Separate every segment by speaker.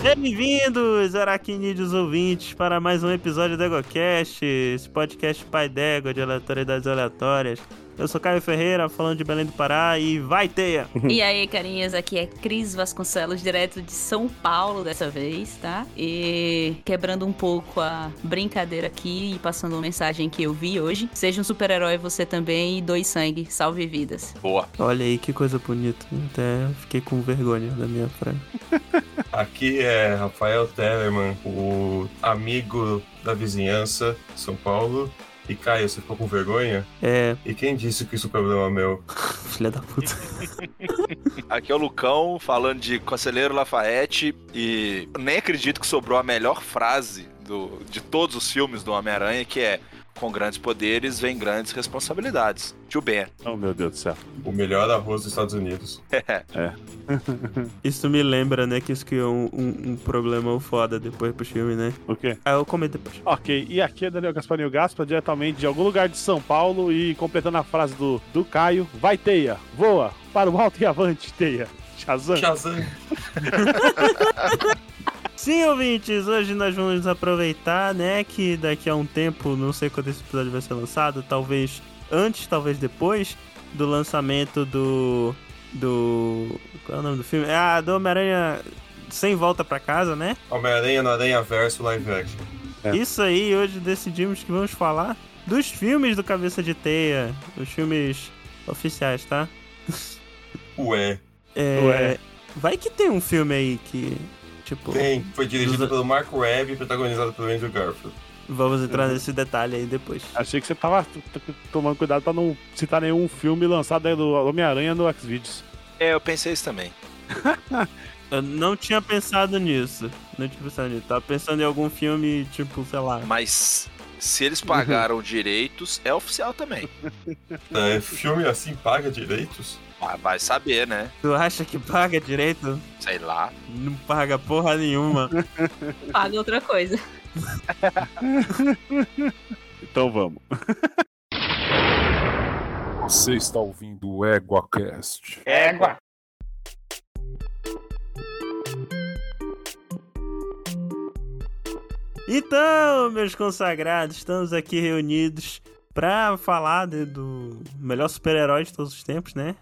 Speaker 1: Bem-vindos, aracnídeos ouvintes, para mais um episódio do EgoCast, esse podcast pai d'égua de aleatoriedades aleatórias. Eu sou Caio Ferreira, falando de Belém do Pará, e vai, Teia!
Speaker 2: E aí, carinhas, aqui é Cris Vasconcelos, direto de São Paulo dessa vez, tá? E quebrando um pouco a brincadeira aqui e passando uma mensagem que eu vi hoje. Seja um super-herói você também e doe sangue, salve vidas.
Speaker 3: Boa.
Speaker 1: Olha aí que coisa bonita, até fiquei com vergonha da minha frase.
Speaker 3: Aqui é Rafael Tellerman, o amigo da vizinhança, São Paulo. E Caio, você ficou com vergonha?
Speaker 1: É,
Speaker 3: E quem disse que isso é um problema meu?
Speaker 1: filha da puta.
Speaker 4: Aqui é o Lucão falando de Conselheiro Lafayette e nem acredito que sobrou a melhor frase do, de todos os filmes do Homem-Aranha, que é com grandes poderes vem grandes responsabilidades. Tio Ben.
Speaker 5: Oh, meu Deus do céu.
Speaker 3: O melhor arroz dos Estados Unidos.
Speaker 1: Isso me lembra, né, que isso criou um, um- um problema foda depois pro filme, né?
Speaker 5: O quê?
Speaker 1: Ah, eu comento depois.
Speaker 5: Ok, e aqui é Daniel Gasparinho Gaspa, diretamente de algum lugar de São Paulo e completando a frase do, do Caio, vai teia, voa, para o alto e avante, teia. Shazam.
Speaker 3: Shazam!
Speaker 1: Sim, ouvintes, hoje nós vamos aproveitar, né, que daqui a um tempo, não sei quando esse episódio vai ser lançado, talvez antes, talvez depois do lançamento do do qual é o nome do filme? Ah, do Homem-Aranha sem volta pra casa, né?
Speaker 3: Homem-Aranha no Aranha Verso Live Action.
Speaker 5: É.
Speaker 1: Isso aí, hoje decidimos que vamos falar dos filmes do Cabeça de Teia, os filmes oficiais, tá?
Speaker 3: Ué,
Speaker 1: É,
Speaker 5: Ué.
Speaker 1: Vai que tem um filme aí que tipo,
Speaker 3: tem. Foi dirigido
Speaker 1: Dos-
Speaker 3: pelo Mark Webb e protagonizado pelo Andrew Garfield.
Speaker 1: vamos
Speaker 5: Uhum.
Speaker 1: entrar nesse detalhe aí depois.
Speaker 5: Achei que você tava t- t- tomando cuidado pra não citar nenhum filme lançado aí do Homem-Aranha no Xvideos.
Speaker 4: É, eu pensei isso também.
Speaker 1: Eu não tinha pensado nisso. Não tinha pensado nisso. Tava pensando em algum filme, tipo, sei lá.
Speaker 4: Mas se
Speaker 3: Uhum.
Speaker 4: eles pagaram direitos, é oficial também.
Speaker 3: É, filme assim paga direitos?
Speaker 4: Ah, vai saber, né?
Speaker 1: Tu acha que paga direito?
Speaker 4: Sei lá.
Speaker 1: Não paga porra nenhuma.
Speaker 2: Paga outra coisa.
Speaker 5: Então vamos.
Speaker 6: Você está ouvindo o EguaCast.
Speaker 4: Égua.
Speaker 1: Então, meus consagrados, estamos aqui reunidos pra falar de- do melhor super-herói de todos os tempos, né?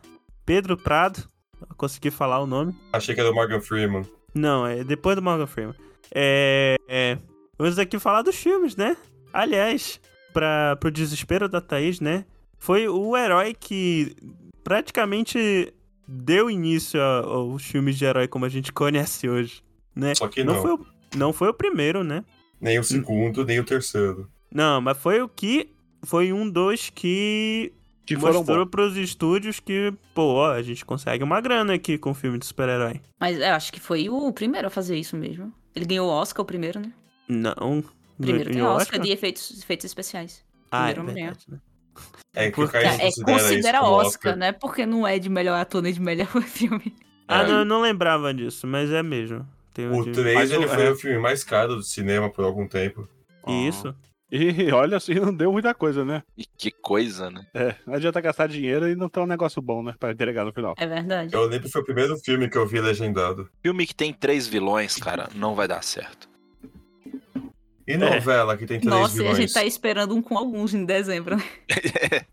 Speaker 1: Pedro Prado. Eu Consegui falar o nome.
Speaker 3: Achei que era o Morgan Freeman.
Speaker 1: Não, é depois do Morgan Freeman. É, é, Vamos aqui falar dos filmes, né? Aliás, para pro desespero da Thaís, né? Foi o herói que praticamente deu início a- aos filmes de herói como a gente conhece hoje, né?
Speaker 3: Só que não.
Speaker 1: foi o, não foi o primeiro, né?
Speaker 2: Hum.
Speaker 3: Nem o segundo, nem o terceiro.
Speaker 1: Não, mas foi o que foi um dos que
Speaker 5: Que foram
Speaker 1: mostrou
Speaker 5: bons.
Speaker 1: pros estúdios que, pô, ó, a gente consegue uma grana aqui com filme de super-herói.
Speaker 2: Mas eu acho que foi o primeiro a fazer isso mesmo. Ele ganhou o Oscar, o primeiro, né?
Speaker 1: Não.
Speaker 2: Primeiro tem
Speaker 1: ganhou
Speaker 2: Oscar, de efeitos, efeitos especiais.
Speaker 1: Ah, é
Speaker 2: primeiro mulher.
Speaker 1: verdade, né?
Speaker 3: É que o
Speaker 1: Porque
Speaker 3: Caio
Speaker 2: É,
Speaker 3: considera,
Speaker 2: considera
Speaker 3: isso como
Speaker 2: Oscar, né? Porque não é de melhor ator nem de melhor filme.
Speaker 1: Ah,
Speaker 3: É.
Speaker 1: não, eu não lembrava disso, mas é mesmo. Tem um
Speaker 3: O
Speaker 1: de-
Speaker 3: 3
Speaker 5: Mas Né?
Speaker 3: ele
Speaker 5: o-
Speaker 3: foi
Speaker 5: é.
Speaker 3: o filme mais caro do cinema por algum tempo.
Speaker 1: Isso.
Speaker 5: Ah. E olha, assim não deu muita coisa, né?
Speaker 4: E que coisa, né?
Speaker 5: É, não adianta gastar dinheiro e não ter um negócio bom, né? Pra entregar no final.
Speaker 2: É verdade.
Speaker 3: Eu lembro que foi o primeiro filme que eu vi legendado.
Speaker 4: Filme que tem três vilões, cara, não vai dar certo.
Speaker 3: E novela que tem três
Speaker 2: Nossa, e a
Speaker 3: vilões.
Speaker 2: gente tá esperando um com alguns em dezembro. né?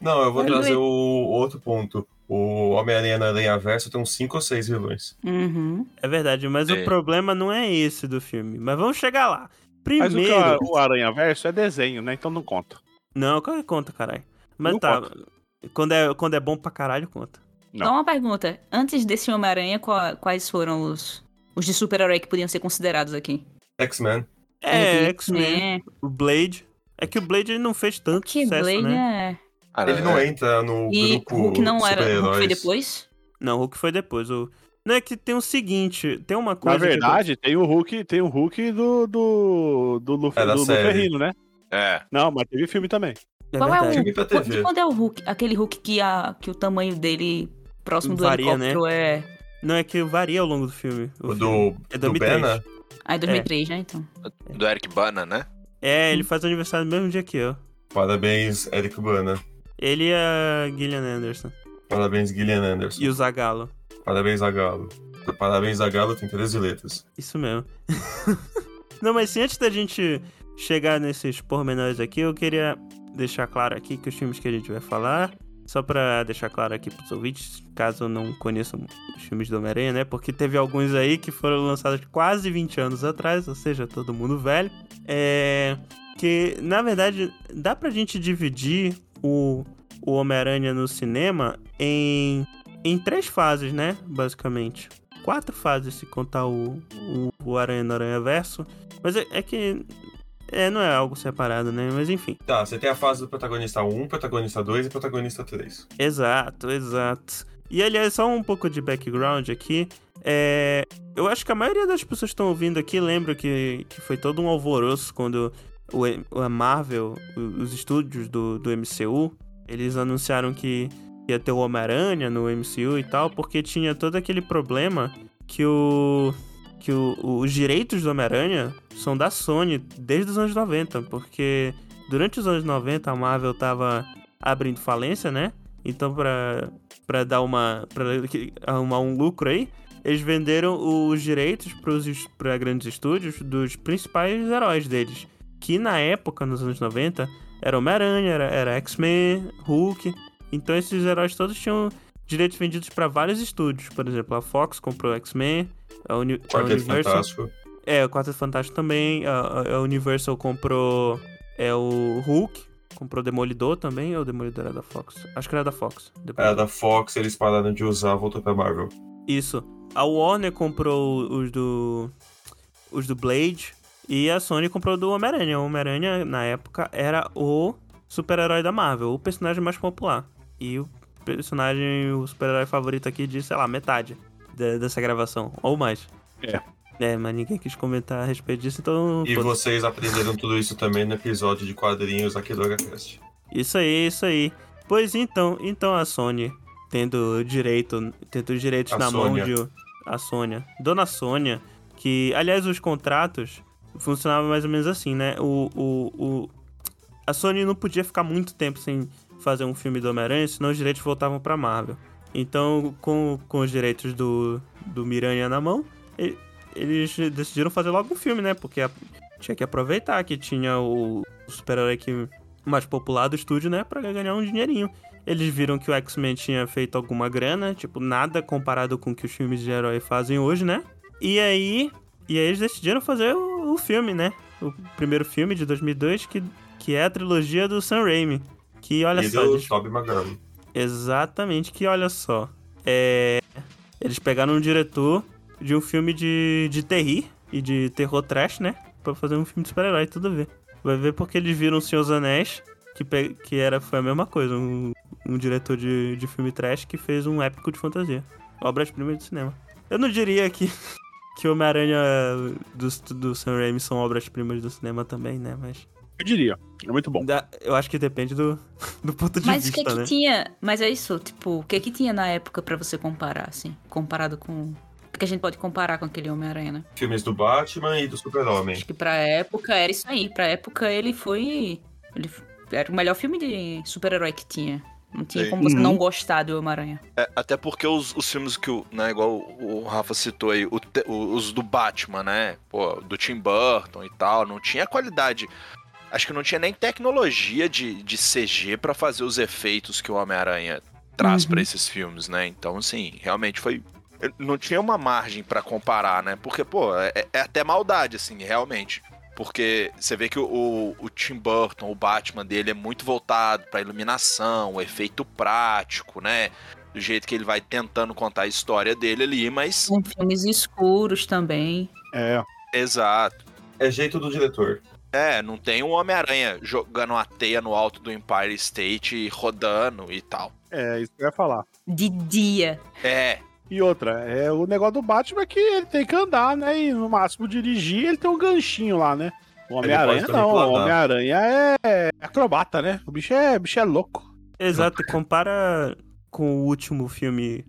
Speaker 3: Não, eu vou
Speaker 2: Olha
Speaker 3: trazer
Speaker 2: aí.
Speaker 3: o outro ponto. O Homem-Aranha na Aranha Verso tem uns 5 ou 6 vilões.
Speaker 2: Uhum.
Speaker 1: É verdade, mas o
Speaker 4: É.
Speaker 1: problema não é esse do filme. Mas vamos chegar lá.
Speaker 5: Mas o, que
Speaker 1: Primeiro.
Speaker 5: é o Aranha Verso é desenho, né? Então não conta.
Speaker 1: Não, qual é que conta, caralho? Mas
Speaker 5: Não
Speaker 1: tá. Quando é, quando é bom pra caralho, conta.
Speaker 5: Não.
Speaker 2: Só uma pergunta. Antes desse Homem-Aranha, qua- quais foram os, os de super-herói que podiam ser considerados aqui? né?
Speaker 3: X-Men.
Speaker 1: É,
Speaker 2: Teve
Speaker 1: X-Men,
Speaker 2: X-Men,
Speaker 1: o Blade. É que o Blade ele não fez tanto
Speaker 2: é. Que
Speaker 1: sucesso,
Speaker 2: Blade
Speaker 1: né?
Speaker 2: é...
Speaker 4: Cara,
Speaker 3: Ele não
Speaker 4: é.
Speaker 3: entra no
Speaker 2: E
Speaker 3: grupo
Speaker 2: Hulk não era... Hulk foi
Speaker 3: super-heróis.
Speaker 2: depois?
Speaker 1: Não, o Hulk foi depois. O... Não é que tem o seguinte, tem uma
Speaker 5: Na
Speaker 1: coisa. que-
Speaker 5: verdade, tem o Hulk, tem o Hulk do do do, Lu-
Speaker 3: É da
Speaker 5: do
Speaker 3: série.
Speaker 5: Luferrino, né?
Speaker 4: É.
Speaker 5: Não, mas teve filme também.
Speaker 1: É
Speaker 2: Qual é o-
Speaker 1: verdade.
Speaker 3: Filme pra
Speaker 2: Qu-
Speaker 3: TV.
Speaker 2: Quando é o Hulk? Aquele Hulk que, a, que o tamanho dele próximo do
Speaker 1: Varia, né?
Speaker 2: helicóptero é...
Speaker 1: Não é que varia ao longo do filme. O
Speaker 3: O
Speaker 1: filme.
Speaker 3: do,
Speaker 1: É
Speaker 3: do
Speaker 1: 2003.
Speaker 3: Banner.
Speaker 2: Ah, é 2003, né? Então.
Speaker 4: Do Eric Bana, né?
Speaker 1: É, ele faz aniversário no mesmo dia que eu.
Speaker 3: Parabéns, Eric Bana.
Speaker 1: Ele e a Gillian Anderson.
Speaker 3: Parabéns, Gillian Anderson.
Speaker 1: E o Zagalo.
Speaker 3: Parabéns, Agalo. Parabéns a Galo, tem 13 letras.
Speaker 1: Isso mesmo. Não, mas assim, antes da gente chegar nesses pormenores aqui, eu queria deixar claro aqui que os filmes que a gente vai falar, só pra deixar claro aqui pros ouvintes, caso não conheçam os filmes do Homem-Aranha, né? Porque teve alguns aí que foram lançados quase 20 anos atrás, ou seja, todo mundo velho. É. Que, na verdade, dá pra gente dividir o, o Homem-Aranha no cinema em, em três fases, né? Basicamente. Quatro fases se contar o, o, o Aranha no Aranha Verso. Mas é, é que. É, não é algo separado, né? Mas enfim.
Speaker 3: Tá, você tem a fase do protagonista 1, protagonista 2 e protagonista 3.
Speaker 1: Exato, exato. E aliás, só um pouco de background aqui. É, eu acho que a maioria das pessoas que estão ouvindo aqui lembra que, que foi todo um alvoroço quando o, M- a Marvel, o- os estúdios do, do MCU, eles anunciaram que ia ter o Homem-Aranha no MCU e tal, porque tinha todo aquele problema que o. que o- o- os direitos do Homem-Aranha são da Sony desde os anos 90, porque durante os anos 90 a Marvel tava abrindo falência, né? Então pra, pra dar uma. pra arrumar um lucro aí, eles venderam os direitos pros es- pra grandes estúdios dos principais heróis deles. Que na época, nos anos 90, era Homem-Aranha, era, era X-Men, Hulk. Então esses heróis todos tinham direitos vendidos pra vários estúdios. Por exemplo, a Fox comprou X-Men, a, Uni a
Speaker 3: Quarteto
Speaker 1: Universal.
Speaker 3: Fantástico.
Speaker 1: É, o Quarteto Fantástico também. A, a- a Universal comprou é, o Hulk. Comprou o Demolidor também, ou o Demolidor era da Fox? Acho que era da Fox. Depois.
Speaker 3: Era É, da Fox, eles pararam de usar, voltou pra Marvel.
Speaker 1: Isso. A Warner comprou os do. os do Blade. E a Sony comprou do Homem-Aranha. O Homem-Aranha, na época, era o super-herói da Marvel, o personagem mais popular. E o personagem, o super-herói favorito aqui de, sei lá, metade de- dessa gravação. Ou mais.
Speaker 5: É.
Speaker 1: É, mas ninguém quis comentar a respeito disso, então.
Speaker 3: E
Speaker 1: foda-se.
Speaker 3: vocês aprenderam tudo isso também no episódio de quadrinhos aqui do HCast.
Speaker 1: Isso aí, isso aí. Pois então, então a Sony, tendo direito, tendo os direitos
Speaker 3: A
Speaker 1: na
Speaker 3: Sônia.
Speaker 1: mão de a Sônia, dona Sônia, que aliás os contratos funcionavam mais ou menos assim, né? O, o, o a Sony não podia ficar muito tempo sem fazer um filme do Homem-Aranha, senão os direitos voltavam pra Marvel. Então, com, com os direitos do, do Miranha na mão, e- eles decidiram fazer logo um filme, né? Porque a- tinha que aproveitar que tinha o super-herói que mais popular do estúdio, né, pra ganhar um dinheirinho. Eles viram que o X-Men tinha feito alguma grana, tipo, nada comparado com o que os filmes de herói fazem hoje, né? E aí, e aí eles decidiram fazer o, o filme, né? O primeiro filme de 2002 que, que é a trilogia do Sam Raimi, que olha
Speaker 3: e
Speaker 1: só,
Speaker 3: do
Speaker 1: eles-
Speaker 3: Tobey Maguire.
Speaker 1: Exatamente, que olha só. É, eles pegaram um diretor de um filme de, de terri e de terror trash, né? Pra fazer um filme de super-herói, tudo a ver. Vai ver porque eles viram O Senhor dos Anéis, que, pe- que era, foi a mesma coisa. Um, um diretor de, de filme trash que fez um épico de fantasia. Obras-primas do cinema. Eu não diria que, que Homem-Aranha do, do Sam Raimi são obras-primas do cinema também, né? Mas
Speaker 5: Eu diria. É muito bom.
Speaker 1: dá- eu acho que depende do, do ponto de
Speaker 2: Mas o
Speaker 1: vista,
Speaker 2: que que
Speaker 1: né?
Speaker 2: tinha? Mas é isso, tipo, o que que tinha na época pra você comparar, assim? Comparado com. Porque a gente pode comparar com aquele Homem-Aranha, né?
Speaker 3: Filmes do Batman e do Super-Homem.
Speaker 2: Acho que pra época era isso aí. Pra época ele foi. Ele f- era o melhor filme de super-herói que tinha. Não tinha
Speaker 4: Sim.
Speaker 2: como você
Speaker 5: Uhum.
Speaker 2: não gostar do Homem-Aranha.
Speaker 4: É, até porque os, os filmes que o, né, igual o o Rafa citou aí, o te- o- os do Batman, né? Pô, do Tim Burton e tal, não tinha qualidade. Acho que não tinha nem tecnologia de, de CG pra fazer os efeitos que o Homem-Aranha traz
Speaker 2: Uhum.
Speaker 4: pra esses filmes, né? Então, assim, realmente foi. eh, Não tinha uma margem pra comparar, né? Porque, pô, é, é até maldade, assim, realmente. Porque você vê que o- o, o Tim Burton, o Batman dele é muito voltado pra iluminação, o efeito prático, né? do jeito que ele vai tentando contar a história dele ali, mas.
Speaker 2: Com filmes escuros também.
Speaker 5: É.
Speaker 4: Exato.
Speaker 3: É jeito do diretor.
Speaker 4: É, não tem um Homem-Aranha jogando uma teia no alto do Empire State e rodando e tal.
Speaker 5: É, isso que eu ia falar.
Speaker 2: De dia.
Speaker 4: É,
Speaker 5: E outra, é o negócio do Batman é que ele tem que andar, né? E no máximo dirigir, ele tem um ganchinho lá, né? O Homem-Aranha
Speaker 3: pode também
Speaker 5: não, o
Speaker 3: planar.
Speaker 5: Homem-aranha é é acrobata, né? O bicho é, o bicho é louco.
Speaker 1: Exato, compara com o último filme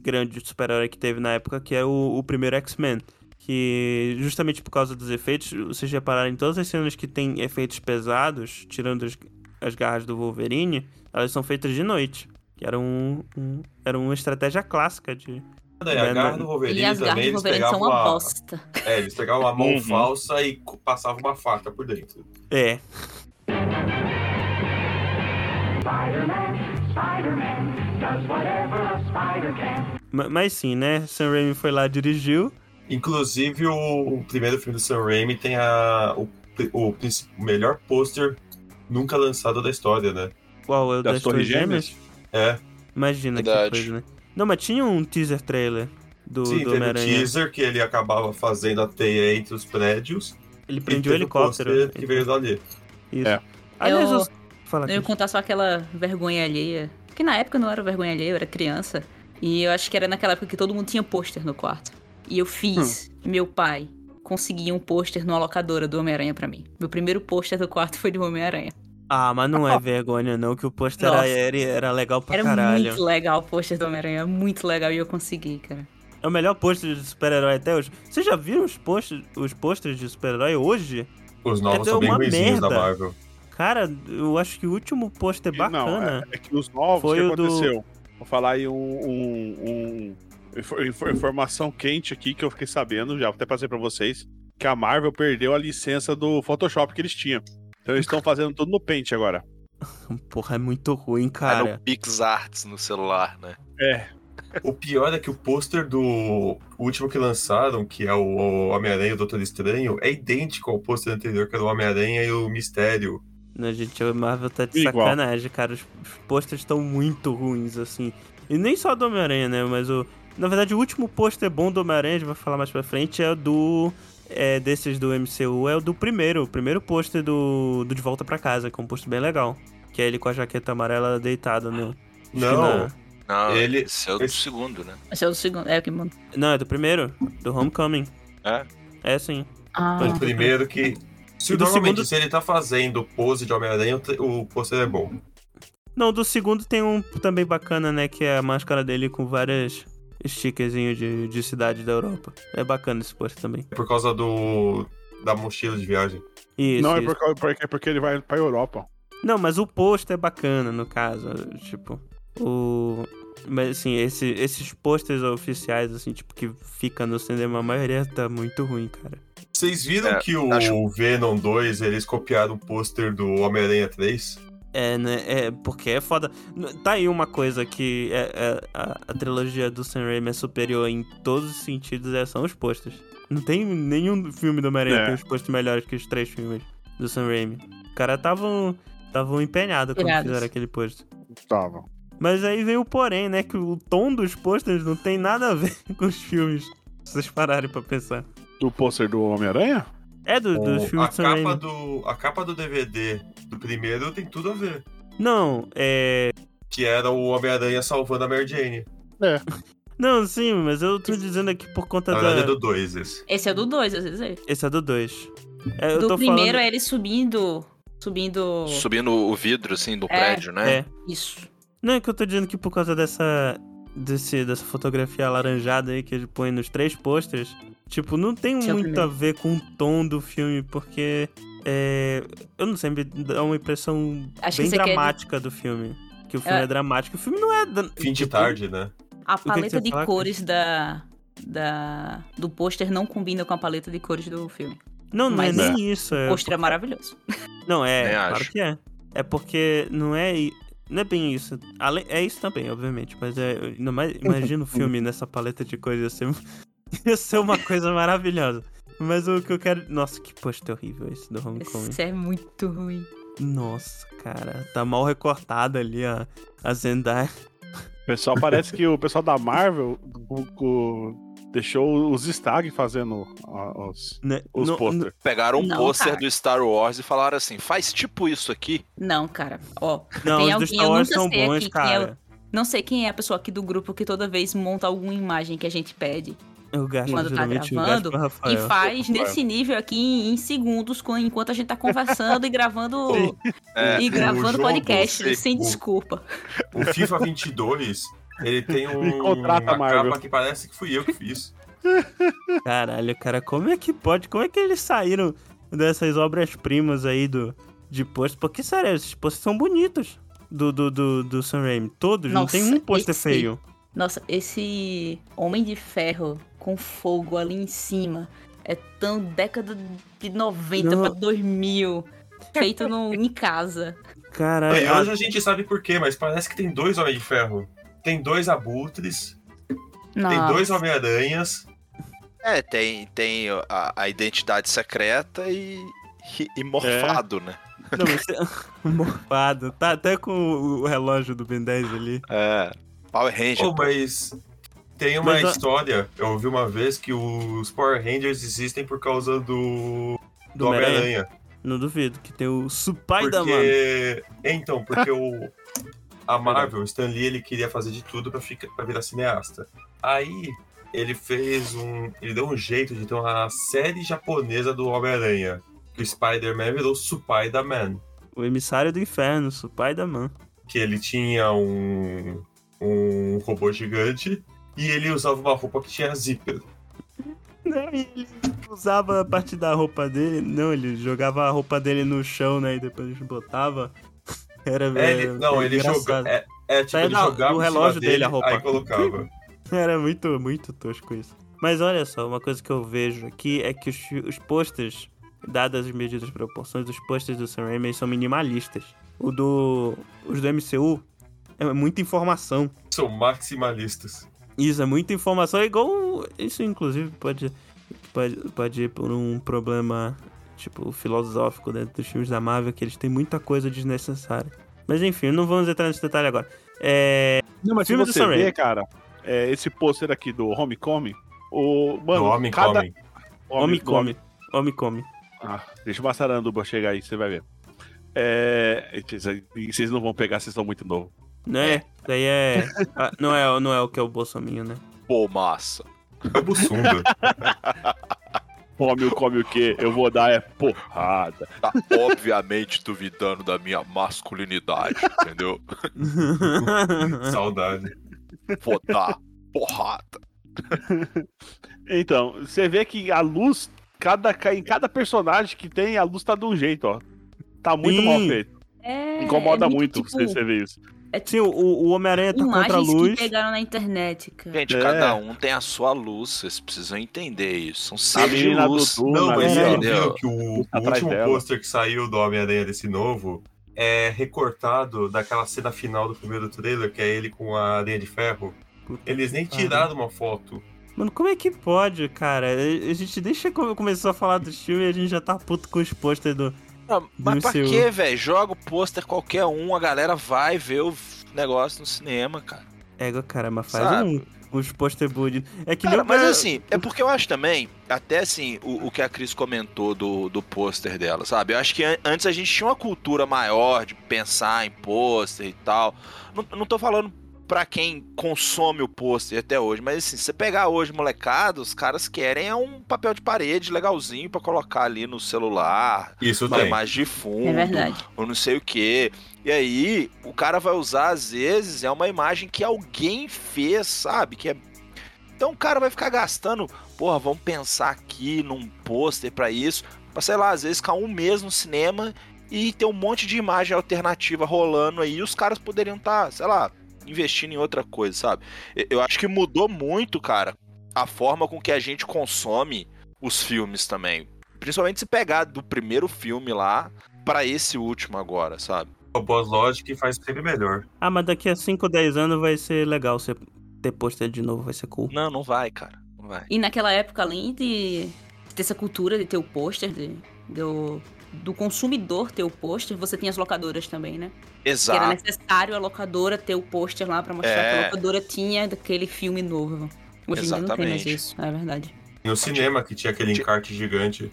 Speaker 1: grande de super-herói que teve na época, que é o, o primeiro X-Men. Que justamente por causa dos efeitos, vocês repararem, todas as cenas que tem efeitos pesados, tirando as, as garras do Wolverine, elas são feitas de noite. Que era, um, um- era uma estratégia clássica de
Speaker 3: e É, a Garra do
Speaker 2: E
Speaker 3: Wolverine
Speaker 2: as garras
Speaker 3: também,
Speaker 2: de
Speaker 3: eles
Speaker 2: Wolverine são
Speaker 3: pegavam
Speaker 2: uma
Speaker 3: a...
Speaker 2: bosta.
Speaker 3: É, eles pegavam a mão
Speaker 4: Uhum.
Speaker 3: falsa e co- passavam uma faca por dentro.
Speaker 1: É. Ma- Mas sim, né? Sam Raimi foi lá, dirigiu.
Speaker 3: Inclusive, o, o primeiro filme do Sam Raimi tem a, o, o princi- o melhor pôster nunca lançado da história, né?
Speaker 1: Qual é o
Speaker 5: Das Torres Gêmeas?
Speaker 3: É,
Speaker 1: Imagina
Speaker 4: Verdade.
Speaker 1: que coisa, né? Não, mas tinha um teaser trailer do,
Speaker 3: sim,
Speaker 1: do
Speaker 3: teve o
Speaker 1: Homem-Aranha.
Speaker 3: teaser que ele acabava fazendo a teia entre os prédios.
Speaker 1: Ele
Speaker 3: E
Speaker 1: prendia o
Speaker 3: teve o
Speaker 1: helicóptero. né?
Speaker 3: pôster que veio dali.
Speaker 1: Isso.
Speaker 5: É.
Speaker 1: Aliás,
Speaker 2: Eu-
Speaker 1: os- Fala,
Speaker 2: Eu ia
Speaker 1: Cris.
Speaker 2: contar só aquela vergonha alheia. Que na época eu não era vergonha alheia, eu era criança. E eu acho que era naquela época que todo mundo tinha pôster no quarto. E eu fiz meu pai conseguir um pôster numa locadora do Homem-Aranha pra mim. Meu primeiro pôster do quarto foi do Homem-Aranha.
Speaker 1: Ah, mas não é vergonha, não, que o pôster
Speaker 2: Nossa.
Speaker 1: era, era legal pra
Speaker 2: Era
Speaker 1: caralho.
Speaker 2: muito legal o pôster do Homem-Aranha, muito legal e eu consegui, cara.
Speaker 1: É o melhor pôster de super-herói até hoje. Vocês já viram os pôsteres os pôsteres de super-herói hoje?
Speaker 3: Os novos
Speaker 1: Então,
Speaker 3: são bem
Speaker 1: uma
Speaker 3: ruizinhos da
Speaker 1: merda.
Speaker 3: Marvel.
Speaker 1: Cara, eu acho que o último pôster bacana.
Speaker 5: Não, é, é que os novos,
Speaker 1: Foi
Speaker 5: o que
Speaker 1: o do-
Speaker 5: aconteceu? Vou falar aí um, um- um- infor- infor- informação quente aqui que eu fiquei sabendo, já até passei pra vocês, que a Marvel perdeu a licença do Photoshop que eles tinham. Então eles estão fazendo tudo no Paint agora.
Speaker 1: Porra, é muito ruim,
Speaker 4: Tá
Speaker 1: cara.
Speaker 4: no PixArts no celular, né?
Speaker 5: É.
Speaker 3: O pior é que o pôster do último que lançaram, que é o Homem-Aranha e o Doutor Estranho, é idêntico ao pôster anterior, que era o Homem-Aranha e o Mistério.
Speaker 1: Não, gente, a Marvel tá de
Speaker 5: Igual.
Speaker 1: sacanagem, cara. Os os pôsteres estão muito ruins, assim. E nem só do Homem-Aranha, né? Mas o. Na verdade, o último pôster bom do Homem-Aranha, a gente vai falar mais pra frente, é o do. É, desses do MCU, é o do primeiro. O primeiro pôster do, do De Volta pra Casa, que é um pôster bem legal. Que é ele com a jaqueta amarela deitado, né?
Speaker 3: Não,
Speaker 4: Não,
Speaker 3: Ele-
Speaker 4: esse é o do
Speaker 3: esse-
Speaker 4: segundo, né?
Speaker 2: Esse é o segundo. É o que manda.
Speaker 1: Não, é do primeiro. Do Homecoming.
Speaker 4: É?
Speaker 1: É sim.
Speaker 2: Ah,
Speaker 3: o primeiro que. Se,
Speaker 1: E do
Speaker 3: normalmente,
Speaker 1: segundo-
Speaker 3: se ele tá fazendo pose de Homem-Aranha, o tre- o pôster é bom.
Speaker 1: Não, do segundo tem um também bacana, né? Que é a máscara dele com várias stickerzinhos de, de cidade da Europa. É bacana esse pôster também.
Speaker 3: É por causa do. da mochila de viagem.
Speaker 1: Isso.
Speaker 5: não, é
Speaker 1: isso.
Speaker 5: por causa- porque, é porque ele vai pra Europa.
Speaker 1: Não, mas o pôster é bacana, no caso. Tipo, o. Mas assim, esse- esses pôsteres oficiais, assim, tipo, que fica no cinema, a maioria tá muito ruim, cara.
Speaker 3: Vocês viram
Speaker 4: É,
Speaker 3: que o
Speaker 4: acho-
Speaker 3: Venom 2 eles copiaram o pôster do Homem-Aranha 3?
Speaker 1: É, né? É, porque é foda. N- Tá aí uma coisa que é- é- a, a trilogia do Sam Raimi é superior em todos os sentidos, é, são os posters. Não tem nenhum filme do Homem-Aranha que
Speaker 5: É.
Speaker 1: tem os posters melhores que os três filmes do Sam Raimi. Os caras estavam tavam empenhados um quando
Speaker 2: Irados.
Speaker 1: fizeram aquele poster.
Speaker 5: Tava.
Speaker 1: Mas aí vem o porém, né? Que o tom dos posters não tem nada a ver com os filmes. Se vocês pararem pra pensar.
Speaker 5: Do pôster do Homem-Aranha?
Speaker 1: É do, dos
Speaker 3: O-
Speaker 1: filmes
Speaker 3: a,
Speaker 1: do Sam Raimi.
Speaker 3: capa do, a capa do DVD do primeiro tem tudo a ver.
Speaker 1: Não, é.
Speaker 3: Que era o Homem-Aranha salvando a Mary Jane.
Speaker 1: Não, sim, mas eu tô dizendo aqui por conta
Speaker 3: Na
Speaker 1: da.
Speaker 3: verdade é do 2 esse.
Speaker 2: Esse é o do dois, às vezes. é.
Speaker 1: Esse é do 2. É, eu
Speaker 2: do
Speaker 1: tô
Speaker 2: primeiro
Speaker 1: falando...
Speaker 2: é ele subindo. Subindo.
Speaker 4: Subindo o vidro, assim, do prédio, né?
Speaker 1: É.
Speaker 2: Isso.
Speaker 1: Não, é que eu tô dizendo que por causa dessa. Desse, dessa fotografia alaranjada aí que ele põe nos três posters, tipo, não tem
Speaker 2: Esse é o
Speaker 1: muito a ver com o tom do filme, porque. É, eu não sei, me dá uma impressão
Speaker 2: Acho que é
Speaker 1: bem
Speaker 2: você quer-
Speaker 1: dramática do filme. Que o filme é,
Speaker 2: É.
Speaker 1: dramático. O filme não é. dra-
Speaker 3: Fim de
Speaker 1: tipo,
Speaker 3: tarde, né?
Speaker 2: A
Speaker 1: que você
Speaker 2: paleta de
Speaker 1: fala,
Speaker 2: cores da, da do pôster não combina com a paleta de cores do filme.
Speaker 1: Não, não
Speaker 2: Mas-
Speaker 1: é nem isso.
Speaker 2: O
Speaker 1: É,
Speaker 2: pôster é maravilhoso.
Speaker 1: Não, é,
Speaker 4: Nem
Speaker 1: claro
Speaker 4: acho.
Speaker 1: que é. É porque não é. Não é bem isso. Ale- É isso também, obviamente, mas é. eu não ma- Imagina o filme nessa paleta de coisas ia ser, um, ia ser uma coisa maravilhosa. Mas o que eu quero. Nossa, que post horrível esse do Homecoming.
Speaker 2: Isso é muito ruim.
Speaker 1: Nossa, cara. Tá mal recortada ali a, a Zendaya.
Speaker 5: Pessoal, parece que o pessoal da Marvel o- o- deixou os Stag fazendo a- os,
Speaker 1: Né?
Speaker 5: os
Speaker 1: Não- não-
Speaker 5: pôster.
Speaker 4: Pegaram um
Speaker 2: Não,
Speaker 4: pôster
Speaker 2: cara.
Speaker 4: do Star Wars e falaram assim: faz tipo isso aqui.
Speaker 2: Não, cara. Ó,
Speaker 1: Não,
Speaker 2: tem
Speaker 1: os do
Speaker 2: alguém,
Speaker 1: Star
Speaker 2: eu
Speaker 1: Wars
Speaker 2: nunca
Speaker 1: são
Speaker 2: sei
Speaker 1: bons,
Speaker 2: aqui quem é o-
Speaker 1: cara.
Speaker 2: não sei quem é a pessoa aqui do grupo que toda vez monta alguma imagem que a gente pede
Speaker 1: Eu gasto
Speaker 2: quando tá
Speaker 1: geralmente
Speaker 2: gravando,
Speaker 1: o gasto Rafael.
Speaker 2: e faz
Speaker 5: Rafael.
Speaker 2: nesse nível aqui em, em segundos com- enquanto a gente tá conversando e gravando
Speaker 4: É.
Speaker 2: e
Speaker 3: O
Speaker 2: gravando
Speaker 3: jogo,
Speaker 2: podcast
Speaker 4: sim.
Speaker 2: sem
Speaker 3: O-
Speaker 2: desculpa.
Speaker 3: O FIFA 22, ele tem um,
Speaker 5: Me contrata,
Speaker 3: uma
Speaker 5: Marvel.
Speaker 3: capa que parece que fui eu que fiz.
Speaker 1: Caralho, cara, como é que pode? Como é que eles saíram dessas obras-primas aí do, de pôster? Porque, sério, esses pôsteres são bonitos do, do, do, do Sam Raimi. Todos, não
Speaker 2: Nossa,
Speaker 1: tem um pôster
Speaker 2: esse-
Speaker 1: feio.
Speaker 2: Nossa, esse Homem de Ferro com fogo ali em cima é tão década de 90
Speaker 1: Não.
Speaker 2: pra 2000, feito no, em casa.
Speaker 1: Caralho.
Speaker 3: Bem, hoje a gente sabe por quê, mas parece que tem dois Homem de Ferro. Tem dois Abutres, tem
Speaker 2: Nossa.
Speaker 3: dois Homem-Aranhas.
Speaker 4: É, tem, tem a, a identidade secreta e, e, e morfado, né?
Speaker 1: Não, você... Morfado. Tá até com o relógio do Ben 10 ali.
Speaker 4: É. Power Ranger.
Speaker 3: Pô, mas tem uma
Speaker 1: Mas a-
Speaker 3: história, eu ouvi uma vez, que os Power Rangers existem por causa do, do
Speaker 1: Do Homem-Aranha.
Speaker 3: Homem-Aranha.
Speaker 1: Não duvido, que tem o Supai da Mano.
Speaker 3: Porque... Então, porque o... A Marvel, o Stan Lee, ele queria fazer de tudo pra, ficar, pra virar cineasta. Aí, ele fez um... Ele deu um jeito de ter uma série japonesa do Homem-Aranha. Que o Spider-Man virou Supaida-Man.
Speaker 1: O emissário do inferno, Supai da Mano.
Speaker 3: Que ele tinha um... Um robô gigante. E ele usava uma roupa que tinha zíper.
Speaker 1: Não, ele usava a parte da roupa dele. Não, ele jogava a roupa dele no chão, né? E depois botava. Era
Speaker 3: É, ele-
Speaker 1: era
Speaker 3: não, ele
Speaker 1: engraçado.
Speaker 3: joga... É, é, tipo,
Speaker 1: Sai
Speaker 3: ele
Speaker 1: da-
Speaker 3: jogava
Speaker 1: do
Speaker 3: em cima
Speaker 1: relógio dele a roupa.
Speaker 3: Aí colocava.
Speaker 1: Era muito, muito tosco isso. Mas olha só, uma coisa que eu vejo aqui é que os, os posters, dadas as medidas e proporções, os posters do Sam Raimi são minimalistas. O do. Os do MCU é muita informação.
Speaker 3: São maximalistas.
Speaker 1: Isso, é muita informação, é igual. Isso, inclusive, pode, pode, pode ir por um problema, tipo, filosófico dentro dos filmes da Marvel, que eles têm muita coisa desnecessária. Mas enfim, não vamos entrar nesse detalhe agora. É.
Speaker 5: Não, mas se
Speaker 1: Filme do
Speaker 5: você
Speaker 1: Sam
Speaker 5: ver,
Speaker 1: Raimi.
Speaker 5: cara, é, esse pôster aqui do Homecoming, o. Mano,
Speaker 3: do homem
Speaker 5: cada...
Speaker 3: comem.
Speaker 1: Homem come. Homem come.
Speaker 5: Ah, deixa o Massaranduba chegar aí, você vai ver. É, e vocês- e vocês não vão pegar, vocês são muito novos.
Speaker 1: Não é? Isso Daí é. ah, não, é não é o que é o Bolsominho, né?
Speaker 4: Pô, massa.
Speaker 3: É o Bussunda.
Speaker 5: Homem come o quê? Eu vou dar é porrada.
Speaker 4: Tá obviamente duvidando da minha masculinidade, entendeu?
Speaker 3: Saudade.
Speaker 4: Vou dar porrada.
Speaker 5: Então, você vê que a luz, cada, ca- em cada personagem que tem, a luz tá de um jeito, ó. Tá muito
Speaker 1: Sim.
Speaker 5: mal feito.
Speaker 2: É,
Speaker 5: Incomoda
Speaker 2: é
Speaker 5: muito
Speaker 2: tipo,
Speaker 5: você, você ver isso.
Speaker 2: é tipo
Speaker 1: Sim, o, o Homem-Aranha tá contra a
Speaker 2: imagens
Speaker 1: luz.
Speaker 2: que pegaram na internet, cara.
Speaker 4: Gente,
Speaker 5: É.
Speaker 4: cada um tem a sua luz, vocês precisam entender isso. São
Speaker 5: A
Speaker 4: seres de
Speaker 5: menina do
Speaker 4: luz.
Speaker 5: Duna,
Speaker 3: Não, mas
Speaker 1: é,
Speaker 3: você
Speaker 4: entendeu?
Speaker 3: viu que o, o
Speaker 5: tá Atrás
Speaker 3: último
Speaker 5: dela.
Speaker 3: pôster que saiu do Homem-Aranha desse novo é recortado daquela cena final do primeiro trailer, que é ele com a areia de ferro.
Speaker 1: Puta
Speaker 3: Eles nem
Speaker 1: que pariu.
Speaker 3: tiraram uma foto.
Speaker 1: Mano, como é que pode, cara? A gente deixa como começou a falar dos filmes e a gente já tá puto com os posters do.
Speaker 4: Não, mas
Speaker 1: do
Speaker 4: pra
Speaker 1: seu-
Speaker 4: quê, velho? Joga o pôster qualquer um, a galera vai ver o negócio no cinema, cara.
Speaker 1: Ego, cara, mas faz
Speaker 4: Sabe?
Speaker 1: um, uns poster bonitos. É que
Speaker 4: Cara,
Speaker 1: nem o
Speaker 4: mas
Speaker 1: cara-
Speaker 4: assim, é porque eu acho também, até assim, o, o que a Cris comentou do, do pôster dela, sabe? Eu acho que an- antes a gente tinha uma cultura maior de pensar em pôster e tal. Não, não tô falando pra quem consome o pôster até hoje, mas assim, se você pegar hoje, molecada, os caras querem é um papel de parede legalzinho pra colocar ali no celular,
Speaker 3: Isso
Speaker 4: uma
Speaker 3: tem.
Speaker 4: imagem de fundo,
Speaker 2: É verdade.
Speaker 4: ou não sei o que E aí, o cara vai usar, às vezes, é uma imagem que alguém fez, sabe? Que é... Então o cara vai ficar gastando, porra, vamos pensar aqui num pôster pra isso, pra sei lá, às vezes ficar um mês no cinema e ter um monte de imagem alternativa rolando aí, e os caras poderiam estar, sei lá, investindo em outra coisa, sabe? E- Eu acho que mudou muito, cara, a forma com que a gente consome os filmes também. Principalmente se pegar do primeiro filme lá, Pra esse último agora, sabe?
Speaker 3: A Boss Logic faz sempre melhor.
Speaker 1: Ah, mas daqui a 5, 10 anos vai ser legal você ter poster de novo, vai ser cool.
Speaker 4: Não, não vai, cara. Não vai.
Speaker 2: E naquela época, além de ter essa cultura de ter o pôster, de- do, do consumidor ter o pôster, você tinha as locadoras também, né? Que era
Speaker 4: Exato.
Speaker 2: necessário a locadora ter o pôster lá pra mostrar
Speaker 4: É.
Speaker 2: que a locadora tinha daquele filme novo. Hoje em dia não tem mais
Speaker 4: Exatamente.
Speaker 2: isso, é verdade.
Speaker 3: No cinema, que tinha aquele encarte gigante.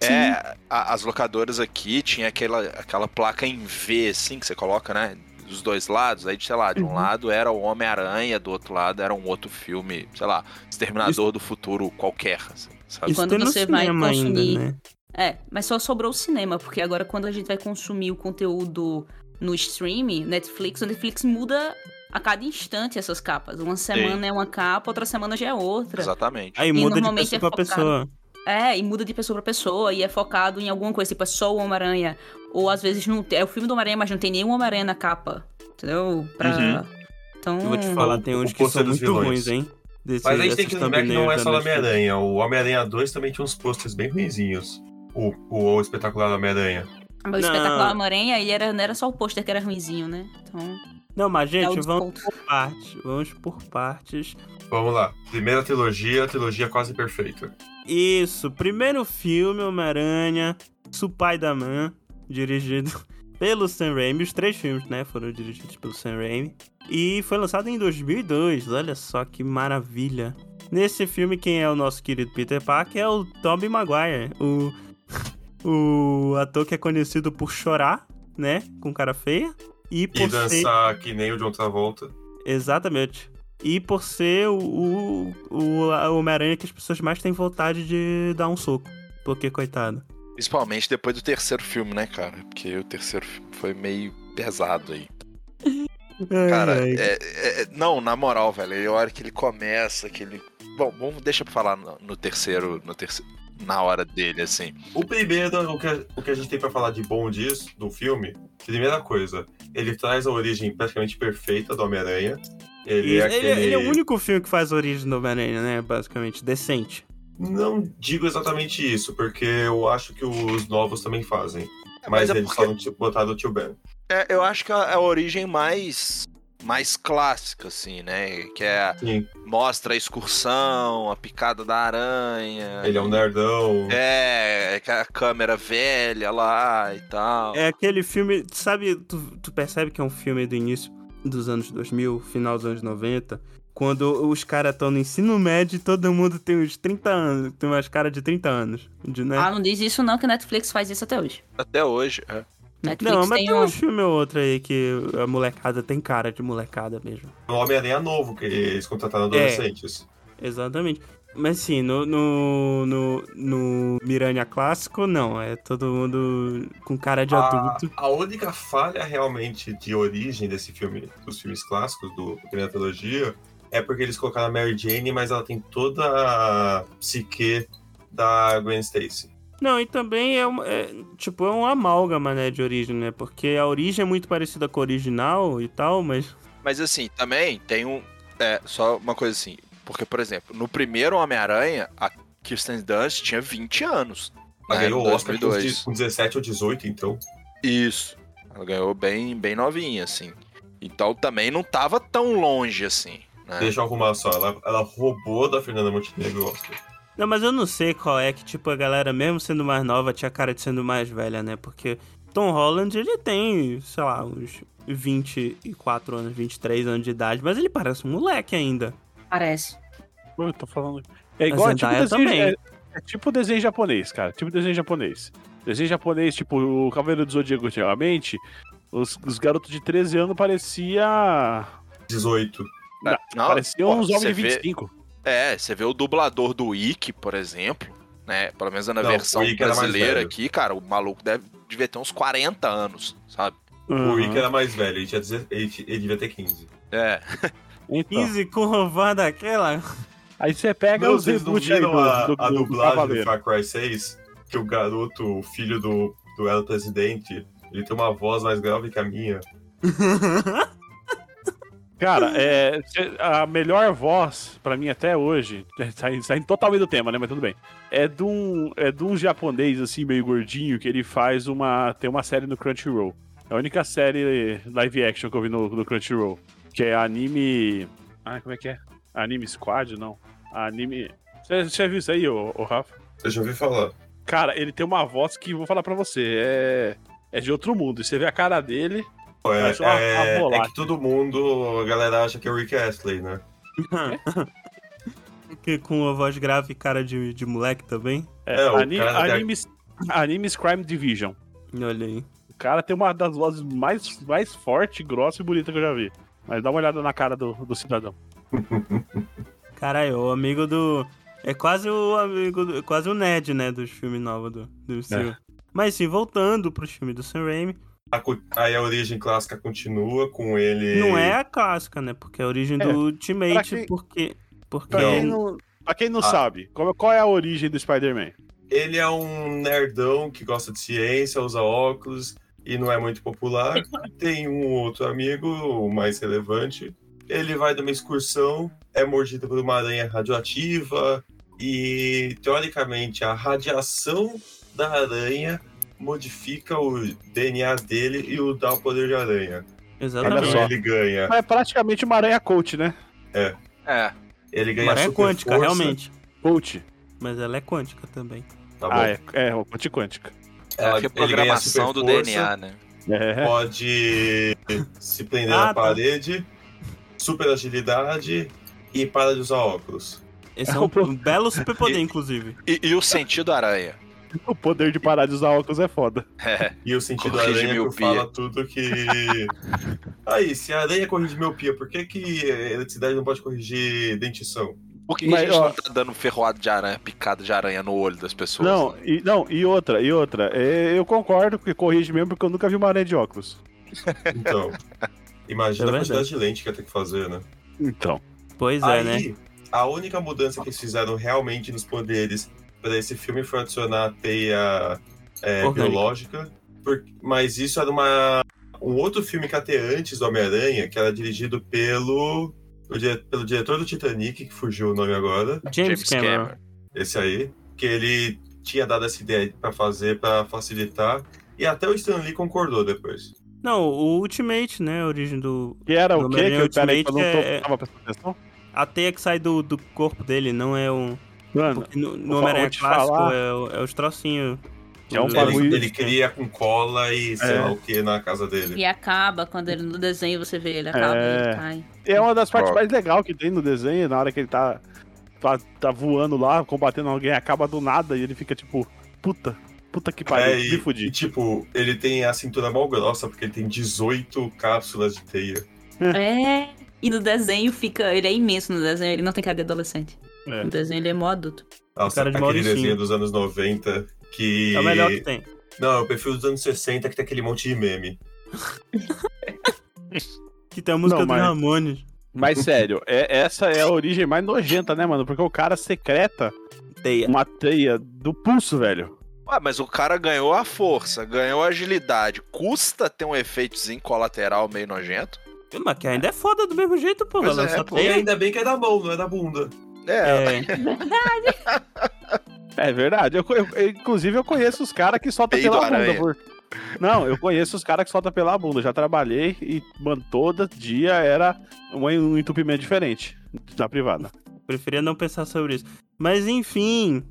Speaker 4: É, a- as locadoras aqui tinha aquela, aquela placa em V, assim, que você coloca, né? Dos dois lados. Aí, sei lá, de um lado era o Homem-Aranha, do outro lado era um outro filme, sei lá, Exterminador do Futuro qualquer, assim, sabe?
Speaker 1: Isso
Speaker 2: quando
Speaker 1: tem no
Speaker 2: você vai
Speaker 1: cinema
Speaker 2: consumir-
Speaker 1: ainda, né?
Speaker 2: É, mas só sobrou o cinema, porque agora quando a gente vai consumir o conteúdo no streaming, Netflix, o Netflix muda a cada instante essas capas. Uma semana é uma capa, outra semana já é outra.
Speaker 4: Exatamente.
Speaker 1: Aí muda de
Speaker 2: normalmente
Speaker 1: pessoa
Speaker 2: é
Speaker 1: pra
Speaker 2: focado.
Speaker 1: pessoa.
Speaker 2: É, e muda de pessoa pra pessoa, e é focado em alguma coisa, tipo, é só o Homem-Aranha. Ou às vezes não tem, é o filme do Homem-Aranha, mas não tem nenhum Homem-Aranha na capa. Entendeu? Pra,
Speaker 4: Uhum.
Speaker 2: Então,
Speaker 1: Eu vou te falar, tem
Speaker 3: O-
Speaker 1: uns
Speaker 3: o
Speaker 1: que
Speaker 3: pôster
Speaker 1: são
Speaker 3: Hum. dos
Speaker 1: muito
Speaker 3: vilões.
Speaker 1: ruins, hein? Desse,
Speaker 3: Mas a gente tem
Speaker 1: essas
Speaker 3: que lembrar que não é
Speaker 1: thumbnails
Speaker 3: só
Speaker 1: da
Speaker 3: do
Speaker 1: Netflix.
Speaker 3: Homem-Aranha. O Homem-Aranha 2 também tinha uns posters bem ruinzinhos. O, o, o espetacular Homem-Aranha.
Speaker 2: o espetacular Maranha, ele era, não era só o pôster que era ruinzinho, né? Então,
Speaker 1: Não, mas
Speaker 2: é o
Speaker 1: gente, vamos
Speaker 2: desconto.
Speaker 1: por partes. Vamos por partes.
Speaker 3: Vamos lá. Primeira trilogia, trilogia quase perfeita.
Speaker 1: Isso, primeiro filme, Homem-Aranha, Supai da Man, dirigido pelo Sam Raimi. Os três filmes, né, foram dirigidos pelo Sam Raimi. E foi lançado em 2002, olha só que maravilha. Nesse filme, quem é o nosso querido Peter Parker é o Tobey Maguire, o, o ator que é conhecido por chorar, né, com cara feia. E por
Speaker 3: E
Speaker 1: ser...
Speaker 3: dançar que nem o John Travolta.
Speaker 1: Exatamente. E por ser o, o, o a Homem-Aranha que as pessoas mais têm vontade de dar um soco. Porque, coitado.
Speaker 4: Principalmente depois do terceiro filme, né, cara? Porque o terceiro filme foi meio pesado aí.
Speaker 1: Ai,
Speaker 4: Cara,
Speaker 1: ai.
Speaker 4: é, é- é- não, na moral, velho, a hora que ele começa, que ele. Bom, vamos, deixa pra falar no, no terceiro, no terceiro. Na hora dele, assim.
Speaker 3: O primeiro, então, o que, o que a gente tem pra falar de bom disso, do filme, primeira coisa, ele traz a origem praticamente perfeita do Homem-Aranha. Ele,
Speaker 1: E
Speaker 3: é
Speaker 1: ele,
Speaker 3: aquele...
Speaker 1: ele é o único filme que faz a origem do Homem-Aranha, né? Basicamente, decente.
Speaker 3: Não digo exatamente isso, porque eu acho que os novos também fazem.
Speaker 4: É,
Speaker 3: Mas,
Speaker 4: é
Speaker 3: eles
Speaker 4: porque-
Speaker 3: só não te- botaram o Tio Ben.
Speaker 4: é, eu acho que a, a origem mais. Mais clássica, assim, né? Que é.
Speaker 3: Sim.
Speaker 4: Mostra a excursão, a picada da aranha.
Speaker 3: Ele é um nerdão.
Speaker 4: É, que a câmera velha lá e tal.
Speaker 1: É aquele filme, sabe, tu, tu percebe que é um filme do início dos anos 2000, final dos anos 90, quando os caras estão no ensino médio e todo mundo tem uns 30 anos, tem umas caras de 30 anos, de, né?
Speaker 2: ah, não diz isso não, que Netflix faz isso até hoje.
Speaker 4: Até hoje. é.
Speaker 2: Netflix
Speaker 1: não, mas
Speaker 2: tem
Speaker 1: tem
Speaker 2: um...
Speaker 1: uns filmes ou outro aí que a molecada tem cara de molecada mesmo.
Speaker 3: O é um Homem-Aranha novo, que eles
Speaker 1: É.
Speaker 3: contrataram adolescentes.
Speaker 1: Exatamente. Mas sim, no, no, no, no Miranha clássico, não. É todo mundo com cara de
Speaker 3: A,
Speaker 1: adulto.
Speaker 3: a única falha realmente de origem desse filme, dos filmes clássicos, do primeira trilogia, é porque eles colocaram a Mary Jane, mas ela tem toda a psique da Gwen Stacy.
Speaker 1: Não, e também é, uma, é, tipo, é um amálgama, né, de origem, né? Porque a origem é muito parecida com a original e tal, mas...
Speaker 4: Mas assim, também tem um. É, só uma coisa assim. Porque, por exemplo, no primeiro Homem-Aranha, a Kirsten Dunst tinha 20 anos.
Speaker 3: Ela
Speaker 4: né,
Speaker 3: ganhou
Speaker 4: em
Speaker 3: o Oscar com
Speaker 4: 2002.
Speaker 3: de- com 17 ou 18, então.
Speaker 4: Isso. Ela ganhou bem, bem novinha, assim. Então também não tava tão longe assim. né?
Speaker 3: Deixa eu arrumar só. Ela, ela roubou da Fernanda Montenegro o Oscar.
Speaker 1: Não, mas eu não sei qual é que, tipo, a galera, mesmo sendo mais nova, tinha cara de sendo mais velha, né? Porque Tom Holland, ele tem, sei lá, uns 24 anos, 23 anos de idade, mas ele parece um moleque ainda.
Speaker 2: Parece.
Speaker 7: Pô, eu tô falando. É igual
Speaker 1: A
Speaker 7: é tipo
Speaker 1: Zendaya
Speaker 7: desenho,
Speaker 1: também.
Speaker 7: é, é tipo desenho japonês, cara. Tipo desenho japonês. Desenho japonês, tipo o Cavaleiro do Zodíaco antigamente, os, os garotos de 13 anos parecia
Speaker 3: 18.
Speaker 4: Na- Tá,
Speaker 3: Ah,
Speaker 4: não,
Speaker 7: pareciam
Speaker 4: pô,
Speaker 7: uns homens
Speaker 4: você
Speaker 7: de
Speaker 4: vê-
Speaker 7: 25.
Speaker 4: É, você vê o dublador do Ikki, por exemplo, né? Pelo menos na
Speaker 3: Não,
Speaker 4: versão
Speaker 3: o Ikki era mais
Speaker 4: brasileira
Speaker 3: velho.
Speaker 4: aqui, cara, o maluco deve, devia ter uns 40 anos, sabe?
Speaker 3: O
Speaker 7: Uhum.
Speaker 3: Rick era mais velho, ele, tinha 16 ele, tinha- ele devia ter 15.
Speaker 4: É.
Speaker 7: Então,
Speaker 1: 15 com roubada daquela...
Speaker 7: aí você pega
Speaker 3: Não,
Speaker 7: os
Speaker 3: vocês não
Speaker 7: reboot aí do,
Speaker 3: viram a,
Speaker 7: do,
Speaker 3: a
Speaker 7: do
Speaker 3: dublagem do
Speaker 7: Cavaleiro.
Speaker 3: Far Cry 6? Que o garoto, o filho do, do El Presidente, ele tem uma voz mais grave que a minha.
Speaker 7: Cara, é, cê- a melhor voz, pra mim até hoje, saindo sai totalmente do tema, né? Mas tudo bem. É de, um, é de um japonês, assim, meio gordinho, que ele faz uma. Tem uma série no Crunchyroll. É a única série live action que eu vi no, no Crunchyroll. Que é anime. Ah, como é que é? Anime Squad? Não. Anime. Você já viu isso aí, ô, ô Rafa?
Speaker 3: Eu já ouvi falar.
Speaker 7: Cara, ele tem uma voz que, vou falar pra você, é, é de outro mundo. E você vê a cara dele.
Speaker 3: É,
Speaker 7: Mas, ó, a
Speaker 3: é- é
Speaker 7: bolacha.
Speaker 3: que todo mundo, a galera acha que é o Rick Astley, né?
Speaker 1: Que com a voz grave e cara de, de moleque também.
Speaker 7: É,
Speaker 3: É, o
Speaker 7: ani-
Speaker 3: cara tem a-
Speaker 7: animes, animes Crime Division.
Speaker 1: Olha aí.
Speaker 7: O cara tem uma das vozes mais, mais forte, grossa e bonita que eu já vi. Mas dá uma olhada na cara do, do cidadão.
Speaker 1: Caralho, o amigo do. É quase o amigo. do- é quase o Ned, né? Dos filmes novos do, do MCU. Mas sim, voltando pros filmes do Sam Raimi.
Speaker 3: A co- Aí a origem clássica continua com ele.
Speaker 1: Não é a clássica, né? Porque é a origem
Speaker 7: É.
Speaker 1: do Ultimate,
Speaker 7: Pra quem-
Speaker 1: porque. Porque. é um,
Speaker 7: Pra quem não, pra quem não
Speaker 3: Então, Ah.
Speaker 7: sabe, qual, qual é a origem do Spider-Man?
Speaker 3: Ele é um nerdão que gosta de ciência, usa óculos e não é muito popular. Tem um outro amigo mais relevante, Ele vai numa excursão, é mordido por uma aranha radioativa e, teoricamente, a radiação da aranha modifica o DNA dele e o dá o poder de aranha.
Speaker 1: Exatamente.
Speaker 5: Olha
Speaker 3: Então
Speaker 5: só.
Speaker 3: ele ganha.
Speaker 5: É praticamente uma aranha coach, né?
Speaker 4: É.
Speaker 3: Ele ganha
Speaker 1: Maré
Speaker 3: super
Speaker 1: quântica,
Speaker 3: força.
Speaker 1: realmente.
Speaker 5: Coach.
Speaker 1: Mas ela é quântica também.
Speaker 3: Tá bom.
Speaker 5: Ah, é, é, o coach quântica.
Speaker 4: É
Speaker 3: Ela-
Speaker 4: a
Speaker 3: ele ganha
Speaker 4: programação do
Speaker 3: superforça.
Speaker 4: DNA, né?
Speaker 5: É.
Speaker 3: pode se prender
Speaker 1: Ah,
Speaker 3: na
Speaker 1: tá.
Speaker 3: parede, super agilidade e para de usar óculos.
Speaker 1: Esse
Speaker 5: É
Speaker 1: é,
Speaker 5: um
Speaker 1: um,
Speaker 5: pro-
Speaker 1: um belo superpoder, inclusive.
Speaker 4: E, e o sentido aranha.
Speaker 5: O poder de parar de usar óculos é foda.
Speaker 4: É.
Speaker 3: E o sentido
Speaker 4: Corrige
Speaker 3: aranha que eu
Speaker 4: miopia.
Speaker 3: fala tudo que. Aí, se a aranha corrige miopia, por que, que a eletricidade não pode corrigir dentição?
Speaker 4: Por que, que
Speaker 5: Mas,
Speaker 4: a gente
Speaker 5: ó-
Speaker 4: não tá dando ferroado de aranha, picada de aranha no olho das pessoas?
Speaker 5: Não, e, não, e outra, e outra. É, eu concordo que corrige mesmo, porque eu nunca vi uma aranha de óculos.
Speaker 3: Então, imagina
Speaker 1: É
Speaker 3: a
Speaker 1: verdade.
Speaker 3: quantidade de lente que ia ter que fazer, né?
Speaker 5: Então.
Speaker 1: Pois é, né?
Speaker 3: Aí, a única mudança que eles fizeram realmente nos poderes para esse filme foi adicionar a teia é,
Speaker 1: Orgânica.
Speaker 3: biológica. por- mas isso era uma, um outro filme que até antes do Homem-Aranha, que era dirigido pelo, o dire- pelo diretor do Titanic, que fugiu o nome agora,
Speaker 1: James, Cameron.
Speaker 3: esse aí, que ele tinha dado essa ideia para fazer, para facilitar. E até o Stan Lee concordou depois.
Speaker 1: Não, o Ultimate, né? A origem do.
Speaker 5: Que era o
Speaker 1: Não,
Speaker 5: quê?
Speaker 1: mas
Speaker 5: Que
Speaker 1: nem
Speaker 5: eu, peraí, que eu não tô,
Speaker 1: Ultimate é-
Speaker 5: tava prestando atenção?
Speaker 1: A teia que sai do, do corpo dele não é um.
Speaker 5: Mano,
Speaker 1: Porque no no
Speaker 5: vou
Speaker 1: Homem-Aranha
Speaker 5: te
Speaker 1: clássico
Speaker 5: falar.
Speaker 1: é, o- é os trocinhos.
Speaker 5: É um
Speaker 1: Os-
Speaker 5: bagulho-
Speaker 3: Ele, ele cria com cola e sei
Speaker 5: É.
Speaker 3: lá o que na casa dele.
Speaker 2: E acaba, quando ele no desenho você vê, ele
Speaker 5: É.
Speaker 2: acaba e ele cai.
Speaker 5: é uma das partes
Speaker 4: Ó.
Speaker 5: mais legais que tem no desenho, na hora que ele tá, tá, tá voando lá, combatendo alguém, acaba do nada e ele fica tipo, puta, puta que pariu,
Speaker 3: É, e,
Speaker 5: me fudi.
Speaker 3: e, tipo, ele tem a cintura mal grossa, porque ele tem 18 cápsulas de teia.
Speaker 2: É. E no desenho fica. Ele é imenso no desenho, ele não tem cara de adolescente.
Speaker 5: É.
Speaker 2: No desenho ele é mó adulto.
Speaker 3: Nossa,
Speaker 1: cara de
Speaker 3: aquele
Speaker 1: Mauricinho.
Speaker 3: desenho dos anos 90 que.
Speaker 1: É o melhor que tem.
Speaker 3: Não, eu prefiro dos anos 60 que tem aquele monte de meme.
Speaker 1: Que tem a música
Speaker 5: Não,
Speaker 1: do
Speaker 5: mas-
Speaker 1: Ramones.
Speaker 5: Mas sério, é- essa é a origem mais nojenta, né, mano? Porque o cara secreta
Speaker 1: Teia.
Speaker 5: uma teia do pulso, velho.
Speaker 4: Ah, mas o cara ganhou a força, ganhou a agilidade. Custa ter um efeitozinho colateral meio nojento?
Speaker 1: Mas que ainda é foda do mesmo jeito, pô.
Speaker 4: Pois
Speaker 1: Ela
Speaker 4: é,
Speaker 1: só
Speaker 4: pô.
Speaker 3: E
Speaker 1: teia.
Speaker 3: ainda bem que é da mão, não é da bunda.
Speaker 4: É.
Speaker 1: É,
Speaker 5: É verdade. Eu, co- eu- eu- inclusive, eu conheço os caras que soltam
Speaker 4: Peido
Speaker 5: pela
Speaker 4: aranha.
Speaker 5: bunda. por- Não, eu conheço os caras que soltam pela bunda. Já trabalhei e, mano, todo dia era um- um entupimento diferente na privada.
Speaker 1: Preferia não pensar sobre isso. Mas enfim,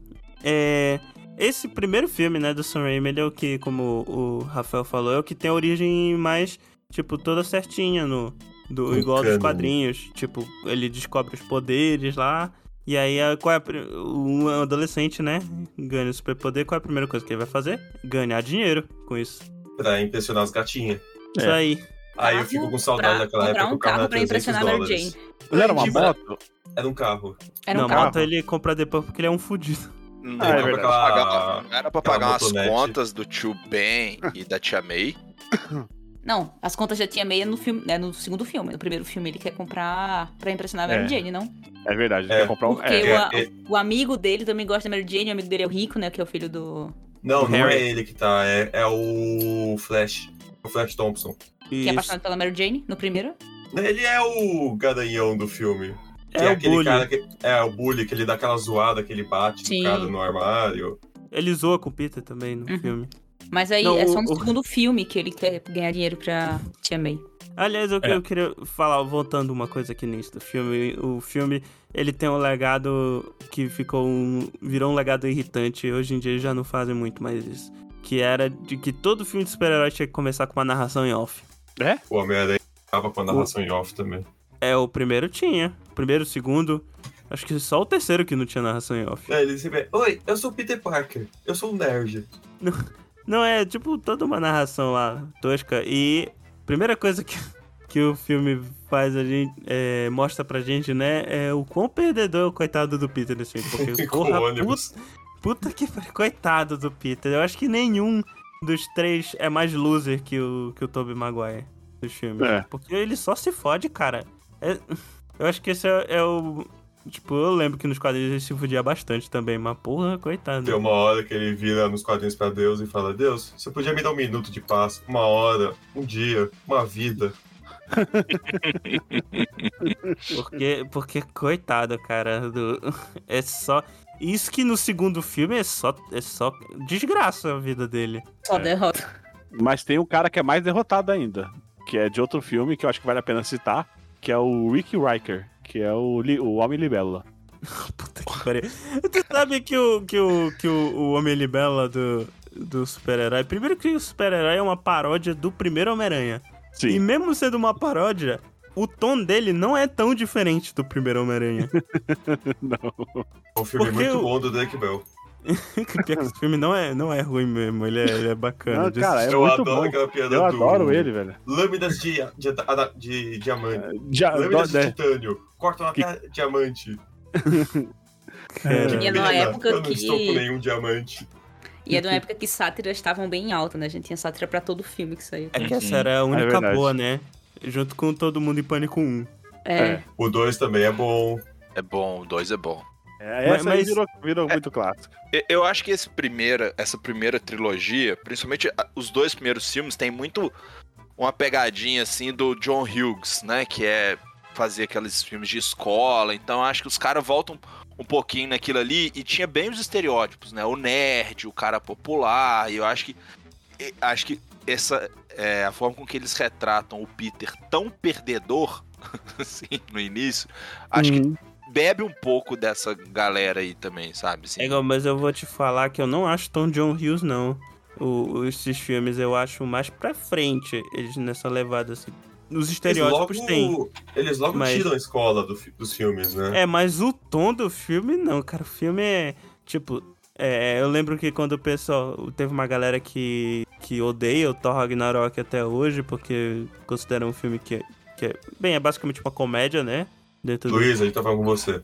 Speaker 1: é, esse primeiro filme, né, do Sam Raimi, ele é o que, como o Rafael falou, é o que tem a origem mais, tipo, toda certinha no do
Speaker 3: No
Speaker 1: igual dos
Speaker 3: cânone.
Speaker 1: quadrinhos, tipo, ele descobre os poderes lá. E aí, a- qual é a pri- um adolescente, né, ganha o superpoder, qual é a primeira coisa que ele vai fazer? Ganhar dinheiro com isso.
Speaker 3: Pra impressionar as gatinhas.
Speaker 1: Isso
Speaker 5: É.
Speaker 1: aí.
Speaker 3: Aí eu fico com saudade
Speaker 2: Ah, pra
Speaker 3: daquela época
Speaker 2: comprar
Speaker 3: que
Speaker 2: um
Speaker 3: o carro
Speaker 2: carro
Speaker 3: era
Speaker 2: pra
Speaker 3: 300
Speaker 2: impressionar a Mary
Speaker 3: dólares.
Speaker 2: Jane.
Speaker 5: Não era uma
Speaker 3: Tipo,
Speaker 5: moto?
Speaker 3: Era um carro.
Speaker 2: Era um
Speaker 1: Não,
Speaker 2: carro.
Speaker 1: moto ele compra depois porque ele é um fudido.
Speaker 4: Não
Speaker 5: Ah, é
Speaker 4: era pra
Speaker 3: verdade.
Speaker 4: pagar- era pra
Speaker 3: Aquela
Speaker 4: pagar umas
Speaker 3: motonete.
Speaker 4: contas do tio Ben e da tia May.
Speaker 2: Não, as contas já tinha meia no filme, né, no segundo filme. No primeiro filme ele quer comprar pra impressionar a Mary
Speaker 5: É.
Speaker 2: Jane, não?
Speaker 5: É verdade, ele
Speaker 3: É.
Speaker 5: quer comprar um.
Speaker 2: Porque
Speaker 5: é.
Speaker 2: o, a-
Speaker 3: é,
Speaker 2: o amigo dele também gosta da Mary Jane, o amigo dele é o rico, né, que é o filho do...
Speaker 3: Não, não
Speaker 1: Harry.
Speaker 3: é ele que tá, é, é o Flash. O Flash Thompson.
Speaker 2: Que é
Speaker 1: Isso.
Speaker 2: apaixonado pela Mary Jane, no primeiro.
Speaker 3: Ele é o garanhão do filme. Que
Speaker 1: É, o
Speaker 3: aquele
Speaker 1: bullying.
Speaker 3: cara que. É, o bully, que ele dá aquela zoada que ele bate
Speaker 2: Sim.
Speaker 3: no cara no armário.
Speaker 1: Ele zoa com o Peter também no
Speaker 2: Uhum.
Speaker 1: filme.
Speaker 2: Mas aí
Speaker 1: Não,
Speaker 2: é só
Speaker 1: o-
Speaker 2: no
Speaker 1: o-
Speaker 2: segundo filme que ele quer ganhar dinheiro pra Tia May.
Speaker 1: Aliás, eu,
Speaker 5: É.
Speaker 1: eu queria falar, voltando uma coisa aqui nisso do filme. O filme, ele tem um legado que ficou um, virou um legado irritante. Hoje em dia eles já não fazem muito mais isso. Que era de que todo filme de super-herói tinha que começar com uma narração em off.
Speaker 3: O Homem-Aranha acaba com a narração em off também.
Speaker 1: É, o primeiro tinha. O primeiro, o segundo. Acho que só o terceiro que não tinha narração em off.
Speaker 3: É, ele sempre. Oi, eu sou o Peter Parker. Eu sou um nerd.
Speaker 1: Não, é tipo toda uma narração lá, tosca. E primeira coisa que, que o filme faz a gente. é, mostra pra gente, né? É o quão perdedor é o coitado do Peter nesse filme. Porque,
Speaker 3: Com
Speaker 1: porra,
Speaker 3: o ônibus.
Speaker 1: Puta que pariu, coitado do Peter. Eu acho que nenhum dos três é mais loser que o, que o Tobey Maguire do filme.
Speaker 5: É.
Speaker 1: Porque ele só se fode, cara. É- eu acho que esse é, é o. Tipo, eu lembro que nos quadrinhos ele se fudia bastante também, mas porra, coitado.
Speaker 3: Tem uma hora que ele vira nos quadrinhos pra Deus e fala: Deus, você podia me dar um minuto de paz, uma hora, um dia, uma vida.
Speaker 1: Porque, porque coitado, cara. do- É só. Isso que no segundo filme é só, é só desgraça a vida dele.
Speaker 2: Só
Speaker 5: É.
Speaker 2: derrota.
Speaker 5: Mas tem um cara que é mais derrotado ainda, que é de outro filme que eu acho que vale a pena citar, que é o Rick Riker, que é o, li- o Homem Libélula.
Speaker 1: Puta que pariu. Tu sabe que o, que o, que o, o Homem-Libela do, do super-herói. Primeiro que o super-herói é uma paródia do primeiro Homem-Aranha. E
Speaker 5: Sim.
Speaker 1: mesmo sendo uma paródia, o tom dele não é tão diferente do primeiro Homem-Aranha.
Speaker 5: Não.
Speaker 3: É um filme
Speaker 1: Porque
Speaker 3: muito
Speaker 1: o-
Speaker 3: bom do Drake Bell.
Speaker 1: Que pior que esse filme não é, não é ruim mesmo, ele é, ele é bacana.
Speaker 5: Não,
Speaker 1: de
Speaker 5: cara,
Speaker 1: assistir.
Speaker 5: É
Speaker 3: eu
Speaker 5: muito
Speaker 3: adoro
Speaker 5: bom.
Speaker 3: aquela piada
Speaker 5: Eu
Speaker 3: do...
Speaker 5: adoro ele, velho.
Speaker 3: Lâminas de, de, ada- de diamante.
Speaker 5: Já,
Speaker 3: Lâminas
Speaker 5: do-
Speaker 3: de titânio. Cortam
Speaker 5: Que-
Speaker 3: até diamante.
Speaker 1: Cara,
Speaker 5: um-
Speaker 2: E é numa
Speaker 3: Pena,
Speaker 2: época
Speaker 3: eu não
Speaker 2: que-
Speaker 3: estou com nenhum diamante.
Speaker 2: E é de uma época que sátiras estavam bem altas, né? A gente tinha sátira pra todo filme que saiu.
Speaker 1: É que essa era a única
Speaker 5: Uhum. verdade.
Speaker 1: boa, né? Junto com Todo Mundo em Pânico 1.
Speaker 2: É.
Speaker 5: É.
Speaker 3: O 2 também é bom.
Speaker 4: É bom, o 2 é bom.
Speaker 5: É, essa
Speaker 1: Mas-
Speaker 5: aí virou, virou muito clássico.
Speaker 4: E- Eu acho que esse primeira, essa primeira trilogia, principalmente a- os dois primeiros filmes, tem muito uma pegadinha assim do John Hughes, né? Que é fazer aqueles filmes de escola. Então acho que os caras voltam um pouquinho naquilo ali e tinha bem os estereótipos, né? O nerd, o cara popular. E eu acho que e- acho que essa é, a forma com que eles retratam o Peter tão perdedor assim no início, acho que bebe um pouco dessa galera aí também, sabe? Assim,
Speaker 1: Hum. É igual, mas eu vou te falar que eu não acho tão John Hughes, não. O, esses filmes eu acho mais pra frente, eles nessa levada, assim. Os
Speaker 3: Eles logo,
Speaker 1: estereótipos tem.
Speaker 3: eles logo
Speaker 1: Mas-
Speaker 3: tiram a escola do fi- dos filmes, né?
Speaker 1: É, mas o tom do filme, não, cara. O filme é, tipo... é, eu lembro que quando o pessoal... Teve uma galera que, que odeia o Thor Ragnarok até hoje, porque considera um filme que, é- que é... Bem, é basicamente uma comédia, né? Dentro do
Speaker 3: Luiz, a gente tá falando com você.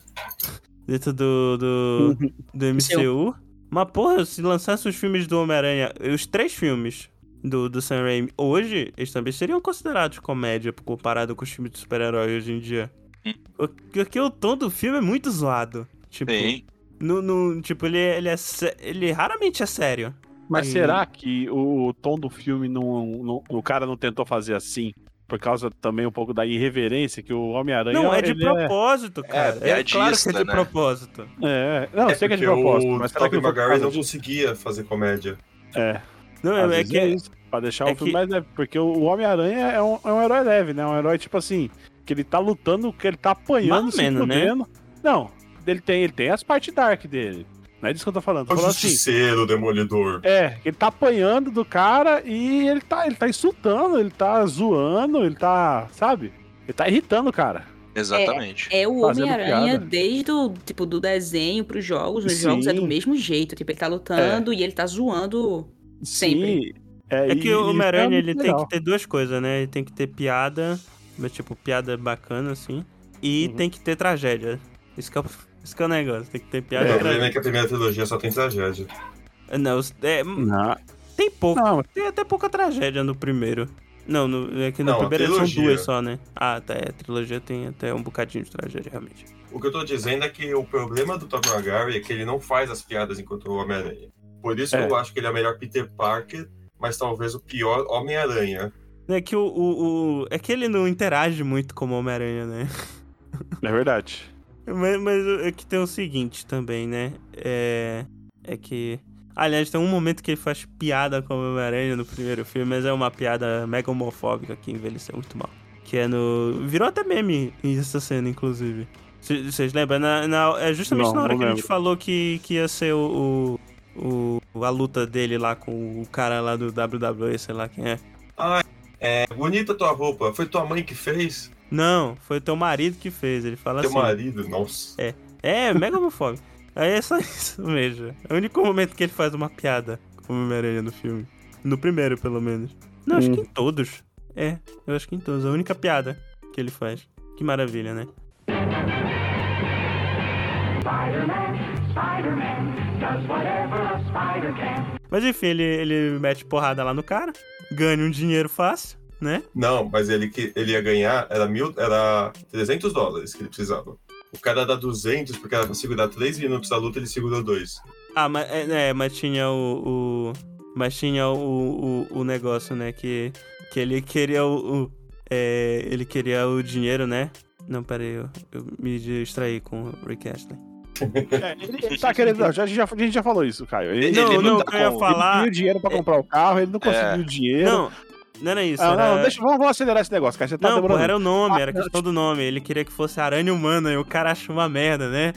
Speaker 1: dentro do, do,
Speaker 5: Uhum.
Speaker 1: do MCU. Mas, porra, se lançasse os filmes do Homem-Aranha, os três filmes do, do Sam Raimi hoje, eles também seriam considerados comédia comparado com os filmes de super-herói hoje em dia.
Speaker 4: Hum.
Speaker 1: O- Porque o tom do filme é muito zoado. Tipo,
Speaker 4: Sim.
Speaker 1: no, no- tipo ele, ele, é, sé- ele raramente é sério.
Speaker 5: Mas
Speaker 1: Aí-
Speaker 5: será que o tom do filme não, não- o cara não tentou fazer assim? Por causa também um pouco da irreverência que o Homem-Aranha.
Speaker 1: Não, é de
Speaker 5: ele
Speaker 1: propósito, cara. É,
Speaker 4: piadista,
Speaker 1: claro que é de
Speaker 4: né?
Speaker 1: propósito.
Speaker 5: É, não, eu
Speaker 3: É
Speaker 5: sei que é de
Speaker 3: porque
Speaker 5: propósito,
Speaker 3: o
Speaker 5: mas será que
Speaker 3: Tobey
Speaker 5: não foi por
Speaker 3: Maguire
Speaker 5: causa
Speaker 3: não
Speaker 5: disso?
Speaker 3: conseguia fazer comédia.
Speaker 5: É,
Speaker 1: Não,
Speaker 5: às
Speaker 1: é, é
Speaker 5: vezes
Speaker 1: que
Speaker 5: é isso, pra deixar
Speaker 1: é
Speaker 5: o filme
Speaker 1: que-
Speaker 5: mais leve. Porque o Homem-Aranha é um, é um herói leve, né? Um herói, tipo assim, que ele tá lutando, que ele tá apanhando,
Speaker 1: Mais ou
Speaker 5: se
Speaker 1: menos, né?
Speaker 5: fudendo. Não, ele tem, ele tem as partes dark dele. Não é disso que eu tô falando. Tô
Speaker 3: O
Speaker 5: falando assim,
Speaker 3: Justiceiro, o Demolidor.
Speaker 5: É, ele tá apanhando do cara e ele tá, ele tá insultando, ele tá zoando, ele tá, sabe? Ele tá irritando o cara.
Speaker 4: Exatamente.
Speaker 2: É o
Speaker 5: Fazendo
Speaker 2: Homem-Aranha
Speaker 5: piada.
Speaker 2: desde o tipo, do desenho pros jogos. Nos
Speaker 5: Sim. É.
Speaker 2: jogos é do mesmo jeito. Tipo, ele tá lutando e ele tá zoando. Sempre.
Speaker 5: Sim. É,
Speaker 1: É
Speaker 5: e-
Speaker 1: que
Speaker 5: e
Speaker 1: o Homem-Aranha,
Speaker 5: isso é
Speaker 1: ele
Speaker 5: muito
Speaker 1: tem que
Speaker 5: legal.
Speaker 1: ter duas coisas, né? Ele tem que ter piada, mas tipo, piada bacana, assim. E
Speaker 5: Uhum.
Speaker 1: tem que ter tragédia. Isso que é o, isso que é o negócio. Tem que ter piada
Speaker 3: É,
Speaker 1: e
Speaker 3: o problema é
Speaker 1: tragédia.
Speaker 3: que a primeira trilogia só tem tragédia.
Speaker 1: Não, os- é, m-
Speaker 5: Não,
Speaker 1: tem pouco.
Speaker 5: não,
Speaker 1: Tem até pouca tragédia no primeiro. Não, no, é que no
Speaker 3: Não, a
Speaker 1: primeiro são
Speaker 3: trilogia.
Speaker 1: duas só, né? Ah, tá. É, a trilogia tem até um bocadinho de tragédia, realmente.
Speaker 3: O que eu tô dizendo é que o problema do Tobey Maguire é que ele não faz as piadas enquanto o Homem-Aranha. Por isso
Speaker 5: É.
Speaker 3: que eu acho que ele é o melhor Peter Parker, mas talvez o pior Homem-Aranha.
Speaker 1: É que o, o- o- É que ele não interage muito como Homem-Aranha, né?
Speaker 5: é verdade.
Speaker 1: Mas, mas é que tem o seguinte também, né? É. É que. Aliás, tem um momento que ele faz piada com o Homem-Aranha no primeiro filme, mas é uma piada mega homofóbica que envelheceu muito mal. Que é no. Virou até meme essa cena, inclusive. C- Vocês lembram? Na- na- é justamente
Speaker 5: Não,
Speaker 1: na hora
Speaker 5: não
Speaker 1: que a gente
Speaker 5: lembro.
Speaker 1: falou que, que ia ser o, o, o- a luta dele lá com o cara lá do WWE, sei lá quem é.
Speaker 3: É, bonita tua roupa, foi tua mãe que fez?
Speaker 1: Não, foi teu marido que fez. Ele fala
Speaker 3: Teu
Speaker 1: assim.
Speaker 3: marido? Nossa.
Speaker 1: É, mega homofóbico. Aí é só isso mesmo. É o único momento que ele faz uma piada com o Homem-Aranha no filme. No primeiro, pelo menos. Não, acho
Speaker 5: Hum.
Speaker 1: que em todos. É, eu acho que em todos. É a única piada que ele faz. Que maravilha, né? Mas enfim, ele, ele mete porrada lá no cara, ganha um dinheiro fácil, né?
Speaker 3: Não, mas ele, que- ele ia ganhar, era, mil, era 300 dólares que ele precisava. O cara dá 200 porque era pra segurar 3 minutos da luta, ele segurou 2.
Speaker 1: Ah, mas, é, é, mas tinha né, o, o- Mas tinha o, o, o negócio, né? Que, que ele queria o. o- é, ele queria o dinheiro, né? Não, peraí, eu, eu me distraí com o Rick Astley.
Speaker 7: É, ele, ele tá querendo. não, já- a, gente já, a gente já falou isso, Caio. Ele,
Speaker 4: Ele
Speaker 7: ele
Speaker 1: não,
Speaker 4: não
Speaker 1: não, o
Speaker 4: tá
Speaker 1: que eu ia
Speaker 4: com-
Speaker 1: falar. é
Speaker 7: tinha dinheiro pra comprar o carro, ele não conseguiu o dinheiro.
Speaker 1: Não, não era isso.
Speaker 7: Ah,
Speaker 1: era...
Speaker 7: não, deixa, vamos, vamos acelerar esse negócio, cara. Você tá
Speaker 1: Não,
Speaker 7: demorando.
Speaker 1: pô, era o nome,
Speaker 7: Ah,
Speaker 1: era
Speaker 7: não,
Speaker 1: questão do nome. Ele queria que fosse aranha humana e o cara acha uma merda, né?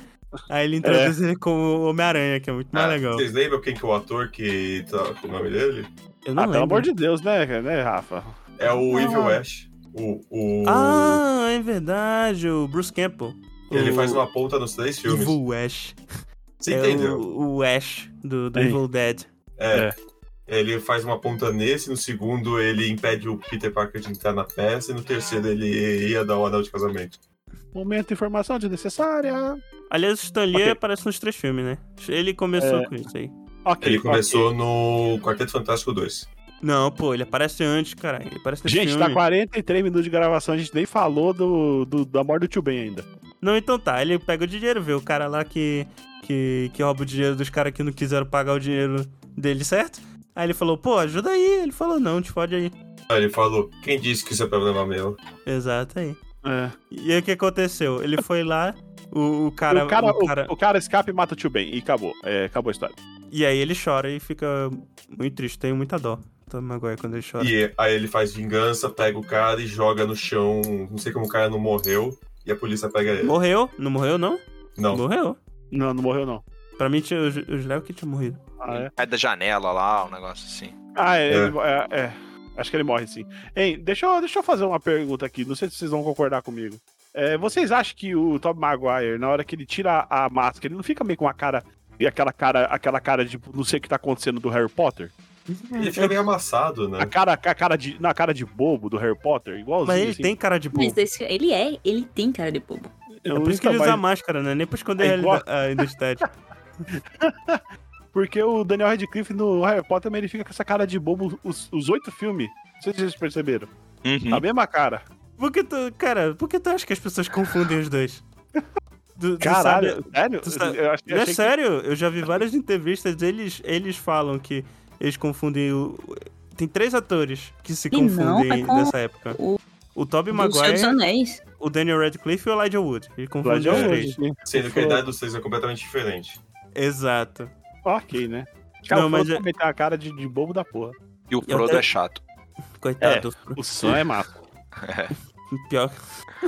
Speaker 1: Aí ele
Speaker 7: É.
Speaker 1: introduz ele como Homem-Aranha, que é muito mais
Speaker 3: Ah,
Speaker 1: legal.
Speaker 3: Vocês lembram quem que é o ator que tá com o nome dele?
Speaker 1: Eu não
Speaker 7: Ah,
Speaker 1: lembro.
Speaker 7: pelo amor de Deus, né, cara, né, Rafa?
Speaker 3: É o Evil Ash. O, o...
Speaker 1: Ah, é verdade, o Bruce Campbell.
Speaker 3: Ele
Speaker 1: O
Speaker 3: faz uma ponta nos três filmes.
Speaker 1: Evil Ash.
Speaker 3: Você
Speaker 1: é
Speaker 3: entendeu?
Speaker 1: O, o Ash do, do
Speaker 7: Ei.
Speaker 1: Evil Dead.
Speaker 3: É.
Speaker 7: É.
Speaker 3: Ele faz uma ponta nesse, no segundo ele impede o Peter Parker de entrar na peça, e no terceiro ele ia dar o anel de casamento.
Speaker 7: Momento de informação desnecessária.
Speaker 1: Aliás, o Stan Lee
Speaker 7: Ok. É.
Speaker 1: aparece nos três filmes, né? Ele começou com isso aí.
Speaker 7: Ok.
Speaker 3: Ele
Speaker 7: ok.
Speaker 3: começou no Quarteto Fantástico 2.
Speaker 1: Não, pô, ele aparece antes, caralho. Ele aparece nesse
Speaker 7: Gente,
Speaker 1: filme.
Speaker 7: tá 43 minutos de gravação, a gente nem falou do, do- da morte do tio Ben ainda.
Speaker 1: Não, então tá. Ele pega o dinheiro, vê o cara lá que, que, que rouba o dinheiro dos caras que não quiseram pagar o dinheiro dele, certo? Aí ele falou, pô, ajuda aí. Ele falou, não, te fode aí.
Speaker 3: Aí ele falou: Quem disse que isso é problema meu?
Speaker 1: Exato, aí.
Speaker 7: É.
Speaker 1: E aí o que aconteceu? Ele foi lá, o, o
Speaker 7: Cara,
Speaker 1: cara...
Speaker 7: o, cara,
Speaker 1: o cara-
Speaker 7: o- o cara escapa e mata o tio Ben. E acabou. É, acabou a história.
Speaker 1: E aí ele chora e fica muito triste. Tenho muita dó. Tom Maguire quando ele chora.
Speaker 3: E aí ele faz vingança, pega o cara e joga no chão. Não sei como o cara não morreu, e a polícia pega ele.
Speaker 1: Morreu? Não morreu, não?
Speaker 3: Não.
Speaker 1: Morreu.
Speaker 7: Não, não morreu, não.
Speaker 1: Pra mim, tinha, os os Léo que tinha morrido.
Speaker 7: Ah, é?
Speaker 4: Cai da janela lá, um negócio assim.
Speaker 7: Ah, é,
Speaker 3: É.
Speaker 7: ele mo- é, é. Acho que ele morre, sim. Hein, deixa eu, deixa eu fazer uma pergunta aqui. Não sei se vocês vão concordar comigo. É, vocês acham que o Tom Maguire, na hora que ele tira a máscara, ele não fica meio com a cara. E aquela cara, aquela cara de tipo, não sei o que tá acontecendo do Harry Potter?
Speaker 3: Ele fica meio amassado, né?
Speaker 7: A cara, a cara de. Na cara de bobo do Harry Potter, igualzinho.
Speaker 1: Mas ele
Speaker 7: assim.
Speaker 1: tem cara de burro.
Speaker 2: Mas esse- ele é, ele tem cara de bobo.
Speaker 7: Eu
Speaker 1: É por isso que
Speaker 7: nunca
Speaker 1: ele usa
Speaker 7: mais-
Speaker 1: máscara, né? Nem pra esconder
Speaker 7: É
Speaker 1: a
Speaker 7: igual.
Speaker 1: realida- a identidade.
Speaker 7: Porque o Daniel Radcliffe no Harry Potter também ele fica com essa cara de bobo os os oito filmes. Não sei se vocês perceberam.
Speaker 3: Uhum.
Speaker 7: A mesma cara.
Speaker 1: Por que tu, cara, por que tu acha que as pessoas confundem os dois? Tu- tu sabe-
Speaker 7: Caralho, sério?
Speaker 1: tu sabe-
Speaker 7: Eu achei,
Speaker 1: Não é
Speaker 7: achei que-
Speaker 1: sério, eu já vi várias entrevistas, eles, eles falam que eles confundem o... Tem três atores que se
Speaker 2: E não,
Speaker 1: confundem
Speaker 2: mas com
Speaker 1: nessa época.
Speaker 2: o-
Speaker 1: O Tobey
Speaker 2: Do Senhor dos
Speaker 1: Maguire,
Speaker 2: Anéis.
Speaker 1: o Daniel Radcliffe e o Elijah Wood. Ele confunde
Speaker 7: Vlad é
Speaker 1: os
Speaker 7: um
Speaker 1: três.
Speaker 7: hoje, né?
Speaker 3: Sendo que a idade dos três é completamente diferente.
Speaker 1: Exato.
Speaker 7: Ok, né? Cara,
Speaker 1: Não,
Speaker 7: o
Speaker 1: mas
Speaker 7: Frodo
Speaker 1: é-
Speaker 7: também tem a cara de, de bobo da porra.
Speaker 4: E o
Speaker 1: Eu
Speaker 4: Frodo
Speaker 1: até-
Speaker 4: é chato.
Speaker 1: Coitado.
Speaker 7: O Sam é massa.
Speaker 1: Pior.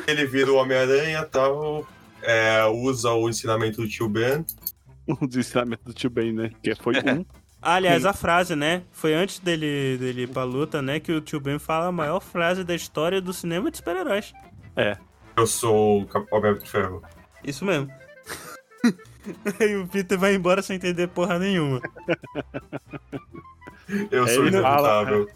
Speaker 3: Ele vira o Homem-Aranha tal, é, usa o ensinamento do tio Ben.
Speaker 7: O ensinamento do tio Ben, né? Que foi
Speaker 1: É.
Speaker 7: um.
Speaker 1: Aliás, a frase, né? Foi antes dele, dele ir pra luta, né? Que o tio Ben fala a maior frase da história do cinema de super-heróis.
Speaker 3: Eu sou o Cap- Homem de Ferro.
Speaker 1: Isso mesmo. Aí o Peter vai embora sem entender porra nenhuma.
Speaker 3: Eu sou
Speaker 7: Ele fala,
Speaker 3: inevitável.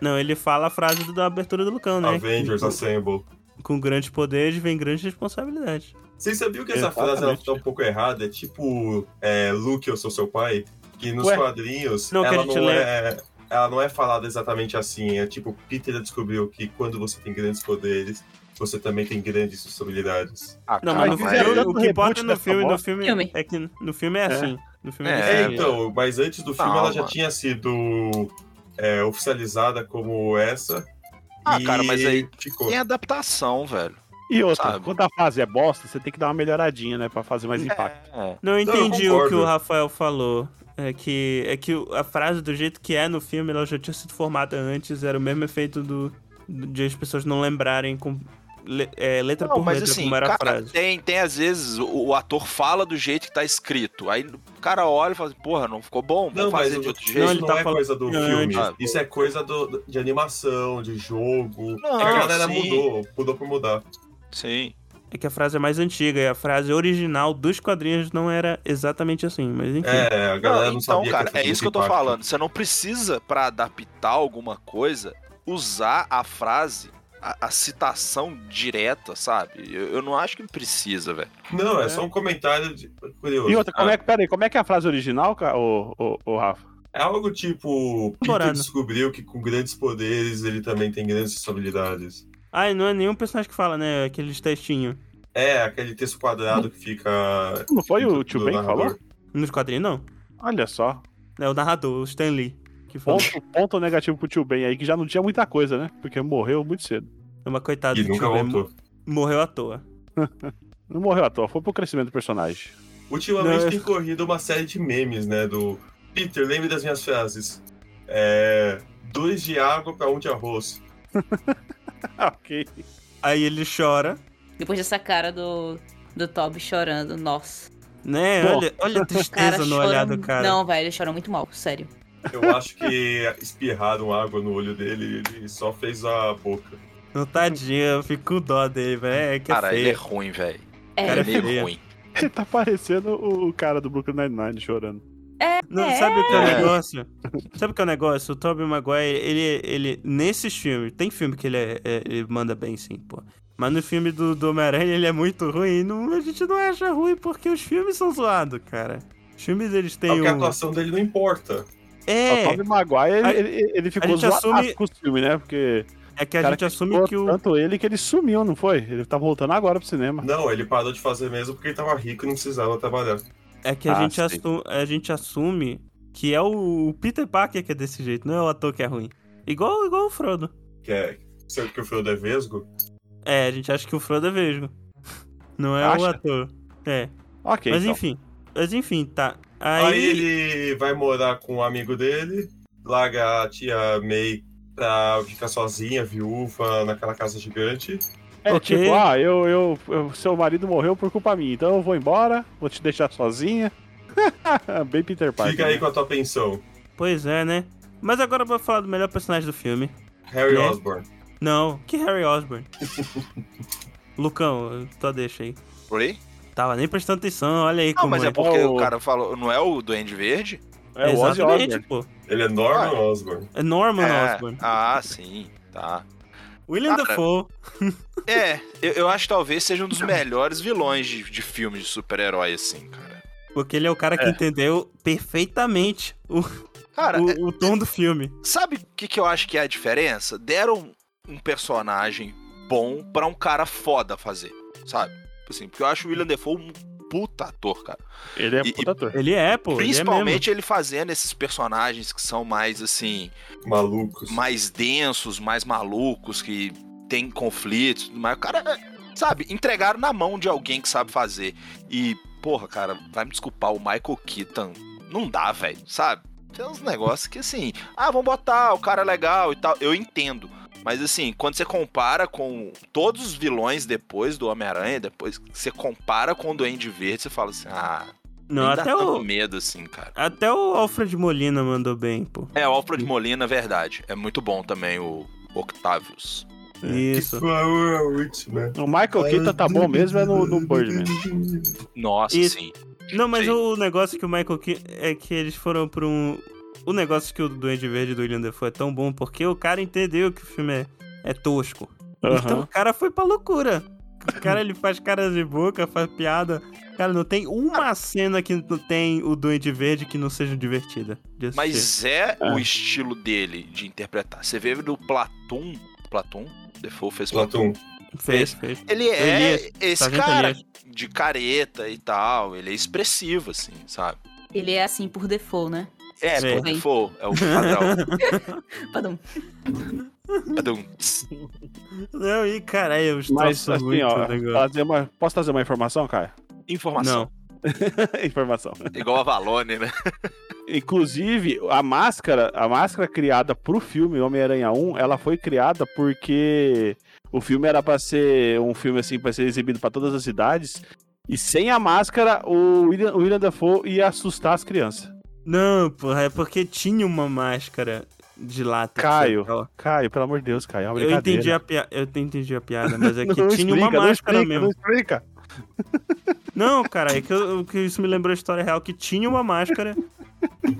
Speaker 1: Não, ele fala a frase do- da abertura do Lucão, né?
Speaker 3: Avengers assim.
Speaker 1: com,
Speaker 3: Assemble.
Speaker 1: com grandes poderes vem grande responsabilidade.
Speaker 3: Vocês sabiam que essa
Speaker 7: Exatamente.
Speaker 3: frase ela tá um pouco errada? É tipo, é, Luke, eu sou seu pai. Que nos
Speaker 7: Ué?
Speaker 3: quadrinhos,
Speaker 1: Não, que a
Speaker 3: ela
Speaker 1: gente
Speaker 3: não
Speaker 1: lê.
Speaker 3: é. Ela não é falada exatamente assim. É tipo, Peter descobriu que quando você tem grandes poderes, você também tem grandes responsabilidades.
Speaker 4: Ah,
Speaker 1: Não,
Speaker 7: Cara,
Speaker 1: mas no
Speaker 7: mas
Speaker 1: filme,
Speaker 7: é
Speaker 1: o
Speaker 7: tanto
Speaker 1: que importa
Speaker 7: reboot
Speaker 1: no
Speaker 7: dessa
Speaker 1: filme, no
Speaker 7: bosta.
Speaker 1: filme,
Speaker 2: Filme.
Speaker 1: é que no filme é assim. No filme é,
Speaker 3: É,
Speaker 4: É,
Speaker 1: assim.
Speaker 3: então, mas antes do filme
Speaker 4: Não,
Speaker 3: ela já
Speaker 4: mano.
Speaker 3: tinha sido é, oficializada como essa.
Speaker 4: Ah,
Speaker 3: e
Speaker 4: cara, mas aí
Speaker 3: ficou.
Speaker 4: Tem adaptação, velho.
Speaker 7: E outra,
Speaker 4: Sabe.
Speaker 7: quando a fase é bosta, você tem que dar uma melhoradinha, né? Pra fazer mais impacto.
Speaker 4: É.
Speaker 1: Não eu
Speaker 3: Não, eu
Speaker 1: entendi o que o
Speaker 3: concordo.
Speaker 1: Rafael falou. É que, é que o- a frase do jeito que é no filme, ela já tinha sido formada antes, era o mesmo efeito do, de as pessoas não lembrarem com le- é, letra
Speaker 4: Não,
Speaker 1: por
Speaker 4: mas
Speaker 1: letra
Speaker 4: assim,
Speaker 1: como era a
Speaker 4: cara,
Speaker 1: frase.
Speaker 4: tem, tem às vezes o, o ator fala do jeito que tá escrito. Aí o cara olha e fala assim, porra, não ficou bom, vamos
Speaker 3: Não, mas
Speaker 4: fazer
Speaker 3: o-
Speaker 4: de outro
Speaker 3: isso
Speaker 1: Não,
Speaker 4: jeito.
Speaker 1: ele
Speaker 3: não
Speaker 1: tá
Speaker 3: é
Speaker 1: falando
Speaker 3: coisa do
Speaker 1: antes,
Speaker 3: filme.
Speaker 4: pô.
Speaker 3: Isso é coisa do- de animação, de jogo.
Speaker 4: Não,
Speaker 3: é que a galera
Speaker 4: sim.
Speaker 3: mudou, mudou por mudar.
Speaker 4: Sim.
Speaker 1: É que a frase é mais antiga, e a frase original dos quadrinhos não era exatamente assim, mas enfim.
Speaker 3: É, a galera não,
Speaker 4: então,
Speaker 3: sabia
Speaker 4: cara,
Speaker 3: que
Speaker 4: é isso que eu tô falando. Você não precisa, pra adaptar alguma coisa, usar a frase, a, a citação direta, sabe? Eu, eu não acho que precisa, velho.
Speaker 3: Não, é,
Speaker 7: É.
Speaker 3: só um comentário de- curioso.
Speaker 7: E outra, como é, que- pera aí, como é que é a frase original, ca- ô, ô, ô, Rafa?
Speaker 3: É algo tipo, Peter
Speaker 1: Temporada.
Speaker 3: descobriu que com grandes poderes ele também tem grandes responsabilidades.
Speaker 1: Ah, e não é nenhum personagem que fala, né? Aqueles textinhos.
Speaker 3: É, aquele texto quadrado que fica...
Speaker 7: Não foi o
Speaker 3: do-
Speaker 7: tio
Speaker 3: do
Speaker 7: Ben que
Speaker 3: narrador.
Speaker 7: falou?
Speaker 1: Nos quadrinhos, não.
Speaker 7: Olha só.
Speaker 1: É o narrador, o Stan Lee. Que falou.
Speaker 7: Ponto, ponto negativo pro tio Ben aí, que já não tinha muita coisa, né? Porque morreu muito cedo.
Speaker 1: É uma coitada
Speaker 3: E
Speaker 1: do
Speaker 3: nunca
Speaker 1: Tio Ben,
Speaker 3: voltou.
Speaker 1: Morreu à toa.
Speaker 7: Não morreu à toa, foi pro crescimento do personagem.
Speaker 3: Ultimamente
Speaker 1: Não, eu-
Speaker 3: tem corrido uma série de memes, né? Do Peter, lembre das minhas frases. É. Dois de água pra um de arroz.
Speaker 7: ok.
Speaker 1: Aí ele chora,
Speaker 2: Depois dessa cara do, do Toby chorando, nossa.
Speaker 1: né?
Speaker 7: Bom.
Speaker 1: Olha, olha a
Speaker 2: O cara
Speaker 1: tristeza no
Speaker 2: chora
Speaker 1: olhar do
Speaker 2: mu-
Speaker 1: cara.
Speaker 2: Não, velho, ele chora muito mal, sério.
Speaker 3: Eu acho que espirraram água no olho dele e ele só fez a boca.
Speaker 1: Não, tadinho, eu fico com dó dele, velho. É que é
Speaker 4: Cara, ele é
Speaker 1: feio.
Speaker 4: ruim, velho.
Speaker 2: É,
Speaker 1: Cara,
Speaker 4: Ele é meio
Speaker 1: feio.
Speaker 4: ruim.
Speaker 7: Ele tá parecendo o o cara do Brooklyn Nine-Nine chorando.
Speaker 1: Não,
Speaker 2: É.
Speaker 1: sabe o que é o
Speaker 4: É.
Speaker 1: negócio? Sabe o que é o negócio? O Tobey Maguire, ele, ele, nesses filmes, tem filme que ele, é- é- ele manda bem, sim, pô. Mas no filme do, do Homem-Aranha ele é muito ruim. e Não, a gente não acha ruim porque os filmes são zoados, cara. Os filmes eles têm
Speaker 3: Só É que a
Speaker 1: um.
Speaker 3: atuação dele não importa.
Speaker 7: O
Speaker 1: É,
Speaker 7: Tobey Maguire,
Speaker 1: A-
Speaker 7: ele, ele- ele ficou
Speaker 1: gente
Speaker 7: zoado
Speaker 1: assume-
Speaker 7: com o filme, né? Porque
Speaker 1: é que a
Speaker 7: cara
Speaker 1: gente assume
Speaker 7: ficou
Speaker 1: que o.
Speaker 7: tanto ele que ele sumiu, não foi? Ele tá voltando agora pro cinema.
Speaker 3: Não, ele parou de fazer mesmo porque ele tava rico e não precisava trabalhar.
Speaker 1: É que a,
Speaker 7: Ah,
Speaker 1: gente
Speaker 7: sei.
Speaker 1: assu- a gente assume que é o o Peter Parker que é desse jeito, não é o ator que é ruim. Igual, igual o Frodo.
Speaker 3: Que é. Sempre que o Frodo é vesgo.
Speaker 1: É, a gente acha que o Frodo é vesgo. Não é o
Speaker 7: Acha?
Speaker 1: ator. É.
Speaker 7: Ok,
Speaker 1: mas
Speaker 7: então.
Speaker 1: enfim. Mas enfim, tá.
Speaker 3: Aí...
Speaker 1: Aí,
Speaker 3: ele vai morar com um amigo dele, larga a tia May pra ficar sozinha, viúva, naquela casa gigante.
Speaker 7: É
Speaker 1: Ok.
Speaker 7: tipo, ah, eu, eu, eu- seu marido morreu por culpa minha, então eu vou embora, vou te deixar sozinha. Bem Peter Parker.
Speaker 3: Fica aí
Speaker 7: né?
Speaker 3: com a tua pensão.
Speaker 1: Pois é, né? Mas agora vou falar do melhor personagem do filme.
Speaker 3: Harry
Speaker 1: Né?
Speaker 3: Osborn.
Speaker 1: Não, que Harry Osborn. Lucão, só deixa aí.
Speaker 4: Oi?
Speaker 1: Tava nem prestando atenção, olha aí
Speaker 4: Não,
Speaker 1: como
Speaker 4: mas é
Speaker 1: é.
Speaker 4: porque
Speaker 7: Ó,
Speaker 4: o cara falou, não é o Duende Verde?
Speaker 7: É o Ozzy
Speaker 1: Exatamente,
Speaker 7: Osbourne.
Speaker 1: pô.
Speaker 3: Ele é Norman
Speaker 4: Ah, é.
Speaker 3: Osborn.
Speaker 1: É Norman
Speaker 4: é.
Speaker 1: Osborn.
Speaker 4: Ah, sim, tá.
Speaker 1: William
Speaker 4: Cara,
Speaker 1: Dafoe.
Speaker 4: É, eu, eu acho que talvez seja um dos melhores vilões de, de filmes de super-herói, assim, cara.
Speaker 1: Porque ele é o cara que entendeu perfeitamente o,
Speaker 4: Cara, é-
Speaker 1: o, o tom do filme.
Speaker 4: sabe o que, que eu acho que é a diferença? Deram um personagem bom pra um cara foda fazer, sabe? Assim, porque eu acho o William Defoe um puta ator, cara.
Speaker 7: Ele é
Speaker 4: E-
Speaker 7: puta ator.
Speaker 1: Ele é, pô. ele é mesmo.
Speaker 4: Principalmente ele fazendo esses personagens que são mais, assim,
Speaker 3: Malucos.
Speaker 4: mais densos, mais malucos, que tem conflitos, mas o cara, é, sabe, entregaram na mão de alguém que sabe fazer. E, porra, cara, vai me desculpar, o Michael Keaton não dá, velho, sabe? Tem uns negócios que assim, ah, vamos botar, o cara é legal e tal, eu entendo. Mas assim, quando você compara com todos os vilões depois do Homem-Aranha, depois você compara com o Duende Verde, você fala assim, ah,
Speaker 1: Não,
Speaker 4: nem dá
Speaker 1: até
Speaker 4: tanto
Speaker 1: o,
Speaker 4: medo assim, cara.
Speaker 1: até o Alfred Molina mandou bem, pô.
Speaker 4: É, o Alfred Molina, verdade. É muito bom também o Octavius.
Speaker 7: É.
Speaker 1: Isso.
Speaker 3: né?
Speaker 7: O Michael Keaton tá bom mesmo, é no, no Birdman.
Speaker 4: Nossa,
Speaker 1: E-
Speaker 4: sim.
Speaker 1: Não, mas
Speaker 4: Sim.
Speaker 1: o negócio que o Michael Keaton é que eles foram pra um. O negócio que o Duende Verde do William Defoe é tão bom porque o cara entendeu que o filme é, é tosco. Então o
Speaker 7: Aham.
Speaker 1: cara foi pra loucura. O cara ele faz caras de boca, faz piada. Cara, não tem
Speaker 7: Ah.
Speaker 1: uma cena que não tem o Duende Verde que não seja divertida. de assistir.
Speaker 4: Mas é o estilo dele de interpretar. Você vê do Platum. Platum? Default fez Platum.
Speaker 3: Platum.
Speaker 1: Fez, fez.
Speaker 4: Ele é
Speaker 1: Elias,
Speaker 4: esse
Speaker 1: Sargento
Speaker 4: cara
Speaker 1: Elias.
Speaker 4: de careta e tal. Ele é expressivo, assim, sabe?
Speaker 2: Ele é assim por default, né?
Speaker 4: É,
Speaker 1: Sim.
Speaker 4: por default. É o padrão. É
Speaker 2: Padum.
Speaker 4: Padum, tss.
Speaker 1: Não, e caralho, eu estou
Speaker 7: Mas assim,
Speaker 1: muito
Speaker 7: ó,
Speaker 1: o negócio.
Speaker 7: fazer uma, posso trazer uma informação, Caio?
Speaker 4: Informação.
Speaker 7: informação.
Speaker 4: Igual a Valone, né?
Speaker 7: Inclusive, a máscara, a máscara criada pro filme Homem-Aranha 1, ela foi criada porque o filme era pra ser um filme assim para ser exibido pra todas as idades. E sem a máscara, o William, o William Dafoe ia assustar as crianças.
Speaker 1: Não, porra, é porque tinha uma máscara de látex.
Speaker 7: Caio,
Speaker 1: aquela.
Speaker 7: Caio, pelo amor de Deus, Caio, é uma
Speaker 1: Eu entendi
Speaker 7: brincadeira.
Speaker 1: a piada, eu entendi a piada, mas é que
Speaker 7: Não
Speaker 1: tinha
Speaker 7: explica,
Speaker 1: uma
Speaker 7: não
Speaker 1: máscara
Speaker 7: explica,
Speaker 1: mesmo.
Speaker 7: Não explica.
Speaker 1: Não, cara, é que, eu- que isso me lembrou a história real que tinha uma máscara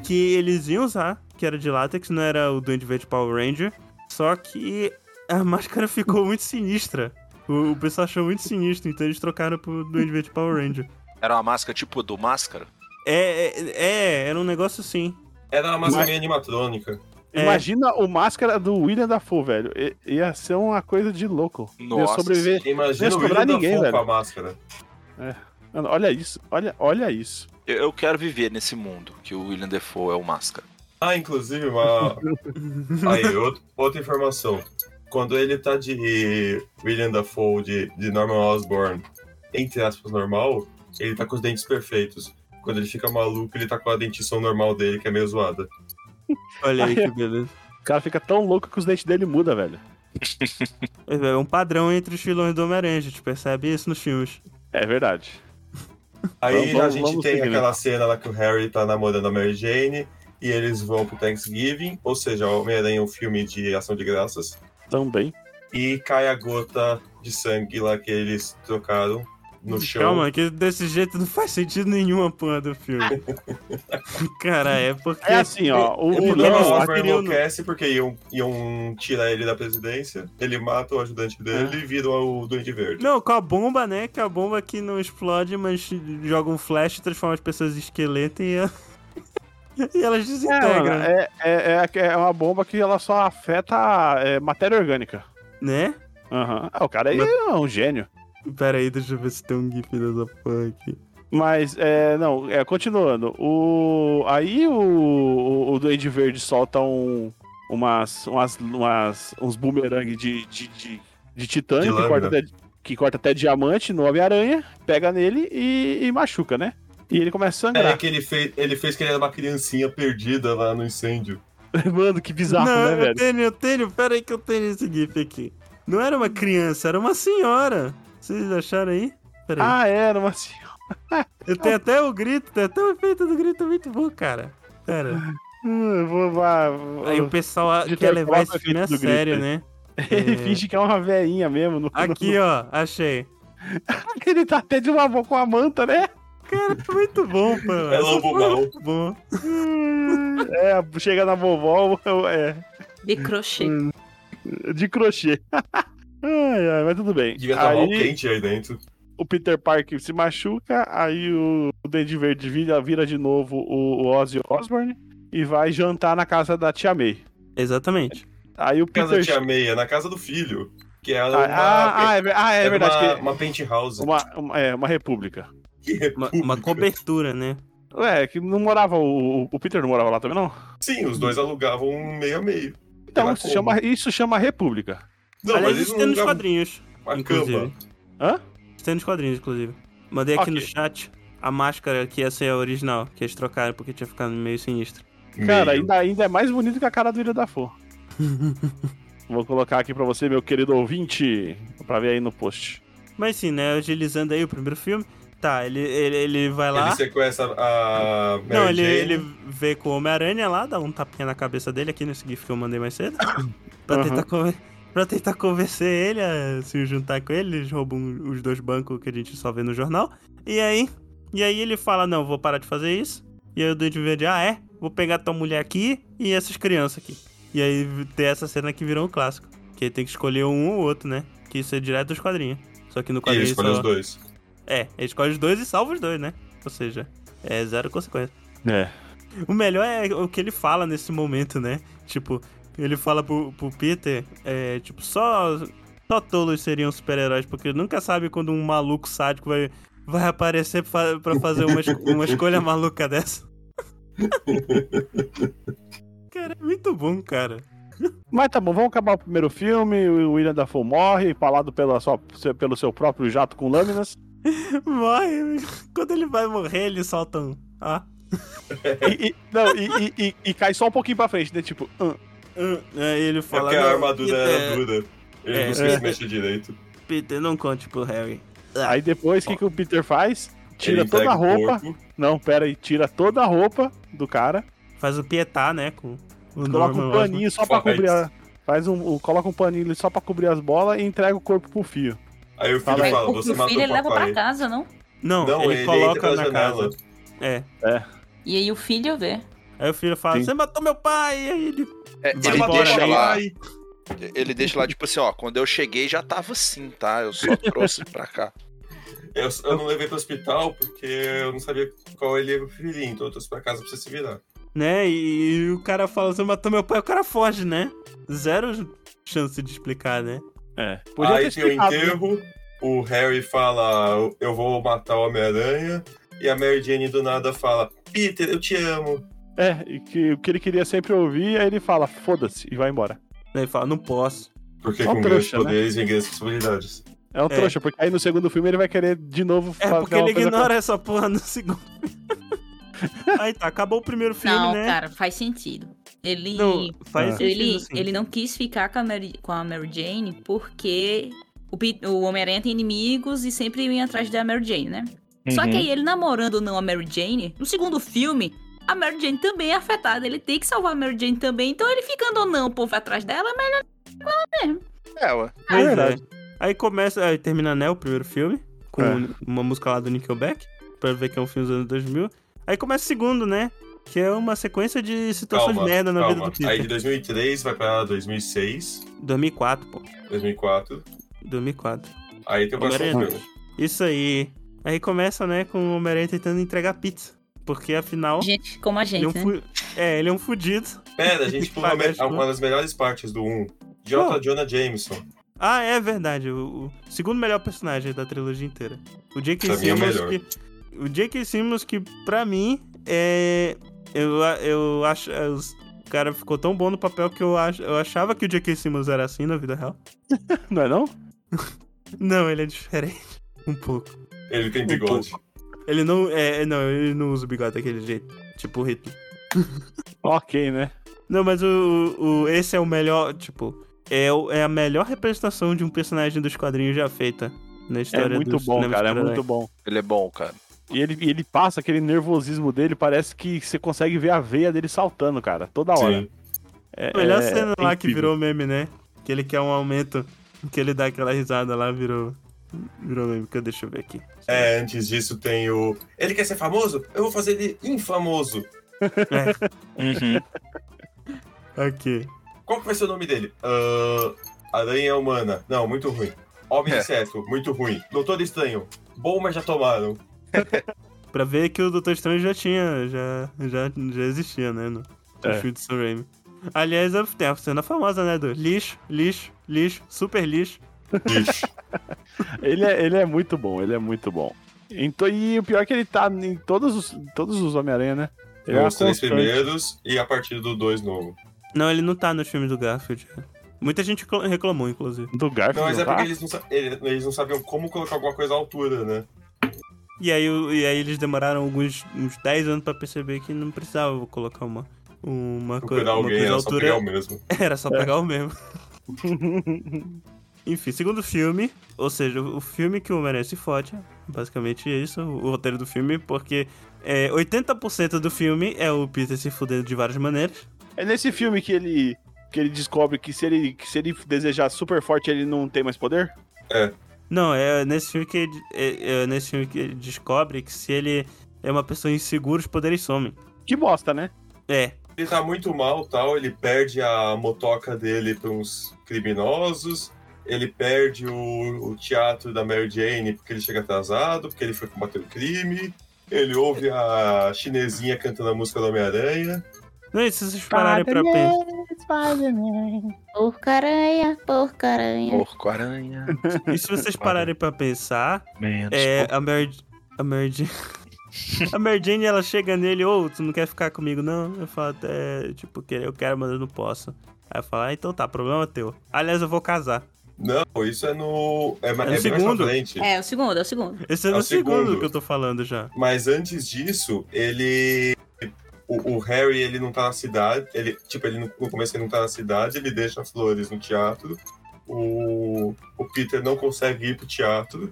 Speaker 1: que eles iam usar, que era de látex, não era o Duende Verde Power Ranger, só que a máscara ficou muito sinistra. O, o pessoal achou muito sinistro, então eles trocaram pro Duende Verde Power Ranger.
Speaker 4: Era uma máscara tipo do Máscara.
Speaker 1: É, é, é, era um negócio assim.
Speaker 3: Era uma máscara
Speaker 7: Mas-
Speaker 3: meio animatrônica.
Speaker 1: É.
Speaker 7: Imagina o máscara do William Dafoe, velho. I- ia ser uma coisa de louco. ia
Speaker 4: Nossa.
Speaker 7: sobreviver.
Speaker 3: Imagina
Speaker 7: Não
Speaker 3: o
Speaker 7: ia sobrar
Speaker 3: William
Speaker 7: ninguém,
Speaker 3: ninguém,
Speaker 7: velho.
Speaker 3: com a máscara.
Speaker 7: Mano, olha isso, olha, olha isso.
Speaker 4: Eu, eu quero viver nesse mundo que o William Defoe é o Máscara.
Speaker 3: Ah, inclusive, uma... aí, out- outra informação. Quando ele tá de William Dafoe, de, de Norman Osborn, entre aspas, normal, ele tá com os dentes perfeitos. Quando ele fica maluco, ele tá com a dentição normal dele, que é meio zoada.
Speaker 1: Olha aí que beleza.
Speaker 8: O cara fica tão louco que os dentes dele mudam, velho.
Speaker 1: É um padrão entre os vilões do Homem-Aranha, a gente percebe isso nos filmes.
Speaker 8: É verdade.
Speaker 3: Aí
Speaker 8: Vamos-
Speaker 3: a gente
Speaker 8: vamos
Speaker 3: tem
Speaker 8: seguir, né?
Speaker 3: aquela cena lá que o Harry tá namorando a Mary Jane e eles vão pro Thanksgiving, ou seja, o Homem-Aranha é um filme de ação de graças.
Speaker 8: Também.
Speaker 3: E cai a gota de sangue lá que eles trocaram no chão.
Speaker 1: Calma, que desse jeito não faz sentido nenhum a porra do filme. Cara, é porque.
Speaker 7: É assim, ó. O
Speaker 1: É porque
Speaker 3: O
Speaker 1: Não,
Speaker 7: vilão.
Speaker 1: eles-
Speaker 3: Norman
Speaker 1: aquele eu não-
Speaker 3: enlouquece porque iam, iam tirar ele da presidência, ele mata o ajudante
Speaker 1: É.
Speaker 3: dele e vira o Duende Verde.
Speaker 1: Não, com a bomba, né? Que a bomba que não explode, mas joga um flash, transforma as pessoas em esqueleto e, e elas
Speaker 7: É, mano,
Speaker 1: desintegram.
Speaker 7: é, é, é, é uma bomba que ela só afeta é, matéria orgânica.
Speaker 1: Né?
Speaker 7: Aham. Ah, o cara aí
Speaker 1: Mas-
Speaker 7: é um gênio.
Speaker 1: Pera aí, deixa eu ver se tem um gif dessa porra aqui.
Speaker 7: Mas, é, não, é, continuando. O, aí o, o, o Duende Verde solta um, umas, umas, umas- uns bumerangue de, de, de, de
Speaker 3: De
Speaker 7: titânio que,
Speaker 3: lâmina.
Speaker 7: corta até, que corta até diamante no Homem-Aranha, pega nele e, e machuca, né? E ele começa a
Speaker 3: É
Speaker 7: sangrar.
Speaker 3: que ele fez, ele fez que ele era uma criancinha perdida lá no incêndio.
Speaker 7: Mano, que bizarro,
Speaker 1: não,
Speaker 7: né,
Speaker 1: eu
Speaker 7: velho?
Speaker 1: tenho, eu tenho, pera aí que eu tenho esse gif aqui. Não era uma criança, era uma senhora. Vocês acharam aí? Pera aí.
Speaker 7: Ah, era uma assim.
Speaker 1: eu tenho até o grito, tem até o efeito do grito muito bom, cara. Pera.
Speaker 7: Hum, vou, vou,
Speaker 1: Aí o pessoal ah,
Speaker 7: Podia
Speaker 1: quer
Speaker 7: ter
Speaker 1: levar
Speaker 7: colado
Speaker 1: esse filme a
Speaker 7: aqui do
Speaker 1: sério,
Speaker 7: grito.
Speaker 1: né?
Speaker 7: Ele
Speaker 1: É.
Speaker 7: finge que é uma veinha mesmo. No,
Speaker 1: Aqui, ó, achei.
Speaker 7: no- Ele tá até de uma mão com a manta, né?
Speaker 1: Cara, foi muito bom, pô.
Speaker 3: É lobo mau.
Speaker 1: Muito bom.
Speaker 7: É, chega na vovó, é,
Speaker 2: De crochê.
Speaker 1: Hum,
Speaker 7: de crochê. ai, ai, mas tudo bem.
Speaker 3: Devia estar mal
Speaker 7: Aí
Speaker 3: quente aí dentro.
Speaker 7: o Peter Parker se machuca, aí o o Dende Verde vira, vira de novo o, o Ozzy Osbourne e vai jantar na casa da Tia May.
Speaker 1: Exatamente.
Speaker 7: Aí o
Speaker 3: Casa
Speaker 7: Peter...
Speaker 3: da tia Meia, na casa do filho. Que era uma,
Speaker 7: ah, ah, é, ver- ah, é
Speaker 3: era
Speaker 7: verdade.
Speaker 3: uma,
Speaker 7: que-
Speaker 3: uma penthouse.
Speaker 7: Uma, uma- é, uma república.
Speaker 3: Que
Speaker 1: Uma,
Speaker 3: república.
Speaker 1: uma cobertura, né?
Speaker 7: Ué, que não morava o... O Peter não morava lá também, não?
Speaker 3: Sim, os dois alugavam um meio a meio.
Speaker 7: Então,
Speaker 3: Era
Speaker 7: isso
Speaker 3: como?
Speaker 7: chama, isso chama república.
Speaker 3: Não,
Speaker 1: Aliás,
Speaker 3: mas eles
Speaker 1: isso
Speaker 3: não
Speaker 1: tem nos
Speaker 3: alugavam
Speaker 1: quadrinhos.
Speaker 3: uma
Speaker 1: inclusive.
Speaker 3: cama.
Speaker 7: Hã?
Speaker 1: Isso tem nos quadrinhos, inclusive. Mandei aqui
Speaker 7: Ok.
Speaker 1: no chat a máscara, que essa é a original, que eles trocaram porque tinha ficado meio sinistro.
Speaker 7: Cara,
Speaker 3: Meio.
Speaker 7: ainda, ainda é mais bonito que a cara do Ilha da Flor. Vou colocar aqui pra você, meu querido ouvinte, pra ver aí no post.
Speaker 1: Mas sim, né? Agilizando aí o primeiro filme. Tá, ele, ele, ele vai lá.
Speaker 3: Ele sequestra a Mary
Speaker 1: Não, ele,
Speaker 3: Jane.
Speaker 1: ele vê com o Homem-Aranha lá, dá um tapinha na cabeça dele aqui nesse GIF que eu mandei mais cedo. pra,
Speaker 7: Aham.
Speaker 1: tentar conven- pra tentar convencer ele a se juntar com ele. Eles roubam os dois bancos que a gente só vê no jornal. E aí, e aí ele fala: Não, vou parar de fazer isso. E aí o Duende Verde, ah, é? Vou pegar tua mulher aqui e essas crianças aqui. E aí tem essa cena que virou um clássico. Que ele tem que escolher um ou outro, né? Que isso é direto dos quadrinhos. Só que no
Speaker 3: E ele
Speaker 1: quadrinho.
Speaker 3: escolhe
Speaker 1: só-
Speaker 3: os dois.
Speaker 1: É, ele escolhe os dois e salva os dois, né? Ou seja, é zero consequência.
Speaker 7: É.
Speaker 1: O melhor é o que ele fala nesse momento, né? Tipo, ele fala pro, pro Peter, é, tipo, só, só tolos seriam super-heróis, porque nunca sabe quando um maluco sádico vai, vai aparecer fa- pra fazer uma, es- uma escolha maluca dessa. cara, é muito bom, cara.
Speaker 7: Mas tá bom, vamos acabar o primeiro filme. O William Dafoe morre, palado pela sua, pelo seu próprio jato com lâminas.
Speaker 1: Morre. Quando ele vai morrer, eles soltam. Ah.
Speaker 7: E, e- não, e, e- e- e cai só um pouquinho pra frente, né? Tipo, hum,
Speaker 1: ah, Aí ele
Speaker 3: É
Speaker 1: fala.
Speaker 3: porque a
Speaker 1: "Não,
Speaker 3: armadura era
Speaker 1: Peter,
Speaker 3: dura. Ele
Speaker 1: É.
Speaker 3: não conseguia se mexer direito.
Speaker 1: Peter, não conte pro Harry.
Speaker 7: aí depois o que, que o Peter faz? Tira
Speaker 3: Tá. Ele
Speaker 7: toda a
Speaker 3: entrega o
Speaker 7: roupa.
Speaker 3: corpo.
Speaker 7: Não, pera aí, tira toda a roupa do cara,
Speaker 1: Faz o Pietá, né? Com o
Speaker 7: coloca
Speaker 1: Norman
Speaker 7: um
Speaker 1: Osborn.
Speaker 7: paninho só pra
Speaker 3: Faz.
Speaker 7: cobrir a. Faz um, coloca um paninho só pra cobrir as bolas e entrega o corpo pro fio.
Speaker 3: Aí o filho
Speaker 7: Fala aí.
Speaker 3: fala,
Speaker 2: o,
Speaker 3: você
Speaker 2: o
Speaker 3: matou
Speaker 2: filho
Speaker 3: o
Speaker 2: ele leva pra
Speaker 3: papai.
Speaker 2: casa, não?
Speaker 1: Não,
Speaker 3: Não,
Speaker 1: ele,
Speaker 3: ele, entra
Speaker 1: coloca
Speaker 3: um pela
Speaker 1: na
Speaker 3: janela.
Speaker 1: casa. É.
Speaker 2: E aí o filho vê.
Speaker 1: Aí o filho fala,
Speaker 7: Sim.
Speaker 1: você matou meu pai! E aí ele.
Speaker 4: É,
Speaker 1: Vai
Speaker 4: ele
Speaker 1: embora, né?
Speaker 4: deixa
Speaker 1: vai.
Speaker 4: lá. Ele deixa lá, tipo assim, ó, quando eu cheguei já tava assim, tá? Eu só trouxe pra cá.
Speaker 3: Eu, eu não levei pro hospital porque eu não sabia qual ele era o filhinho, então eu trouxe pra casa pra você se virar.
Speaker 1: Né? E, e o cara fala, você matou meu pai, o cara foge, né? Zero chance de explicar, né?
Speaker 7: É.
Speaker 3: Aí tem o
Speaker 7: né?
Speaker 3: enterro, o Harry fala, eu vou matar o Homem-Aranha, e a Mary Jane do nada fala, Peter, eu te amo.
Speaker 7: É, e que o que ele queria sempre ouvir, aí ele fala, foda-se, e vai embora.
Speaker 1: Aí ele fala, não posso.
Speaker 3: Porque
Speaker 7: Só
Speaker 3: com grandes
Speaker 7: trouxa, né?
Speaker 3: poderes vem grandes possibilidades.
Speaker 7: É um
Speaker 1: É.
Speaker 7: trouxa, porque aí no segundo filme ele vai querer de novo
Speaker 1: É
Speaker 7: fazer
Speaker 1: porque ele
Speaker 7: uma coisa-
Speaker 1: ignora essa porra no segundo. Aí tá, acabou o primeiro filme,
Speaker 2: Não, tá,
Speaker 1: né?
Speaker 2: cara, faz sentido. Ele.
Speaker 1: Não, faz sentido,
Speaker 2: ele,
Speaker 1: assim.
Speaker 2: ele não quis ficar com a Mary, com a Mary Jane porque o, Pi- o Homem-Aranha tem inimigos e sempre ia atrás da Mary Jane, né?
Speaker 7: Uhum.
Speaker 2: Só que aí
Speaker 1: Uhum.
Speaker 2: ele namorando ou não a Mary Jane, no segundo filme, a Mary Jane também é afetada. Ele tem que salvar a Mary Jane também. Então ele ficando ou não o povo atrás dela, mas
Speaker 4: É, ué.
Speaker 1: Pois
Speaker 7: É
Speaker 1: é.
Speaker 7: verdade.
Speaker 1: Aí começa, aí termina, né, o primeiro filme, com
Speaker 7: É.
Speaker 1: uma música lá do Nickelback, pra ver que é um filme dos anos 2000. Aí começa o segundo, né, que é uma sequência de situações
Speaker 3: Calma,
Speaker 1: Então merda na vida
Speaker 3: calma.
Speaker 1: do Peter.
Speaker 3: Aí de 2003 vai pra 2006,
Speaker 1: 2004, pô,
Speaker 3: 2004.
Speaker 1: 2004.
Speaker 3: Aí tem o próximo
Speaker 1: Homem-Aranha.
Speaker 3: filme.
Speaker 1: Isso aí. Aí começa, né, com o Homem-Aranha tentando entregar pizza, porque afinal...
Speaker 2: gente como a
Speaker 1: Ele
Speaker 2: gente,
Speaker 1: é, um
Speaker 2: né?
Speaker 1: fu- é, ele é um fudido.
Speaker 3: Pera, a gente pulou a me- uma das melhores partes do 1. J.
Speaker 1: Qual?
Speaker 3: Jonah Jameson.
Speaker 1: Ah, é verdade. O, o segundo melhor personagem da trilogia inteira. O J.K.
Speaker 3: Pra mim é o
Speaker 1: Simmons
Speaker 3: melhor.
Speaker 1: que. O J.K. Simmons que, pra mim, é. Eu, a- eu acho. é, os- O cara ficou tão bom no papel que eu, ach, eu achava que o J.K. Simmons era assim na vida real.
Speaker 7: Não é não?
Speaker 1: Não, ele é diferente. Um pouco.
Speaker 3: Ele
Speaker 1: Hum,
Speaker 3: tem bigode.
Speaker 1: Ele não. É, não, ele não usa o bigode daquele jeito. Tipo o Hitler.
Speaker 7: Ok, né?
Speaker 1: Não, mas o, o- esse é o melhor, tipo, é, o- é a melhor representação de um personagem dos quadrinhos já feita na
Speaker 7: É
Speaker 1: história
Speaker 7: muito
Speaker 1: dos
Speaker 7: bom,
Speaker 1: cinemas
Speaker 7: cara. É
Speaker 1: super-herói.
Speaker 7: muito bom.
Speaker 4: Ele é bom, cara.
Speaker 7: E ele, e ele passa aquele nervosismo dele, parece que você consegue ver a veia dele saltando, cara, toda hora.
Speaker 3: Sim.
Speaker 7: É,
Speaker 1: A melhor
Speaker 7: é-
Speaker 1: cena
Speaker 7: é
Speaker 1: lá que
Speaker 7: incrível.
Speaker 1: virou meme, né? Que ele quer um aumento, que ele dá aquela risada lá, virou, virou meme. Que eu- Deixa eu ver aqui.
Speaker 3: É, antes disso tem o. Ele quer ser famoso? Eu vou fazer ele infamoso.
Speaker 1: Aqui.
Speaker 3: Qual que vai ser o nome dele? Ahn, Aranha Humana. Não, muito ruim. Homem
Speaker 4: É.
Speaker 3: Inseto, muito ruim. Doutor Estranho. Bom, mas já tomaram.
Speaker 1: Pra ver que o Doutor Estranho já tinha, já, já, já existia, né? No, no
Speaker 7: É.
Speaker 1: filme do Sam Raimi. Aliás, eu- tem a cena famosa, né? Do lixo, lixo, lixo, super lixo.
Speaker 3: Lixo.
Speaker 7: Ele é, ele é muito bom, ele é muito bom. Então, e o pior é que ele tá em todos os, todos os Homem-Aranha, né? Ele é uma
Speaker 3: Os três
Speaker 7: constante.
Speaker 3: primeiros e a partir do dois novo.
Speaker 1: Não, ele não tá nos filmes do Garfield. Muita gente cl- reclamou, inclusive.
Speaker 7: Do Garfield,
Speaker 3: Não, mas é
Speaker 7: tá?
Speaker 3: porque eles não, sa- ele- eles não sabiam como colocar alguma coisa à altura, né?
Speaker 1: E aí, o- e aí eles demoraram alguns uns 10 anos pra perceber que não precisava colocar uma, uma, co
Speaker 3: Procurar
Speaker 1: uma
Speaker 3: alguém,
Speaker 1: coisa
Speaker 3: é
Speaker 1: à
Speaker 3: era só
Speaker 1: altura.
Speaker 3: pegar o mesmo.
Speaker 1: Era só pegar o mesmo. Enfim, segundo filme, ou seja, o filme que o Homem-Aranha se fode, basicamente é isso, o roteiro do filme, porque é, 80% do filme é o Peter se fudendo de várias maneiras.
Speaker 7: É nesse filme que ele, que ele descobre que se ele, que se ele desejar super forte, ele não tem mais poder?
Speaker 1: Não, é nesse filme que ele, é- é nesse filme que ele descobre que se ele é uma pessoa insegura, os poderes somem.
Speaker 7: Que bosta, né?
Speaker 1: É,
Speaker 3: Ele tá muito mal, tal, ele perde a motoca dele pra uns criminosos, ele perde o, o teatro da Mary Jane porque ele chega atrasado, porque ele foi combater o crime, ele ouve a chinesinha cantando a música do Homem-Aranha.
Speaker 1: Não, e se vocês pararem pra pensar.
Speaker 9: Porcaranha, porcaranha.
Speaker 4: Porco-aranha.
Speaker 1: E se vocês pararem pra pensar,
Speaker 4: Menos.
Speaker 1: é, a Mary. A Mary Jane. A Mary Jane, ela chega nele, ô, tu não quer ficar comigo, não? Eu falo, é, tipo, que- eu quero, mas eu não posso. Aí eu falo, ah, então tá, problema teu. Aliás, eu vou casar.
Speaker 3: Não, isso é no. É, ma-
Speaker 1: É
Speaker 3: é
Speaker 1: no
Speaker 3: mais pra
Speaker 1: segundo.
Speaker 3: frente.
Speaker 2: É, o segundo, é o segundo.
Speaker 1: Esse é,
Speaker 3: É
Speaker 1: no
Speaker 3: o segundo.
Speaker 1: segundo que eu tô falando já.
Speaker 3: Mas antes disso, ele. O, o Harry, ele não tá na cidade. Ele, tipo, ele no no começo ele não tá na cidade, ele deixa as flores no teatro. O, o Peter não consegue ir pro teatro.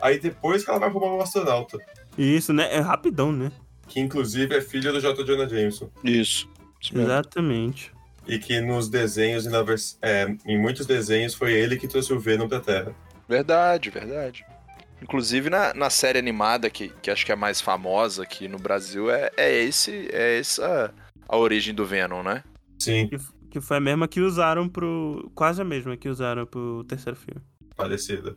Speaker 3: Aí depois que ela vai arrumar um astronauta.
Speaker 1: E isso, né? É rapidão, né?
Speaker 3: Que inclusive é filha do J. Jonah Jameson.
Speaker 4: Isso. Isso mesmo.
Speaker 1: Exatamente.
Speaker 3: E que nos desenhos e na vers- é, em muitos desenhos foi ele que trouxe o Venom pra Terra.
Speaker 4: Verdade, verdade. Inclusive na, na série animada, que, que acho que é a mais famosa aqui no Brasil, é, é esse é essa a origem do Venom, né?
Speaker 3: Sim,
Speaker 1: Que, f- que foi a mesma que usaram pro. Quase a mesma que usaram pro terceiro filme.
Speaker 3: parecida.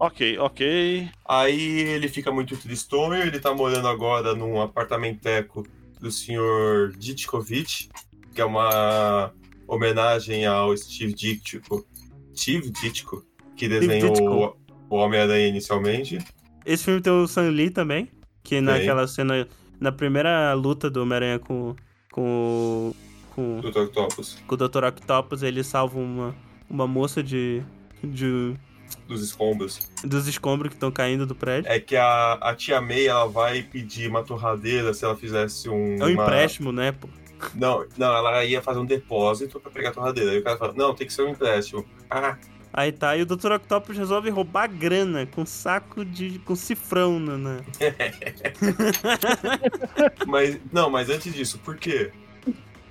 Speaker 7: Ok, ok.
Speaker 3: Aí ele fica muito tristonho, ele tá morando agora num apartamenteco do senhor Ditkovic, que é uma homenagem ao Steve Ditko. Steve Ditko, que desenhou
Speaker 1: Ditko.
Speaker 3: o, o Homem-Aranha inicialmente.
Speaker 1: Esse filme tem o San Lee também, que naquela cena, na primeira luta do Homem-Aranha com, com, o- com,
Speaker 3: do Dr. Octopus.
Speaker 1: com o Dr. Octopus, ele salva uma, uma moça de. de
Speaker 3: dos escombros.
Speaker 1: dos escombros que estão caindo do prédio.
Speaker 3: É que a, a tia May ela vai pedir uma torradeira se ela fizesse um.
Speaker 1: É um
Speaker 3: uma-
Speaker 1: empréstimo, né, pô?
Speaker 3: Não, não, ela ia fazer um depósito pra pegar a torradeira. Aí o cara fala, não, tem que ser um empréstimo. Ah,
Speaker 1: Aí tá, e o Dr. Octopus resolve roubar grana com saco de. com cifrão, né? né?
Speaker 3: mas. Não, mas antes disso, por quê?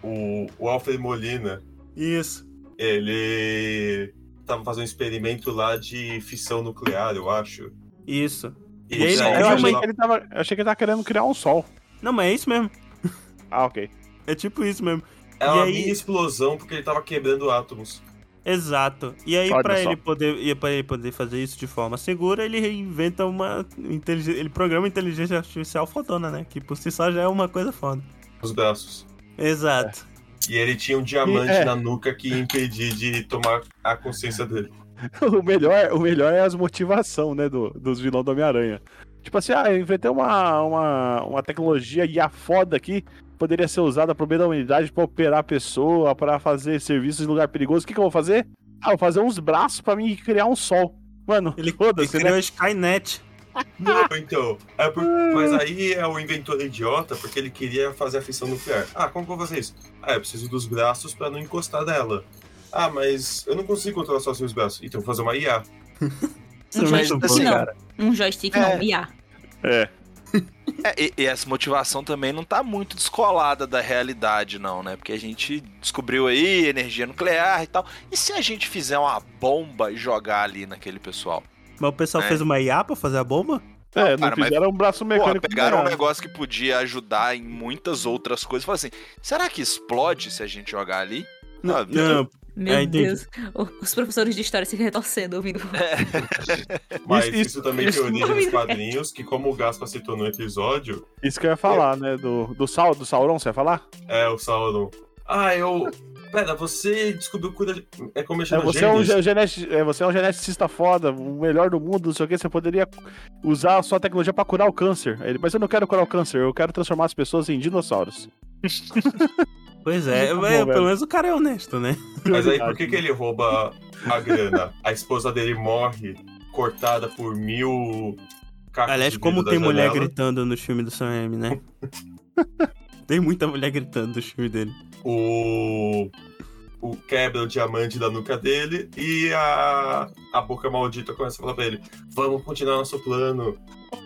Speaker 3: O, o Alfred Molina,
Speaker 1: Isso.
Speaker 3: ele tava fazendo um experimento lá de fissão nuclear, eu acho.
Speaker 1: Isso.
Speaker 3: E,
Speaker 1: ele-
Speaker 3: daí
Speaker 1: é
Speaker 7: eu,
Speaker 1: uma
Speaker 7: achei
Speaker 1: mãe-
Speaker 7: que ele tava, eu achei que ele tava querendo criar um sol.
Speaker 1: Não, mas é isso mesmo.
Speaker 7: Ah, ok.
Speaker 1: É tipo isso mesmo.
Speaker 3: é
Speaker 1: e
Speaker 3: uma
Speaker 1: aí-
Speaker 3: mini explosão porque ele tava quebrando átomos.
Speaker 1: Exato. E aí,
Speaker 7: Olha
Speaker 1: pra
Speaker 7: só.
Speaker 1: ele, poder, e pra ele poder fazer isso de forma segura, ele inventa uma. inteligen- Ele programa inteligência artificial fodona, né? Que por si só já é uma coisa foda.
Speaker 3: Os braços.
Speaker 1: Exato.
Speaker 3: E ele tinha um diamante
Speaker 7: é.
Speaker 3: na nuca que impedia de tomar a consciência dele.
Speaker 7: O melhor, o melhor é as motivação, né, do, dos vilões do Homem-Aranha. Tipo assim, ah, eu inventei uma, uma, uma tecnologia e a foda aqui poderia ser usada pro bem da humanidade pra operar a pessoa, pra fazer serviços em lugar perigoso. O que, que eu vou fazer? Ah, vou fazer uns braços pra mim criar um sol. Mano,
Speaker 1: Ele- Ele
Speaker 7: foda-se,
Speaker 1: criou
Speaker 7: né?
Speaker 1: a Skynet.
Speaker 3: Não, então. é por- Mas aí é o inventor idiota porque ele queria fazer a fissão nuclear. Ah, como que eu vou fazer isso? Ah, eu preciso dos braços pra não encostar nela. Ah, mas eu não consigo controlar sozinho os braços. Então eu vou fazer uma IA.
Speaker 1: Isso é muito
Speaker 2: Um joystick
Speaker 1: bom,
Speaker 2: não.
Speaker 1: cara.
Speaker 2: Um joystick não, IA.
Speaker 4: É, e, e essa motivação também não tá muito descolada da realidade, não, né? Porque a gente descobriu aí energia nuclear e tal. E se a gente fizer uma bomba e jogar ali naquele pessoal?
Speaker 1: Mas o pessoal
Speaker 4: É.
Speaker 1: fez uma IA pra fazer a bomba?
Speaker 7: É, não
Speaker 4: cara, mas-
Speaker 7: fizeram um braço
Speaker 4: Pô,
Speaker 7: mecânico.
Speaker 4: pegaram um
Speaker 7: melhor.
Speaker 4: negócio que podia ajudar em muitas outras coisas. Falaram assim, será que explode se a gente jogar ali? Ah,
Speaker 1: Não,
Speaker 2: Meu
Speaker 1: É, entendi.
Speaker 2: Deus. O- Os professores de história se retorcendo ouvindo.
Speaker 3: Mas
Speaker 7: Isso-
Speaker 3: isso,
Speaker 7: isso-
Speaker 3: também
Speaker 7: isso-
Speaker 3: tem origem nos quadrinhos, que como o Gaspa citou no episódio,
Speaker 7: Isso que eu ia falar, né? Do, do, Sau, do Sauron, você ia falar?
Speaker 3: é o Sauron. Ah, eu. Pera, você descobriu cura. de- É como mexer
Speaker 7: É,
Speaker 3: no
Speaker 7: você, é um
Speaker 3: genes.
Speaker 7: ge- genet- é, você é um geneticista foda, o melhor do mundo, não sei o que, você poderia usar a sua tecnologia pra curar o câncer. Aí Ele, mas eu não quero curar o câncer, eu quero transformar as pessoas em dinossauros.
Speaker 1: Pois é,
Speaker 7: Tá bom,
Speaker 1: mas
Speaker 7: velho.
Speaker 1: pelo menos o cara é honesto, né?
Speaker 3: Mas aí por que, que ele rouba a grana? A esposa dele morre cortada por mil cacos
Speaker 1: Aliás,
Speaker 3: de
Speaker 1: como
Speaker 3: vidro
Speaker 1: tem
Speaker 3: Tá da
Speaker 1: mulher
Speaker 3: janela.
Speaker 1: gritando no filme do Sam Raimi, né? tem muita mulher gritando no filme dele.
Speaker 3: o, o quebra o diamante da nuca dele e a, a boca maldita começa a falar pra ele: Vamos continuar nosso plano.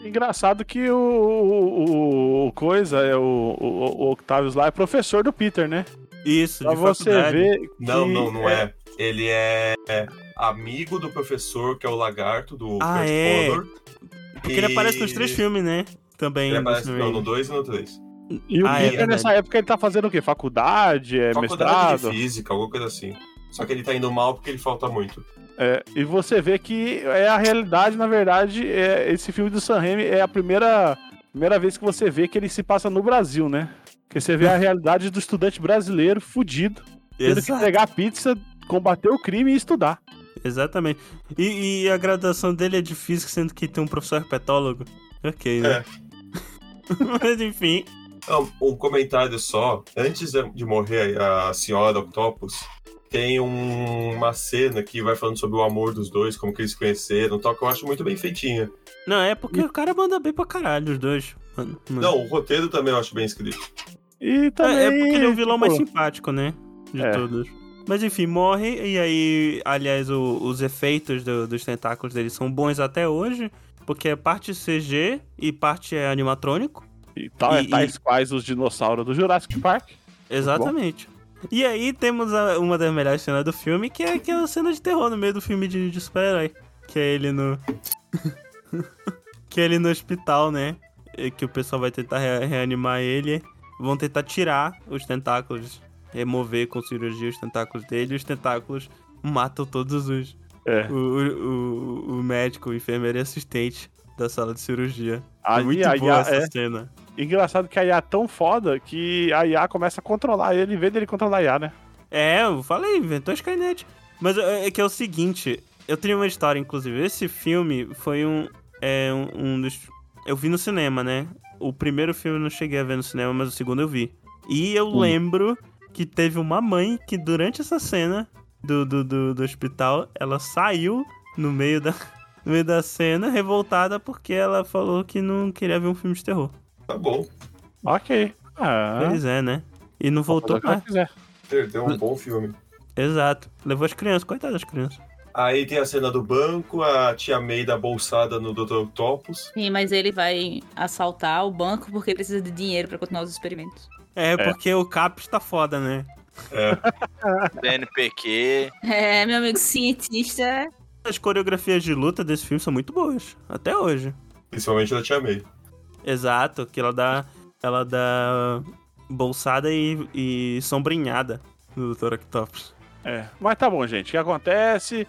Speaker 7: Engraçado que o, o- o coisa, é o, o, o Octavius lá é professor do Peter, né?
Speaker 1: Isso,
Speaker 7: Pra
Speaker 1: de
Speaker 7: você
Speaker 1: faculdade.
Speaker 7: ver.
Speaker 3: Não,
Speaker 7: que-
Speaker 3: não, não é. Ele é, é amigo do professor, que é o lagarto do
Speaker 1: Ah,
Speaker 3: Kurt
Speaker 1: é.
Speaker 3: Connor.
Speaker 1: Porque ele aparece nos três filmes, né? Também. do
Speaker 3: Ele aparece
Speaker 1: Sam
Speaker 3: não,
Speaker 1: Raimi.
Speaker 3: no 2 e no 3.
Speaker 7: E o
Speaker 1: Ah, é
Speaker 7: Peter,
Speaker 1: verdade.
Speaker 7: nessa época, ele tá fazendo o quê? Faculdade? É
Speaker 3: Faculdade
Speaker 7: mestrado?
Speaker 3: de física, alguma coisa assim. Só que ele tá indo mal porque ele falta muito.
Speaker 7: É, e você vê que é a realidade, na verdade, é, esse filme do Sam Raimi é a primeira, primeira vez que você vê que ele se passa no Brasil, né? Porque você vê a realidade do estudante brasileiro fudido, tendo que
Speaker 1: Exato,
Speaker 7: entregar pizza, combater o crime e estudar.
Speaker 1: Exatamente. E, e a graduação dele é de física, sendo que tem um professor petólogo. Ok, né?
Speaker 3: É.
Speaker 1: Mas enfim.
Speaker 3: Não, Um comentário só. Antes de de morrer a senhora Octopus, tem um- uma cena que vai falando sobre o amor dos dois, como que eles se conheceram, tal, que eu acho muito bem feitinha.
Speaker 1: Não, é porque o cara manda bem pra caralho, os dois. Mano, mano.
Speaker 3: Não, o roteiro também eu acho bem escrito.
Speaker 7: E também.
Speaker 1: É, é porque ele é o vilão mais
Speaker 7: tipo,
Speaker 1: simpático, né? De
Speaker 7: É.
Speaker 1: todos. Mas enfim, morre, e aí, aliás, o- os efeitos do- dos tentáculos dele são bons até hoje, porque é parte CG e parte é animatrônico.
Speaker 7: E tal, é
Speaker 1: e-
Speaker 7: tais quais os dinossauros do Jurassic Park.
Speaker 1: Exatamente. E aí temos a- uma das melhores cenas do filme, que é aquela cena de terror no meio do filme de, de super-herói. Que é ele no. que é ele no hospital, né? E Que o pessoal vai tentar re- reanimar ele. Vão tentar tirar os tentáculos. Remover com cirurgia os tentáculos dele. E os tentáculos matam todos os.
Speaker 7: É.
Speaker 1: O, o, o- o médico, o enfermeiro e assistente da sala de cirurgia.
Speaker 7: Aí,
Speaker 1: Muito
Speaker 7: aí,
Speaker 1: boa
Speaker 7: aí,
Speaker 1: essa
Speaker 7: é.
Speaker 1: cena.
Speaker 7: Engraçado que a IA é tão foda que a IA começa a controlar ele, em vez dele controlar a IA, né?
Speaker 1: É, eu falei, inventou a Skynet. Mas é é que é o seguinte, eu tenho uma história, inclusive. Esse filme foi um, é, um, um dos. Eu vi no cinema, né? O primeiro filme eu não cheguei a ver no cinema, mas o segundo eu vi. E eu lembro que teve uma mãe que durante essa cena do, do, do, do hospital, ela saiu no meio, da, no meio da cena, revoltada porque ela falou que não queria ver um filme de terror.
Speaker 3: Tá bom.
Speaker 7: Ok. Ah,
Speaker 1: Pois é, né? E não voltou
Speaker 7: o que ela
Speaker 1: mais.
Speaker 7: quiser.
Speaker 3: Perdeu um bom filme.
Speaker 1: Exato. Levou as crianças, coitadas das crianças.
Speaker 3: Aí tem a cena do banco, a tia May da bolsada no Dr. Octopus.
Speaker 2: Sim, mas ele vai assaltar o banco porque ele precisa de dinheiro pra continuar os experimentos.
Speaker 1: É, porque o Cap está foda, né?
Speaker 4: BNPq.
Speaker 2: É, meu amigo cientista.
Speaker 1: As coreografias de luta desse filme são muito boas, até hoje.
Speaker 3: Principalmente da tia May.
Speaker 1: Exato, que ela dá, ela dá bolsada e, e sombrinhada no Dr. Octopus.
Speaker 7: É, mas tá bom, gente. O que acontece?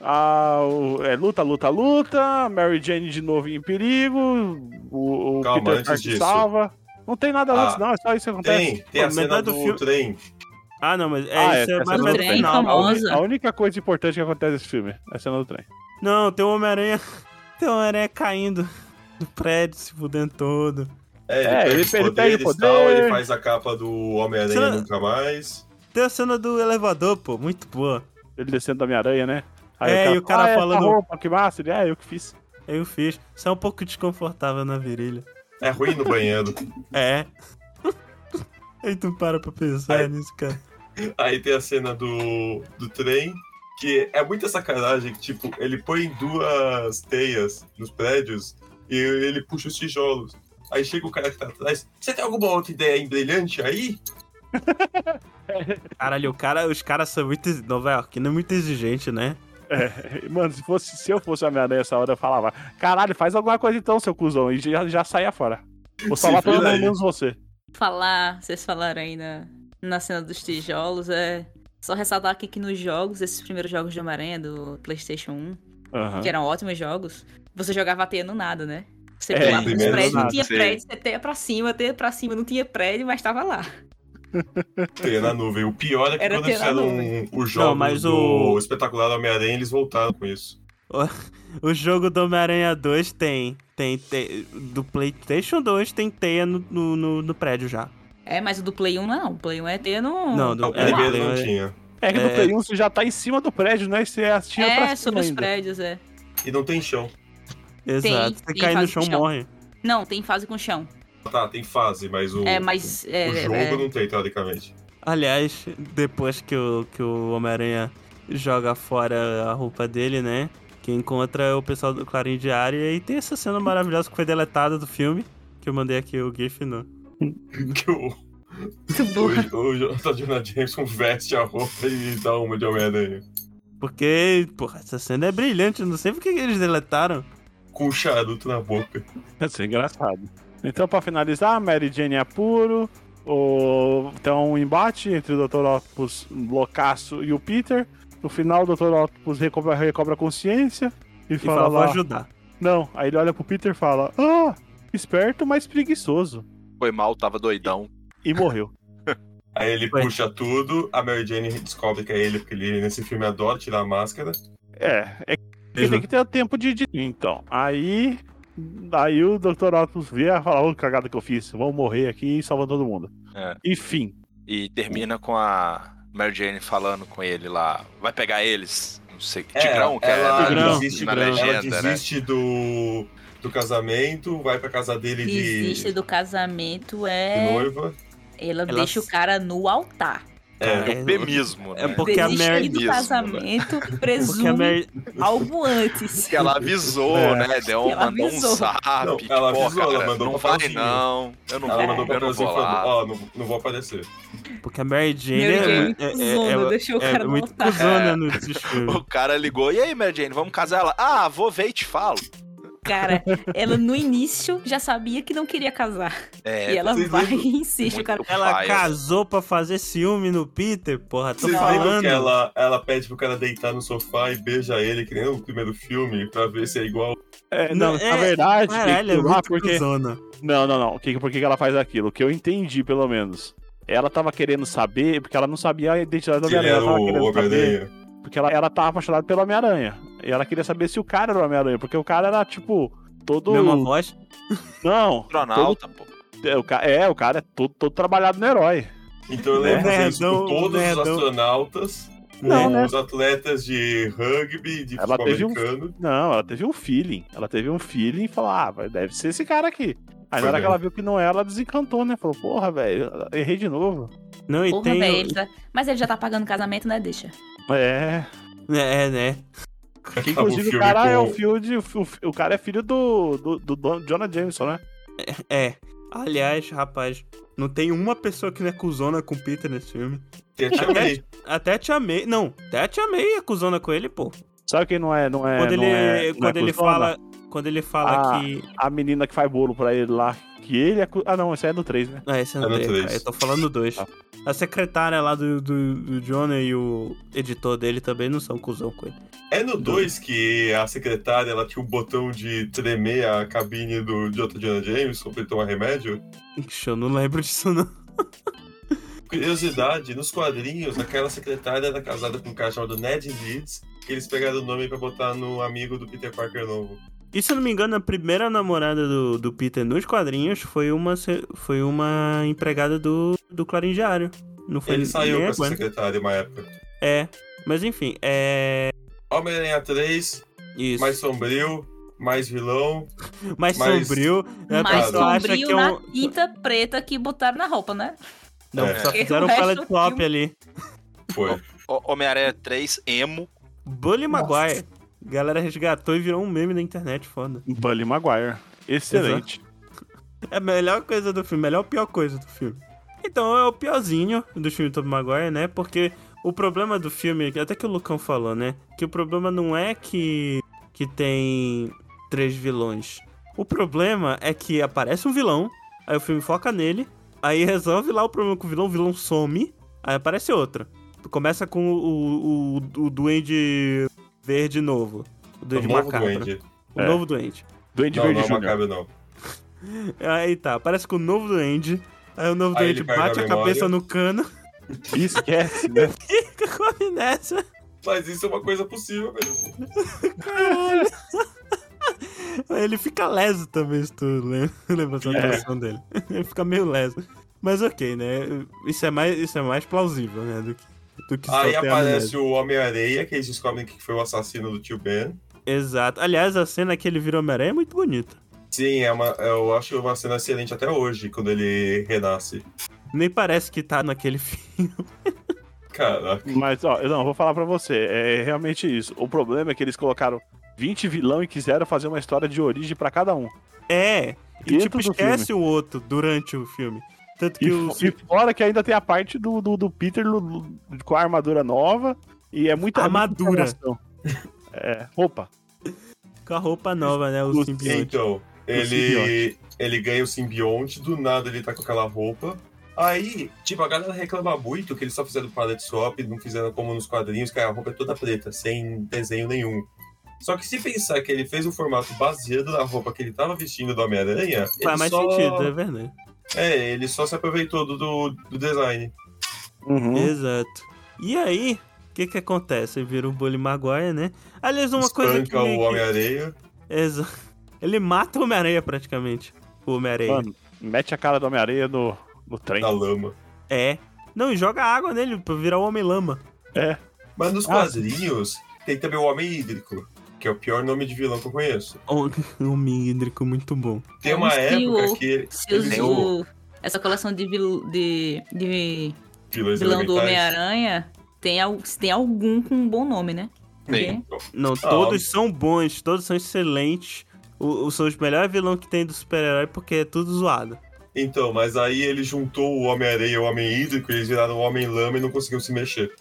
Speaker 7: Ah, o- é luta, luta, luta. Mary Jane de novo em perigo. O, o
Speaker 3: Calma,
Speaker 7: Peter
Speaker 3: antes
Speaker 7: Parker
Speaker 3: disso.
Speaker 7: salva. Não tem nada antes,
Speaker 3: Ah,
Speaker 7: não. É só isso que acontece.
Speaker 3: Tem, tem
Speaker 1: Pô,
Speaker 3: a cena
Speaker 1: metade
Speaker 3: do,
Speaker 1: do filme-
Speaker 3: trem.
Speaker 1: Ah, não, mas é
Speaker 7: Ah,
Speaker 1: isso é,
Speaker 7: essa
Speaker 1: mais
Speaker 7: do
Speaker 1: no
Speaker 2: trem,
Speaker 1: final.
Speaker 7: A, uni-
Speaker 2: Famosa.
Speaker 7: a única coisa importante que acontece nesse filme é a cena do trem.
Speaker 1: Não, tem o Homem-Aranha. Tem o Homem-Aranha caindo do prédio, se fudendo todo.
Speaker 3: É, ele pega
Speaker 7: É, ele-
Speaker 3: os
Speaker 7: ele pega o
Speaker 3: poderes e tal,
Speaker 7: poder.
Speaker 3: ele faz a capa do Homem-Aranha
Speaker 1: Será-
Speaker 3: Nunca Mais.
Speaker 1: Tem a cena do elevador, pô, muito boa.
Speaker 7: Ele descendo da minha aranha, né?
Speaker 1: É, e o cara
Speaker 7: ah, essa
Speaker 1: falando-
Speaker 7: Roupa, que massa. Ele, ah, eu que fiz.
Speaker 1: Eu fiz. Só um pouco desconfortável na virilha.
Speaker 3: É ruim no banheiro.
Speaker 1: É. Aí tu para pra pensar
Speaker 3: Aí-
Speaker 1: nisso, cara.
Speaker 3: Aí tem a cena do, do trem, que é muita sacanagem, que, tipo, ele põe duas teias nos prédios e ele puxa os tijolos. Aí chega o cara que tá atrás, você tem alguma outra ideia brilhante aí?
Speaker 1: Caralho, o cara, os caras são muito. exi- Nova York não é muito exigente, né?
Speaker 7: Mano, se, fosse, se eu fosse a minha aranha essa hora, eu falava: caralho, faz alguma coisa então, seu cuzão. E já, já saia fora. Vou
Speaker 3: Se
Speaker 7: salvar todo
Speaker 3: vira
Speaker 7: mundo
Speaker 3: aí.
Speaker 7: menos você.
Speaker 2: Falar, vocês falaram aí na, na cena dos tijolos, é. Só ressaltar aqui que nos jogos, esses primeiros jogos de Homem-Aranha do PlayStation 1,
Speaker 7: Aham.
Speaker 2: que eram ótimos jogos, você jogava a teia no nada, né? Você
Speaker 7: É,
Speaker 2: pulava nos
Speaker 3: primeiro
Speaker 2: prédios, não
Speaker 7: nada,
Speaker 2: tinha
Speaker 4: sim.
Speaker 2: prédio, você teia pra cima, teia pra cima, não tinha prédio, mas tava lá.
Speaker 3: Teia na nuvem. O pior é que
Speaker 2: Era
Speaker 3: quando
Speaker 2: teia na
Speaker 3: fizeram
Speaker 2: nuvem.
Speaker 3: os jogos
Speaker 1: Não, mas
Speaker 3: do
Speaker 1: o-
Speaker 3: espetacular Homem-Aranha, eles voltaram com isso.
Speaker 1: O jogo do Homem-Aranha 2 tem. Tem. te- do PlayStation 2 tem teia no, no, no- no prédio já.
Speaker 2: É, mas o do Play 1 não. O Play 1 é teia no.
Speaker 1: Não,
Speaker 3: O
Speaker 1: do é,
Speaker 3: primeiro
Speaker 1: Play
Speaker 3: não
Speaker 1: um é-
Speaker 3: tinha.
Speaker 7: É que no
Speaker 1: É.
Speaker 7: Play 1 você já tá em cima do prédio, né? E você atira pra
Speaker 2: É,
Speaker 7: cima
Speaker 2: sobre os
Speaker 7: ainda.
Speaker 2: prédios, é.
Speaker 3: E não tem chão.
Speaker 1: Exato.
Speaker 2: tem
Speaker 1: Se cair no
Speaker 2: fase
Speaker 1: chão,
Speaker 2: de chão.
Speaker 1: morre.
Speaker 2: Não, tem fase com chão.
Speaker 3: Tá, tem fase, mas o,
Speaker 2: É, mas. É,
Speaker 3: o jogo
Speaker 2: é-
Speaker 3: não tem, teoricamente.
Speaker 1: Aliás, depois que o, que o Homem-Aranha joga fora a roupa dele, né? Que encontra o pessoal do Clarim Diário e tem essa cena maravilhosa que foi deletada do filme. Que eu mandei aqui o GIF no.
Speaker 3: Que o,
Speaker 2: Muito boa.
Speaker 3: o, o Jonathan Jameson veste a roupa e dá uma de Homem-Aranha.
Speaker 1: Porque, porra, essa cena é brilhante, eu não sei por que que eles deletaram.
Speaker 3: Com o charuto na boca.
Speaker 7: Isso é engraçado. Então, pra finalizar, Mary Jane é puro. O... Tem um embate entre o Dr. Octopus loucaço e o Peter. No final, o Dr. Octopus recobra, recobra a consciência e,
Speaker 1: E
Speaker 7: fala:
Speaker 1: fala, vou
Speaker 7: lá,
Speaker 1: ajudar.
Speaker 7: Não. Aí ele olha pro Peter e fala: Ah, esperto, mas preguiçoso.
Speaker 4: Foi mal, tava doidão.
Speaker 7: E morreu.
Speaker 3: Aí ele
Speaker 1: Ué.
Speaker 3: puxa tudo, a Mary Jane descobre que é ele, porque ele nesse filme adora tirar a máscara.
Speaker 7: é, é que
Speaker 3: Uhum.
Speaker 7: tem que ter tempo de. de- Então, aí. Aí o Dr. Octopus vê e fala: Ô, cagada que eu fiz, vamos morrer aqui e salvar todo mundo.
Speaker 4: É.
Speaker 7: Enfim.
Speaker 4: E termina com a Mary Jane falando com ele lá. Vai pegar eles. Não sei.
Speaker 3: É,
Speaker 4: Tigrão, que
Speaker 3: ela
Speaker 4: é
Speaker 1: Tigrão,
Speaker 3: desiste,
Speaker 4: na
Speaker 1: Tigrão.
Speaker 3: ela
Speaker 4: legenda, né?
Speaker 3: desiste do, do casamento, vai pra casa dele de,
Speaker 2: Desiste do casamento
Speaker 3: de
Speaker 2: é.
Speaker 3: noiva.
Speaker 2: Ela,
Speaker 1: Ela
Speaker 2: deixa o
Speaker 1: s-
Speaker 2: cara no altar.
Speaker 1: É,
Speaker 4: É um bemismo,
Speaker 1: É
Speaker 4: né?
Speaker 1: porque a
Speaker 2: Desiste
Speaker 1: Mary. né?
Speaker 2: do
Speaker 4: Isso,
Speaker 2: casamento, presume
Speaker 1: Porque a Mary.
Speaker 2: algo antes.
Speaker 4: Que ela avisou,
Speaker 7: É.
Speaker 4: né? Deu,
Speaker 2: Ela
Speaker 4: mandou
Speaker 2: avisou.
Speaker 4: um zap.
Speaker 3: Não,
Speaker 4: que,
Speaker 3: ela
Speaker 4: pô,
Speaker 3: avisou, ela
Speaker 4: cara,
Speaker 3: mandou um
Speaker 4: Não vai,
Speaker 3: papelzinho.
Speaker 4: não. Eu não
Speaker 3: Ela
Speaker 4: vou,
Speaker 3: mandou um
Speaker 4: eu não
Speaker 3: papelzinho
Speaker 4: vou
Speaker 3: falando,
Speaker 4: lá.
Speaker 3: ó, não, não vou aparecer.
Speaker 1: Porque a Mary Jane.
Speaker 2: Mary Jane
Speaker 1: é, é,
Speaker 2: cuzona,
Speaker 1: é-
Speaker 2: deixou o
Speaker 1: é
Speaker 2: cara no
Speaker 1: muito
Speaker 2: altar.
Speaker 1: cuzona
Speaker 3: É.
Speaker 1: no filme.
Speaker 4: O cara ligou, e aí, Mary Jane, vamos casar ela? Ah, vou ver e te falo.
Speaker 2: Cara, ela no início já sabia que não queria casar.
Speaker 4: É,
Speaker 2: e ela
Speaker 3: vocês
Speaker 2: vai
Speaker 3: lembram?
Speaker 2: e insiste. O
Speaker 4: muito
Speaker 2: cara.
Speaker 4: assim.
Speaker 1: Ela
Speaker 4: paia.
Speaker 1: casou pra fazer ciúme no Peter, porra, tô
Speaker 3: é Vocês lembram
Speaker 1: falando.
Speaker 3: que ela, ela pede pro cara deitar no sofá e beija ele, que nem no primeiro filme, pra ver se é igual.
Speaker 7: É,
Speaker 1: Não,
Speaker 7: não,
Speaker 1: é-
Speaker 7: na verdade, tem que
Speaker 1: Caralho, é
Speaker 7: provar
Speaker 1: muito
Speaker 7: porque...
Speaker 1: cuzona.
Speaker 7: Não, não, não. O que- Por que que ela faz aquilo? O que eu entendi, pelo menos. Ela tava querendo saber, porque ela não sabia a identidade do
Speaker 3: Se ele era
Speaker 7: Homem-Aranha. Ela tava
Speaker 3: é, o
Speaker 7: querendo saber,
Speaker 3: Homem-Aranha.
Speaker 7: porque ela, ela tava apaixonada pelo Homem-Aranha. E ela queria saber se o cara era o Homem-Aranha, porque o cara era, tipo, todo...
Speaker 1: Mesma voz.
Speaker 7: Não,
Speaker 4: astronauta, pô.
Speaker 7: é, o, ca- é, o cara é todo, todo trabalhado no herói.
Speaker 3: Então eu lembro
Speaker 1: Nerdão,
Speaker 3: disso por todos os
Speaker 1: nerdão.
Speaker 3: astronautas. com
Speaker 7: né, Não, né?
Speaker 3: os atletas de rugby, de
Speaker 7: Ela
Speaker 3: futebol
Speaker 7: teve um-
Speaker 3: americano.
Speaker 7: Não, ela teve um feeling. Ela teve um feeling e falou: ah, vai- deve ser esse cara aqui. Aí na
Speaker 3: Foi
Speaker 7: hora que
Speaker 3: mesmo.
Speaker 7: ela viu que não era, ela desencantou, né? Falou, porra, velho, errei de novo.
Speaker 1: Não, e
Speaker 2: Porra,
Speaker 1: tem.
Speaker 2: velho, ele tá- Mas ele já tá pagando casamento, né? Deixa.
Speaker 7: É.
Speaker 1: É, né?
Speaker 7: Que,
Speaker 3: Acaba
Speaker 7: inclusive, o
Speaker 3: Ah, filme
Speaker 7: cara é
Speaker 3: com-
Speaker 7: o filho de. O, o cara é filho do, do, do Don- Jonah Jameson, né?
Speaker 1: É. Aliás, rapaz, não tem uma pessoa que não é cuzona com o Peter nesse filme.
Speaker 3: Tem a Tia May.
Speaker 1: Até a Tia May. Não, até a Tia May é cuzona com ele, pô.
Speaker 7: Sabe quem não é. Não é
Speaker 1: quando
Speaker 7: não
Speaker 1: ele,
Speaker 7: é- não é
Speaker 1: quando ele
Speaker 7: cuzona?
Speaker 1: fala. Quando ele fala
Speaker 7: Ah.
Speaker 1: que.
Speaker 7: A menina que faz bolo pra ele lá. Que ele é. cu- Ah, não, esse aí é do 3, né?
Speaker 1: Ah, esse é
Speaker 3: É
Speaker 1: no
Speaker 3: no
Speaker 1: 3,
Speaker 3: três.
Speaker 1: cara. Eu tô falando dois.
Speaker 3: Ah.
Speaker 7: Tá.
Speaker 1: A secretária lá do, do, do Jonah e o editor dele também não são cuzão com ele.
Speaker 3: É no 2 que a secretária ela tinha um botão de tremer a cabine do Jota Jonah Jameson pra ele tomar remédio?
Speaker 1: Ixi, eu não lembro disso, não.
Speaker 3: Curiosidade, nos quadrinhos, aquela secretária era casada com um cara chamado Ned Leeds, que eles pegaram o nome pra botar no amigo do Peter Parker novo.
Speaker 1: E se eu não me engano, a primeira namorada do, do Peter nos quadrinhos foi uma, se- foi uma empregada do, do Clarim Diário. Não foi
Speaker 3: Ele
Speaker 1: nem
Speaker 3: saiu
Speaker 1: a
Speaker 3: com essa
Speaker 1: Gwen.
Speaker 3: secretária em uma época.
Speaker 1: É. Mas enfim, é.
Speaker 3: Homem-Aranha 3,
Speaker 1: Isso.
Speaker 3: mais
Speaker 1: Mais,
Speaker 3: sombrio, mais vilão. mais-
Speaker 1: sombrio. Né?
Speaker 2: Mais
Speaker 1: a pessoa acha
Speaker 2: sombrio
Speaker 1: que é
Speaker 2: na
Speaker 1: um.
Speaker 2: tinta preta que botaram na roupa, né?
Speaker 1: Não,
Speaker 3: É.
Speaker 1: só
Speaker 2: Porque
Speaker 1: fizeram um
Speaker 2: o resto
Speaker 1: palette
Speaker 2: do
Speaker 1: swap
Speaker 2: filme-
Speaker 1: ali.
Speaker 3: Foi.
Speaker 4: O- Homem-Aranha 3, emo.
Speaker 1: Bully
Speaker 2: Nossa.
Speaker 1: Maguire. Galera resgatou e virou um meme na internet, foda.
Speaker 7: Bully Maguire. Excelente.
Speaker 1: É a melhor coisa do filme, melhor ou pior coisa do filme. Então é o piorzinho do filme do Tobey Maguire, né? Porque o problema do filme, até que o Lucão falou, né? Que o problema não é que, que tem três vilões. O problema é que aparece um vilão, aí o filme foca nele, aí resolve lá o problema com o vilão, o vilão some, aí aparece outro. Começa com o, o, o Duende Verde novo. O
Speaker 3: O
Speaker 1: Duende
Speaker 3: novo
Speaker 1: Macabro.
Speaker 3: Duende.
Speaker 1: O
Speaker 7: É.
Speaker 1: novo Duende.
Speaker 7: Duende
Speaker 3: Não,
Speaker 7: Verde
Speaker 3: não,
Speaker 7: Jr.
Speaker 3: Macabro não.
Speaker 1: Aí tá, parece que o novo duende. Aí o novo
Speaker 3: Aí
Speaker 1: duende
Speaker 3: ele perde a
Speaker 1: bate a
Speaker 3: memória.
Speaker 1: cabeça no cano,
Speaker 7: Esquece, né?
Speaker 1: fica com a amnésia.
Speaker 3: Mas isso é uma coisa possível mesmo.
Speaker 1: Aí ele fica leso também, se tu lembra, lembra essa
Speaker 7: É.
Speaker 1: atuação dele. Ele fica meio leso. Mas ok, né? Isso é mais, isso é mais plausível, né? Do que, do que só
Speaker 3: Aí
Speaker 1: ter amnésia.
Speaker 3: aparece o Homem-Areia, que eles descobrem que foi o assassino do tio Ben.
Speaker 1: Exato. Aliás, a cena que ele virou Homem-Aranha é muito bonita.
Speaker 3: Sim, é uma, eu acho uma cena excelente até hoje, quando ele renasce.
Speaker 1: Nem parece que tá naquele filme.
Speaker 3: Cara,
Speaker 7: Mas, ó, eu não, vou falar pra você. É realmente isso. O problema é que eles colocaram 20 vilão e quiseram fazer uma história de origem pra cada um.
Speaker 1: É. E
Speaker 7: Dentro
Speaker 1: tipo,
Speaker 7: do
Speaker 1: esquece o outro durante o filme. Tanto que
Speaker 7: E,
Speaker 1: o.
Speaker 7: e fora que ainda tem a parte do, do, do Peter lu- lu- com a armadura nova. E é muita.
Speaker 1: Armadura.
Speaker 7: muita informação. É, roupa.
Speaker 1: Com a roupa nova, né? O
Speaker 7: O-
Speaker 1: simbionte.
Speaker 3: então, ele,
Speaker 7: simbionte.
Speaker 3: ele ganha o simbionte, do nada ele tá com aquela roupa. Aí, tipo, a galera reclama muito que eles só fizeram palette swap, não fizeram como nos quadrinhos, que a roupa é toda preta, sem desenho nenhum. Só que se pensar que ele fez um formato baseado na roupa que ele tava vestindo do Homem-Aranha, ele
Speaker 1: Faz mais
Speaker 3: só-
Speaker 1: sentido, é verdade.
Speaker 3: É, ele só se aproveitou do, do, do design.
Speaker 1: Hum?
Speaker 7: Uhum.
Speaker 1: Exato. E aí, o que que acontece? Ele vira o Bully Maguire, né? Aliás, uma coisa que...
Speaker 3: Espanca o Homem-Areia.
Speaker 1: Exato. Ele mata o Homem-Aranha, praticamente. O Homem-Aranha.
Speaker 7: Mano, mete a cara do Homem-Areia no, no trem.
Speaker 3: na lama.
Speaker 1: É. Não, e joga água nele pra virar o Homem-Lama.
Speaker 3: Mas nos
Speaker 7: Ah.
Speaker 3: quadrinhos tem também o Homem Hídrico, que é o pior nome de vilão que eu conheço.
Speaker 1: O homem hídrico muito bom.
Speaker 3: Tem uma
Speaker 2: Sim,
Speaker 3: época
Speaker 2: o-
Speaker 3: que
Speaker 2: Se
Speaker 3: eles
Speaker 4: Nem
Speaker 3: usam
Speaker 4: o-
Speaker 2: usou essa coleção de, vil- de, de
Speaker 3: vilões
Speaker 2: vilão do
Speaker 3: elementais.
Speaker 2: Homem-Aranha, tem, al- se tem algum com um bom nome, né?
Speaker 4: Tem.
Speaker 1: Não, todos são bons, todos são excelentes. O, o- são os melhores vilões que tem do super-herói porque é tudo zoado.
Speaker 3: Então, mas aí ele juntou o Homem-Areia e o Homem Hídrico, eles viraram o Homem Lama e não conseguiam se mexer.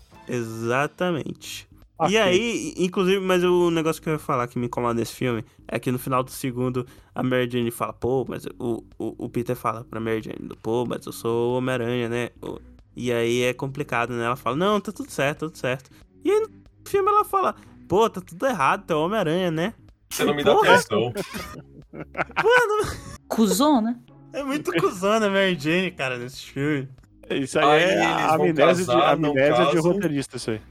Speaker 1: Exatamente.
Speaker 7: Ok.
Speaker 1: E aí, inclusive, mas o negócio que eu ia falar que me incomoda nesse filme é que no final do segundo a Mary Jane fala, pô, mas o, o, o Peter fala pra Mary Jane, pô, mas eu sou o Homem-Aranha, né? O- E aí é complicado, né? Ela fala, não, tá tudo certo, tudo certo. E aí no filme ela fala, pô, tá tudo errado, tu é o Homem-Aranha, né?
Speaker 3: Você não me dá
Speaker 1: Porra!
Speaker 3: atenção.
Speaker 2: Cusona.
Speaker 1: É muito cuzona a Mary Jane, cara, nesse filme.
Speaker 7: Isso aí,
Speaker 3: Aí
Speaker 7: é
Speaker 3: eles vão
Speaker 7: a amnésia, de,
Speaker 3: casar, não
Speaker 7: amnésia de
Speaker 3: casam.
Speaker 7: roteirista, isso aí.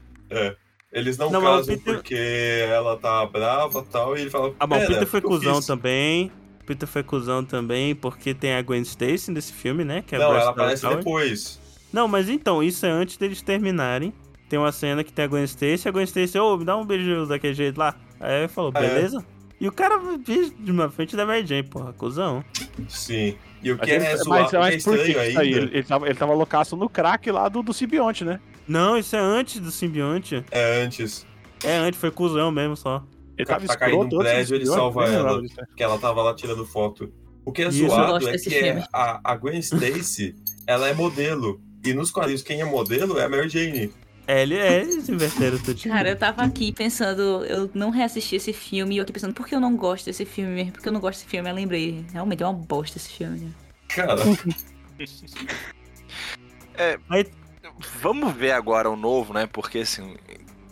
Speaker 3: Eles não,
Speaker 1: Não, mas o
Speaker 3: casam
Speaker 1: Peter-
Speaker 3: porque ela tá brava e tal, e ele fala.
Speaker 1: Ah, bom, o
Speaker 3: "Pera,
Speaker 1: Peter foi
Speaker 3: o que eu
Speaker 1: cuzão
Speaker 3: fiz?"
Speaker 1: também. Peter foi cuzão também, porque tem a Gwen Stacy nesse filme, né? Que é a
Speaker 3: Não,
Speaker 1: Bryce
Speaker 3: ela
Speaker 1: Dallas
Speaker 3: aparece
Speaker 1: Howard.
Speaker 3: depois.
Speaker 1: Não, mas então, isso é antes deles terminarem. Tem uma cena que tem a Gwen Stacy, a Gwen Stacy, ô, me dá um beijo daquele jeito lá. Aí ele falou,
Speaker 3: Ah, é?
Speaker 1: beleza? E o cara beijo de uma frente da Mary Jane, porra, cuzão.
Speaker 3: Sim. E o
Speaker 7: Mas,
Speaker 3: que é
Speaker 7: ele-
Speaker 3: zoar,
Speaker 7: mas,
Speaker 3: o que é
Speaker 7: mas por que
Speaker 3: estranho
Speaker 7: isso aí?
Speaker 3: ainda,
Speaker 7: Ele, ele, tava, ele tava loucaço no crack lá do, do simbionte, né?
Speaker 1: Não, isso é antes do simbionte.
Speaker 3: é antes
Speaker 1: É antes, foi cuzão mesmo só.
Speaker 7: Ele
Speaker 3: Tá-
Speaker 7: tava
Speaker 3: tá caindo um
Speaker 7: escroto antes do
Speaker 3: prédio, ele
Speaker 7: simbionte,
Speaker 3: salva
Speaker 7: nem
Speaker 3: ela.
Speaker 7: lembrava disso, né?
Speaker 3: que ela tava lá tirando foto. O que é
Speaker 1: Isso.
Speaker 2: Eu
Speaker 3: zoado
Speaker 2: gosto
Speaker 3: é
Speaker 2: desse
Speaker 3: que é
Speaker 2: filme.
Speaker 3: a, a Gwen Stacy, ela é modelo. E nos quadrinhos, quem é modelo é a Mary Jane.
Speaker 1: É, ele, é eles inverteram tudo.
Speaker 2: Cara, eu tava aqui pensando, eu não reassisti esse filme, e eu aqui pensando, por que eu não gosto desse filme? Por que eu não gosto desse filme? Eu lembrei, realmente é uma bosta esse filme. né?
Speaker 3: Cara,
Speaker 4: Vamos ver agora o novo, né? Porque assim,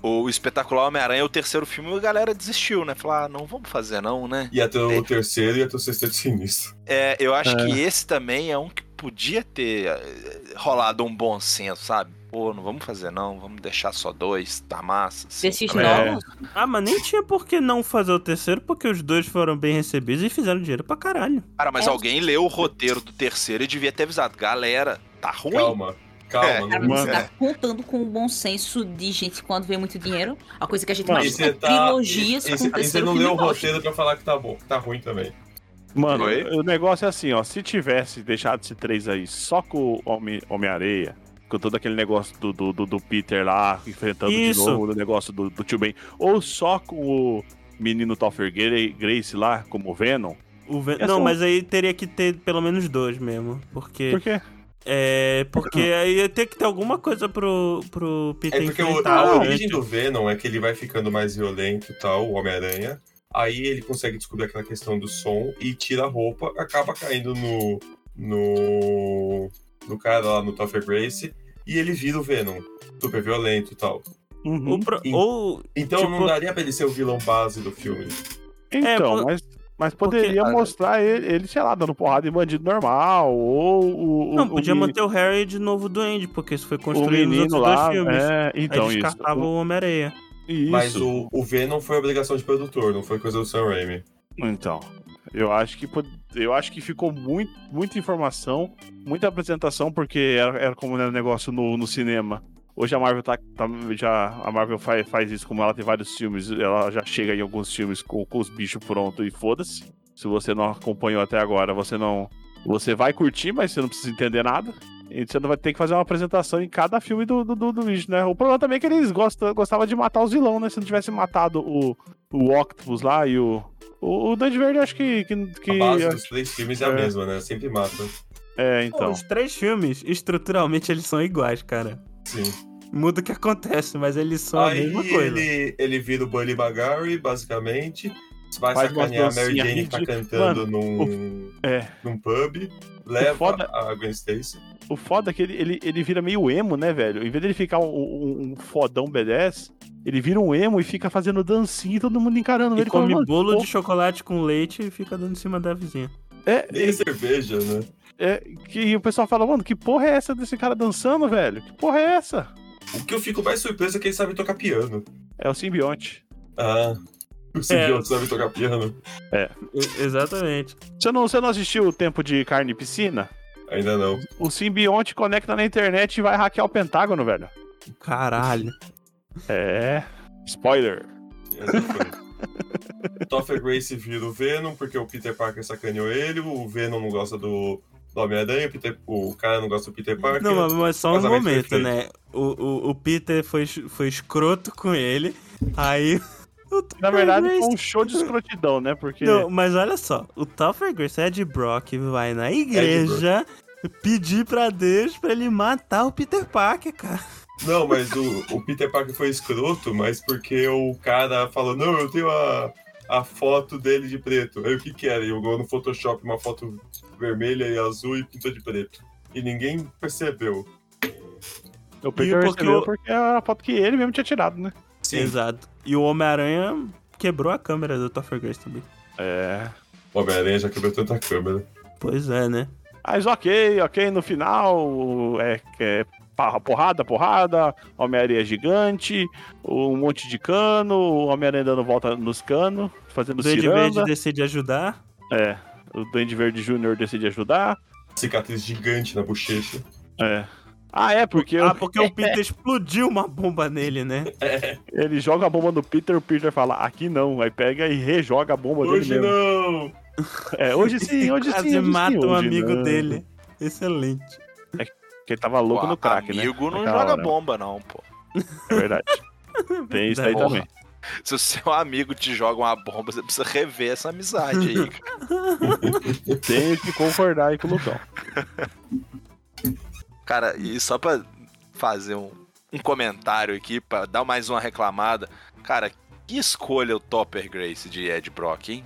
Speaker 4: o Espetacular Homem-Aranha é o terceiro filme e a galera desistiu, né? Falar, ah, não vamos fazer não, né?
Speaker 3: ia ter o terceiro e ia ter o sexteto sinistro.
Speaker 4: É, eu acho que esse também é um que podia ter eh, rolado um bom senso, sabe? Pô, não vamos fazer não, vamos deixar só dois, tá massa. assim.
Speaker 2: Desses
Speaker 7: É.
Speaker 2: novos,
Speaker 1: Ah, mas nem tinha por que não fazer o terceiro, porque os dois foram bem recebidos e fizeram dinheiro pra caralho.
Speaker 4: Cara, mas
Speaker 2: É.
Speaker 4: alguém leu o roteiro do terceiro e devia ter avisado. Galera, tá ruim.
Speaker 3: Calma, calma.
Speaker 4: É,
Speaker 2: cara, você
Speaker 3: não-
Speaker 5: Mano,
Speaker 2: tá contando com o bom senso de gente quando vê muito dinheiro. A coisa que a gente
Speaker 7: Mano,
Speaker 3: E
Speaker 2: mais
Speaker 3: você
Speaker 2: é
Speaker 3: tá.
Speaker 2: trilogias
Speaker 3: e-
Speaker 2: com
Speaker 3: e
Speaker 2: o
Speaker 3: você- e você
Speaker 2: terceiro
Speaker 3: não
Speaker 2: filme
Speaker 3: leu o
Speaker 2: bosta.
Speaker 3: roteiro pra falar que tá bom, que tá ruim também.
Speaker 7: Mano,
Speaker 4: Oi?
Speaker 7: o negócio é assim, ó. Se tivesse deixado esse três aí só com o Homem- Homem-Areia, com todo aquele negócio do, do, do, do Peter lá enfrentando
Speaker 1: Isso.
Speaker 7: de novo o negócio do, do Tio Ben, ou só com o menino Toffer Grace lá como Venom,
Speaker 1: O Ven-
Speaker 7: É
Speaker 1: Não,
Speaker 7: só-
Speaker 2: um
Speaker 1: mas aí teria que ter pelo menos dois mesmo. Porque.
Speaker 7: por quê?
Speaker 1: É. Porque aí tem que ter alguma coisa pro, pro Peter
Speaker 3: É porque o,
Speaker 1: enfrentar.
Speaker 3: a
Speaker 1: né?
Speaker 3: origem do Venom é que ele vai ficando mais violento e tal, o Homem-Aranha. Aí ele consegue descobrir aquela questão do som e tira a roupa, acaba caindo no. no. no cara lá no Topher Grace. E ele vira o Venom, super violento e tal.
Speaker 7: Uhum.
Speaker 1: O pro-
Speaker 3: Sim.
Speaker 1: Ou.
Speaker 3: Então
Speaker 1: Tipo-
Speaker 3: não daria pra ele ser o vilão base do filme.
Speaker 7: Então,
Speaker 1: por-
Speaker 7: mas, mas poderia
Speaker 3: Ah,
Speaker 4: porque-
Speaker 7: mostrar ele, ele, sei lá, dando porrada em bandido normal, ou o.
Speaker 1: Não,
Speaker 7: o- o
Speaker 1: podia
Speaker 7: meni-
Speaker 1: manter o Harry de novo doente, porque isso foi
Speaker 7: o
Speaker 1: construído nos
Speaker 7: menino
Speaker 1: outros
Speaker 7: lá.
Speaker 1: dois filmes.
Speaker 7: É, então
Speaker 1: aí
Speaker 7: isso.
Speaker 1: descartava o Homem-Areia.
Speaker 7: isso.
Speaker 3: Mas o, o Venom foi obrigação de produtor, não foi coisa do Sam Raimi.
Speaker 7: Então, eu acho que pod- eu acho que ficou muito, muita informação, muita apresentação, porque era, era como era o negócio no, no cinema. Hoje a Marvel tá, tá- já a Marvel faz, faz isso como ela tem vários filmes, ela já chega em alguns filmes com, com os bichos prontos e foda-se. Se você não acompanhou até agora, você não você vai curtir, mas você não precisa entender nada. E você não vai ter que fazer uma apresentação em cada filme do, do, do, do bicho, né? O problema também é que eles gostam, gostavam de matar os vilões, né? Se não tivesse matado o, o Octopus lá e o, o, o Duende Verde, eu acho que. que, que-
Speaker 3: A base dos três filmes é a
Speaker 7: é.
Speaker 3: mesma, né? Sempre mata.
Speaker 7: É, então.
Speaker 1: Os três filmes, estruturalmente, eles são iguais, cara.
Speaker 3: Sim.
Speaker 1: Muda o que acontece, mas eles são Então é a
Speaker 3: Aí
Speaker 1: mesma coisa.
Speaker 3: ele, ele vira o Bully Bagari, basicamente. Vai
Speaker 7: Faz
Speaker 3: sacanear a
Speaker 7: umas
Speaker 3: Mary
Speaker 7: dancinhas
Speaker 3: Jane que tá
Speaker 7: ridículas.
Speaker 3: cantando num,
Speaker 7: é.
Speaker 3: num pub. Leva
Speaker 7: foda-
Speaker 3: a Gwen Stacy.
Speaker 7: O foda é que ele, ele, ele vira meio emo, né, velho? Em vez dele ficar um, um, um fodão B10, ele vira um emo e fica fazendo dancinha e todo mundo encarando
Speaker 1: E
Speaker 7: ele como,
Speaker 1: come
Speaker 7: "Mano,
Speaker 1: bolo
Speaker 7: pô,
Speaker 1: de chocolate com leite e fica dando em cima da vizinha.
Speaker 7: É,
Speaker 3: Nem cerveja, né?
Speaker 7: é, que e o pessoal fala, mano, que porra é essa desse cara dançando, velho? Que porra é essa?
Speaker 3: O que eu fico mais surpreso é que ele sabe tocar piano.
Speaker 7: É o simbionte.
Speaker 3: Ah, o
Speaker 1: É.
Speaker 3: simbionte sabe tocar piano?
Speaker 1: E- Exatamente.
Speaker 7: Você não, você não assistiu o tempo de carne e piscina?
Speaker 3: Ainda não.
Speaker 7: O simbionte conecta na internet e vai hackear o Pentágono, velho.
Speaker 1: Caralho.
Speaker 7: É. Spoiler.
Speaker 3: Exatamente. Topher Grace vira o Venom, porque o Peter Parker sacaneou ele, o Venom não gosta do, do Homem-Aranha, o Peter- o cara não gosta do Peter Parker.
Speaker 1: Não, mas, mas só um
Speaker 3: Casamento
Speaker 1: momento,
Speaker 3: perfeito.
Speaker 1: né? O, o, o Peter foi, es- foi escroto com ele. Aí. o
Speaker 7: Na
Speaker 1: Topher
Speaker 7: verdade,
Speaker 1: Grace-
Speaker 7: foi um show de escrotidão, né? Porque.
Speaker 1: Não, mas olha só, o Topher Grace Ed Brock vai na igreja pedir pra Deus pra ele matar o Peter Parker, cara.
Speaker 3: Não, mas o, o Peter Parker foi escroto, mas porque o cara falou, não, eu tenho a, a foto dele de preto. Aí o que que era? Ele Jogou no Photoshop uma foto vermelha e azul e pintou de preto. E ninguém percebeu.
Speaker 7: Eu
Speaker 1: E
Speaker 7: Peter
Speaker 1: porque
Speaker 7: recebeu
Speaker 1: o-
Speaker 7: porque era a foto que ele mesmo tinha tirado, né?
Speaker 1: Exato. E o Homem-Aranha quebrou a câmera do Topher Grace também.
Speaker 7: É.
Speaker 3: O Homem-Aranha já quebrou tanta câmera.
Speaker 1: Pois é, né?
Speaker 7: Mas ok, ok, no final é, é parra- porrada, porrada, Homem-Aranha gigante, um monte de cano, o Homem-Aranha dando volta nos canos,
Speaker 1: O
Speaker 7: fazendo
Speaker 1: Duende Verde
Speaker 7: ciranda.
Speaker 1: decide ajudar.
Speaker 7: É, o Duende Verde Júnior decide ajudar.
Speaker 3: Cicatriz gigante na bochecha.
Speaker 7: É. Ah, é, porque
Speaker 1: Ah, porque o Peter explodiu uma bomba nele, né?
Speaker 7: ele joga a bomba no Peter, o Peter fala, aqui não. Aí pega e rejoga a bomba
Speaker 3: Hoje
Speaker 7: dele mesmo.
Speaker 3: não!
Speaker 7: É, hoje sim, hoje
Speaker 1: Quase
Speaker 7: sim. hoje
Speaker 1: mata
Speaker 7: sim,
Speaker 1: um
Speaker 7: hoje
Speaker 1: amigo
Speaker 7: não.
Speaker 1: dele. Excelente.
Speaker 7: Porque ele tava louco
Speaker 4: Pô,
Speaker 7: no crack, né?
Speaker 4: amigo não
Speaker 7: Naquela
Speaker 4: joga
Speaker 7: hora.
Speaker 4: bomba, não, pô.
Speaker 7: É verdade. Tem isso aí
Speaker 1: Porra.
Speaker 7: também.
Speaker 4: Se o seu amigo te joga uma bomba, você precisa rever essa amizade aí. cara.
Speaker 7: Tenho que concordar aí com o Lucão.
Speaker 4: Cara, e só pra fazer um, um comentário aqui, pra dar mais uma reclamada. Cara, que escolha o Topper Grace de Ed Brock, hein?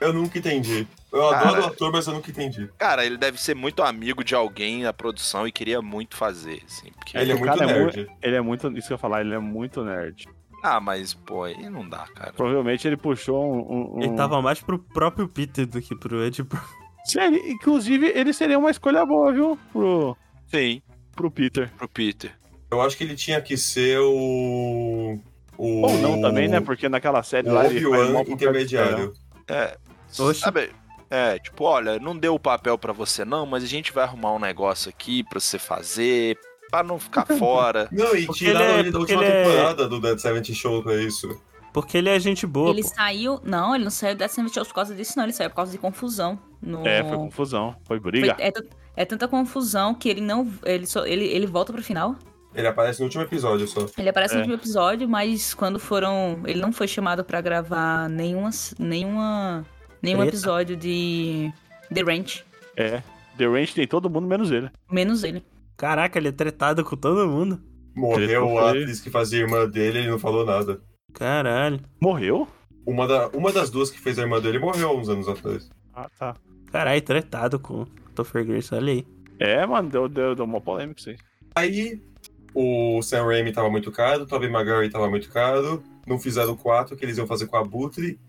Speaker 3: Eu nunca entendi. Eu
Speaker 4: Cara.
Speaker 3: adoro o ator, mas eu nunca entendi.
Speaker 4: Cara, ele deve ser muito amigo de alguém na produção e queria muito fazer, assim. Porque...
Speaker 3: Ele é
Speaker 7: O
Speaker 3: muito
Speaker 7: cara é
Speaker 3: nerd.
Speaker 7: Ele é muito. Isso que eu ia falar, ele é muito nerd.
Speaker 4: Ah, mas, pô, aí não dá, cara.
Speaker 7: Provavelmente ele puxou um. um- um-
Speaker 1: Ele tava mais pro próprio Peter do que pro Ed Brock.
Speaker 7: Sério, inclusive, ele seria uma escolha boa, viu? Pro,
Speaker 4: Sim,
Speaker 7: pro Peter.
Speaker 4: pro Peter.
Speaker 3: Eu acho que ele tinha que ser o. o
Speaker 7: Ou não também, né? Porque naquela série lá
Speaker 3: O
Speaker 7: ele faz
Speaker 3: Obi-Wan
Speaker 7: mal pro
Speaker 3: intermediário.
Speaker 4: É.
Speaker 1: Oxe.
Speaker 4: Sabe? É, tipo, olha, não deu o papel pra você não, mas a gente vai arrumar um negócio aqui pra você fazer, pra não ficar fora.
Speaker 3: Não, e
Speaker 1: Porque
Speaker 3: tiraram
Speaker 1: ele é-
Speaker 3: ele da
Speaker 1: porque
Speaker 3: última
Speaker 1: ele é-
Speaker 3: temporada do Dead Seventy Show pra isso.
Speaker 1: Porque ele é gente boa,
Speaker 2: Ele
Speaker 1: pô.
Speaker 2: saiu. Não, ele não saiu da Death Show por causa disso, não. Ele saiu por causa de confusão. No...
Speaker 7: É, foi confusão. Foi
Speaker 2: Foi-
Speaker 7: briga.
Speaker 2: é, tan- é tanta confusão que ele não. Ele, só, ele, ele volta pro final.
Speaker 3: Ele aparece no último episódio só.
Speaker 2: Ele aparece
Speaker 7: É.
Speaker 2: no último episódio, mas quando foram. Ele não foi chamado pra gravar nenhuma. nenhuma nenhum
Speaker 1: Treta.
Speaker 2: episódio de The Ranch.
Speaker 7: É. The Range tem todo mundo menos ele.
Speaker 2: Menos ele.
Speaker 1: Caraca, ele é tretado com todo mundo.
Speaker 3: Morreu
Speaker 7: Tretou
Speaker 3: a
Speaker 7: feio.
Speaker 3: atriz que fazia a irmã dele, ele não falou nada.
Speaker 1: Caralho.
Speaker 7: Morreu?
Speaker 3: Uma, da, uma das duas que fez a irmã dele morreu há uns anos atrás.
Speaker 7: Ah, tá.
Speaker 1: Caralho, tretado com o Topher Grace, olha aí.
Speaker 7: É, mano, deu, deu, deu uma polêmica isso aí.
Speaker 3: Aí o Sam Raimi tava muito caro, o Tobey Maguire tava muito caro, não fizeram o 4 que eles iam fazer com a Butre,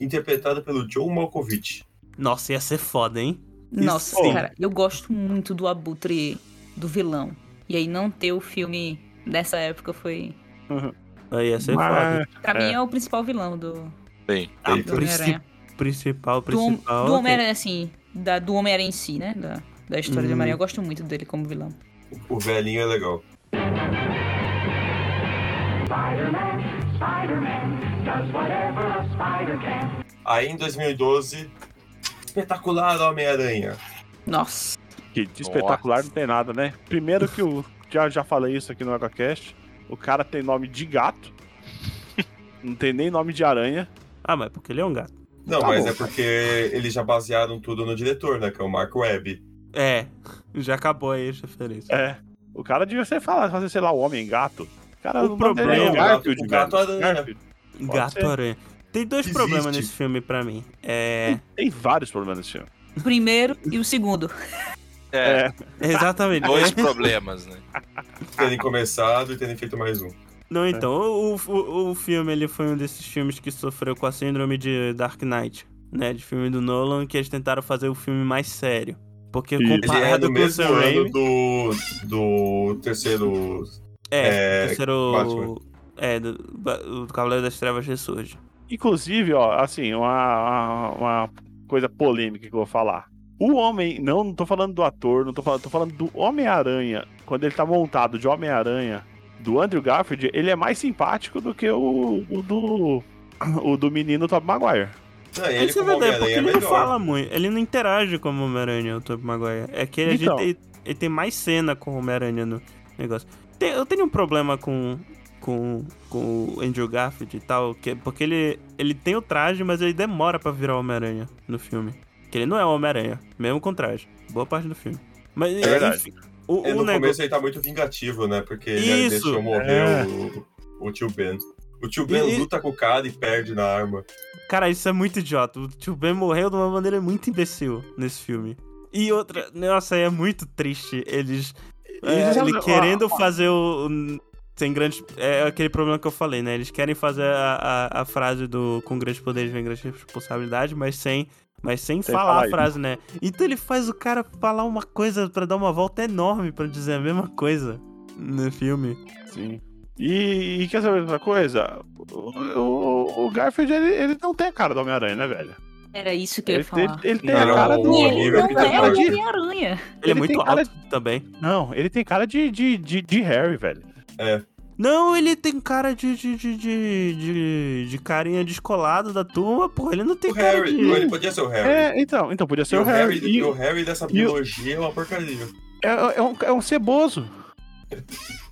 Speaker 3: interpretado pelo John Malkovich.
Speaker 1: Nossa, ia ser foda, hein?
Speaker 2: Nossa,
Speaker 1: sim.
Speaker 2: cara, eu gosto muito do Abutre do vilão. E aí não ter o filme dessa época foi.
Speaker 1: Aí ia ser
Speaker 7: Mas-
Speaker 1: foda.
Speaker 2: Pra
Speaker 7: É.
Speaker 2: mim é o principal vilão do,
Speaker 4: Bem,
Speaker 1: Ah,
Speaker 3: Eita.
Speaker 2: do Homem-Aranha.
Speaker 1: princi- principal, é
Speaker 2: Do, Hom-
Speaker 1: principal.
Speaker 2: do
Speaker 1: ok.
Speaker 2: Homem-Aranha, assim, da, do Homem-Aranha em si, né? Da, da história
Speaker 1: Hum.
Speaker 2: do Homem-Aranha. Eu gosto muito dele como vilão.
Speaker 3: O velhinho é legal. Aí em 2012, espetacular Homem-Aranha.
Speaker 2: Nossa.
Speaker 7: Que de espetacular não tem nada, né? Primeiro que o. Já, já falei isso aqui no EgoCast. O cara tem nome de gato. não tem nem nome de aranha.
Speaker 1: Ah, mas porque ele é um gato.
Speaker 3: Não,
Speaker 7: Tá
Speaker 3: mas
Speaker 7: bom.
Speaker 3: é porque eles já basearam tudo no diretor, né? Que é o Mark Webb.
Speaker 1: É, já acabou aí as referências.
Speaker 7: É. O cara devia ser falar, fazer, sei lá, o homem gato. Cara,
Speaker 1: O
Speaker 7: não pode
Speaker 1: problema-
Speaker 7: nem o Garfield,
Speaker 3: O gato
Speaker 7: velho.
Speaker 3: aranha.
Speaker 7: Garfield. pode
Speaker 1: Gato
Speaker 7: ser.
Speaker 1: Aranha. Tem dois
Speaker 3: Existe.
Speaker 1: problemas nesse filme pra mim. É.
Speaker 7: Tem vários problemas nesse filme.
Speaker 2: O Primeiro e o segundo.
Speaker 4: é,
Speaker 1: Exatamente.
Speaker 4: dois problemas, né?
Speaker 3: Terem
Speaker 1: Ah.
Speaker 3: começado e terem feito mais um.
Speaker 1: Não, então, o, o, o filme ele foi um desses filmes que sofreu com a síndrome de Dark Knight, né? De filme do Nolan, que eles tentaram fazer o filme mais sério. Porque
Speaker 7: Ele é
Speaker 3: Ele é
Speaker 1: comparado
Speaker 3: do
Speaker 1: com o
Speaker 3: mesmo
Speaker 1: Sam Raimi.
Speaker 3: ano do, do terceiro.
Speaker 1: É,
Speaker 3: é,
Speaker 1: terceiro.
Speaker 3: Batman.
Speaker 1: É, do, o Cavaleiro das Trevas ressurge.
Speaker 7: Inclusive, ó, assim, uma, uma, uma coisa polêmica que eu vou falar. O homem, não, não tô falando do ator, não tô falando, tô falando do Homem-Aranha. Quando ele tá montado de Homem-Aranha, do Andrew Garfield, ele é mais simpático do que o, o do o do menino Tobey Maguire.
Speaker 3: Não, ele
Speaker 1: Esse é
Speaker 3: como
Speaker 1: verdade, porque
Speaker 3: Homem-Aranha é
Speaker 1: ele não
Speaker 3: melhor.
Speaker 1: fala muito. Ele não interage como Homem-Aranha, o Tobey Maguire. É que a
Speaker 7: Então.
Speaker 1: gente ele, ele tem mais cena com o Homem-Aranha no negócio. Tem- eu tenho um problema com, com, com o Andrew Garfield e tal, que, porque ele, ele tem o traje, mas ele demora pra virar Homem-Aranha no filme. Que ele não é Homem-Aranha, mesmo com o traje. Boa parte do filme. Mas,
Speaker 7: verdade.
Speaker 1: enfim, o,
Speaker 3: É Ele,
Speaker 1: o
Speaker 3: no
Speaker 1: negócio...
Speaker 3: começo ele tá muito vingativo, né? Porque ele
Speaker 1: Um Isso,
Speaker 3: deixou morrer
Speaker 7: é.
Speaker 3: o, o tio Ben. O tio Ben
Speaker 1: E- e-
Speaker 3: luta com o cara e perde na arma.
Speaker 1: Cara, isso é muito idiota. O tio Ben morreu de uma maneira muito imbecil nesse filme. E outra, nossa, é muito triste eles. é,
Speaker 7: Isso é
Speaker 1: ele
Speaker 7: uma-
Speaker 1: querendo fazer o. o- Sem grande. É aquele problema que eu falei, né? Eles querem fazer a, a, a frase do com grandes poderes vem grande responsabilidade, mas sem. Mas sem,
Speaker 7: Sem
Speaker 1: falar,
Speaker 7: falar
Speaker 1: a
Speaker 7: isso.
Speaker 1: frase, né? Então ele faz o cara falar uma coisa pra dar uma volta enorme pra dizer a mesma coisa no filme.
Speaker 7: Sim. E, e quer saber outra coisa? O, o- o Garfield, ele, ele não tem a cara do Homem-Aranha, né, velho?
Speaker 2: Era isso que eu
Speaker 7: Ele,
Speaker 2: ia falar.
Speaker 7: ele- ele tem
Speaker 3: Era
Speaker 7: a cara
Speaker 3: um
Speaker 7: do.
Speaker 2: E
Speaker 3: Ele
Speaker 2: ele
Speaker 3: nível
Speaker 2: não
Speaker 3: que
Speaker 2: é
Speaker 3: tá
Speaker 2: o
Speaker 7: de-
Speaker 2: Homem-Aranha.
Speaker 1: Ele, é
Speaker 7: Ele
Speaker 1: muito
Speaker 7: tem cara
Speaker 1: alto também.
Speaker 7: Não, ele tem cara de, de, de, de Harry, velho.
Speaker 1: Não, ele tem cara de. de, de, de, de, de carinha descolado da turma, porra. Ele não tem
Speaker 3: O
Speaker 1: cara
Speaker 3: Harry,
Speaker 1: de.
Speaker 3: ele podia ser o Harry.
Speaker 7: É, então, então podia
Speaker 3: E
Speaker 7: ser
Speaker 3: o,
Speaker 7: o Harry.
Speaker 3: Harry,
Speaker 7: E
Speaker 3: o Harry dessa
Speaker 7: e o-
Speaker 3: biologia é uma porcaria.
Speaker 7: é, é um, é um ceboso.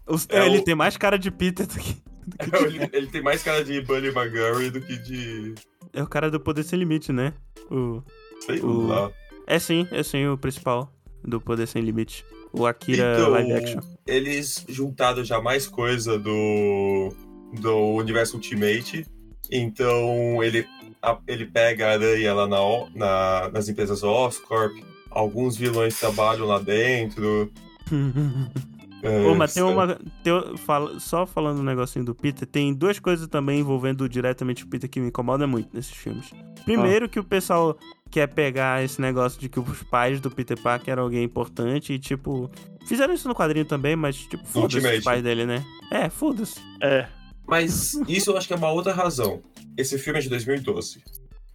Speaker 1: Os-
Speaker 3: É
Speaker 1: ele
Speaker 3: o-
Speaker 1: tem mais cara de Peter do que. do que de-
Speaker 3: Ele, ele tem mais cara de Bunny McGarry do que de.
Speaker 1: É o cara do Poder Sem Limite, né? O...
Speaker 3: sei
Speaker 1: O-
Speaker 3: lá.
Speaker 1: É sim, é sim o principal do Poder Sem Limite. O Akira
Speaker 3: Então,
Speaker 1: Live Action.
Speaker 3: eles juntaram já mais coisa do. do universo Ultimate. Então ele, a- ele pega a aranha lá na, O- na- nas empresas Oscorp. Alguns vilões trabalham lá dentro. É,
Speaker 1: Ô, mas tem uma. tem o- fala- só falando um negocinho do Peter, tem duas coisas também envolvendo diretamente o Peter que me incomoda muito nesses filmes. Primeiro, que o pessoal quer pegar esse negócio de que os pais do Peter Parker eram alguém importante e, tipo. Fizeram isso no quadrinho também, mas, tipo, foda-se
Speaker 3: Ultimate.
Speaker 1: os pais dele, né? É, foda-se.
Speaker 7: É.
Speaker 3: Mas isso eu acho que é uma outra razão. Esse filme é de 2012.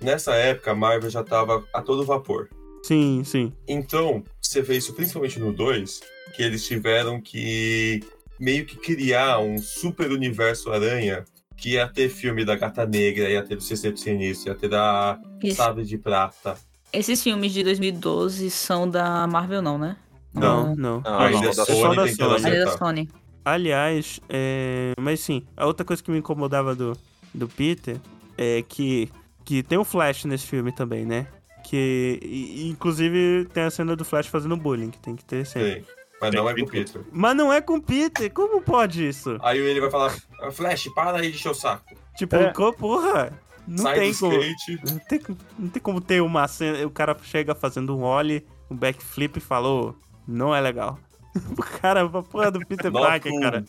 Speaker 3: Nessa época, a Marvel já tava a todo vapor.
Speaker 1: Sim, sim.
Speaker 3: Então, você vê isso principalmente no 2, que eles tiveram que meio que criar um super universo aranha que ia ter filme da Gata Negra, ia ter do Sexteto Sinistro, ia ter da
Speaker 2: Isso.
Speaker 1: Tá.
Speaker 3: Sabre de Prata.
Speaker 2: Esses filmes de 2012 são da Marvel, não, né?
Speaker 1: Não, tá. não.
Speaker 2: Ah,
Speaker 4: Não,
Speaker 3: Mas
Speaker 4: eles
Speaker 3: é
Speaker 4: são da
Speaker 1: só
Speaker 4: Sony.
Speaker 1: da
Speaker 3: tentando
Speaker 1: Sony.
Speaker 2: Ainda é da
Speaker 3: acertar.
Speaker 2: Sony.
Speaker 1: Aliás, é... mas sim, a outra coisa que me incomodava do, do Peter é que, que tem o Flash nesse filme também, né? Que, e- e, inclusive, tem a cena do Flash fazendo bullying, que tem que ter sempre.
Speaker 3: Sim, mas não é pro Peter.
Speaker 1: Mas não é com o Peter, como pode isso?
Speaker 3: Aí ele vai falar, Flash, para aí de encher o saco.
Speaker 1: Tipo,
Speaker 7: É.
Speaker 1: co- porra, não
Speaker 3: Sai
Speaker 1: tem
Speaker 3: do
Speaker 1: como.
Speaker 3: skate.
Speaker 1: Não tem, co- não tem como ter uma cena. O cara chega fazendo um ollie, um backflip e falou, não é legal. O cara, a porra do Peter
Speaker 3: Not
Speaker 1: Parker,
Speaker 3: cool.
Speaker 1: cara.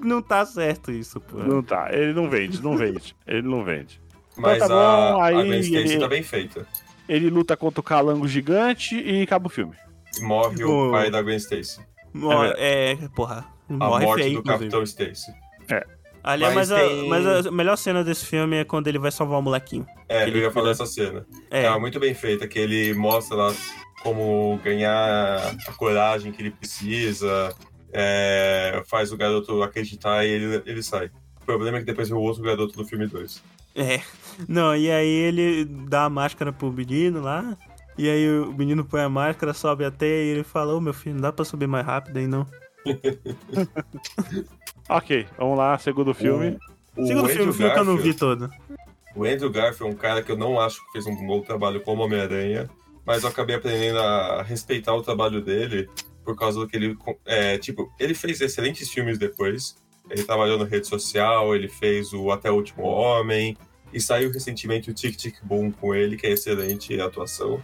Speaker 1: Não tá certo isso, porra.
Speaker 7: Não tá. Ele não vende, não vende. Ele não vende.
Speaker 3: Mas
Speaker 7: tá
Speaker 3: a,
Speaker 7: bom,
Speaker 3: a
Speaker 7: aí
Speaker 3: Gwen Stacy
Speaker 7: ele-
Speaker 3: tá bem feita.
Speaker 7: Ele luta contra o calango gigante e acaba o filme.
Speaker 3: Morre
Speaker 1: Boa.
Speaker 3: o pai da Gwen Stacy.
Speaker 1: Mor é, porra.
Speaker 3: A
Speaker 1: Morre
Speaker 3: morte
Speaker 1: feio,
Speaker 3: do
Speaker 1: inclusive.
Speaker 3: Capitão Stacy.
Speaker 1: Aliás, mas,
Speaker 3: Mas
Speaker 1: a-
Speaker 3: tem-
Speaker 1: mas a melhor cena desse filme é quando ele vai salvar o molequinho.
Speaker 3: É,
Speaker 1: Aquele
Speaker 3: eu ia falar
Speaker 1: filho-
Speaker 3: dessa cena.
Speaker 1: É,
Speaker 3: Tá muito bem feita, que ele mostra lá como ganhar a coragem que ele precisa, é, faz o garoto acreditar e ele, ele sai. O problema é que depois vem o outro garoto do filme 2.
Speaker 1: é. Não, e aí ele dá a máscara pro menino lá. E aí o menino põe a máscara, sobe até e ele fala, ô meu filho, não dá pra subir mais rápido aí não.
Speaker 7: Ok, vamos lá, segundo filme.
Speaker 3: O
Speaker 1: Segundo
Speaker 3: Andrew
Speaker 1: filme, o filme que eu não vi
Speaker 3: Garfield-
Speaker 1: todo.
Speaker 3: O Andrew Garfield é um cara que eu não acho que fez um bom trabalho como Homem-Aranha, mas eu acabei aprendendo a respeitar o trabalho dele por causa do que ele. é, tipo, ele fez excelentes filmes depois. Ele trabalhou na rede social, ele fez o Até o Último Homem, e saiu recentemente o Tic Tic Boom com ele, que é excelente atuação.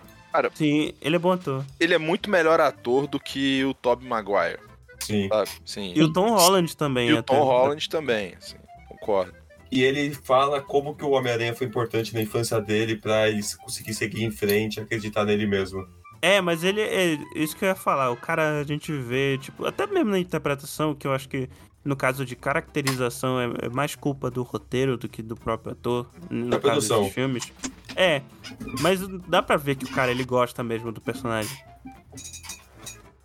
Speaker 1: Sim, ele é bom ator.
Speaker 4: Ele é muito melhor ator do que o Tobey Maguire,
Speaker 3: Sim.
Speaker 4: sabe? Sim.
Speaker 1: E o Tom né? Holland também.
Speaker 4: E o
Speaker 1: até.
Speaker 4: Tom Holland também, assim, concordo.
Speaker 3: E ele fala como que o Homem-Aranha foi importante na infância dele pra ele conseguir seguir em frente, acreditar nele mesmo.
Speaker 1: É, mas ele é isso que eu ia falar. O cara a gente vê, tipo, até mesmo na interpretação, que eu acho que no caso de caracterização é é mais culpa do roteiro do que do próprio ator no
Speaker 3: Da
Speaker 1: caso
Speaker 3: produção.
Speaker 1: desses filmes. É, mas dá pra ver que o cara ele gosta mesmo do personagem.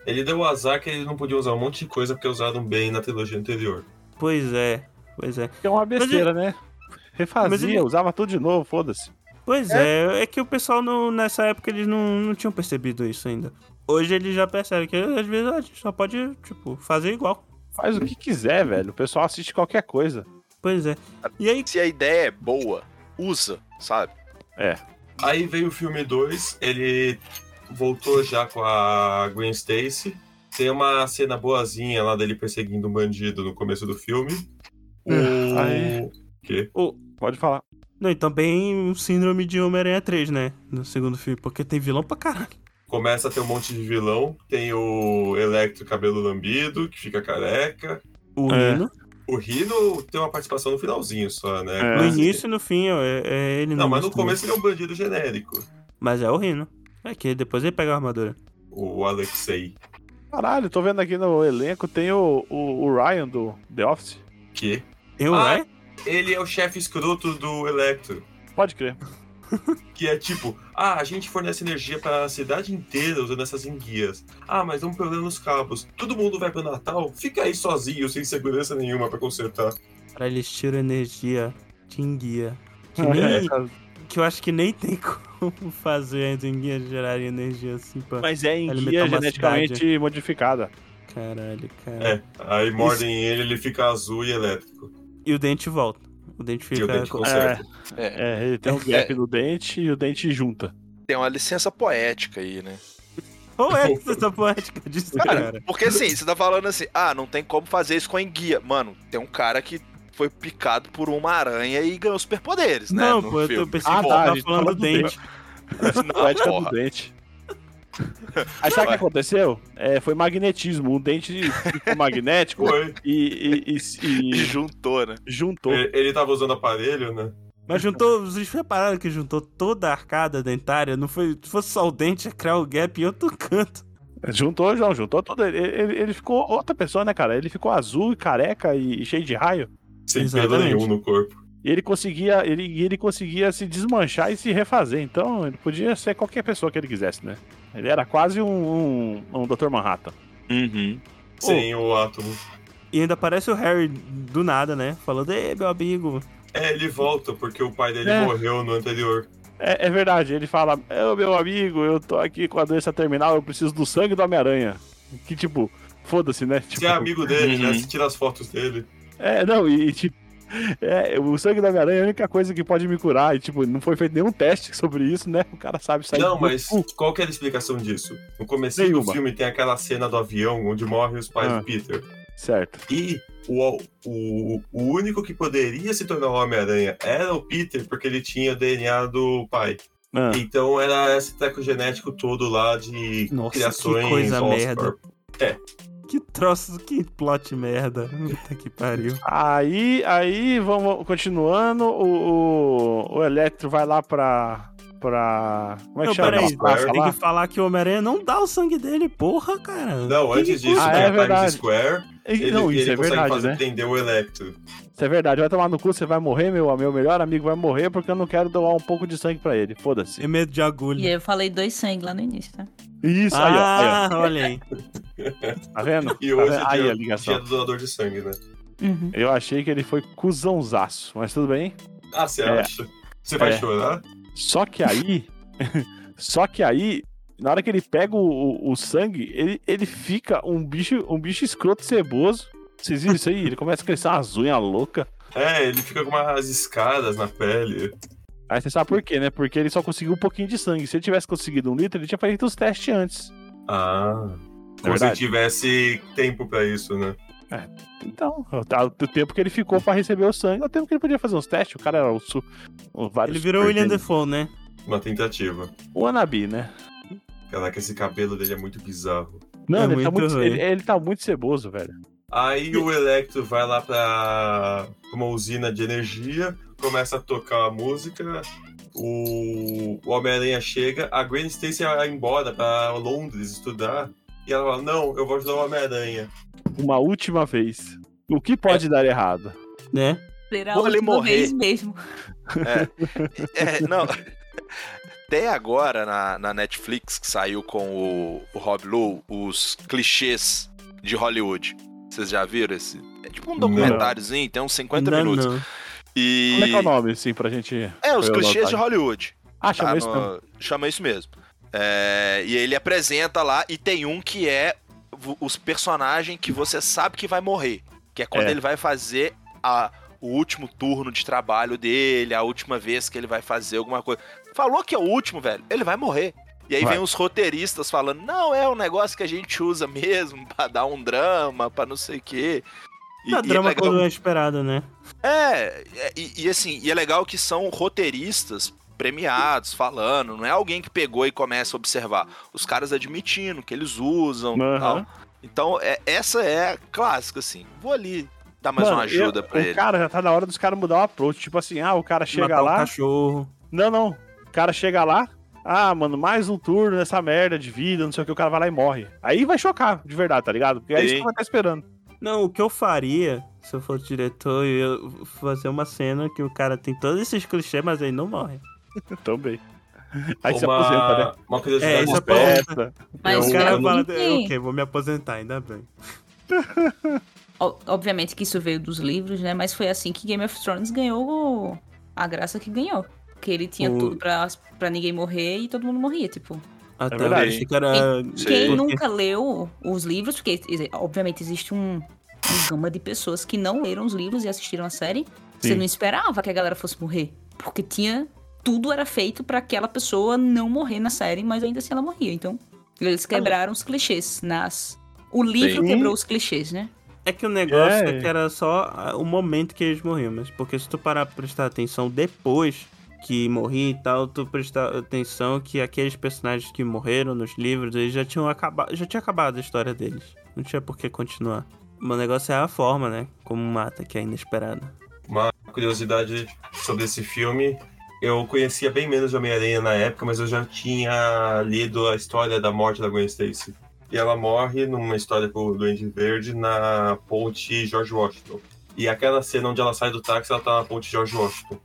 Speaker 3: Ele deu o azar que ele não podia usar um monte de coisa porque usaram bem na trilogia anterior.
Speaker 1: Pois é, pois é.
Speaker 7: Que é uma besteira, né?
Speaker 1: Mas
Speaker 7: Refazia,
Speaker 1: ele-
Speaker 7: usava tudo de novo, foda-se.
Speaker 1: Pois é, é, que o pessoal não- nessa época eles não, não tinham percebido isso ainda. Hoje eles já percebem que às vezes a gente só pode, tipo, fazer igual.
Speaker 7: Faz o que quiser, velho. O pessoal assiste qualquer coisa.
Speaker 1: Pois é. E aí,
Speaker 4: Se a ideia é boa, usa, sabe?
Speaker 3: Aí veio o filme 2, ele voltou já com a Gwen Stacy. Tem uma cena boazinha lá dele perseguindo um bandido no começo do filme. O...
Speaker 7: Aí. Pode falar.
Speaker 1: Não, e também o síndrome de Homem-Aranha 3, né? No segundo filme, porque tem vilão pra caralho.
Speaker 3: Começa a ter um monte de vilão. Tem o Electro cabelo lambido, que fica careca.
Speaker 1: O
Speaker 7: É.
Speaker 1: Rino.
Speaker 3: O Rino tem uma participação no finalzinho só, né?
Speaker 7: É.
Speaker 1: No início e no fim, ó, é, é ele
Speaker 3: Não, mas no
Speaker 1: início também.
Speaker 3: começo ele é um bandido genérico.
Speaker 1: Mas é o Rino. É que depois ele pega a armadura.
Speaker 3: O Alexei.
Speaker 7: Caralho, tô vendo aqui no elenco, tem o, o, o Ryan do The Office.
Speaker 3: Que
Speaker 1: Tem o
Speaker 3: Ah,
Speaker 1: Ryan?
Speaker 3: ele é o chefe escroto do Electro.
Speaker 7: Pode crer.
Speaker 3: Que é tipo, ah, a gente fornece energia pra cidade inteira usando essas enguias. Ah, mas dá um problema nos cabos. Todo mundo vai pro Natal, fica aí sozinho, sem segurança nenhuma pra consertar.
Speaker 1: Cara, eles tiram energia de enguia. Que,
Speaker 10: É,
Speaker 1: nem,
Speaker 10: cara,
Speaker 1: que eu acho que nem tem como fazer as enguias gerarem energia assim pra.
Speaker 7: Mas é em
Speaker 1: Alimentar
Speaker 7: guia
Speaker 1: uma
Speaker 7: geneticamente
Speaker 1: cidade.
Speaker 7: modificada.
Speaker 1: Caralho, cara.
Speaker 3: É, aí mordem ele, ele fica azul e elétrico.
Speaker 1: E o dente volta. O dente
Speaker 3: Que
Speaker 1: fica.
Speaker 3: o dente conserta.
Speaker 4: É,
Speaker 7: É, ele tem um gap no dente e o dente junta.
Speaker 4: tem uma licença poética aí, né?
Speaker 1: Qual é essa poética disso, cara?
Speaker 7: né,
Speaker 4: Cara, porque assim, você tá falando assim, ah, não tem como fazer isso com a enguia. Mano, tem um cara que foi picado por uma aranha e ganhou superpoderes, né?
Speaker 1: Não,
Speaker 4: no
Speaker 1: pô, eu tô
Speaker 4: filme.
Speaker 1: pensando
Speaker 7: Ah,
Speaker 1: que
Speaker 7: tá,
Speaker 1: você
Speaker 7: a
Speaker 1: tava
Speaker 7: gente
Speaker 1: falando
Speaker 7: fala
Speaker 1: do
Speaker 7: do
Speaker 1: dente.
Speaker 7: Poética
Speaker 4: É porra.
Speaker 7: do dente. Aí sabe o que
Speaker 4: Vai.
Speaker 7: aconteceu? É, foi magnetismo. Um dente ficou magnético
Speaker 3: Foi.
Speaker 7: e, e- e-
Speaker 4: E
Speaker 7: e
Speaker 4: juntou, né?
Speaker 7: juntou.
Speaker 3: Ele, ele tava usando aparelho, né?
Speaker 1: Mas juntou, vocês repararam que juntou toda a arcada dentária? Não foi, se fosse só o dente, ia criar o gap em outro canto.
Speaker 7: Juntou, João, juntou todo. Ele, ele- ele ficou outra pessoa, né, cara? Ele ficou azul, e careca e, e cheio de raio.
Speaker 3: Sem pelo
Speaker 1: Exatamente.
Speaker 3: nenhum no corpo.
Speaker 7: E ele conseguia, ele, e ele conseguia se desmanchar e se refazer. Então, ele podia ser qualquer pessoa que ele quisesse, né? Ele era quase um, um, um Dr. Manhattan.
Speaker 4: Uhum.
Speaker 3: Sem o átomo.
Speaker 1: E ainda aparece o Harry do nada, né? Falando, ei, meu amigo.
Speaker 3: É, ele volta, porque o pai dele
Speaker 7: É.
Speaker 3: morreu no anterior.
Speaker 7: É, é verdade, ele fala: "Ô, meu amigo, eu tô aqui com a doença terminal, eu preciso do sangue do Homem-Aranha. Que tipo, foda-se, né? Tipo,
Speaker 3: Você é amigo dele,
Speaker 4: Uhum.
Speaker 3: né? Você tira as fotos dele.
Speaker 7: É, não, e, e, tipo. É, o sangue da Homem-Aranha é a única coisa que pode me curar. E, tipo, não foi feito nenhum teste sobre isso, né? O cara sabe sair.
Speaker 3: Não,
Speaker 7: do-
Speaker 3: mas qual que era a explicação disso? No começo do
Speaker 7: Nenhuma.
Speaker 3: filme tem aquela cena do avião onde morrem os pais
Speaker 7: Ah.
Speaker 3: do Peter.
Speaker 7: Certo.
Speaker 3: E o, o, o único que poderia se tornar o Homem-Aranha era o Peter, porque ele tinha o DNA do pai.
Speaker 7: Ah,
Speaker 3: Então era esse treco genético todo lá de
Speaker 1: Nossa,
Speaker 3: criações.
Speaker 1: que coisa
Speaker 3: Oscorp.
Speaker 1: merda. Que troço, que plot merda. Puta que pariu.
Speaker 7: Aí, aí, vamos continuando. O, o, o Electro vai lá pra. pra como é que
Speaker 1: Não,
Speaker 7: chama?
Speaker 1: peraí,
Speaker 7: Aquela praça
Speaker 1: tem
Speaker 7: lá?
Speaker 1: que falar que o Homem-Aranha não dá o sangue dele, porra, cara.
Speaker 3: Não,
Speaker 1: Que
Speaker 3: antes disso, né?
Speaker 1: coisa-
Speaker 7: Ah, é
Speaker 3: tem a Times
Speaker 7: verdade.
Speaker 3: Square,
Speaker 7: E-
Speaker 3: ele,
Speaker 7: não, isso
Speaker 3: ele
Speaker 7: é
Speaker 3: consegue
Speaker 7: verdade,
Speaker 3: fazer
Speaker 7: né?
Speaker 3: prender o Electro.
Speaker 7: Isso é verdade. Vai tomar no cu, você vai morrer, meu, meu melhor amigo vai morrer porque eu não quero doar um pouco de sangue pra ele. Foda-se.
Speaker 1: Tem medo de
Speaker 2: E
Speaker 1: agulha.
Speaker 2: eu falei dois sangue lá no início, tá?
Speaker 7: Isso, aí, ó, aí,
Speaker 1: ah, olha aí.
Speaker 7: ó. Tá vendo?
Speaker 3: E
Speaker 7: Tá
Speaker 3: hoje
Speaker 7: vendo?
Speaker 3: é
Speaker 7: Aí
Speaker 3: dia,
Speaker 7: a ligação.
Speaker 3: dia do doador de sangue, né?
Speaker 2: Uhum.
Speaker 7: Eu achei que ele foi cuzãozaço, mas tudo bem.
Speaker 3: Ah, você
Speaker 7: É.
Speaker 3: acha? Você vai
Speaker 7: É.
Speaker 3: chorar?
Speaker 7: Só que aí. só que aí, na hora que ele pega o, o- o sangue, ele, ele fica um bicho, um bicho escroto ceboso. Vocês viram isso aí? Ele começa a crescer umas unhas loucas.
Speaker 3: É, ele fica com umas escadas na pele.
Speaker 7: Aí você sabe por quê, né? Porque ele só conseguiu um pouquinho de sangue. Se ele tivesse conseguido um litro, ele tinha feito os testes antes.
Speaker 3: Ah. Como se
Speaker 7: É verdade.
Speaker 3: tivesse tempo pra isso, né?
Speaker 7: Então, tá- o tempo que ele ficou pra receber o sangue, é o tempo que ele podia fazer uns testes. O cara era o. Su, o vários
Speaker 1: Ele virou o
Speaker 7: super
Speaker 1: William
Speaker 7: gênios.
Speaker 1: Defoe, né?
Speaker 3: Uma tentativa.
Speaker 7: O Anabi, né?
Speaker 3: Caraca, esse cabelo dele é muito bizarro.
Speaker 7: Não,
Speaker 1: É
Speaker 7: ele, tá
Speaker 1: muito
Speaker 7: muito,
Speaker 1: ruim.
Speaker 7: ele, ele tá muito ceboso, velho.
Speaker 3: Aí o Electro vai lá pra uma usina de energia, começa a tocar a música, o, o Homem-Aranha chega, a Gwen Stacy vai embora pra Londres estudar, e ela fala, não, eu vou ajudar o Homem-Aranha.
Speaker 7: Uma última vez. O que
Speaker 1: É.
Speaker 7: pode dar errado?
Speaker 1: Né?
Speaker 2: Será a
Speaker 4: Vou ali
Speaker 2: última
Speaker 4: morrer.
Speaker 2: vez mesmo.
Speaker 4: É, não. Até agora na, na Netflix que saiu com o, o Rob Lowe, os clichês de Hollywood. Vocês já viram esse? É tipo um
Speaker 3: Não.
Speaker 4: documentáriozinho, tem uns 50
Speaker 1: Não,
Speaker 4: minutos.
Speaker 1: não.
Speaker 4: E.
Speaker 7: Como é que é o nome, assim, pra gente.
Speaker 4: É, os
Speaker 7: Eu
Speaker 4: clichês
Speaker 7: não,
Speaker 4: de
Speaker 7: tá.
Speaker 4: Hollywood.
Speaker 7: Ah,
Speaker 4: tá?
Speaker 7: chama isso
Speaker 4: No-
Speaker 7: mesmo.
Speaker 4: Chama isso mesmo. É, e ele apresenta lá, e tem um que é vo- os personagens que você sabe que vai morrer. Que é quando
Speaker 7: É.
Speaker 4: ele vai fazer a- o último turno de trabalho dele, a última vez que ele vai fazer alguma coisa. Falou que é o último, velho, ele vai morrer. E aí
Speaker 7: Vai.
Speaker 4: vem os roteiristas falando, não, é um negócio que a gente usa mesmo pra dar um drama, pra não sei o quê. E-
Speaker 1: Na
Speaker 4: e é
Speaker 1: drama
Speaker 4: legal-
Speaker 1: quando é esperado, né?
Speaker 4: é, é, e, e assim, e é legal que são roteiristas premiados falando, não é alguém que pegou e começa a observar. Os caras admitindo que eles usam e
Speaker 7: Aham.
Speaker 4: tal. Então, é- essa é a clássica, assim. Vou ali dar mais
Speaker 7: Mano,
Speaker 4: uma ajuda
Speaker 7: eu-
Speaker 4: pra
Speaker 7: o
Speaker 4: ele.
Speaker 7: cara já tá na hora dos caras mudar o approach. Tipo assim, ah, o cara chega
Speaker 1: Matar um
Speaker 7: lá.
Speaker 1: cachorro.
Speaker 7: Não, não. O cara chega lá. Ah, mano, mais um turno nessa merda de vida, não sei o que, o cara vai lá e morre. Aí vai chocar, de verdade, tá ligado? Porque é isso
Speaker 4: Sim.
Speaker 7: que vai estar esperando.
Speaker 1: Não, o que eu faria, se eu fosse diretor, eu ia fazer uma cena que o cara tem todos esses clichês, mas aí não morre.
Speaker 7: Também. Então, Aí se
Speaker 3: uma,
Speaker 7: aposenta, né?
Speaker 3: Uma
Speaker 1: É,
Speaker 3: curiosidade
Speaker 1: isso
Speaker 3: do
Speaker 1: aposenta.
Speaker 3: pé.
Speaker 2: Mas assim
Speaker 1: o
Speaker 2: o
Speaker 1: É um cara
Speaker 2: cara
Speaker 1: fala, "É,
Speaker 2: tem-
Speaker 1: ok, vou me aposentar, ainda bem.
Speaker 2: O- Obviamente que isso veio dos livros, né? Mas foi assim que Game of Thrones ganhou o- a graça que ganhou. Porque ele tinha
Speaker 1: O-
Speaker 2: tudo pra, pra ninguém morrer e todo mundo morria, tipo.
Speaker 1: Até
Speaker 7: É verdade.
Speaker 1: eu achei que era.
Speaker 4: Sim.
Speaker 2: Quem nunca leu os livros, porque ex- obviamente existe um, uma gama de pessoas que não leram os livros e assistiram a série. Você
Speaker 7: Sim.
Speaker 2: não esperava que a galera fosse morrer. Porque tinha. Tudo era feito pra aquela pessoa não morrer na série, mas ainda assim ela morria. Então, eles quebraram os clichês nas. O livro
Speaker 7: Sim.
Speaker 2: quebrou os clichês, né?
Speaker 1: É que o negócio
Speaker 7: É.
Speaker 1: é que era só ah, o momento que eles morriam, mas porque se tu parar pra prestar atenção depois que morri e tal, tu prestar atenção que aqueles personagens que morreram nos livros, eles já tinham acabado, já tinha acabado a história deles. Não tinha por que continuar. O negócio é a forma, né? Como mata, que é inesperada.
Speaker 3: Uma curiosidade sobre esse filme. Eu conhecia bem menos de Homem-Aranha na época, mas eu já tinha lido a história da morte da Gwen Stacy. E ela morre numa história com o Duende Verde na ponte George Washington. E aquela cena onde ela sai do táxi, ela tá na ponte George Washington.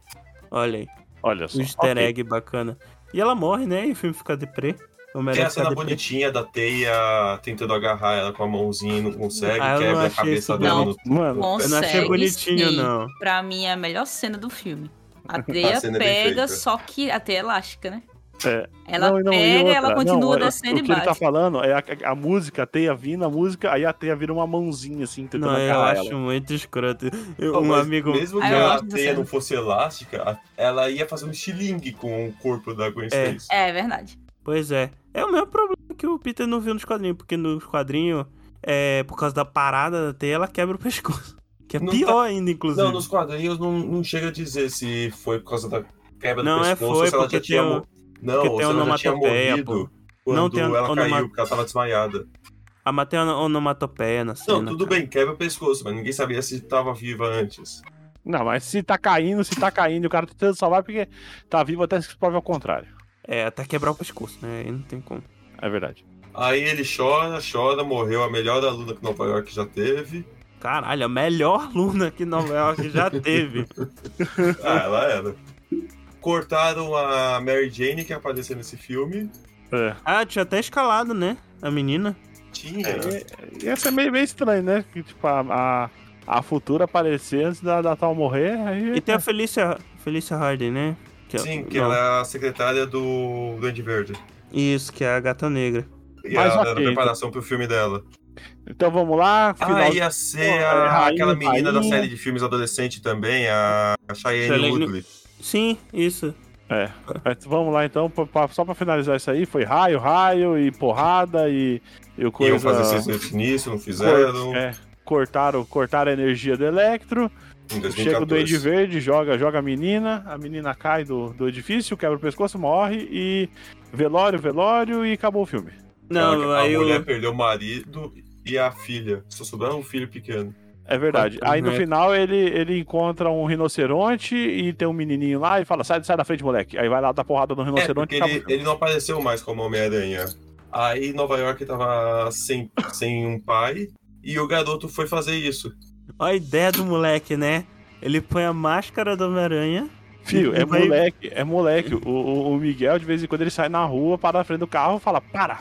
Speaker 1: Olha aí,
Speaker 7: Olha só.
Speaker 1: um easter
Speaker 7: Ok.
Speaker 1: egg bacana. E ela morre, né? E o filme fica deprê. O
Speaker 3: Tem
Speaker 1: melhor
Speaker 3: a cena bonitinha da teia tentando agarrar ela com a mãozinha e não consegue,
Speaker 1: Ah, eu não
Speaker 3: quebra a
Speaker 1: achei isso
Speaker 3: cabeça dela
Speaker 2: não.
Speaker 3: no
Speaker 1: Eu
Speaker 7: Mano,
Speaker 1: não achei
Speaker 2: Consegue,
Speaker 1: bonitinho,
Speaker 2: sim.
Speaker 1: não.
Speaker 2: Pra mim, é a melhor cena do filme. A teia
Speaker 3: cena é bem
Speaker 2: pega,
Speaker 3: feita.
Speaker 2: só que a teia é elástica, né?
Speaker 7: É.
Speaker 2: Ela
Speaker 7: Não, e não, e
Speaker 2: pega, ela
Speaker 7: outra?
Speaker 2: continua
Speaker 7: Não,
Speaker 2: descendo
Speaker 7: o,
Speaker 2: e
Speaker 7: o que ele
Speaker 2: bate.
Speaker 7: tá falando é a, a música, a teia vindo, a música, aí a teia vira uma mãozinha assim, tentando
Speaker 1: Não, eu
Speaker 7: agarrar ela.
Speaker 1: acho muito escroto. Eu-
Speaker 3: Pô,
Speaker 1: um
Speaker 3: mas
Speaker 1: amigo.
Speaker 3: Mesmo que
Speaker 2: Ah, eu
Speaker 3: a
Speaker 2: gosto dessa
Speaker 3: teia
Speaker 2: cena.
Speaker 3: não fosse elástica, a- ela ia fazer um estilingue com o corpo da Gwen
Speaker 1: É.
Speaker 3: Stacy.
Speaker 2: É verdade.
Speaker 1: Pois é. É o mesmo problema que o Peter não viu nos quadrinhos, porque nos quadrinhos, é, por causa da parada da teia, ela quebra o pescoço. Que é
Speaker 3: Não tá-
Speaker 1: pior ainda, inclusive.
Speaker 3: Não, nos quadrinhos não, não chega a dizer se foi por causa da quebra
Speaker 1: Não,
Speaker 3: do
Speaker 1: é
Speaker 3: pescoço ou
Speaker 1: foi,
Speaker 3: se ela
Speaker 1: porque
Speaker 3: já tinha...
Speaker 1: tem o-
Speaker 3: mo- Não,
Speaker 1: porque
Speaker 3: ou se
Speaker 1: tem um
Speaker 3: ela já tinha
Speaker 1: onomatopeia, pô.
Speaker 3: morrido quando
Speaker 1: Não tem um
Speaker 3: ela
Speaker 1: onoma-
Speaker 3: caiu, porque ela tava desmaiada.
Speaker 1: A Matheus onomatopeia na cena.
Speaker 3: Não, tudo
Speaker 1: cara.
Speaker 3: bem, quebra o pescoço, mas ninguém sabia se tava viva antes.
Speaker 7: Não, mas se tá caindo, se tá caindo, o cara tá tentando salvar porque tá vivo até se prove ao contrário.
Speaker 1: É, até quebrar o pescoço, né? Aí não tem como.
Speaker 7: É verdade.
Speaker 3: Aí ele chora, chora, morreu a melhor aluna que Nova York já teve.
Speaker 1: Caralho, a melhor Luna que Nova York já teve.
Speaker 3: Ah, ela era. Cortaram a Mary Jane que apareceu nesse filme.
Speaker 7: É.
Speaker 1: Ah, tinha até escalado, né? A menina.
Speaker 3: Tinha.
Speaker 7: E, e essa é meio, meio estranho, né? Que, tipo, a, a, a futura aparecer antes da, da tal morrer, aí.
Speaker 1: E tem a Felícia, Felícia Hardy, né? Que é-
Speaker 3: Sim, que
Speaker 1: não,
Speaker 3: ela é a secretária do Duende Verde.
Speaker 1: Isso, que é a gata negra.
Speaker 3: E
Speaker 7: Mas
Speaker 3: ela
Speaker 7: ok,
Speaker 3: era a preparação pro filme dela.
Speaker 7: Então vamos lá, final.
Speaker 3: Ah, ia ser
Speaker 7: Pô,
Speaker 3: a-
Speaker 7: é rainha,
Speaker 3: aquela menina da
Speaker 7: rainha.
Speaker 3: série de filmes adolescente também, a, a Cheyenne
Speaker 1: Shailene-
Speaker 3: Woodley.
Speaker 1: Sim, isso.
Speaker 7: Mas Vamos lá então, pra- pra- só pra finalizar isso aí, foi raio, raio e porrada e, e coisa.
Speaker 3: Iam fazer sexto sinistro, não fizeram.
Speaker 7: Cor- é, cortaram, cortaram a energia do Electro.
Speaker 3: Em
Speaker 7: Chega o Duende
Speaker 3: 2014.
Speaker 7: Verde, joga, joga a menina. A menina cai do, do edifício, quebra o pescoço, morre e. Velório, velório e acabou o filme.
Speaker 1: Não,
Speaker 3: a, a
Speaker 1: aí eu.
Speaker 3: é mulher perdeu o marido e a filha. Só sobraram um filho pequeno.
Speaker 7: É verdade.
Speaker 1: Ah,
Speaker 7: Aí no
Speaker 1: é.
Speaker 7: final ele, ele encontra um rinoceronte e tem um menininho lá e fala: sai, sai da frente, moleque. Aí vai lá dar porrada no
Speaker 3: É, porque
Speaker 7: rinoceronte e acabou.
Speaker 3: ele,
Speaker 7: o filme.
Speaker 3: ele não apareceu mais como Homem-Aranha. Aí Nova York tava sem, sem um pai e o garoto foi fazer isso.
Speaker 1: Olha a ideia do moleque, né? Ele põe a máscara do Homem-Aranha.
Speaker 7: Filho, é
Speaker 1: vai-
Speaker 7: moleque, é moleque. O, o, o Miguel, de vez em quando, ele sai na rua, para na frente do carro e fala: para.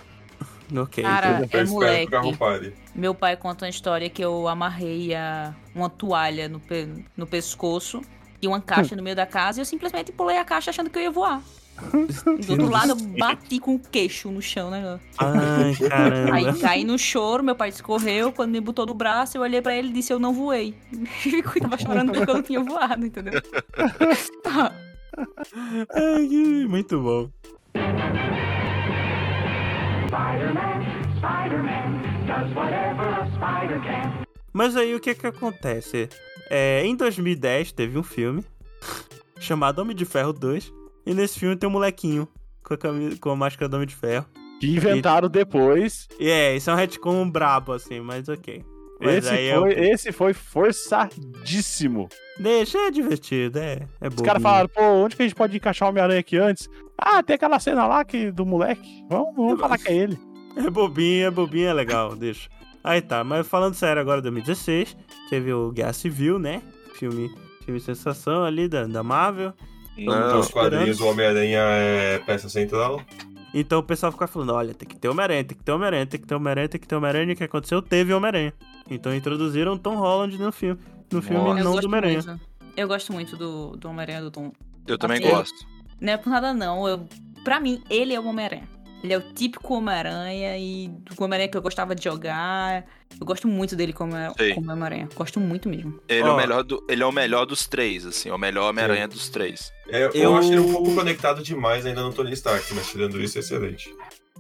Speaker 1: Ok.
Speaker 2: Cara,
Speaker 3: Ele
Speaker 2: é
Speaker 3: espera que
Speaker 2: moleque.
Speaker 3: o carro pare.
Speaker 2: Meu pai conta uma história que eu amarrei a- uma toalha no, pe- no pescoço e uma caixa no meio da casa e eu simplesmente pulei a caixa achando que eu ia voar. Do outro lado, eu bati com o queixo no chão, né?
Speaker 1: Ai, caramba.
Speaker 2: Aí caí no choro, meu pai escorreu, quando me botou no braço, eu olhei pra ele e disse, eu não voei. E tava chorando porque eu não tinha voado, entendeu? Tá.
Speaker 1: Ai, que- muito bom. Mas aí o que que acontece? É, em 2010 teve um filme chamado Homem de Ferro 2. E nesse filme tem um molequinho com a, cami- com a máscara do Homem de Ferro.
Speaker 7: Que inventaram depois.
Speaker 1: E é, isso é um retcon brabo, assim, mas ok. Mas
Speaker 7: Esse
Speaker 3: é
Speaker 1: aí é
Speaker 7: foi,
Speaker 1: eu...
Speaker 7: esse foi forçadíssimo.
Speaker 1: Deixa, é divertido, é, é bom.
Speaker 7: Os caras falaram, pô, onde que a gente pode encaixar o Homem-Aranha aqui antes? Ah, tem aquela cena lá que, do moleque. Vamos, vamos falar que é ele.
Speaker 1: É bobinho, é bobinho, é legal, deixa. Aí tá, mas falando sério agora, 2016, teve o Guerra Civil, né? Filme, filme sensação ali da, da Marvel. Não,
Speaker 3: Nos quadrinhos, o
Speaker 1: esperando.
Speaker 3: Homem-Aranha é peça central.
Speaker 1: Então o pessoal fica falando, olha, tem que ter Homem-Aranha, tem que ter Homem-Aranha, tem que ter Homem-Aranha, tem que ter Homem-Aranha. E O que aconteceu? Teve Homem-Aranha. Então introduziram Tom Holland no filme. No filme
Speaker 4: Nossa.
Speaker 1: não do
Speaker 2: gosto
Speaker 1: Homem-Aranha.
Speaker 2: muito. Eu gosto muito do, do Homem-Aranha do Tom.
Speaker 4: Eu também
Speaker 2: Assim, eu-
Speaker 4: gosto.
Speaker 2: Não é por nada, não. Eu, pra mim, ele é o Homem-Aranha. Ele é o típico Homem-Aranha e do Homem-Aranha que eu gostava de jogar. Eu gosto muito dele como, é,
Speaker 4: Sei.
Speaker 2: como Homem-Aranha. Gosto muito mesmo.
Speaker 4: Ele, é
Speaker 1: Ó.
Speaker 4: o melhor do- ele é o melhor dos três, assim, o melhor Homem-Aranha dos três.
Speaker 3: É, eu...
Speaker 1: Eu-
Speaker 3: acho ele um pouco conectado demais ainda no Tony Stark, mas tirando isso, é excelente.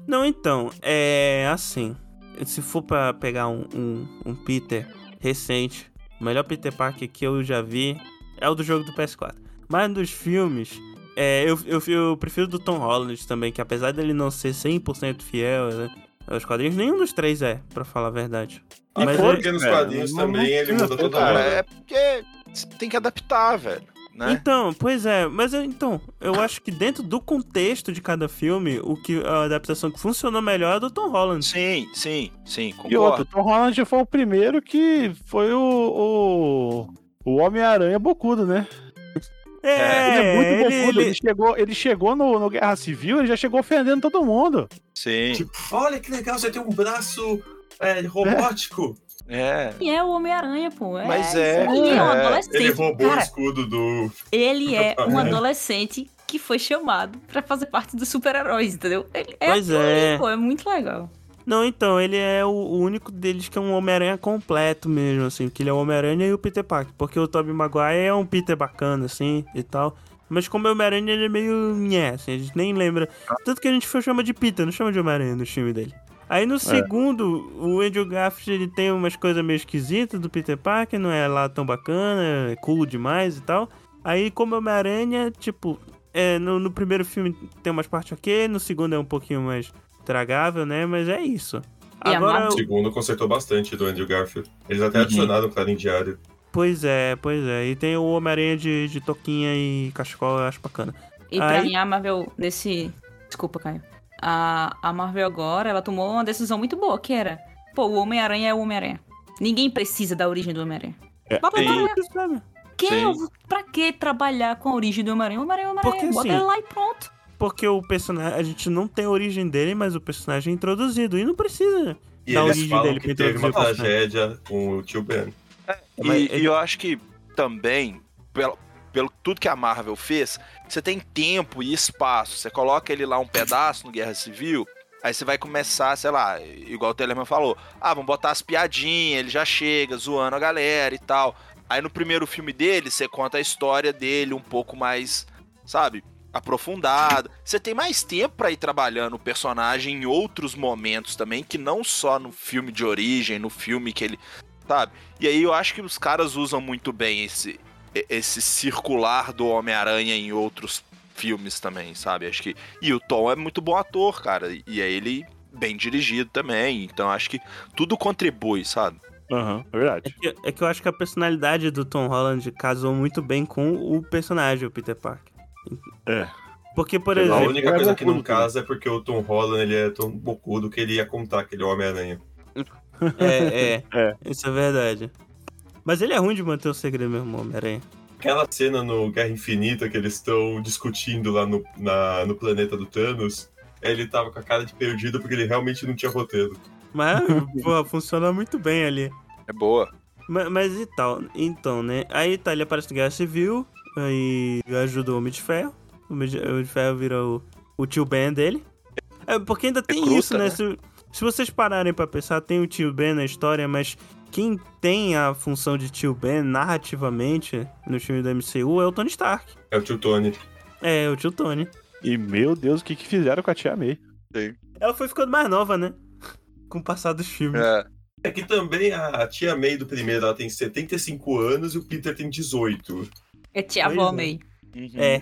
Speaker 1: Não, então, é assim. Se for pra pegar um, um, um Peter recente, o melhor Peter Parker que eu já vi é o do jogo do PS4. Mas nos filmes, é, eu, eu, eu prefiro do Tom Holland também, que apesar dele não ser 100% fiel né, aos quadrinhos, nenhum dos três é, pra falar a verdade. Mas
Speaker 3: Ah, mas
Speaker 1: é-
Speaker 3: porque nos
Speaker 7: é,
Speaker 3: quadrinhos
Speaker 7: não-
Speaker 3: também
Speaker 7: não
Speaker 3: ele
Speaker 7: tinha
Speaker 3: muda toda
Speaker 4: Cara,
Speaker 3: hora. né?
Speaker 4: é porque você tem que adaptar, velho. Né?
Speaker 1: Então, pois é, mas eu- então, eu acho que dentro do contexto de cada filme, o que a adaptação que funcionou melhor é a do Tom Holland.
Speaker 4: Sim, sim, sim,
Speaker 7: E
Speaker 4: concordo.
Speaker 7: outro, Tom Holland foi o primeiro que foi o. o... o Homem-Aranha Bocudo, né?
Speaker 1: É,
Speaker 7: ele é muito
Speaker 1: ele-
Speaker 7: bocudo. Ele,
Speaker 1: ele-
Speaker 7: chegou, ele chegou no, no Guerra Civil, ele já chegou ofendendo todo mundo.
Speaker 4: Sim,
Speaker 3: Tipo, olha que legal, você tem um braço é, robótico.
Speaker 4: é.
Speaker 2: E é o Homem-Aranha, pô. É,
Speaker 4: Mas é,
Speaker 2: isso aí, Ele é um
Speaker 4: é.
Speaker 2: adolescente.
Speaker 3: Ele roubou o
Speaker 2: Cara,
Speaker 3: escudo do.
Speaker 2: ele é um adolescente que foi chamado pra fazer parte dos super-heróis, entendeu? Ele é
Speaker 1: Pois é.
Speaker 2: Pô, é muito legal.
Speaker 1: Não, então, ele é o, o único deles que é um Homem-Aranha completo mesmo, assim, que ele é o Homem-Aranha e o Peter Parker, porque o Tobey Maguire é um Peter bacana, assim, e tal. Mas como é o Homem-Aranha, ele é meio nhé, assim, a gente nem lembra. Tanto que a gente chama de Peter, não chama de Homem-Aranha no time dele. Aí no segundo, o Andrew Garfield, ele tem umas coisas meio esquisitas do Peter Parker, não é lá tão bacana, é cool demais e tal. Aí como é o Homem-Aranha, tipo, é, no, no primeiro filme tem umas partes ok, no segundo é um pouquinho mais tragável, né? Mas é isso.
Speaker 2: E
Speaker 1: Agora,
Speaker 2: amado.
Speaker 3: O segundo consertou bastante do Andrew Garfield. Eles até adicionaram o Clarim Diário.
Speaker 1: pois é, pois é. E tem o Homem-Aranha de, de toquinha e cachecol, eu acho bacana.
Speaker 2: E pra
Speaker 1: Aí-
Speaker 2: mim, a Marvel, nesse. Desculpa, Caio. A, a Marvel agora, ela tomou uma decisão muito boa, que era: pô, o Homem-Aranha é o Homem-Aranha. Ninguém precisa da origem do Homem-Aranha.
Speaker 7: É,
Speaker 2: Bota o
Speaker 4: sim.
Speaker 2: Homem-Aranha.
Speaker 1: Isso, sabe?
Speaker 2: Que?
Speaker 4: Sim.
Speaker 2: Pra que trabalhar com a origem do Homem-Aranha? O Homem-Aranha é o Homem-Aranha.
Speaker 1: Porque,
Speaker 2: Bota
Speaker 1: assim,
Speaker 2: ele lá e pronto.
Speaker 1: Porque o personagem, a gente não tem a origem dele, mas o personagem é introduzido. E não precisa.
Speaker 3: E
Speaker 1: Da
Speaker 3: eles
Speaker 1: origem
Speaker 3: falam
Speaker 1: dele,
Speaker 3: que
Speaker 1: que
Speaker 3: teve uma
Speaker 1: introduziu
Speaker 3: tragédia com o tio Ben.
Speaker 4: E, e eu acho que também, pelo, pelo tudo que a Marvel fez, você tem tempo e espaço. Você coloca ele lá um pedaço no Guerra Civil, aí você vai começar, sei lá, igual o Telemann falou, ah, vamos botar as piadinhas, ele já chega zoando a galera e tal. Aí no primeiro filme dele, você conta a história dele um pouco mais, sabe, aprofundada. Você tem mais tempo pra ir trabalhando o personagem em outros momentos também, que não só no filme de origem, no filme que ele, sabe? E aí eu acho que os caras usam muito bem esse, esse circular do Homem-Aranha em outros filmes também, sabe? Acho que. E o Tom é muito bom ator, cara. E é ele bem dirigido também. Então acho que tudo contribui, sabe?
Speaker 7: Aham, é verdade.
Speaker 1: É que, é que eu acho que a personalidade do Tom Holland casou muito bem com o personagem, o Peter Parker.
Speaker 7: É.
Speaker 1: Porque, por
Speaker 7: Sei
Speaker 3: A
Speaker 7: lá,
Speaker 1: exemplo.
Speaker 3: única
Speaker 7: ele é
Speaker 3: coisa que não
Speaker 7: bocudo,
Speaker 3: casa é porque o Tom Holland ele é tão bocudo que ele ia contar que ele é o Homem-Aranha.
Speaker 1: É, é,
Speaker 7: É.
Speaker 1: Isso é verdade. Mas ele é ruim de manter o segredo, meu irmão, Homem-Aranha.
Speaker 3: Aquela cena no Guerra Infinita que eles estão discutindo lá no, na- no planeta do Thanos, ele tava com a cara de perdido porque ele realmente não tinha roteiro.
Speaker 1: Mas, pô, funciona muito bem ali.
Speaker 4: É boa.
Speaker 1: Ma- Mas, e tal, então, né? Aí tá, ele aparece no Guerra Civil, aí ajuda o Homem de Ferro. O Homem de, o Homem de Ferro vira o, o tio Ben dele. É, porque ainda tem
Speaker 4: Recruta,
Speaker 1: isso, né?
Speaker 4: né?
Speaker 1: Se, se vocês pararem pra pensar, tem o tio Ben na história, mas quem tem a função de tio Ben narrativamente no filme da MCU é o Tony Stark.
Speaker 3: É o tio Tony.
Speaker 1: É, o tio Tony.
Speaker 7: E meu Deus, o que, que fizeram com a Tia May?
Speaker 1: Ela foi ficando mais nova, né? Com o passar dos filmes.
Speaker 4: É.
Speaker 3: É que também a, a tia May do primeiro ela tem 75 anos e o Peter tem 18.
Speaker 2: É te
Speaker 1: Pois
Speaker 2: avó,
Speaker 1: é.
Speaker 2: May.
Speaker 1: É.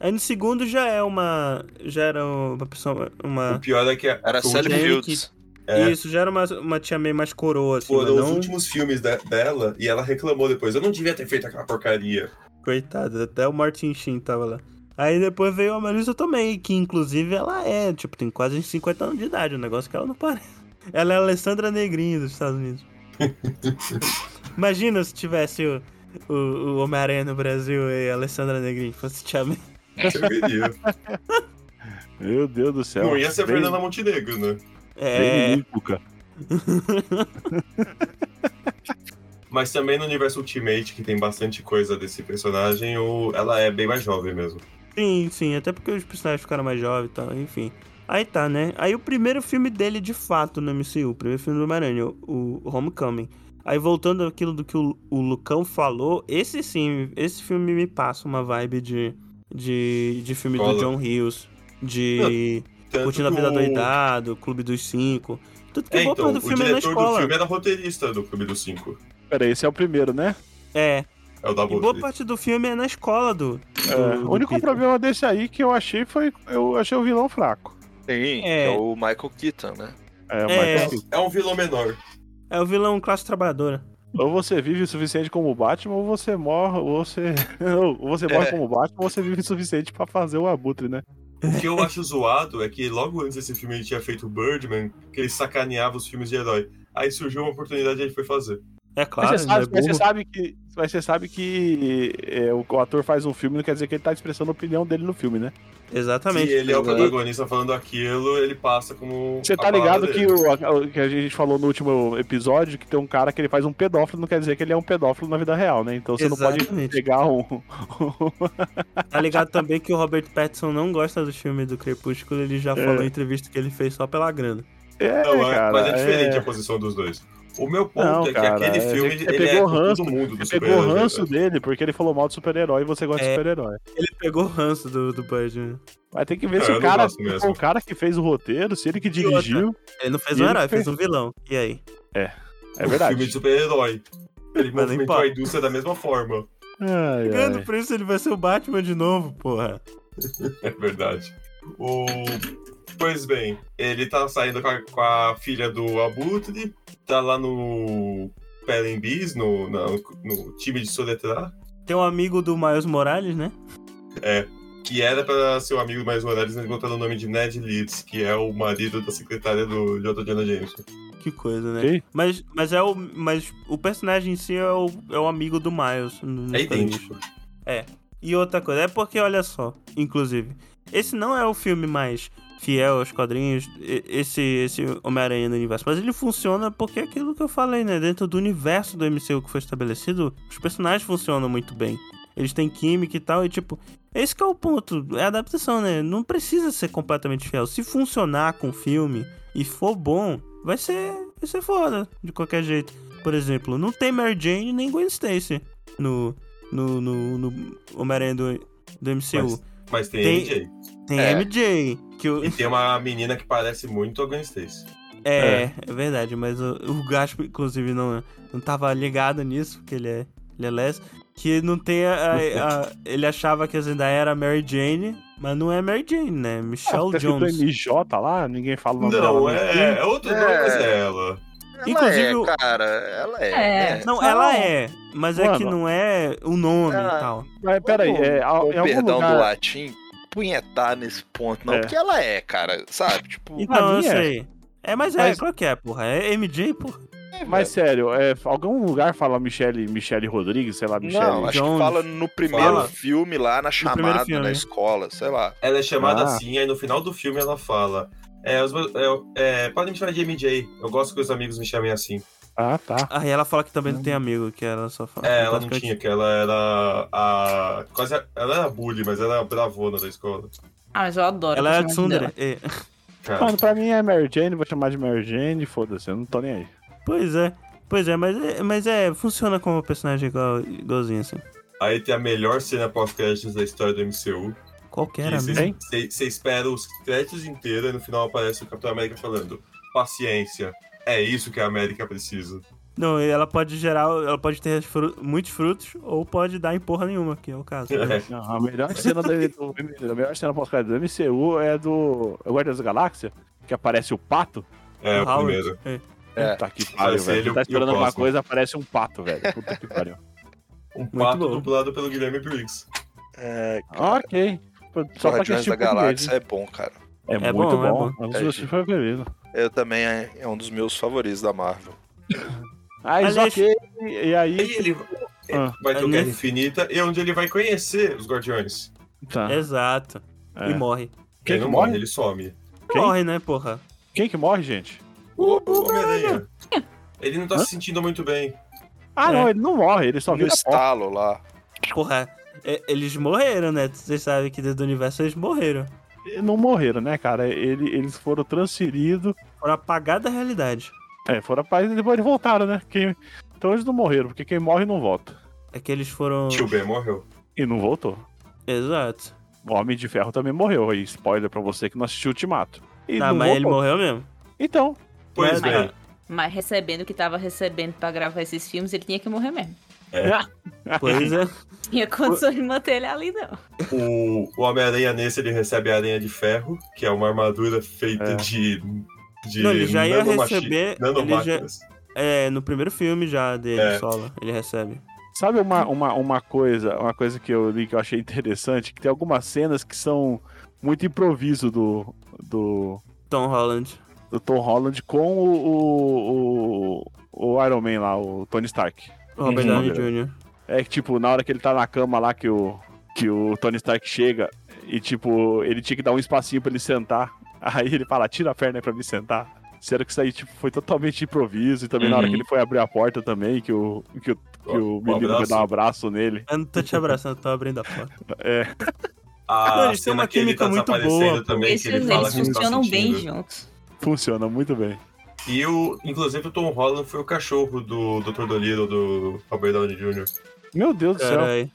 Speaker 1: Aí no segundo já é uma. Já era uma pessoa.
Speaker 3: O
Speaker 1: Uma.
Speaker 3: pior é que a,
Speaker 4: Era
Speaker 3: o
Speaker 4: Sally
Speaker 1: Jake.
Speaker 4: Fields.
Speaker 3: É.
Speaker 1: Isso, já era uma, uma tia meio mais coroa, assim.
Speaker 3: foram
Speaker 1: mas
Speaker 3: os
Speaker 1: não-
Speaker 3: últimos filmes da- dela e ela reclamou depois. Eu não devia ter feito aquela porcaria.
Speaker 1: Coitado, até o Martin Sheen tava lá. Aí depois veio a Marisa também, que inclusive ela é, tipo, tem quase 50 anos de idade, um negócio que ela não parece. Ela é a Alessandra Negrinho dos Estados Unidos. Imagina se tivesse o- o, o Homem-Aranha no Brasil e a Alessandra Negrini fosse te amar.
Speaker 3: Você veria.
Speaker 7: Meu Deus do céu.
Speaker 3: Não ia ser a
Speaker 7: Bem-
Speaker 3: Fernanda Montenegro, né?
Speaker 7: bem
Speaker 1: É.
Speaker 7: limpo, cara.
Speaker 3: Mas também no universo Ultimate, que tem bastante coisa desse personagem, o... ela é bem mais jovem mesmo.
Speaker 1: Sim, sim, até porque os personagens ficaram mais jovens e tal, enfim. Aí tá, né? Aí o primeiro filme dele, de fato, no MCU, o primeiro filme do Homem-Aranha, o, o Homecoming. Aí voltando àquilo do que o, o Lucão falou, esse sim, esse filme me passa uma vibe de, de, de filme do
Speaker 3: Cola.
Speaker 1: John Hughes, de
Speaker 3: Tanto
Speaker 1: Curtindo a
Speaker 3: que
Speaker 1: Vida
Speaker 3: o-
Speaker 1: Doidado, Clube dos Cinco. Tudo que
Speaker 3: É,
Speaker 1: é, boa
Speaker 3: então,
Speaker 1: parte do
Speaker 3: o
Speaker 1: filme é na
Speaker 3: diretor do
Speaker 1: escola.
Speaker 3: filme era roteirista do Clube dos Cinco.
Speaker 7: Pera, esse é o primeiro, né?
Speaker 1: É,
Speaker 3: É o
Speaker 1: e
Speaker 3: da
Speaker 1: boa parte do filme é na escola do.
Speaker 7: É,
Speaker 1: do- do
Speaker 7: o único
Speaker 1: Peter.
Speaker 7: problema desse aí que eu achei foi. Eu achei o vilão fraco.
Speaker 4: Sim,
Speaker 1: É.
Speaker 4: que é o Michael Keaton, né?
Speaker 7: É,
Speaker 1: É.
Speaker 7: mas assim,
Speaker 3: É um vilão menor.
Speaker 1: É o vilão classe trabalhadora.
Speaker 7: ou você vive o suficiente como o Batman, ou você morre, ou você. ou você morre
Speaker 4: É.
Speaker 7: como o Batman, ou você vive o suficiente pra fazer o abutre, né?
Speaker 3: O que eu acho zoado é que logo antes desse filme ele tinha feito Birdman, que ele sacaneava os filmes de herói. Aí surgiu uma oportunidade e ele foi fazer.
Speaker 1: É claro,
Speaker 7: mas, você sabe,
Speaker 1: né?
Speaker 7: mas você
Speaker 1: burro.
Speaker 7: sabe que. Mas você sabe que é, o, o ator faz um filme, não quer dizer que ele tá expressando a opinião dele no filme, né?
Speaker 1: Exatamente.
Speaker 3: Se ele é o
Speaker 1: Exato.
Speaker 3: protagonista falando aquilo, ele passa como.
Speaker 7: Você
Speaker 3: a
Speaker 7: tá
Speaker 3: palavra
Speaker 7: ligado que,
Speaker 3: dele.
Speaker 7: o, a- o que a gente falou no último episódio que tem um cara que ele faz um pedófilo, não quer dizer que ele é um pedófilo na vida real, né? Então você não pode
Speaker 1: Exatamente.
Speaker 7: pegar um.
Speaker 1: Tá ligado também que o Robert Pattinson não gosta dos filmes do Crepúsculo, ele já
Speaker 7: É.
Speaker 1: falou em entrevista que ele fez só pela grana.
Speaker 7: é,
Speaker 3: Não, é,
Speaker 7: cara,
Speaker 3: mas é diferente
Speaker 7: é.
Speaker 3: a posição dos dois. O meu ponto
Speaker 7: Não,
Speaker 3: é que
Speaker 7: cara,
Speaker 3: aquele
Speaker 7: é-
Speaker 3: filme ele
Speaker 7: você
Speaker 3: é
Speaker 7: pegou
Speaker 3: com
Speaker 7: ranço,
Speaker 3: todo mundo do
Speaker 7: Você pegou o
Speaker 3: super-herói,
Speaker 7: ranço
Speaker 3: velho.
Speaker 7: dele porque ele falou mal do super-herói e você gosta de
Speaker 1: É.
Speaker 7: super-herói.
Speaker 1: Ele pegou o ranço do, do Birdman.
Speaker 7: Mas tem que ver
Speaker 3: É,
Speaker 7: se
Speaker 3: eu
Speaker 7: o
Speaker 3: não
Speaker 7: cara,
Speaker 3: gosto mesmo.
Speaker 7: foi o cara que fez o roteiro, se ele que
Speaker 1: E outra.
Speaker 7: dirigiu.
Speaker 1: Ele não fez
Speaker 7: E
Speaker 1: um
Speaker 7: ele
Speaker 1: herói,
Speaker 7: fez.
Speaker 1: fez um vilão. E aí?
Speaker 7: É
Speaker 3: Um filme de
Speaker 7: verdade.
Speaker 3: super-herói. Ele
Speaker 1: Mas nem
Speaker 3: movimentou
Speaker 1: pá.
Speaker 3: a indústria da mesma forma.
Speaker 7: Ai,
Speaker 1: Ganhando
Speaker 7: ai.
Speaker 1: por isso, ele vai ser o Batman de novo, porra.
Speaker 3: É verdade. O... Pois bem, ele tá saindo com a, com a filha do Abutre, tá lá no Pelenbis, no, na- no time de Soletrar,
Speaker 1: Tem um amigo do Miles Morales, né?
Speaker 3: que era pra ser o amigo mais horário, mas botaram o nome de Ned Leeds, que é o marido da secretária do J. Jonah Jameson.
Speaker 1: Que coisa, né?
Speaker 7: Quem?
Speaker 1: Mas, mas é o. Mas o personagem em si é o, é o amigo do Miles. no- nos
Speaker 3: É idêntico.
Speaker 1: quadrinhos. É. E outra coisa, é porque, olha só, inclusive, esse não é o filme mais fiel aos quadrinhos, e- esse, esse Homem-Aranha no universo, mas ele funciona porque é aquilo que eu falei, né? Dentro do universo do MCU que foi estabelecido, os personagens funcionam muito bem. Eles têm química e tal, e tipo, esse que é o ponto, é a adaptação, né? Não precisa ser completamente fiel. Se funcionar com o filme e for bom, vai ser, vai ser foda, de qualquer jeito. Por exemplo, não tem Mary Jane nem Gwen Stacy no, no, no, no Homem-Aranha do, do MCU.
Speaker 3: Mas tem,
Speaker 1: Tem-
Speaker 3: MJ.
Speaker 1: Tem
Speaker 4: É.
Speaker 1: MJ, que o,
Speaker 3: E tem uma menina que parece muito a Gwen Stacy.
Speaker 1: é, é, verdade, mas o, o Gaspo, inclusive, não, não tava ligado nisso, porque ele é, ele é les, que não tem a, a- a- Ele achava que a Zendaya era Mary Jane, mas não é Mary Jane, né? Michelle
Speaker 7: Tá escrito
Speaker 1: Jones.
Speaker 7: MJ lá, ninguém fala o nome dela.
Speaker 3: Não,
Speaker 7: né?
Speaker 3: é, é outro nome,
Speaker 4: É.
Speaker 3: mas é ela.
Speaker 4: Ela
Speaker 1: Inclusive, o-
Speaker 4: é, cara, ela é.
Speaker 2: É.
Speaker 4: né?
Speaker 1: Não, ela é, mas é que
Speaker 7: Mano.
Speaker 1: não é o nome
Speaker 4: Ah.
Speaker 1: e tal.
Speaker 7: Mas peraí,
Speaker 4: Vamos,
Speaker 7: é, a-
Speaker 4: Com
Speaker 7: em algum
Speaker 4: perdão do
Speaker 7: lugar.
Speaker 4: latim, punhetar nesse ponto, não.
Speaker 7: É.
Speaker 4: Porque ela é, cara, sabe? Tipo,
Speaker 1: Então, eu
Speaker 7: mim é.
Speaker 1: sei. É, mas é,
Speaker 7: Mas-
Speaker 1: claro que é, porra. É MJ, porra.
Speaker 3: né?
Speaker 7: Mas sério, é, algum lugar fala Michele, Michele Rodrigues, sei lá, Michele.
Speaker 4: não, acho
Speaker 1: Jones.
Speaker 4: que fala no primeiro
Speaker 1: Fala.
Speaker 4: filme lá, na chamada,
Speaker 1: filme.
Speaker 4: na escola, sei lá.
Speaker 3: Ela é chamada
Speaker 7: Ah.
Speaker 3: assim, aí no final do filme ela fala. É, os meus- é, é, podem me chamar de MJ. Eu gosto que os amigos me chamem assim.
Speaker 7: Ah, tá.
Speaker 1: Ah, e ela fala que também não tem amigo, que ela só fala.
Speaker 3: É, ela não
Speaker 1: basicamente-
Speaker 3: tinha, que ela era a. Quase. a- Ela era bully, mas ela era bravona da escola.
Speaker 2: Ah, mas eu adoro.
Speaker 1: Ela é a
Speaker 2: personagem
Speaker 1: Tsundere.
Speaker 2: dela.
Speaker 1: É.
Speaker 3: Cara,
Speaker 7: Mano, pra mim é Mary Jane, vou chamar de Mary Jane, foda-se, eu não tô nem aí.
Speaker 1: Pois é. Pois é, mas é, mas é, funciona como personagem igual, igualzinho, assim.
Speaker 3: aí tem a melhor cena pós-créditos da história do MCU. que
Speaker 1: Qualquer amigo.
Speaker 7: hein?
Speaker 3: Você espera os créditos inteiros e no final aparece o Capitão América falando: paciência, é isso que a América precisa.
Speaker 1: Não, e ela pode gerar, ela pode ter fru- muitos frutos ou pode dar em porra nenhuma, que é o caso. né?
Speaker 3: É.
Speaker 7: Não, a melhor cena do, do- a melhor cena pós-crédito do MCU é do Guardiões da Galáxia, que aparece o pato.
Speaker 3: É,
Speaker 1: O
Speaker 3: o
Speaker 1: Howard.
Speaker 3: primeiro.
Speaker 4: É.
Speaker 7: Puta que pariu,
Speaker 3: Parece ele
Speaker 7: velho. Você tá
Speaker 3: e o
Speaker 7: esperando alguma
Speaker 3: próximo.
Speaker 7: coisa, aparece um pato, velho. Puta que pariu.
Speaker 3: Um pato
Speaker 1: bom.
Speaker 3: dublado pelo Guilherme Briggs.
Speaker 4: É, cara.
Speaker 7: Ah, ok. Só pra
Speaker 4: Guardiões
Speaker 7: assistir
Speaker 4: da
Speaker 7: o português,
Speaker 4: Galáxia é bom, cara.
Speaker 7: né? É,
Speaker 1: É
Speaker 7: muito
Speaker 1: bom, é
Speaker 7: bom.
Speaker 4: É,
Speaker 7: É um dos meus
Speaker 4: gente.
Speaker 7: favoritos.
Speaker 4: Eu também é, é um dos meus favoritos da Marvel.
Speaker 7: Mas
Speaker 1: Aliás-
Speaker 7: ok, Ah, e aí...
Speaker 3: E ele, é,
Speaker 7: Ah,
Speaker 3: vai ter
Speaker 1: é
Speaker 3: o Guerra
Speaker 1: nesse-
Speaker 3: Infinita e é onde ele vai conhecer os Guardiões.
Speaker 7: Tá.
Speaker 1: Exato.
Speaker 7: É.
Speaker 1: E morre.
Speaker 7: Quem
Speaker 3: ele
Speaker 7: que
Speaker 3: não morre,
Speaker 7: morre?
Speaker 3: ele some.
Speaker 7: Quem?
Speaker 1: Morre, né, porra?
Speaker 7: Quem que morre, gente?
Speaker 3: O Homem-Aranha. Ele não tá se sentindo muito bem.
Speaker 7: Ah,
Speaker 1: É.
Speaker 7: não, ele não morre, ele só
Speaker 4: No
Speaker 7: vira pó.
Speaker 4: estalo lá.
Speaker 1: Porra. é, eles morreram, né? Vocês sabem que dentro do universo eles morreram.
Speaker 7: Eles Não morreram, né, cara? Ele, eles foram transferidos.
Speaker 1: Foram apagados da realidade.
Speaker 7: É, foram pra e depois eles voltaram, né? Quem... Então eles não morreram, porque quem morre não volta.
Speaker 1: É que eles foram.
Speaker 3: Tio Ben morreu.
Speaker 7: E não voltou.
Speaker 1: Exato.
Speaker 7: O Homem de Ferro também morreu. Aí, spoiler pra você que não assistiu Ultimato. E
Speaker 1: Ah,
Speaker 7: não
Speaker 1: mas ele
Speaker 7: voltou.
Speaker 1: morreu mesmo.
Speaker 7: Então,
Speaker 3: Pois
Speaker 1: Mas,
Speaker 3: bem,
Speaker 1: cara,
Speaker 2: Mas recebendo o que tava recebendo pra gravar esses filmes, ele tinha que morrer mesmo.
Speaker 1: Pois é.
Speaker 2: Tinha condições de manter ele ali, não.
Speaker 3: o, o Homem-Aranha nesse ele recebe a Aranha de Ferro, que é uma armadura feita
Speaker 7: É.
Speaker 3: de. de
Speaker 1: Não, ele já ia
Speaker 3: nanomachi-
Speaker 1: receber, ele
Speaker 3: nanomáquinas.
Speaker 1: É, no primeiro filme já dele,
Speaker 3: É.
Speaker 1: solo, ele recebe.
Speaker 7: Sabe uma, uma, uma coisa, uma coisa que eu li que eu achei interessante, que tem algumas cenas que são muito improviso do, do,
Speaker 1: Tom Holland.
Speaker 7: do Tom Holland com o, o, o, o Iron Man lá, o Tony Stark.
Speaker 1: Robert
Speaker 7: Uhum.
Speaker 1: Downey Jr.
Speaker 7: É que, tipo, na hora que ele tá na cama lá que o, que o Tony Stark chega e, tipo, ele tinha que dar um espacinho pra ele sentar. Aí ele fala, tira a perna aí pra me sentar. Sério que isso aí, tipo, foi totalmente improviso. E também na hora
Speaker 4: Uhum.
Speaker 7: que ele foi abrir a porta também, que o, que o, que o,
Speaker 3: Um
Speaker 7: menino vai
Speaker 3: abraço.
Speaker 7: dar um abraço nele.
Speaker 1: Eu não tô te abraçando, tô abrindo a porta.
Speaker 7: É,
Speaker 1: Ah, Não,
Speaker 3: A
Speaker 1: eles têm
Speaker 3: cena
Speaker 1: uma
Speaker 3: que ele
Speaker 1: química
Speaker 3: tá
Speaker 1: muito
Speaker 3: desaparecendo
Speaker 1: boa,
Speaker 3: também,
Speaker 2: Esses
Speaker 3: que ele fala
Speaker 2: eles
Speaker 3: que não tá
Speaker 2: funcionam bem
Speaker 3: sentindo.
Speaker 2: juntos.
Speaker 7: funciona muito bem.
Speaker 3: E o, inclusive o Tom Holland foi o cachorro do Dr. Dolittle do Robert Downey Jr.
Speaker 7: Meu Deus do céu.
Speaker 1: Caralho.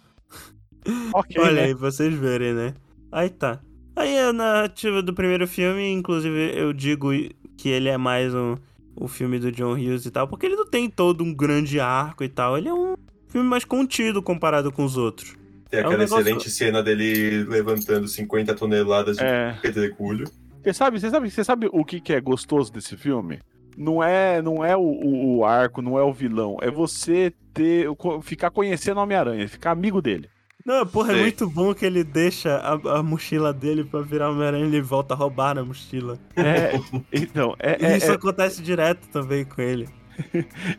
Speaker 7: Ok,
Speaker 1: Olha
Speaker 7: né?
Speaker 1: aí, vocês verem, né? Aí tá. Aí a narrativa do primeiro filme, inclusive eu digo que ele é mais um, o filme do John Hughes e tal, porque ele não tem todo um grande arco e tal, ele é um filme mais contido comparado com os outros.
Speaker 3: Tem
Speaker 1: É um
Speaker 3: aquela
Speaker 1: negócio-
Speaker 3: excelente cena dele levantando 50 toneladas de
Speaker 7: É.
Speaker 3: pedregulho.
Speaker 7: Você sabe, você sabe, você sabe o que, que é gostoso desse filme? Não é, não é o, o- o arco, não é o vilão. É você ter, co- ficar conhecendo o Homem-Aranha, ficar amigo dele.
Speaker 1: Não, porra, é
Speaker 4: Sei.
Speaker 1: muito bom que ele deixa a, a mochila dele pra virar um Homem-Aranha e ele volta a roubar na mochila.
Speaker 7: É, então, é,
Speaker 1: E
Speaker 7: é-
Speaker 1: isso
Speaker 7: é-
Speaker 1: acontece direto também com ele.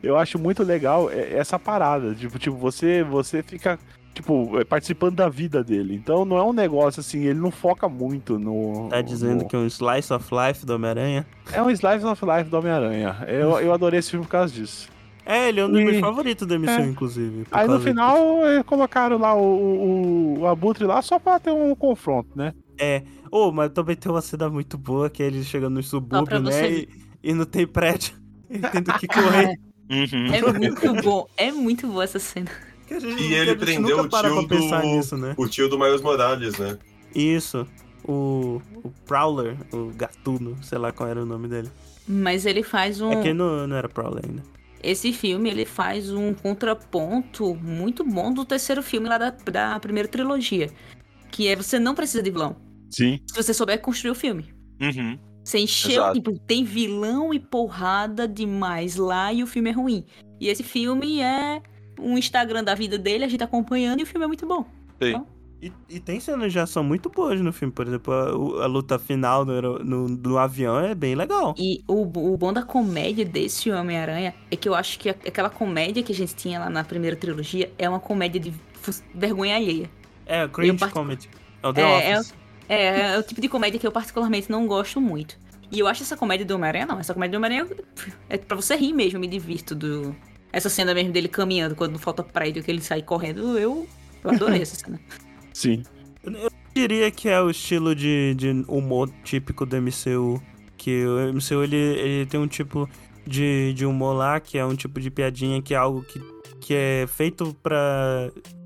Speaker 7: eu acho muito legal é- essa parada. Tipo, tipo você, você fica tipo, é, participando da vida dele. Então não é um negócio assim, ele não foca muito no.
Speaker 1: Tá dizendo
Speaker 7: no-
Speaker 1: que é um slice of life do Homem-Aranha.
Speaker 7: É um Slice of Life do Homem-Aranha. Eu, eu adorei esse filme por causa disso.
Speaker 1: É, ele é um dos
Speaker 7: E-
Speaker 1: meus favoritos da MCU,
Speaker 7: é.
Speaker 1: inclusive. por
Speaker 7: Aí no
Speaker 1: causa
Speaker 7: final eh, colocaram lá o, o, o Abutre lá só pra ter um confronto, né?
Speaker 1: Ô, mas também tem uma cena muito boa que é ele chega no subúrbio,
Speaker 2: pra
Speaker 1: né?
Speaker 2: você
Speaker 1: E, e não tem prédio. E tendo que correr. Hum.
Speaker 4: Uhum.
Speaker 2: É muito bom, é muito boa essa cena.
Speaker 1: Que a gente,
Speaker 3: E
Speaker 1: que a
Speaker 3: ele
Speaker 1: gente
Speaker 3: prendeu
Speaker 1: nunca
Speaker 3: o
Speaker 1: para
Speaker 3: tio
Speaker 1: pra pensar
Speaker 3: do-
Speaker 1: nisso, né?
Speaker 3: O tio do Miles Morales, né?
Speaker 1: Isso. O, o Prowler, o Gatuno, sei lá qual era o nome dele.
Speaker 2: Mas ele faz um.
Speaker 1: É
Speaker 7: Hum.
Speaker 1: que não, não era Prowler ainda.
Speaker 2: Esse filme ele faz um contraponto muito bom do terceiro filme lá da, da primeira trilogia. Que é você não precisa de vilão.
Speaker 7: Sim.
Speaker 2: Se você souber construir o filme.
Speaker 4: Uhum.
Speaker 2: Você encheu,
Speaker 4: Exato.
Speaker 2: tipo, tem vilão e porrada demais lá e o filme é ruim. E esse filme é um Instagram da vida dele, a gente tá acompanhando e o filme é muito bom.
Speaker 1: E, e tem cenas de ação muito boas no filme. Por exemplo, a, o- a luta final no, aero- no, no avião é bem legal.
Speaker 2: E o, o bom da comédia desse Homem-Aranha é que eu acho que a- aquela comédia que a gente tinha lá na primeira trilogia é uma comédia de fu- vergonha alheia.
Speaker 1: É, cringe
Speaker 2: partic-
Speaker 1: comedy. É o The
Speaker 2: É, é-
Speaker 1: Office.
Speaker 2: É, é o tipo de comédia que eu particularmente não gosto muito. E eu acho essa comédia do Homem-Aranha, não. Essa comédia do Homem-Aranha é pra você rir mesmo, eu me divirto do. Essa cena mesmo dele caminhando quando falta prédio que ele sai correndo, eu, eu adorei essa cena.
Speaker 7: Sim.
Speaker 1: diria que é o estilo de, de humor típico do MCU. Que o MCU ele, ele tem um tipo de, de humor lá, que é um tipo de piadinha, que é algo que, que é feito pra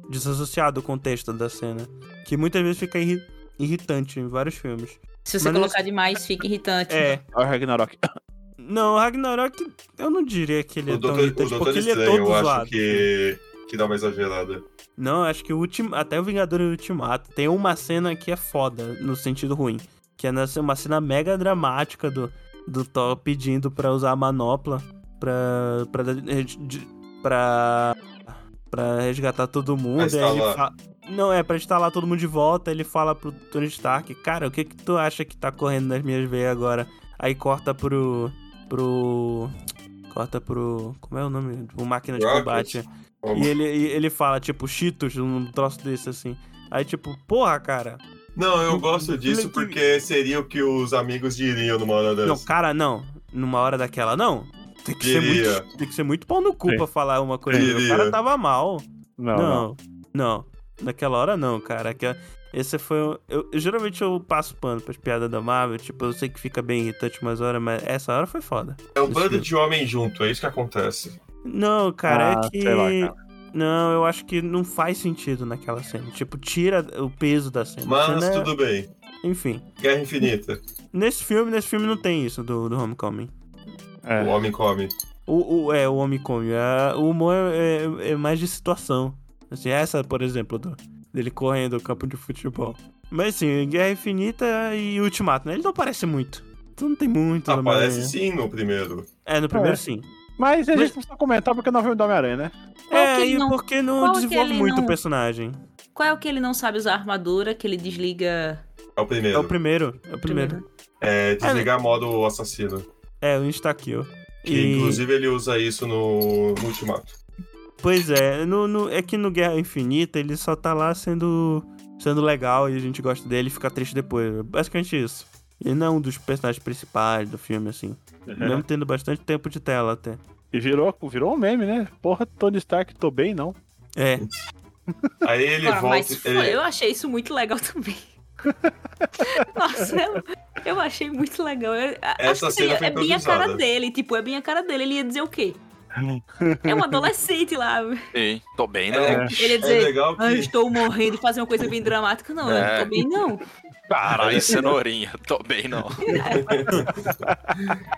Speaker 1: desassociar do contexto da cena. Que muitas vezes fica irri- irritante em vários filmes.
Speaker 2: Se você
Speaker 1: Mas
Speaker 2: colocar demais, fica irritante.
Speaker 1: É.
Speaker 7: Olha o Ragnarok.
Speaker 1: Não, o Ragnarok, eu não diria que ele é
Speaker 3: o
Speaker 1: tão
Speaker 3: Doutor, o
Speaker 1: irritante,
Speaker 3: Doutor
Speaker 1: porque ele é
Speaker 3: Estranho,
Speaker 1: todo
Speaker 3: eu
Speaker 1: zoado. assim.
Speaker 3: acho que, que dá uma exagerada.
Speaker 1: Não, acho que o último, até o Vingador Ultimato tem uma cena que é foda, no sentido ruim. Que é nessa- uma cena mega dramática do, do Thor pedindo pra usar a manopla pra. pra. de- pra, pra resgatar todo mundo.
Speaker 3: Pra
Speaker 1: e aí ele
Speaker 3: instalar.
Speaker 1: fa- Não, é pra instalar todo mundo de volta. Ele fala pro Tony Stark, cara, o que que tu acha que tá correndo nas minhas veias agora? Aí corta pro. pro. Corta pro. Como é o nome? O máquina de
Speaker 3: Rocket.
Speaker 1: combate.
Speaker 3: Ó,
Speaker 1: E ele, e ele fala, tipo, Cheetos, um troço desse assim. Aí, tipo, porra, cara.
Speaker 3: Não, eu gosto disso
Speaker 1: Leite-
Speaker 3: porque seria o que os amigos diriam numa hora
Speaker 1: Não,
Speaker 3: dessa.
Speaker 1: cara, não. Numa hora daquela, não. Tem que, ser
Speaker 3: Diria.
Speaker 1: muito, tem que ser muito pau no cu
Speaker 5: Sim.
Speaker 1: pra falar uma coisa. né? O
Speaker 3: Diria.
Speaker 1: cara tava mal.
Speaker 7: Não, não.
Speaker 1: Não, não. Naquela hora não, cara. Aquela- Esse foi. um- Eu, eu- geralmente eu passo pano pras piadas da Marvel. Tipo, eu sei que fica bem irritante umas horas, mas essa hora foi foda.
Speaker 3: É um
Speaker 1: Isso
Speaker 3: bando
Speaker 1: mesmo.
Speaker 3: de homem junto, é isso que acontece.
Speaker 1: Não, cara,
Speaker 7: Ah,
Speaker 1: é que.
Speaker 7: sei lá, cara.
Speaker 1: Não, eu acho que não faz sentido naquela cena. Tipo, tira o peso da cena. A
Speaker 3: Mas
Speaker 1: cena é-
Speaker 3: tudo bem.
Speaker 1: Enfim.
Speaker 3: Guerra Infinita.
Speaker 1: Nesse filme, nesse filme não tem isso do, do Homecoming.
Speaker 7: É.
Speaker 3: O homem come.
Speaker 1: O, o- é, o Homecoming. A, o humor é, é- é mais de situação. Assim, essa, por exemplo, do- dele correndo no campo de futebol. Mas assim, Guerra Infinita e Ultimato, né? Ele não aparece muito. Então não tem muito. no
Speaker 3: Aparece
Speaker 1: Homem-Aranha.
Speaker 3: sim no primeiro.
Speaker 1: É, no primeiro
Speaker 7: É.
Speaker 1: sim.
Speaker 7: Mas a gente
Speaker 1: Mas-
Speaker 7: não precisa comentar porque não é o filme do Homem-Aranha, né?
Speaker 2: Qual que
Speaker 1: é,
Speaker 2: ele
Speaker 1: e
Speaker 2: não-
Speaker 1: porque não
Speaker 2: qual que
Speaker 1: desenvolve
Speaker 2: ele
Speaker 1: muito
Speaker 2: não-
Speaker 1: o personagem.
Speaker 2: Qual é o que ele não sabe usar armadura, que ele desliga
Speaker 3: É o
Speaker 1: É o
Speaker 3: primeiro.
Speaker 1: primeiro. É o primeiro.
Speaker 2: primeiro?
Speaker 3: É desligar modo assassino.
Speaker 1: É, o Instakill.
Speaker 3: Que inclusive ele usa isso no, no Ultimato.
Speaker 1: Pois é, no, no- é que no Guerra Infinita ele só tá lá sendo, sendo legal e a gente gosta dele e fica triste depois. É Basicamente isso. Ele não é um dos personagens principais do filme, assim.
Speaker 3: É.
Speaker 1: Mesmo tendo bastante tempo de tela até.
Speaker 7: E virou, virou um meme, né? Porra, Tony Stark, tô bem, não.
Speaker 1: É,
Speaker 3: Aí ele
Speaker 2: Ah,
Speaker 3: volta.
Speaker 2: mas foi-
Speaker 3: ele- é.
Speaker 2: eu achei isso muito legal também. Nossa, eu, eu achei muito legal. Eu- a-
Speaker 3: Essa
Speaker 2: acho que
Speaker 3: cena
Speaker 2: seria-
Speaker 3: foi
Speaker 2: é bem a cara
Speaker 3: improvisada.
Speaker 2: dele, tipo, é bem a cara dele. Ele ia dizer o quê? É um adolescente lá.
Speaker 4: Sim, tô bem, não.
Speaker 3: É,
Speaker 2: Ele ia
Speaker 3: é
Speaker 2: dizer,
Speaker 3: legal que.
Speaker 2: ah, eu estou morrendo, fazer uma coisa bem dramática. Não, eu
Speaker 4: É.
Speaker 2: não tô bem, não.
Speaker 4: Caralho, cenourinha, tô bem, não.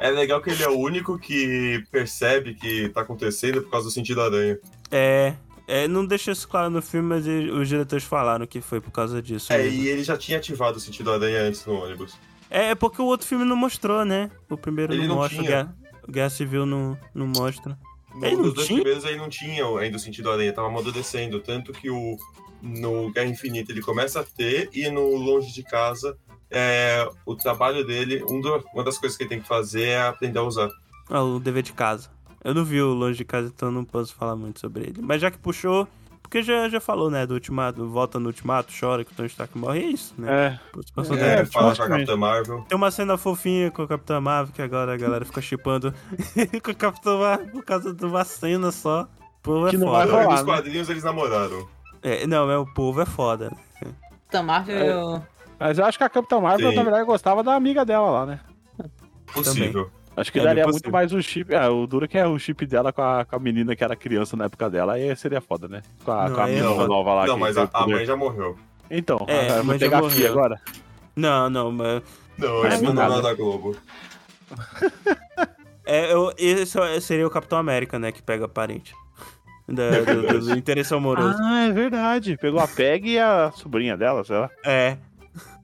Speaker 3: É legal que ele é o único que percebe que tá acontecendo por causa do sentido aranha.
Speaker 1: é. é não deixa isso claro no filme, mas ele- os diretores falaram que foi por causa disso.
Speaker 3: É,
Speaker 1: mesmo.
Speaker 3: e ele já tinha ativado o sentido aranha antes no ônibus.
Speaker 1: É, é porque o outro filme não mostrou, né? O primeiro
Speaker 3: Ele
Speaker 1: não
Speaker 3: não
Speaker 1: mostra, o
Speaker 3: tinha.
Speaker 1: Guerra, o Guerra Civil não, não mostra.
Speaker 3: No,
Speaker 1: Ele não
Speaker 3: nos Um dois
Speaker 1: tinha?
Speaker 3: primeiros aí não tinha ainda o sentido aranha, tava amadurecendo. Tanto que o no Guerra Infinita ele começa a ter, e no Longe de Casa, é, o trabalho dele, um do- uma das coisas que ele tem que fazer é aprender a usar.
Speaker 1: Ah, o dever de casa. Eu não vi o Longe de Casa, então não posso falar muito sobre ele. Mas já que puxou, porque já, já falou, né, do ultimato, volta no ultimato, chora que o Tony Stark morre, é isso, né?
Speaker 7: É.
Speaker 1: Pô, passou da-
Speaker 3: É, fala
Speaker 7: é,
Speaker 3: com a
Speaker 7: praticamente.
Speaker 3: Capitã Marvel.
Speaker 1: Tem uma cena fofinha com o Capitão Marvel, que agora a galera fica chipando com o Capitão Marvel por causa de uma cena só. O povo é
Speaker 7: Que não vai
Speaker 1: foda.
Speaker 7: rolar.
Speaker 3: Então, nos
Speaker 7: né?
Speaker 3: quadrinhos eles namoraram.
Speaker 1: É, não, é o povo é foda.
Speaker 2: Capitã Então, Marvel,
Speaker 7: É.
Speaker 2: eu-
Speaker 7: Mas eu acho que a Capitã Marvel,
Speaker 3: Sim.
Speaker 7: na verdade, gostava da amiga dela lá, né?
Speaker 3: Possível.
Speaker 7: Acho que
Speaker 1: É,
Speaker 7: daria
Speaker 1: bem
Speaker 7: muito
Speaker 1: possível.
Speaker 7: mais o chip. Ah, o duro que é o chip dela com a, com a menina que era criança na época dela. Aí seria foda, né? Com a,
Speaker 1: Não,
Speaker 7: com a
Speaker 1: aí é
Speaker 7: menina
Speaker 3: foda.
Speaker 7: nova lá.
Speaker 3: Não,
Speaker 7: que
Speaker 3: mas
Speaker 7: tem
Speaker 3: a,
Speaker 7: o
Speaker 3: a
Speaker 7: poder.
Speaker 3: mãe já morreu.
Speaker 7: Então,
Speaker 1: É,
Speaker 7: ah,
Speaker 1: mas
Speaker 7: vai
Speaker 1: já
Speaker 7: pegar a
Speaker 1: morreu.
Speaker 7: filha agora.
Speaker 1: Não, não, mas.
Speaker 3: Não,
Speaker 1: Ah,
Speaker 3: eles
Speaker 1: não dá,
Speaker 3: mandaram
Speaker 1: né?
Speaker 3: da Globo.
Speaker 1: É, eu, esse é- seria o Capitão América, né, que pega a parente. Da- do, do- do interesse amoroso.
Speaker 7: Ah, é verdade. Pegou a Peg e a sobrinha dela, sei lá.
Speaker 1: É.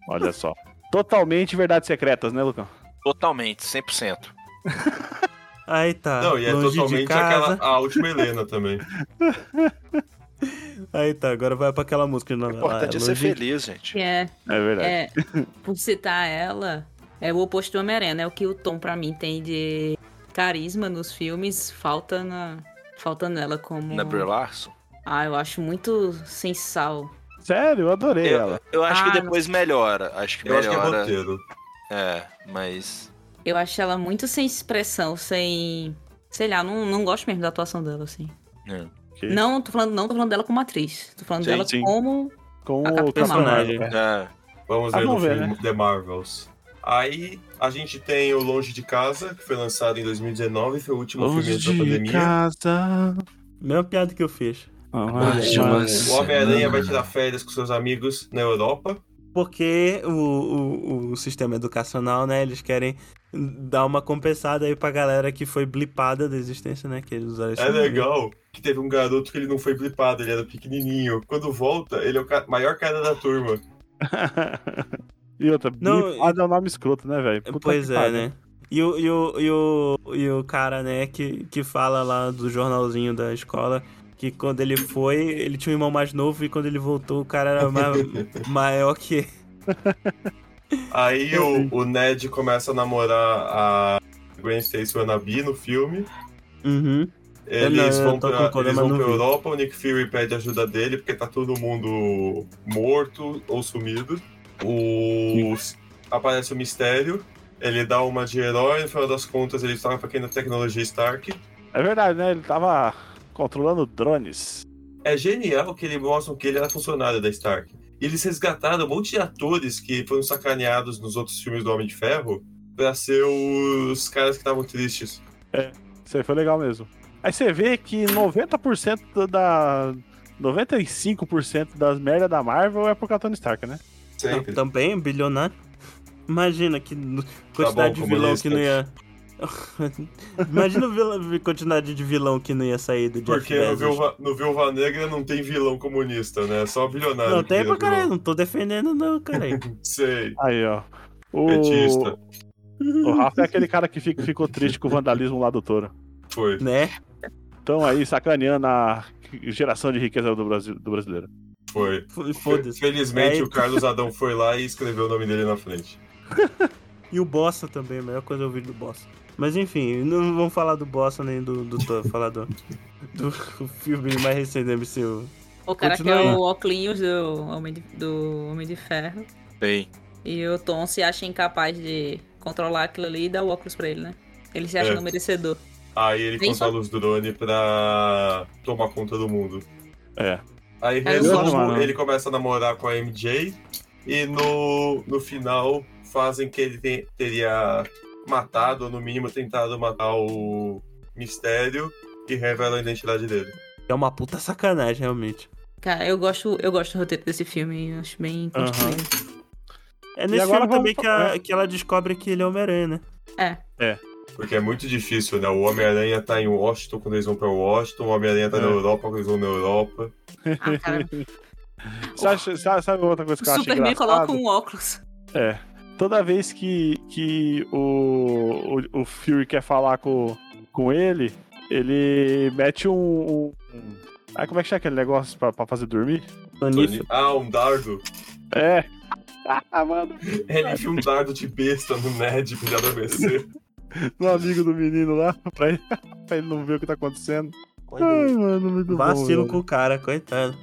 Speaker 7: Olha só. Totalmente verdades secretas, né, Lucão?
Speaker 4: Totalmente, 100%.
Speaker 1: Aí tá.
Speaker 3: Não, e é
Speaker 1: longe de
Speaker 3: totalmente
Speaker 1: casa.
Speaker 3: aquela, a última Helena também.
Speaker 1: Aí tá, agora vai pra aquela música de
Speaker 4: O
Speaker 1: novela. Ah,
Speaker 4: importante é ser
Speaker 1: longe-
Speaker 4: feliz, gente.
Speaker 2: que é,
Speaker 7: É verdade.
Speaker 2: é, por citar ela, é o oposto do Homem-Aranha, né? O que o Tom, pra mim, tem de carisma nos filmes, falta na... Falta nela como...
Speaker 4: Na é Brie Larson.
Speaker 2: Ah, eu acho muito sem sal.
Speaker 7: Sério, eu adorei
Speaker 4: Eu,
Speaker 7: ela.
Speaker 4: eu acho que
Speaker 2: Ah,
Speaker 4: depois melhora. Acho que
Speaker 3: Eu acho que é
Speaker 4: melhora.
Speaker 3: roteiro.
Speaker 4: é, mas.
Speaker 2: Eu acho ela muito sem expressão, sem. Sei lá, não, não gosto mesmo da atuação dela, assim.
Speaker 4: é.
Speaker 7: Ok.
Speaker 2: Não, tô falando, não tô falando dela como atriz. Tô falando
Speaker 4: Sim,
Speaker 2: dela
Speaker 7: sim.
Speaker 2: como.
Speaker 7: Com
Speaker 2: a
Speaker 7: o
Speaker 2: Capitã
Speaker 1: Personagem.
Speaker 7: personagem.
Speaker 4: É.
Speaker 3: Vamos
Speaker 7: Ah,
Speaker 3: ver no
Speaker 7: vamos ver,
Speaker 3: filme The Marvels. Aí a gente tem o Longe de Casa, que foi lançado em 2019, foi o último filme antes da pandemia.
Speaker 7: casa.
Speaker 1: Mesma piada que eu fiz.
Speaker 3: O Homem-Aranha vai tirar férias com seus amigos na Europa.
Speaker 1: Porque o, o, o sistema educacional, né? Eles querem dar uma compensada aí pra galera que foi blipada da existência, né? Que eles usaram esse
Speaker 3: É
Speaker 1: nome.
Speaker 3: legal que teve um garoto que ele não foi blipado, ele era pequenininho. Quando volta, ele é o ca- maior cara da turma.
Speaker 7: e outra,
Speaker 1: Não,
Speaker 7: Bill Hader é um nome escroto, né, velho? Puta
Speaker 1: Pois
Speaker 7: que
Speaker 1: é,
Speaker 7: pariu.
Speaker 1: né? E o, e, o, e, o, e o cara, né, que, que fala lá do jornalzinho da escola que quando ele foi, ele tinha um irmão mais novo e quando ele voltou, o cara era ma maior que.
Speaker 3: Aí o, o Ned começa a namorar a Gwen Stacy Wannabe no filme.
Speaker 1: Uhum.
Speaker 3: É, Eles
Speaker 1: não,
Speaker 3: vão
Speaker 1: eu tô
Speaker 3: pra,
Speaker 1: concordando, mas
Speaker 3: eles vão
Speaker 1: não
Speaker 3: pra
Speaker 1: vi.
Speaker 3: Europa, o Nick Fury pede ajuda dele, porque tá todo mundo morto ou sumido. O... Aparece o mistério, ele dá uma de herói, no final das contas ele estava pra quem da tecnologia Stark.
Speaker 7: É verdade, né? Ele tava controlando drones.
Speaker 3: É genial que eles mostram que ele era funcionário da Stark. E eles resgataram um monte de atores que foram sacaneados nos outros filmes do Homem de Ferro pra ser os caras que estavam tristes.
Speaker 7: Isso aí foi legal mesmo. Aí você vê que 90% da. 95% das merdas da Marvel é por causa do Tony Stark, né?
Speaker 1: Não,
Speaker 3: Sempre.
Speaker 1: também, um bilionário. Imagina que n- quantidade
Speaker 3: Tá bom,
Speaker 1: de vilão
Speaker 3: comunista.
Speaker 1: que não ia. Imagina a vil- quantidade de vilão que não ia sair do Jeff
Speaker 3: Porque no
Speaker 1: Bezos.
Speaker 3: Viúva, no Viúva Negra não tem vilão comunista, né? Só bilionário.
Speaker 1: Não
Speaker 3: que
Speaker 1: tem
Speaker 3: vira
Speaker 1: pra caralho,
Speaker 3: vilão.
Speaker 1: não tô defendendo não, caralho.
Speaker 3: Sei.
Speaker 7: Aí, ó. O,
Speaker 3: Petista.
Speaker 7: o Rafa é aquele cara que fica- ficou triste com o vandalismo lá do touro.
Speaker 3: Foi.
Speaker 1: né?
Speaker 7: Então aí, sacaneando a geração de riqueza do, Brasil, do brasileiro.
Speaker 3: Foi.
Speaker 1: F- Foda-se.
Speaker 3: Felizmente
Speaker 1: É,
Speaker 3: o Carlos Adão foi lá e escreveu o nome dele na frente.
Speaker 1: E o Bossa também, a melhor coisa eu vi do Bossa. Mas enfim, não vamos falar do Bossa nem do, do Thor, falar do, do filme mais recente do MCU.
Speaker 2: O cara que é
Speaker 1: Continua aí.
Speaker 2: o Oclinhos do Homem de, do Homem de Ferro.
Speaker 4: Bem,
Speaker 2: E o Tom se acha incapaz de controlar aquilo ali e dá o óculos pra ele, né? Ele se
Speaker 3: É.
Speaker 2: acha no merecedor.
Speaker 3: Aí ele
Speaker 2: Bem
Speaker 3: controla os drones pra tomar conta do mundo.
Speaker 7: É.
Speaker 2: Aí
Speaker 3: Aí resumo,
Speaker 7: eu gosto.
Speaker 3: ele começa a namorar com a MJ e no, no final fazem que ele te- teria matado, ou no mínimo tentado matar o mistério e revela a identidade dele.
Speaker 1: É uma puta sacanagem, realmente.
Speaker 2: Cara, eu gosto, eu gosto do roteiro desse filme, eu acho bem construído.
Speaker 1: É nesse
Speaker 7: agora
Speaker 1: filme
Speaker 7: vamos
Speaker 1: também que,
Speaker 7: pra-
Speaker 1: a- que ela descobre que ele é Homem-Aranha, né?
Speaker 3: Porque é muito difícil, né? O Homem-Aranha tá em Washington quando eles vão pra Washington, o Homem-Aranha tá na
Speaker 7: É.
Speaker 3: Europa quando eles vão na Europa.
Speaker 2: Ah, cara,
Speaker 7: Você acha- sabe, sabe outra coisa
Speaker 2: o
Speaker 7: que eu acho
Speaker 2: Superman
Speaker 7: engraçado?
Speaker 2: coloca um óculos.
Speaker 7: É. Toda vez que, que o, o, o Fury quer falar com, com ele, ele mete um. um um- ah, como é que chama aquele negócio pra, pra fazer dormir?
Speaker 1: Sonífero.
Speaker 3: Ah, um dardo.
Speaker 7: É. Ah, mano,
Speaker 3: Ele enfia um dardo de besta no Ned pro diabo vencer.
Speaker 7: no amigo do menino lá, pra ele, pra ele não ver o que tá acontecendo. Ai, mano, muito
Speaker 1: Vacilo
Speaker 7: bom.
Speaker 1: com o cara, coitado.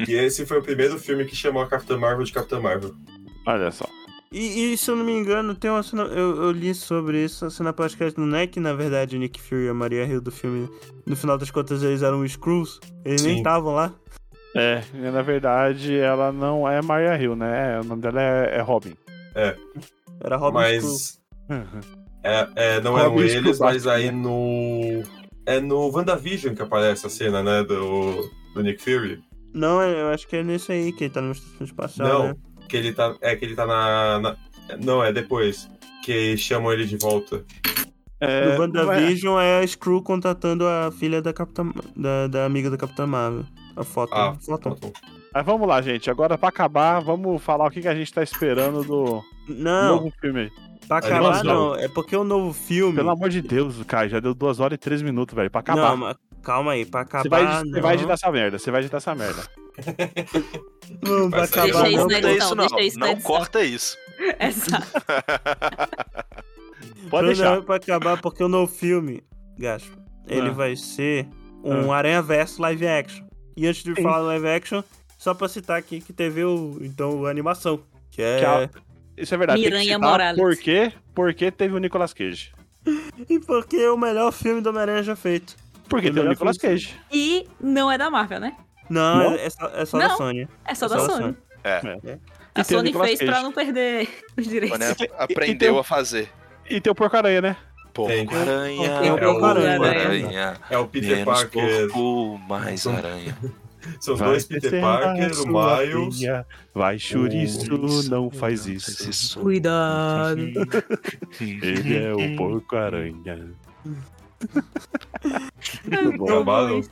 Speaker 3: E esse foi o primeiro filme que chamou a Capitã Marvel de Capitã Marvel.
Speaker 7: velho. Olha só.
Speaker 1: E, e, se eu não me engano, tem uma cena. Eu, eu li sobre isso, a cena podcast não é que na verdade o Nick Fury e a Maria Hill do filme, no final das contas, eles eram Screws. Eles nem
Speaker 3: Sim.
Speaker 1: estavam lá.
Speaker 7: É, e na verdade, ela não é Maria Hill, né? O nome dela é, é Robin.
Speaker 1: Era Robin Screw.
Speaker 3: Mas é, é, não
Speaker 7: Robin
Speaker 3: eram
Speaker 7: Screw
Speaker 3: eles, mas
Speaker 7: Batman, né?
Speaker 3: aí no. É no WandaVision que aparece a cena, né? Do, do Nick Fury.
Speaker 1: Não, eu acho que é nesse aí que ele tá numa estação espacial,
Speaker 3: Não.
Speaker 1: né?
Speaker 3: Que ele tá. É que ele tá na. na- não, é depois. Que chamam ele de volta.
Speaker 7: É,
Speaker 1: No WandaVision é a Screw contratando a filha da Capitã. da, da amiga da Capitã Marvel. A foto.
Speaker 3: Ah,
Speaker 1: Fóton.
Speaker 7: Mas vamos lá, gente. Agora, pra acabar, vamos falar o que, que a gente tá esperando do
Speaker 1: Não,
Speaker 7: novo filme.
Speaker 1: pra acabar
Speaker 3: animação.
Speaker 1: não. É porque o novo filme.
Speaker 7: Pelo amor de Deus, Caio, já deu 2 horas e 3 minutos, velho, pra acabar.
Speaker 1: Hum. Não, mas calma aí, pra acabar.
Speaker 7: Você vai, você
Speaker 1: não.
Speaker 7: vai agitar essa merda, você vai agitar essa merda.
Speaker 1: Não, pra
Speaker 3: Vai sair.
Speaker 1: acabar
Speaker 2: Deixa
Speaker 1: não.
Speaker 2: isso na
Speaker 4: corta
Speaker 2: edição,
Speaker 4: isso não,
Speaker 2: deixa isso na
Speaker 4: não
Speaker 2: edição.
Speaker 4: corta isso.
Speaker 2: Exato.
Speaker 7: Pode
Speaker 1: Não,
Speaker 7: deixar.
Speaker 1: Não, é pra acabar, porque o novo filme, Gacho, ele
Speaker 7: Ah.
Speaker 1: vai ser um Aranha Verso live action. E antes de falar do live action, só pra citar aqui que teve o, então, a animação. Que é.
Speaker 7: Que a- Isso é verdade. tem que
Speaker 2: Miranha
Speaker 7: citar
Speaker 2: Morales.
Speaker 7: Por quê? Porque teve o Nicolas Cage.
Speaker 1: E porque é o melhor filme do Homem-Aranha já feito.
Speaker 7: Porque
Speaker 1: O
Speaker 7: tem o
Speaker 1: melhor
Speaker 7: Nicolas
Speaker 1: filme.
Speaker 7: Cage.
Speaker 2: E não é da Marvel, né?
Speaker 1: Não,
Speaker 7: Não?
Speaker 1: é só, é só da
Speaker 2: Não.
Speaker 1: Sony.
Speaker 2: É só
Speaker 1: É
Speaker 2: da Sony. É.
Speaker 7: E
Speaker 2: A
Speaker 7: tem o
Speaker 2: Sony
Speaker 7: Nicolas
Speaker 2: fez
Speaker 7: Cage.
Speaker 2: pra não perder os direitos.
Speaker 4: Quando ela
Speaker 7: então-
Speaker 4: aprendeu a fazer.
Speaker 7: E tem o Porco-Aranha, né?
Speaker 3: Tem.
Speaker 4: Pouco aranha,
Speaker 1: Tem
Speaker 3: o pouco
Speaker 4: aranha,
Speaker 3: aranha.
Speaker 4: aranha.
Speaker 3: É o Peter
Speaker 4: Menos
Speaker 3: Parker. Uhum.
Speaker 4: porco, mais aranha.
Speaker 3: São os
Speaker 7: Vai
Speaker 3: dois Peter
Speaker 7: descer na
Speaker 3: Parker, o
Speaker 7: sua
Speaker 3: Miles.
Speaker 7: teia, Vai, chouriço, não faz isso.
Speaker 2: Cuidado.
Speaker 7: Ele é o Porco-Aranha.
Speaker 2: é Muito bom
Speaker 3: Acabaram.
Speaker 2: isso.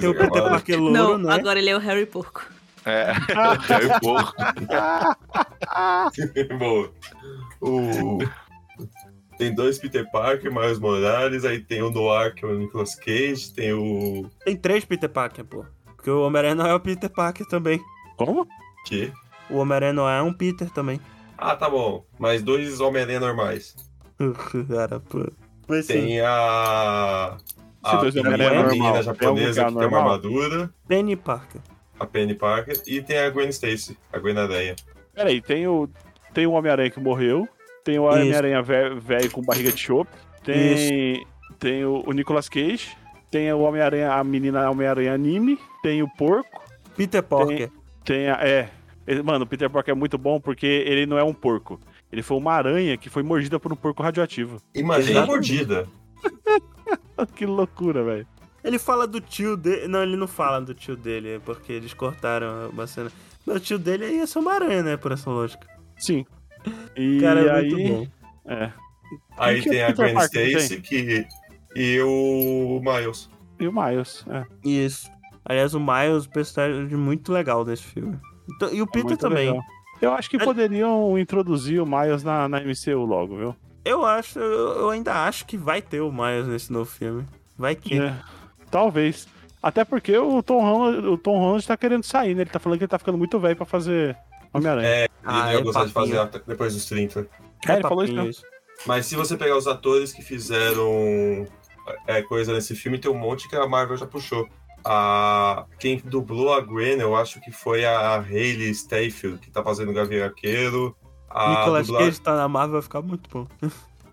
Speaker 1: Tem o Peter
Speaker 3: Acabaram.
Speaker 1: Parker
Speaker 2: Não,
Speaker 1: louro, né?
Speaker 2: agora ele é o Harry Porco.
Speaker 4: É, é o porco.
Speaker 3: Bom, o... Tem dois Peter Parker, Miles Morales, aí tem o Noir, que é o Nicolas Cage, tem o.
Speaker 1: Tem três Peter Parker, pô. Porque o Homem-Aranha não é o Peter Parker também.
Speaker 7: Como?
Speaker 3: que?
Speaker 1: O Homem-Aranha não é um Peter também.
Speaker 3: Ah, tá bom. Mas dois Homem-Aranha normais.
Speaker 1: Cara, pô. Mas sim.
Speaker 3: Tem a.
Speaker 7: Esse
Speaker 3: A
Speaker 7: dois é
Speaker 3: primeira
Speaker 1: normal.
Speaker 7: Tem
Speaker 3: menina
Speaker 7: algum que é
Speaker 3: japonesa que tem uma
Speaker 7: normal?
Speaker 3: armadura,
Speaker 1: Penny Parker.
Speaker 3: a Penny Parker, e tem a Gwen Stacy, a Gwen Aranha.
Speaker 7: Peraí, tem o, tem o Homem-Aranha que morreu, tem o
Speaker 1: Isso.
Speaker 7: Homem-Aranha ve- velho com barriga de chope, tem, tem o, o Nicolas Cage, tem o Homem-Aranha, a menina Homem-Aranha anime, tem o porco,
Speaker 1: Peter Parker.
Speaker 7: tem a. É. ele- Mano, o Peter Parker é muito bom porque ele não é um porco. Ele foi uma aranha que foi mordida por um porco radioativo.
Speaker 3: Imagina a
Speaker 1: Exatamente.
Speaker 3: mordida.
Speaker 7: que loucura, velho.
Speaker 1: Ele fala do tio dele. Não, ele não fala do tio dele, é porque eles cortaram uma cena. Mas o tio dele ia ser uma aranha, né? Por essa lógica.
Speaker 7: Sim. E
Speaker 1: Cara, é
Speaker 7: aí,
Speaker 1: muito bom.
Speaker 7: É.
Speaker 3: Aí
Speaker 7: que é
Speaker 3: tem a
Speaker 7: Peter
Speaker 3: Gwen
Speaker 7: Parker,
Speaker 3: Stacy que. E o Miles.
Speaker 7: E o Miles. É.
Speaker 1: Isso. Aliás, o Miles, um personagem muito legal nesse filme. Então- e o Peter
Speaker 7: É Muito
Speaker 1: também.
Speaker 7: legal. Eu acho que
Speaker 1: Mas-
Speaker 7: poderiam introduzir o Miles na, na MCU logo, viu?
Speaker 1: Eu acho, eu eu ainda acho que vai ter o Miles nesse novo filme. Vai que.
Speaker 7: É, talvez. Até porque o Tom Holland, o Tom Holland tá querendo sair, né? Ele tá falando que ele tá ficando muito velho pra fazer Homem-Aranha.
Speaker 3: É, ele
Speaker 1: Ah,
Speaker 3: não
Speaker 1: é
Speaker 3: ia gostar de
Speaker 1: papinho.
Speaker 3: fazer até depois dos 30.
Speaker 7: É, ele falou isso mesmo.
Speaker 1: mesmo.
Speaker 3: Mas se você pegar os atores que fizeram é, coisa nesse filme, tem um monte que a Marvel já puxou. A, quem dublou a Gwen, eu acho que foi a Hayley Steinfeld, que tá fazendo Gavião Arqueiro. A
Speaker 1: Nicolas
Speaker 3: dublagem-
Speaker 1: Cage tá na Marvel vai ficar muito bom.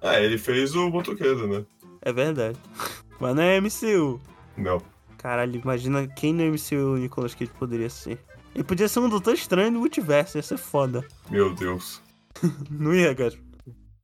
Speaker 3: É, ele fez o Motoqueiro, né?
Speaker 1: É verdade. Mas não é MCU.
Speaker 3: Não.
Speaker 1: Caralho, imagina quem no MCU o Nicolas Cage poderia ser. Ele podia ser um Doutor Estranho no multiverso, ia ser foda.
Speaker 3: Meu Deus.
Speaker 1: Não ia, cara.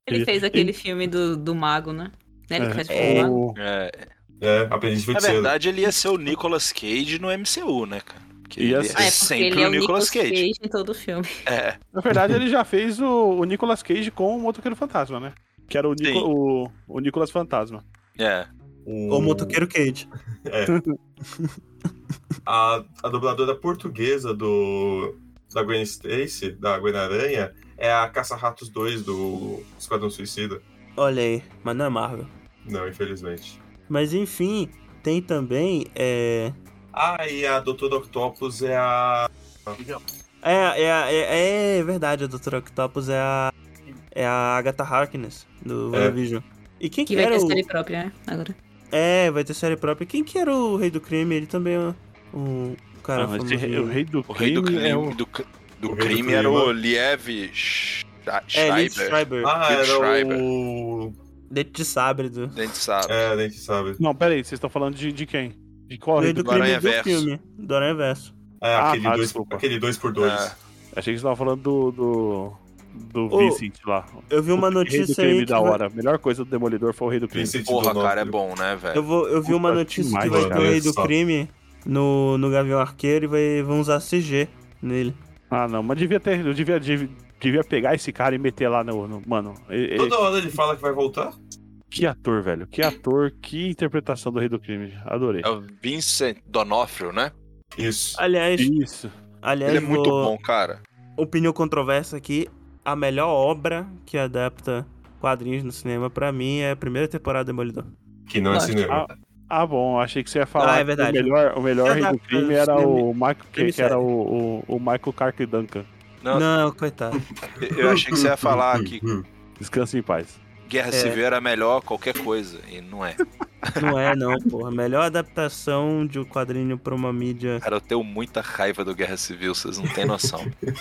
Speaker 2: Ele fez aquele filme do, do Mago, né? Né, Ele que faz o filme do Mago.
Speaker 7: É. O-
Speaker 4: É,
Speaker 3: É, aprendiz
Speaker 4: na
Speaker 3: feiticeiro.
Speaker 4: verdade, ele ia ser o Nicolas Cage no MCU, né, cara? Que
Speaker 7: Ia
Speaker 4: ele
Speaker 7: ser.
Speaker 4: ia
Speaker 2: Ah, é porque
Speaker 4: ser sempre
Speaker 2: ele é
Speaker 4: o Nicolas Cage.
Speaker 2: em todo filme.
Speaker 4: É,
Speaker 7: Na verdade, ele já fez o, o Nicolas Cage com o Motoqueiro Fantasma, né? Que era o, Nico-
Speaker 4: Sim.
Speaker 7: o, o Nicolas Fantasma.
Speaker 4: é.
Speaker 1: Ou o Motoqueiro Cage.
Speaker 3: a, a dubladora portuguesa do da Gwen Stacy, da Gwen Aranha, é a Caça-Ratos 2 do Esquadrão Suicida.
Speaker 1: Olha aí, mas não é Marvel.
Speaker 3: Não, infelizmente.
Speaker 1: Mas enfim, tem também. É.
Speaker 3: Ah, e a Doutora Octopus é a.
Speaker 1: É, é, é, é, é verdade, a Doutora Octopus é a. É a Agatha Harkness, do
Speaker 3: É.
Speaker 1: WandaVision. E quem que,
Speaker 2: Que vai
Speaker 1: era
Speaker 2: ter
Speaker 1: o.
Speaker 2: série própria, né? Agora.
Speaker 1: É, vai ter série própria. Quem que era o Rei do Crime? Ele também é um cara
Speaker 7: Não, esse
Speaker 1: famosinho. um-
Speaker 7: re- o rei do
Speaker 4: O rei do
Speaker 7: crime
Speaker 4: crime,
Speaker 7: é o...
Speaker 4: do, cr- do
Speaker 3: O rei do
Speaker 4: crime
Speaker 3: crime. né?
Speaker 4: era o Liev Sch-
Speaker 1: É, Liz
Speaker 4: Schreiber.
Speaker 1: Schreiber.
Speaker 3: Ah,
Speaker 4: Liv
Speaker 3: era
Speaker 4: Schreiber.
Speaker 3: o.
Speaker 1: Dente de sabre do.
Speaker 4: A gente sabe.
Speaker 3: É, nem se sabe.
Speaker 7: Não, peraí, vocês estão falando de, de quem? De qual
Speaker 1: Rei
Speaker 7: rei
Speaker 1: do
Speaker 7: do
Speaker 4: do
Speaker 1: crime é do
Speaker 4: Aranha-Verso.
Speaker 1: filme. Do Aranha Verso.
Speaker 3: É,
Speaker 7: Ah,
Speaker 3: aquele,
Speaker 7: tá,
Speaker 3: dois,
Speaker 7: desculpa.
Speaker 3: aquele dois por dois.
Speaker 4: Ah.
Speaker 7: Achei que vocês estavam falando do... do... Do
Speaker 1: Ô,
Speaker 7: Vincent lá.
Speaker 1: Eu vi uma
Speaker 7: O rei do
Speaker 1: notícia
Speaker 7: crime
Speaker 1: aí. Que
Speaker 7: da
Speaker 1: vai-
Speaker 7: hora. A melhor coisa do Demolidor foi o rei do crime.
Speaker 3: Vincent
Speaker 4: Porra,
Speaker 3: D'Onofrio.
Speaker 4: cara, é bom, né,
Speaker 1: Eu,
Speaker 4: velho?
Speaker 1: vou, eu vi uma
Speaker 7: Puta,
Speaker 1: notícia que
Speaker 7: demais,
Speaker 1: vai ter
Speaker 3: cara.
Speaker 1: o Rei do
Speaker 3: Só.
Speaker 1: Crime no, no Gavião Arqueiro e vai, vão usar CG nele.
Speaker 7: Ah, não, mas devia ter. Eu devia, devia, devia pegar esse cara e meter lá no. no- mano, e- e-
Speaker 3: Toda hora ele fala que vai voltar?
Speaker 7: que ator, velho. Que ator, que interpretação do Rei do Crime. Adorei.
Speaker 4: É o Vincent Donofrio, né?
Speaker 3: Isso.
Speaker 1: Aliás,
Speaker 7: Isso.
Speaker 1: aliás
Speaker 4: Ele é muito
Speaker 1: vou-
Speaker 4: bom, cara.
Speaker 1: opinião controversa aqui, a melhor obra que adapta quadrinhos no cinema, pra mim, é a primeira temporada do Demolidor.
Speaker 3: Que não é
Speaker 2: Nossa.
Speaker 3: cinema.
Speaker 7: Ah, bom, achei que você ia falar.
Speaker 1: Ah, é
Speaker 7: que
Speaker 1: verdade.
Speaker 7: O melhor, o melhor
Speaker 1: Você
Speaker 7: Rei do
Speaker 1: adapta
Speaker 7: Crime
Speaker 1: no
Speaker 7: era
Speaker 1: filme-
Speaker 7: o Michael, que,
Speaker 1: filme
Speaker 7: que era
Speaker 1: sério.
Speaker 7: o, o, o Michael Clark Duncan.
Speaker 4: Não.
Speaker 1: Não, coitado.
Speaker 4: Eu achei que você ia
Speaker 3: Uhum,
Speaker 4: falar que
Speaker 7: Descanse em paz.
Speaker 4: Guerra
Speaker 1: É.
Speaker 4: Civil era melhor qualquer coisa. E não é.
Speaker 1: Não é, não, porra. A melhor adaptação de um quadrinho pra uma mídia.
Speaker 4: Cara, eu tenho muita raiva do Guerra Civil, vocês não têm noção.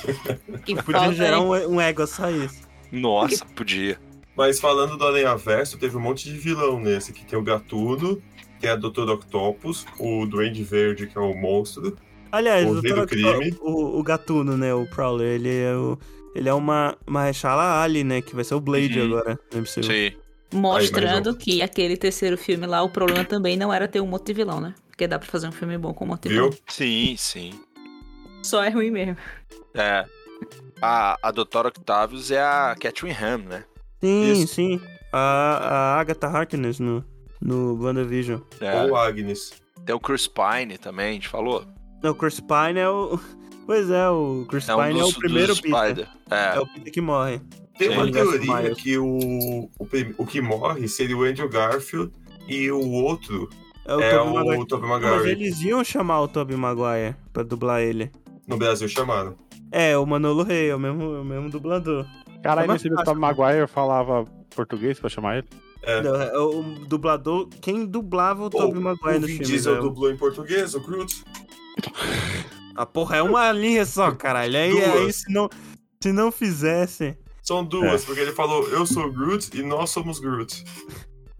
Speaker 2: Que
Speaker 1: Podia
Speaker 2: falta,
Speaker 1: gerar
Speaker 2: hein?
Speaker 1: um, um ego só isso.
Speaker 4: Nossa, podia.
Speaker 3: Mas falando do Aranha Verso, teve um monte de vilão nesse. Que tem o Gatuno, tem a Doutora Octopus, o Duende Verde, que é o monstro.
Speaker 1: Aliás,
Speaker 3: O rei do
Speaker 1: Dr.
Speaker 3: crime.
Speaker 1: o, o gatuno, né, o Prowler, ele é o... Ele é uma, uma Rechala Ali, né? Que vai ser o Blade
Speaker 4: Uhum.
Speaker 1: agora né, no MCU.
Speaker 4: Sim.
Speaker 2: Mostrando que aquele terceiro filme lá, o problema também não era ter um monte de vilão, né? Porque dá pra fazer um filme bom com um monte de
Speaker 3: Viu?
Speaker 2: vilão.
Speaker 4: Sim, sim.
Speaker 2: Só é ruim mesmo.
Speaker 4: É. A, a doutora Octavius é a Catherine Ham, né?
Speaker 1: Sim,
Speaker 3: Isso.
Speaker 1: sim. A, a Agatha Harkness no, no WandaVision.
Speaker 4: É.
Speaker 3: Ou Agnes.
Speaker 4: Tem o Chris Pine também, a gente falou.
Speaker 1: Não, o Chris Pine é o... Pois é, o Chris
Speaker 4: É um
Speaker 1: Pine
Speaker 4: dos,
Speaker 1: é o primeiro
Speaker 4: dos
Speaker 1: Peter.
Speaker 4: Spider. É.
Speaker 1: É
Speaker 2: um
Speaker 1: o Peter que morre.
Speaker 3: Tem
Speaker 4: Sim.
Speaker 3: uma
Speaker 1: Ele gosta
Speaker 3: teoria
Speaker 1: mais.
Speaker 3: que o, o, prim- o que morre seria o Andrew Garfield e o outro
Speaker 1: É o
Speaker 3: é
Speaker 1: Tobey Maguire.
Speaker 3: o Tobey
Speaker 1: Mas
Speaker 3: Maguire.
Speaker 1: eles iam chamar o Tobey Maguire pra dublar ele.
Speaker 3: No Brasil chamaram.
Speaker 1: É, o Manolo Rey, é o mesmo, é o mesmo dublador.
Speaker 7: Caralho,
Speaker 1: Tá
Speaker 7: mas se o
Speaker 1: mais
Speaker 7: Tom Maguire falava português pra chamar ele?
Speaker 3: É.
Speaker 1: Não, é o dublador, quem dublava o Tobey Maguire
Speaker 3: O
Speaker 1: no
Speaker 3: Vin
Speaker 1: filme.
Speaker 3: Diesel
Speaker 1: né?
Speaker 3: dublou em português, o Groot.
Speaker 1: Ah, porra, é uma linha só, caralho. Aí,
Speaker 3: Duas.
Speaker 1: aí se, não, se não fizesse.
Speaker 3: São
Speaker 1: É.
Speaker 3: duas, porque ele falou, eu sou o Groot e nós somos Groot.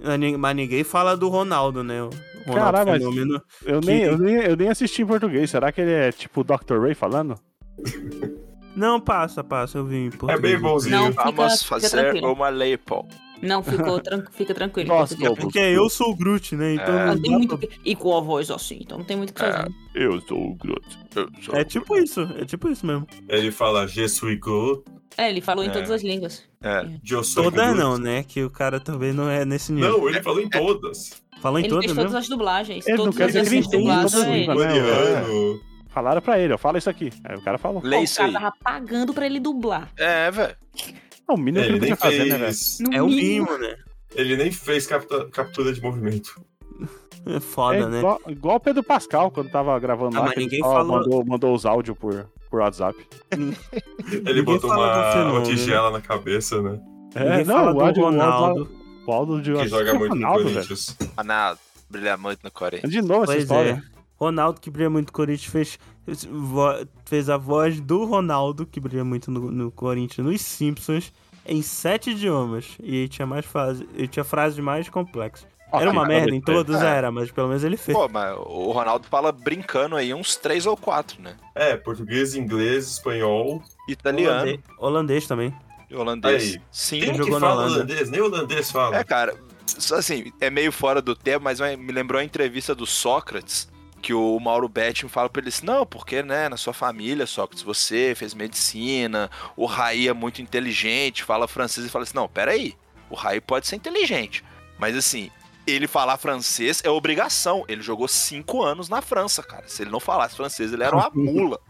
Speaker 1: Mas nin- mas ninguém fala do Ronaldo, né? O Ronaldo
Speaker 7: Caralho, mas-
Speaker 1: Fenômeno.
Speaker 7: Eu,
Speaker 1: Que-
Speaker 7: nem, eu, nem, eu nem assisti em português. Será que ele é tipo o Dr. Ray falando?
Speaker 1: Não, passa, passa, eu vi em
Speaker 3: É
Speaker 1: português.
Speaker 3: bem bonzinho.
Speaker 2: Não,
Speaker 4: Vamos
Speaker 2: fica
Speaker 4: fazer
Speaker 2: tranquilo.
Speaker 4: uma label.
Speaker 2: Não, ficou tran... fica tranquilo.
Speaker 7: Nossa,
Speaker 2: fica
Speaker 7: Globo.
Speaker 2: tranquilo.
Speaker 1: tá Porque eu sou o Groot, né? Então não
Speaker 4: É.
Speaker 2: Não tem
Speaker 1: dá
Speaker 2: muito... o que- E com a voz assim, então não tem muito o que fazer.
Speaker 7: Eu sou o Groot.
Speaker 4: Eu sou-
Speaker 1: pra- É tipo isso, é tipo isso mesmo.
Speaker 3: Ele fala, Je suis Groot,
Speaker 2: É, ele falou em
Speaker 4: É.
Speaker 2: todas as línguas.
Speaker 4: É.
Speaker 3: eu sou
Speaker 1: Toda
Speaker 3: Groot.
Speaker 1: não, né? Que o cara também não é nesse nível.
Speaker 3: Não, ele falou em todas.
Speaker 1: Fala em
Speaker 2: Ele
Speaker 1: toda
Speaker 2: fez
Speaker 1: mesmo.
Speaker 2: todas as dublagens.
Speaker 7: Ele não
Speaker 2: todos
Speaker 7: quer
Speaker 2: os
Speaker 7: dizer que ele
Speaker 2: versões
Speaker 7: entende
Speaker 2: dublados,
Speaker 7: todas as
Speaker 2: é ele.
Speaker 7: línguas.
Speaker 3: Coreano.
Speaker 7: Falaram pra ele, ó, fala isso aqui. Aí o cara
Speaker 1: um
Speaker 7: falou.
Speaker 2: Pô,
Speaker 4: Lê
Speaker 2: o
Speaker 4: isso
Speaker 2: cara
Speaker 4: aí.
Speaker 2: tava pagando pra ele dublar.
Speaker 4: É, velho.
Speaker 7: É o mínimo
Speaker 3: É,
Speaker 7: que ele
Speaker 3: ele
Speaker 1: tá
Speaker 3: nem
Speaker 7: podia fazer, né, velho?
Speaker 3: fez.
Speaker 2: No
Speaker 1: É o
Speaker 2: mínimo.
Speaker 1: mínimo, né?
Speaker 3: Ele nem fez capta- captura de movimento.
Speaker 1: É
Speaker 7: É
Speaker 1: foda, né?
Speaker 7: igual, igual o Pedro Pascal, quando tava gravando
Speaker 1: Ah,
Speaker 7: lá.
Speaker 1: mas
Speaker 7: que ele
Speaker 1: ninguém
Speaker 7: só
Speaker 1: falou-
Speaker 7: mandou, mandou os áudios por, por WhatsApp.
Speaker 3: Ele
Speaker 1: Ninguém
Speaker 3: botou
Speaker 1: fala né?
Speaker 3: uma,
Speaker 1: do fenômeno,
Speaker 3: uma tigela na cabeça, né?
Speaker 1: Ninguém fala do
Speaker 7: É, áudio-
Speaker 1: Ronaldo.
Speaker 7: áudio- O áudio de
Speaker 3: Que joga
Speaker 7: é
Speaker 3: muito no
Speaker 7: Ronaldo, velho.
Speaker 3: Corinthians.
Speaker 4: Ronaldo brilha muito Ah, no Coreia.
Speaker 7: De novo essa
Speaker 1: Pois
Speaker 7: história.
Speaker 1: é. Ronaldo, que brilha muito no Corinthians, fez, fez vo- fez a voz do Ronaldo, que brilha muito no, no Corinthians, nos Simpsons, em sete idiomas. E ele tinha mais frase, ele tinha frases mais complexas.
Speaker 7: Ó, é,
Speaker 1: Era uma
Speaker 7: cara,
Speaker 1: merda em
Speaker 7: cara.
Speaker 1: todos, era, mas pelo menos ele fez.
Speaker 4: Pô, mas o Ronaldo fala brincando aí uns três ou quatro, né?
Speaker 3: É, português, inglês, espanhol.
Speaker 4: Italiano,
Speaker 1: Holande- Holandês também.
Speaker 4: e holandês.
Speaker 3: Aí.
Speaker 4: Sim.
Speaker 3: Quem
Speaker 1: jogou
Speaker 3: que
Speaker 1: na
Speaker 3: fala
Speaker 1: Holanda.
Speaker 3: holandês? Nem holandês fala.
Speaker 4: É, cara, só assim, é meio fora do tema, mas me lembrou a entrevista do Sócrates, que o Mauro Betting fala pra ele assim, não, porque, né, na sua família, Sócrates, você fez medicina, o Raí é muito inteligente, fala francês e fala assim, não, peraí, o Raí pode ser inteligente, mas assim... Ele falar francês é obrigação. Ele jogou cinco anos na França, cara. Se ele não falasse francês, ele era uma mula.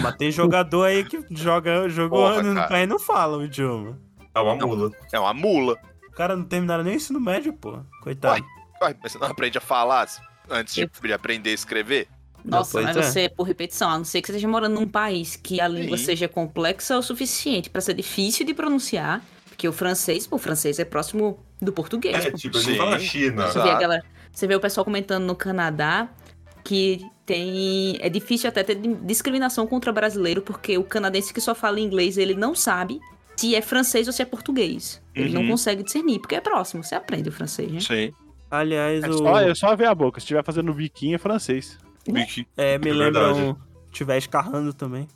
Speaker 1: Mas tem jogador aí que joga, jogou
Speaker 4: Porra,
Speaker 1: anos no
Speaker 4: cara.
Speaker 1: país e não fala o idioma.
Speaker 3: É uma mula.
Speaker 4: É uma mula.
Speaker 1: O cara não terminaram nem o ensino médio, pô. Coitado.
Speaker 4: Ué, mas você não aprende a falar assim, antes de de aprender a escrever?
Speaker 2: Nossa,
Speaker 1: Pois
Speaker 2: mas
Speaker 1: é.
Speaker 2: você é por repetição, a não ser que você esteja morando num país que a língua
Speaker 4: Sim.
Speaker 2: seja complexa o suficiente pra ser difícil de pronunciar, porque o francês, pô, o francês é próximo do português.
Speaker 3: É,
Speaker 2: pô.
Speaker 3: tipo, ele
Speaker 4: Sim.
Speaker 3: fala China.
Speaker 2: Você vê, a galera- você vê o pessoal comentando no Canadá que tem é difícil até ter di- discriminação contra brasileiro, porque o canadense que só fala inglês, ele não sabe se é francês ou se é português. Ele
Speaker 4: Uhum.
Speaker 2: não consegue discernir, porque é próximo, você aprende o francês, né?
Speaker 4: Sim.
Speaker 1: Aliás,
Speaker 7: É
Speaker 1: o.
Speaker 7: só, é só ver a boca. Se estiver fazendo biquinho, é francês.
Speaker 1: É, me
Speaker 3: É
Speaker 1: lembra
Speaker 3: verdade.
Speaker 1: um. Tiver escarrando também.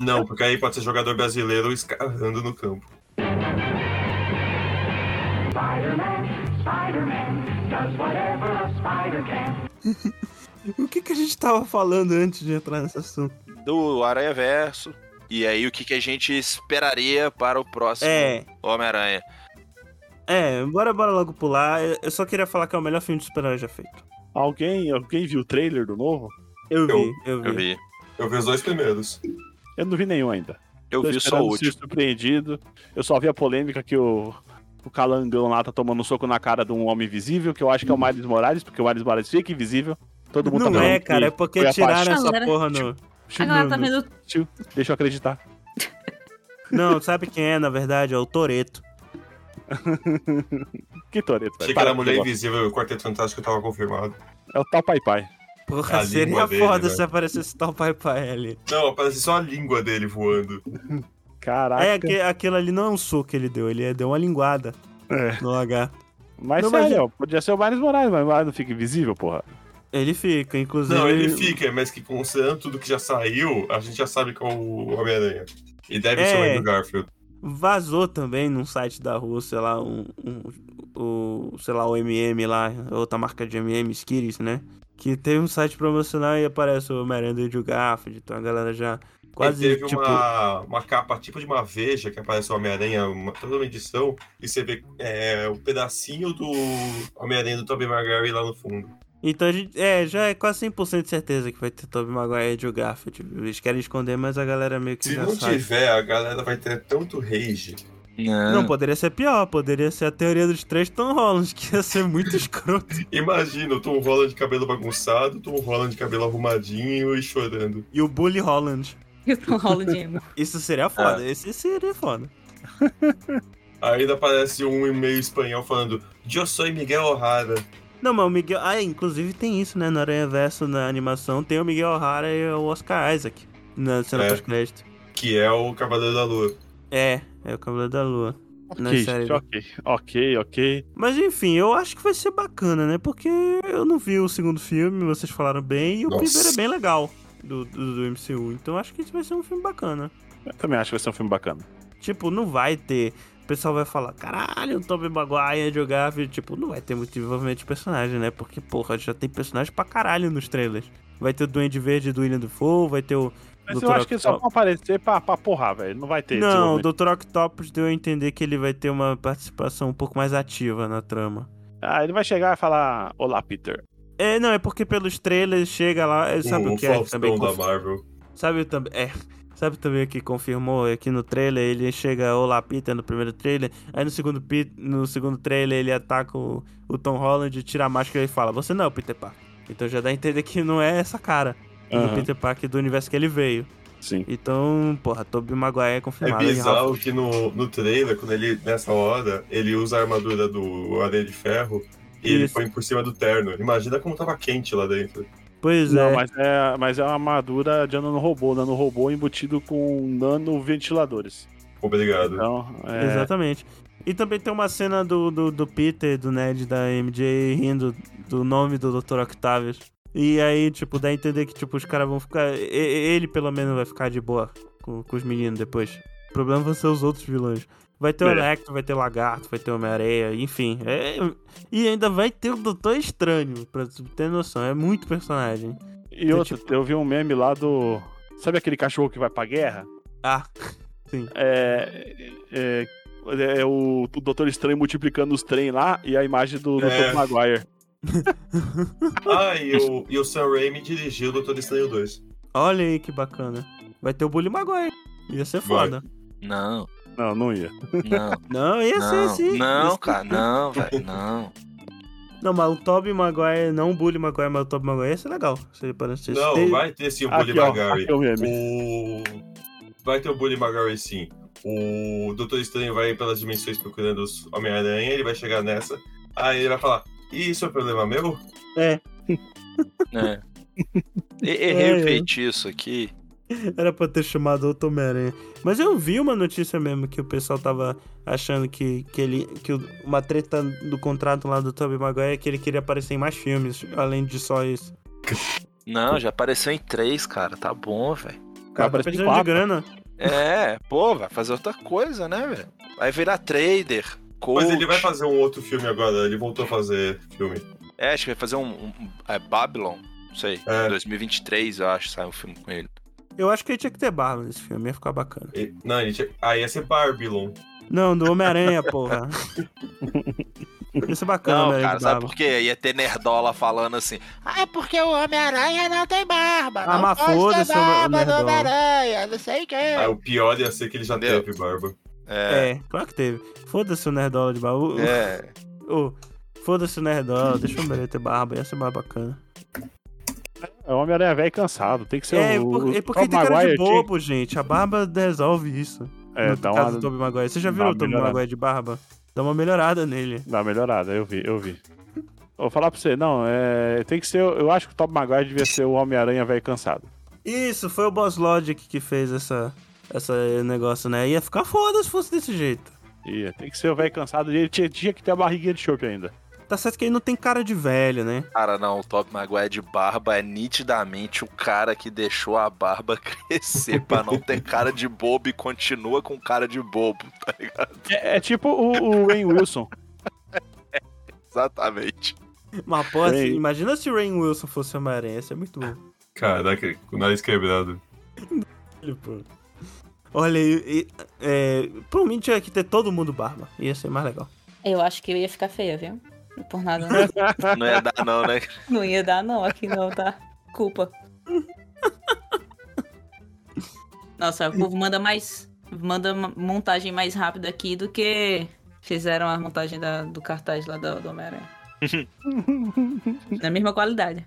Speaker 3: Não, porque aí pode ser jogador brasileiro escarrando no campo.
Speaker 1: O que, que a gente tava falando antes de entrar nesse assunto?
Speaker 4: Do Aranha Verso. E aí, o que, que a gente esperaria para o próximo
Speaker 1: É,
Speaker 4: Homem-Aranha?
Speaker 1: é, bora, bora logo pular. Eu eu só queria falar que é o melhor filme de super-herói já feito.
Speaker 7: Alguém, alguém viu o trailer do novo?
Speaker 1: Eu vi, eu,
Speaker 3: Eu-
Speaker 1: vi.
Speaker 4: Eu vi.
Speaker 3: Eu vi os dois primeiros.
Speaker 7: Eu não vi nenhum ainda.
Speaker 4: Eu
Speaker 7: Tô
Speaker 4: vi só
Speaker 7: esperando
Speaker 4: o último.
Speaker 7: Ser surpreendido. Eu só vi a polêmica que o, o Calangão lá tá tomando um soco na cara de um homem invisível, que eu acho que é o Miles Morales, porque o Miles Morales fica invisível. Todo mundo
Speaker 1: Não
Speaker 7: tá
Speaker 1: é,
Speaker 7: falando que-
Speaker 1: cara, é porque
Speaker 7: foi a
Speaker 1: tiraram essa
Speaker 2: Galera,
Speaker 1: porra no.
Speaker 2: A galera tá
Speaker 1: um
Speaker 2: vendo.
Speaker 7: Deixa eu acreditar.
Speaker 1: Não, sabe quem é, na verdade? É o Toreto.
Speaker 7: Que Toreto,
Speaker 3: Achei que era a Mulher Invisível e o Quarteto Fantástico tava confirmado.
Speaker 7: É o tal Pai Pai.
Speaker 1: Porra,
Speaker 3: A
Speaker 1: seria
Speaker 3: língua dele,
Speaker 1: foda
Speaker 3: velho.
Speaker 1: se aparecesse tal Pai Pai ali.
Speaker 3: Não, aparece só a língua dele voando.
Speaker 7: Caraca.
Speaker 1: É, aque- aquilo ali não é um soco que ele deu, ele deu uma linguada
Speaker 7: É.
Speaker 1: no H.
Speaker 7: Mas
Speaker 1: Não, mas-
Speaker 7: sério, ó, podia ser o Miles Morales, mas o Miles não fica invisível, porra.
Speaker 1: Ele fica, inclusive.
Speaker 3: Não, ele fica, mas que considerando tudo que já saiu, a gente já sabe que é o Homem-Aranha. E deve ser o
Speaker 1: É.
Speaker 3: Andrew Garfield.
Speaker 1: Vazou também num site da Rússia lá, um, um- o, sei lá, o MM lá, outra marca de MM, Skiris, né? Que teve um site promocional e aparece o Homem-Aranha do Andrew Garfield, então a galera já quase,
Speaker 3: e teve um
Speaker 1: tipo...
Speaker 3: uma, uma capa tipo de uma veja que aparece o Homem-Aranha, uma- toda uma edição, e você vê é, um pedacinho do Homem-Aranha do Tobey Maguire lá no fundo.
Speaker 1: Então a gente, é, já é quase 100% de certeza que vai ter Tobey Maguire e Andrew Garfield. Eles querem esconder, mas a galera meio que
Speaker 3: Se
Speaker 1: já
Speaker 3: não
Speaker 1: sabe.
Speaker 3: tiver, a galera vai ter tanto rage.
Speaker 1: Não, poderia ser pior, poderia ser a teoria dos três Tom Holland, que ia ser muito escroto.
Speaker 3: Imagina o Tom Holland de cabelo bagunçado, o Tom Holland de cabelo arrumadinho e chorando.
Speaker 1: E o Bully Holland.
Speaker 2: Eu tô rolando de emo.
Speaker 3: É.
Speaker 1: Isso seria foda, esse seria foda.
Speaker 3: Ainda aparece um e-mail espanhol falando: Eu sou Miguel O'Hara.
Speaker 1: Não, mas o Miguel. Ah, inclusive tem isso, né? No Aranha Verso, na animação, tem o Miguel O'Hara e o Oscar Isaac na cena
Speaker 3: É.
Speaker 1: pós-crédito.
Speaker 3: que é o Cavaleiro da Lua.
Speaker 1: É, é o Cavaleiro da Lua. Na
Speaker 7: Ok,
Speaker 1: série
Speaker 7: gente, ok, ok, ok.
Speaker 1: Mas enfim, eu acho que vai ser bacana, né? Porque eu não vi o segundo filme, vocês falaram bem, e o
Speaker 6: Nossa.
Speaker 1: primeiro é bem legal do, do, do MCU. Então eu acho que isso vai ser um filme bacana.
Speaker 7: Eu também acho que vai ser um filme bacana.
Speaker 1: Tipo, não vai ter. O pessoal vai falar, caralho, o Tobey Maguire jogar. Tipo, não vai ter muito desenvolvimento de personagem, né? Porque, porra, já tem personagem pra caralho nos trailers. Vai ter o Duende Verde do William Dafoe, vai ter o.
Speaker 7: Mas eu
Speaker 1: Doutor
Speaker 7: acho que eles só
Speaker 1: Octopus.
Speaker 7: vão aparecer pra, pra porrar, velho. Não vai ter. tipo,
Speaker 1: Não, o
Speaker 7: desenvolvimento.
Speaker 1: Dr. Octopus deu a entender que ele vai ter uma participação um pouco mais ativa na trama.
Speaker 7: Ah, ele vai chegar e falar: Olá, Peter.
Speaker 1: É, não, é porque pelos trailers chega lá, é, sabe
Speaker 3: o
Speaker 1: o que é
Speaker 3: Faustão
Speaker 1: também
Speaker 3: da
Speaker 1: confi-
Speaker 3: Marvel.
Speaker 1: Sabe também, é, sabe também o que confirmou aqui no trailer, ele chega olá Peter no primeiro trailer, aí no segundo pi- no segundo trailer ele ataca o, o Tom Holland, tira a máscara e fala: "Você não é o Peter Parker". Então já dá a entender que não é essa cara do
Speaker 7: Aham.
Speaker 1: Peter Parker do universo que ele veio.
Speaker 7: Sim.
Speaker 1: Então, porra, Tobey Maguire é
Speaker 3: É
Speaker 1: confirmado. hein, Ralph?
Speaker 3: bizarro que no, no trailer, quando ele, nessa hora, ele usa a armadura do Areia de Ferro e ele
Speaker 1: Isso.
Speaker 3: põe por cima do terno. Imagina como tava quente lá dentro.
Speaker 1: Pois
Speaker 7: Não,
Speaker 1: é.
Speaker 7: mas é, mas é uma armadura de nano robô, nano robô embutido com nano ventiladores.
Speaker 3: Obrigado.
Speaker 7: Então, é,
Speaker 1: Exatamente. E também tem uma cena do, do, do Peter, do Ned, da MJ rindo do nome do Dr. Octavius. E aí, tipo, dá a entender que tipo, os caras vão ficar. e- e- Ele pelo menos vai ficar de boa com, com os meninos depois. O problema vão ser os outros vilões. Vai ter o
Speaker 7: É.
Speaker 1: Electro, vai ter o Lagarto, vai ter o Homem-Areia, enfim. É- E ainda vai ter o Doutor Estranho, pra você ter noção. É muito personagem.
Speaker 7: E
Speaker 1: Então,
Speaker 7: outro,
Speaker 1: tipo
Speaker 7: eu vi um meme lá do. Sabe aquele cachorro que vai pra guerra?
Speaker 1: Ah,
Speaker 7: É. É, é o, o Doutor Estranho multiplicando os trem lá e a imagem do
Speaker 3: É.
Speaker 7: Dr. Maguire.
Speaker 3: Ah, e o, e o Sam Raimi dirigiu o Doutor Estranho 2.
Speaker 1: olha aí que bacana. Vai ter o Bully Maguire. Ia ser
Speaker 3: Vai.
Speaker 1: foda.
Speaker 4: Não,
Speaker 7: Não, não ia.
Speaker 4: não,
Speaker 1: Não, ia ser
Speaker 4: não.
Speaker 1: sim. Ia
Speaker 4: Não,
Speaker 1: ser
Speaker 4: cara,
Speaker 1: sim.
Speaker 4: não, velho, não.
Speaker 1: Não, mas o Tobey Maguire, não o Bully Maguire, mas o Tobey Maguire, esse é legal. Se ele parecer.
Speaker 3: Não,
Speaker 1: Tem-
Speaker 3: vai ter sim o Bully
Speaker 7: Aqui, ó,
Speaker 3: Magari.
Speaker 7: aqui é o meme.
Speaker 3: O... Vai ter o Bully Magari sim. O Doutor Estranho vai pelas dimensões procurando os Homem-Aranha, ele vai chegar nessa. Aí ele vai falar, "Ih, isso é problema meu?
Speaker 4: É. E- Errei
Speaker 1: É.
Speaker 4: o feitiço aqui.
Speaker 1: Era pra ter chamado outro Homem-Aranha. Mas eu vi uma notícia mesmo que o pessoal tava achando que, que ele. que o- uma treta do contrato lá do Tobey Maguire é que ele queria aparecer em mais filmes, além de só isso.
Speaker 4: Não, já apareceu em três, cara. Tá bom, velho.
Speaker 1: O cara tá
Speaker 7: Cara, parece
Speaker 1: precisando de
Speaker 7: papa.
Speaker 1: grana.
Speaker 4: É, pô, vai fazer outra coisa, né, velho? Vai virar trader. Coach.
Speaker 3: Mas ele vai fazer um outro filme agora, ele voltou a fazer filme.
Speaker 4: É, acho que vai fazer um. um- um- é, Babylon, não sei.
Speaker 3: É.
Speaker 4: 2023, eu acho, sai um filme com ele.
Speaker 1: Eu acho que ele tinha que ter barba nesse filme, ia ficar bacana.
Speaker 3: E- Não, ele tinha... ah, ia ser Babylon.
Speaker 1: Não, do Homem-Aranha, porra. Ia ser bacana,
Speaker 4: Não,
Speaker 1: Homem-Aranha
Speaker 4: cara,
Speaker 1: de
Speaker 4: sabe
Speaker 1: barba.
Speaker 4: por quê? Ia ter nerdola falando assim. Ah, é porque o Homem-Aranha não tem barba.
Speaker 1: Ah,
Speaker 4: não
Speaker 1: mas
Speaker 4: pode ter
Speaker 1: foda-se o
Speaker 4: barba do
Speaker 1: nerdola."
Speaker 4: Homem-Aranha, não sei o quê.
Speaker 7: É.
Speaker 3: Ah, o pior ia ser que ele já
Speaker 4: Entendeu?
Speaker 3: teve barba.
Speaker 4: É.
Speaker 1: É, claro que teve. Foda-se o Nerdola de barba. O-
Speaker 4: É.
Speaker 1: Ô, foda-se o Nerdola, deixa o Homem-Aranha ter barba, ia ser mais bacana.
Speaker 7: É o Homem-Aranha velho cansado. Tem que ser
Speaker 1: É,
Speaker 7: o.
Speaker 1: por-
Speaker 7: o
Speaker 1: é porque
Speaker 7: Tom
Speaker 1: tem cara
Speaker 7: Maguire
Speaker 1: de
Speaker 7: tinha-
Speaker 1: bobo, gente. A barba resolve isso.
Speaker 7: É,
Speaker 1: no
Speaker 7: dá
Speaker 1: caso do
Speaker 7: uma,
Speaker 1: Tobey Maguire. Você já
Speaker 7: dá
Speaker 1: viu o
Speaker 7: uma
Speaker 1: Tobey
Speaker 7: melhorada.
Speaker 1: Maguire de barba? Dá uma melhorada nele.
Speaker 7: dá uma melhorada, eu vi, eu vi. Vou falar pra você, não, é. Tem que ser. Eu acho que o Tom Maguire devia ser o Homem-Aranha velho cansado.
Speaker 1: Isso, foi o Boss Logic que fez essa, essa negócio, né? Ia ficar foda se fosse desse jeito.
Speaker 7: Ia, tem que ser o velho cansado. e Ele tinha, tinha que ter a barriguinha de chope ainda.
Speaker 1: Tá certo que ele não tem cara de velho, né?
Speaker 4: Cara, não, o Top Maguire de barba é nitidamente o cara que deixou a barba crescer pra não ter cara de bobo e continua com cara de bobo, tá ligado?
Speaker 7: É, é tipo o, o Wayne Wilson.
Speaker 4: Exatamente.
Speaker 1: Mas, pô, assim,
Speaker 7: Ei.
Speaker 1: imagina se o Rain Wilson fosse o Homem-Aranha, ia ser muito bom.
Speaker 3: Caraca, com o nariz quebrado.
Speaker 1: Ele, pô. Olha, e, e, é, provavelmente tinha que ter todo mundo barba. Ia ser mais legal.
Speaker 2: Eu acho que eu ia ficar feia, viu? Por nada não,
Speaker 4: Não ia dar, não, né?
Speaker 2: não ia dar não aqui não, tá? Culpa. Nossa, o povo manda mais... Manda uma montagem mais rápida aqui do que fizeram a montagem da- do cartaz lá do, do Homem-Aranha. Na mesma qualidade.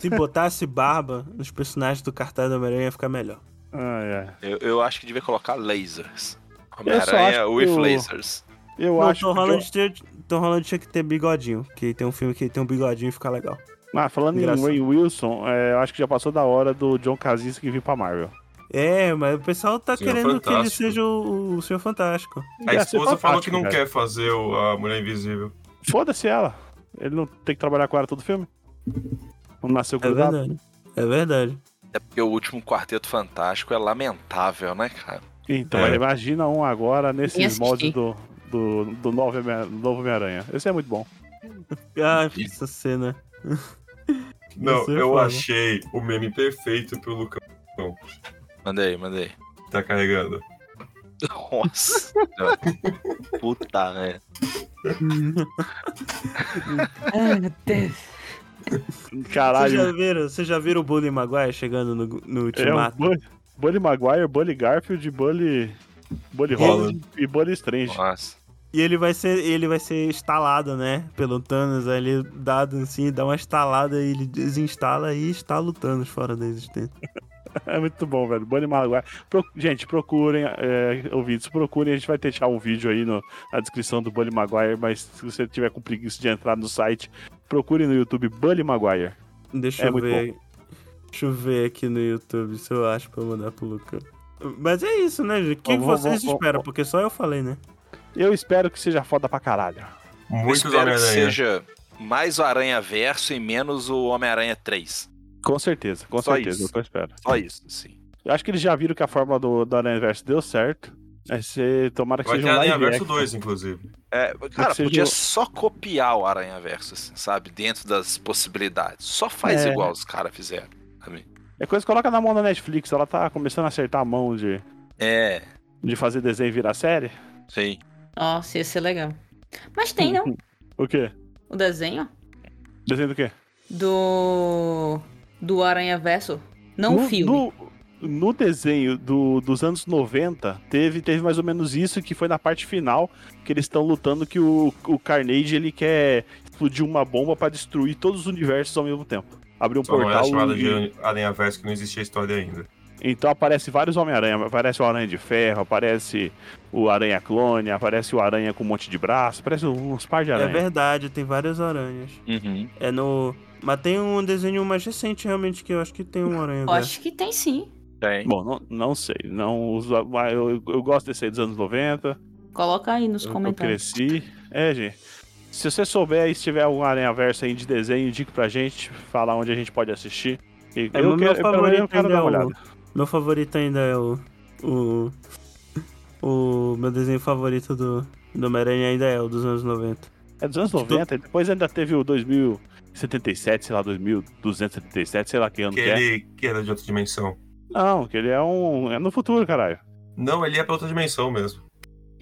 Speaker 1: Se botasse barba nos personagens do cartaz do Homem-Aranha, ia ficar melhor.
Speaker 7: Ah, é.
Speaker 4: Eu, eu acho que devia colocar lasers.
Speaker 7: acho que
Speaker 4: Homem-Aranha with
Speaker 7: o-
Speaker 4: Lasers.
Speaker 7: Eu
Speaker 1: Não,
Speaker 7: acho
Speaker 1: Tom
Speaker 7: que. o
Speaker 1: Holland, tinha, Tom Holland tinha que ter bigodinho. Que tem um filme que tem um bigodinho e fica legal.
Speaker 7: Jo- Ah, falando
Speaker 1: Engraçado.
Speaker 7: em Ray Wilson, é, eu acho que já passou da hora do John Krasinski vir pra Marvel.
Speaker 1: É, mas o pessoal tá
Speaker 3: Senhor
Speaker 1: querendo que ele
Speaker 3: Fantástico.
Speaker 1: seja o, o Senhor Fantástico.
Speaker 3: A
Speaker 7: Ia ser
Speaker 3: esposa falou que
Speaker 7: fantástico,
Speaker 3: não
Speaker 7: cara.
Speaker 3: quer fazer o- a Mulher Invisível.
Speaker 7: Foda-se ela. Ele não tem que trabalhar com ela todo filme? Não nasceu
Speaker 1: É
Speaker 7: cruzado?
Speaker 1: verdade. É verdade.
Speaker 4: É porque o último Quarteto Fantástico é lamentável, né, cara?
Speaker 7: Então,
Speaker 3: É.
Speaker 7: imagina um agora nesses
Speaker 2: Assisti.
Speaker 7: moldes do, do, do novo Homem- novo Homem-Aranha. Esse é muito bom.
Speaker 1: Ah, essa cena.
Speaker 3: Não,
Speaker 1: Você
Speaker 3: eu
Speaker 1: fala.
Speaker 3: achei o meme perfeito pro Lucão
Speaker 4: Mandei, mandei.
Speaker 3: que tá carregando.
Speaker 4: Nossa. Puta, né?
Speaker 2: Ai, meu Deus.
Speaker 1: Vocês
Speaker 7: Caralho.
Speaker 1: já viram, vocês já viram o Bully Maguire chegando no, no
Speaker 7: É o
Speaker 1: ultimato?
Speaker 7: Bu- Bully Maguire, Bully Garfield, Bully. Bully Holland e Bully Strange.
Speaker 4: Nossa.
Speaker 1: E ele vai ser, ele vai ser instalado, né? Pelo Thanos, aí ele dá assim, dá uma estalada e ele desinstala e instala o Thanos fora da existência.
Speaker 7: É muito bom, velho. Bully Maguire. Pro- Gente, procurem, é, ouvintes, procurem. A gente vai deixar um vídeo aí no- na descrição do Bully Maguire, mas se você tiver com preguiça de entrar no site, procure no YouTube Bully Maguire.
Speaker 1: Deixa
Speaker 7: É
Speaker 1: eu
Speaker 7: muito
Speaker 1: ver. Deixa eu ver aqui no YouTube se eu acho pra eu mandar pro Lucas. Mas é isso, né, gente? O que
Speaker 7: Vamos,
Speaker 1: vocês
Speaker 7: vamos, vamos,
Speaker 1: esperam?
Speaker 7: vamos.
Speaker 1: Porque só eu falei, né?
Speaker 7: Eu espero que seja foda pra caralho.
Speaker 4: Eu
Speaker 3: Muitos
Speaker 4: espero que né?
Speaker 3: Homem-Aranha.
Speaker 4: seja mais o Aranha Verso e menos o Homem-Aranha 3.
Speaker 7: Com certeza, com
Speaker 4: Só
Speaker 7: certeza, é
Speaker 4: isso.
Speaker 7: eu tô esperando.
Speaker 4: Só isso, assim. sim.
Speaker 7: Eu acho que eles já viram que a fórmula do, do Aranha Verso deu certo. Aí você tomara que
Speaker 3: Vai ter
Speaker 7: seja um
Speaker 3: Aranha
Speaker 7: live
Speaker 3: Verso
Speaker 7: action.
Speaker 3: 2, inclusive.
Speaker 4: É, cara,
Speaker 7: seja
Speaker 4: podia
Speaker 7: o-
Speaker 4: só copiar o Aranha Verso, assim, sabe? Dentro das possibilidades. Só faz
Speaker 7: É.
Speaker 4: igual os caras fizeram. Sabe?
Speaker 7: É coisa que coloca na mão da Netflix, ela tá começando a acertar a mão de,
Speaker 4: É,
Speaker 7: de fazer desenho virar série.
Speaker 4: sim.
Speaker 2: Nossa, ia ser legal. Mas tem, não?
Speaker 7: O quê?
Speaker 2: O desenho
Speaker 7: Desenho do quê?
Speaker 2: do. Do Aranha Verso. Não o
Speaker 7: no,
Speaker 2: filme.
Speaker 7: No, no desenho do- dos anos 90, teve, teve mais ou menos isso, que foi na parte final, que eles estão lutando que o, o Carnage ele quer explodir uma bomba pra destruir todos os universos ao mesmo tempo. Abrir um
Speaker 3: Só não era
Speaker 7: portal
Speaker 3: chamada
Speaker 7: e-
Speaker 3: de Aranha Verso que não existia a história ainda.
Speaker 7: Então aparece vários Homem-Aranha. Aparece o Aranha de Ferro, aparece o Aranha Clone, aparece o Aranha com um monte de braço, aparece uns par de
Speaker 1: É
Speaker 7: aranha.
Speaker 1: verdade, tem várias aranhas.
Speaker 4: Uhum.
Speaker 1: É no. Mas tem um desenho mais recente, realmente, que eu acho que tem um aranha.
Speaker 2: Eu
Speaker 1: Verso.
Speaker 2: Acho que tem sim.
Speaker 4: Tem.
Speaker 7: Bom, não, não sei. Não, uso- mas eu, eu gosto desse aí dos anos 90.
Speaker 2: Coloca aí nos
Speaker 7: eu- Eu,
Speaker 2: comentários.
Speaker 7: cresci. É, gente. Se você souber aí, se tiver algum Aranha Verso aí de desenho, indique pra gente, fala onde a gente pode assistir. E
Speaker 1: É,
Speaker 7: eu,
Speaker 1: mas meu
Speaker 7: quero, eu, pelo menos eu
Speaker 1: favorito
Speaker 7: quero
Speaker 1: ainda
Speaker 7: dar
Speaker 1: é
Speaker 7: uma
Speaker 1: o-
Speaker 7: olhada.
Speaker 1: Meu favorito ainda é o. O. O meu desenho favorito do, do Homem-Aranha ainda é o dos anos 90.
Speaker 7: É dos anos 90, e depois ainda teve o 2077, sei lá, 2277, sei lá que ano
Speaker 3: Que
Speaker 7: que, é.
Speaker 3: ele que era de outra dimensão.
Speaker 7: Não, que ele é um. É no futuro, caralho.
Speaker 3: Não, ele é pra outra dimensão mesmo.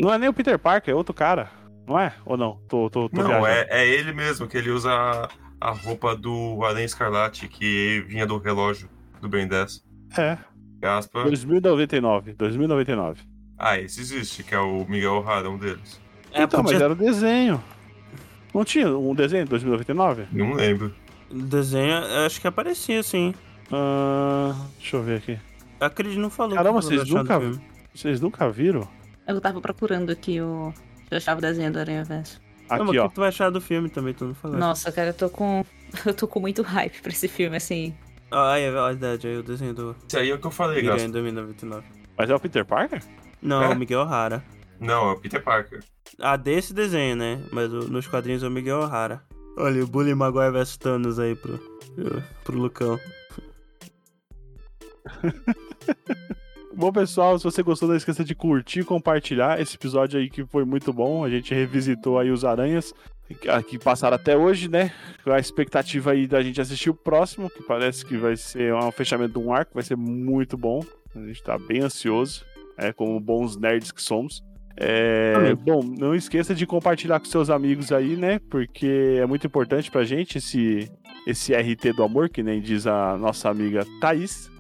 Speaker 7: Não é nem o Peter Parker, é outro cara. Não é? Ou não? Tô, tô, tô
Speaker 3: Não,
Speaker 7: viajando.
Speaker 3: é, é ele mesmo, que ele usa a, a roupa do Aranha Escarlate, que vinha do relógio do Ben 10.
Speaker 7: É.
Speaker 3: Aspa.
Speaker 7: 2099. 2099.
Speaker 3: Ah, esse existe, que é o Miguel O'Hara, um deles.
Speaker 1: É,
Speaker 7: então,
Speaker 1: podia-
Speaker 7: mas era o desenho. Não tinha um desenho de 2099?
Speaker 3: Não lembro.
Speaker 7: é-
Speaker 1: Desenho, eu acho que é aparecia, sim.
Speaker 7: Ah, deixa eu ver aqui.
Speaker 1: A Cris não falou.
Speaker 7: Caramba,
Speaker 1: o que ela
Speaker 7: vocês
Speaker 1: achou do
Speaker 7: nunca-
Speaker 1: filme.
Speaker 7: Vocês nunca viram?
Speaker 2: Eu tava procurando aqui o. Eu achava o desenho do Aranha Verso.
Speaker 1: Não, mas
Speaker 7: Aqui,
Speaker 1: o
Speaker 7: ó.
Speaker 1: que tu vai achar do filme também, tu não falou.
Speaker 2: Nossa, cara, eu tô com. Eu tô com muito hype pra esse filme, assim.
Speaker 1: Ah, é verdade, aí o desenho do
Speaker 3: Esse aí é o que eu falei,
Speaker 1: Miranha em
Speaker 3: Gaspar.
Speaker 1: 2099.
Speaker 7: Mas é o Peter Parker?
Speaker 1: Não,
Speaker 3: É?
Speaker 1: o Miguel O'Hara.
Speaker 3: Não, é o Peter Parker.
Speaker 1: Ah, desse desenho, né? Mas o- nos quadrinhos é o Miguel O'Hara. Olha, o Bully Maguire vs Thanos aí pro, pro Lucão.
Speaker 7: Bom, pessoal, se você gostou, não esqueça de curtir e compartilhar esse episódio aí que foi muito bom. A gente revisitou aí os Aranhas que- ah, que passaram até hoje, né? Com A expectativa aí da gente assistir o próximo, que parece que vai ser um fechamento de um arco, vai ser muito bom. A gente tá bem ansioso, é, como bons nerds que somos. É,
Speaker 1: Amém.
Speaker 7: bom, não esqueça de compartilhar com seus amigos aí, né? Porque é muito importante pra gente esse, esse RT do amor, que nem diz a nossa amiga Thaís.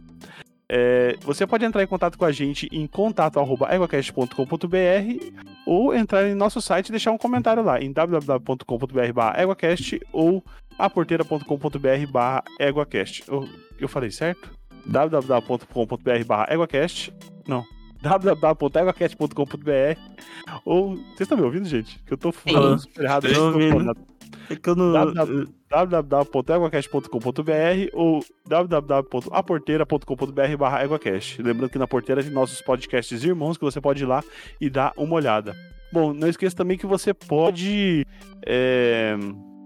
Speaker 7: É, você pode entrar em contato com a gente em contato.eguacast.com.br ou entrar em nosso site e deixar um comentário lá em www.com.br barra eguacast ou aporteira.com.br barra eguacast. Eu, eu falei certo? www.com.br barra eguacast. Não, www.eguacast.com.br ou... Vocês estão me ouvindo, gente? Que eu tô falando super errado.
Speaker 1: Tô
Speaker 7: gente,
Speaker 1: ouvindo.
Speaker 7: tô falando
Speaker 1: É que eu não.
Speaker 7: Www. www.eguacast.com.br ou www.aporteira.com.br barra Eguacast. Lembrando que na Porteira tem nossos podcasts irmãos que você pode ir lá e dar uma olhada. Bom, não esqueça também que você pode é,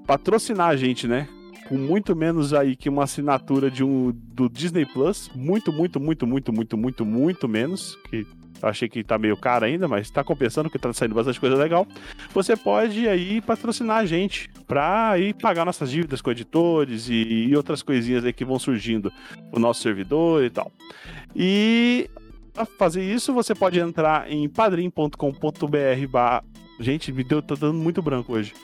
Speaker 7: patrocinar a gente, né? Com muito menos aí que uma assinatura de um do Disney Plus. Muito, muito, muito, muito, muito, muito, muito menos. Que eu achei que tá meio caro ainda, mas tá compensando porque tá saindo bastante coisa legal. Você pode aí patrocinar a gente pra ir pagar nossas dívidas com editores e, e outras coisinhas aí que vão surgindo. O nosso servidor e tal. E pra fazer isso, você pode entrar em padrim.com.br barra... Gente, me deu, tá dando muito branco hoje.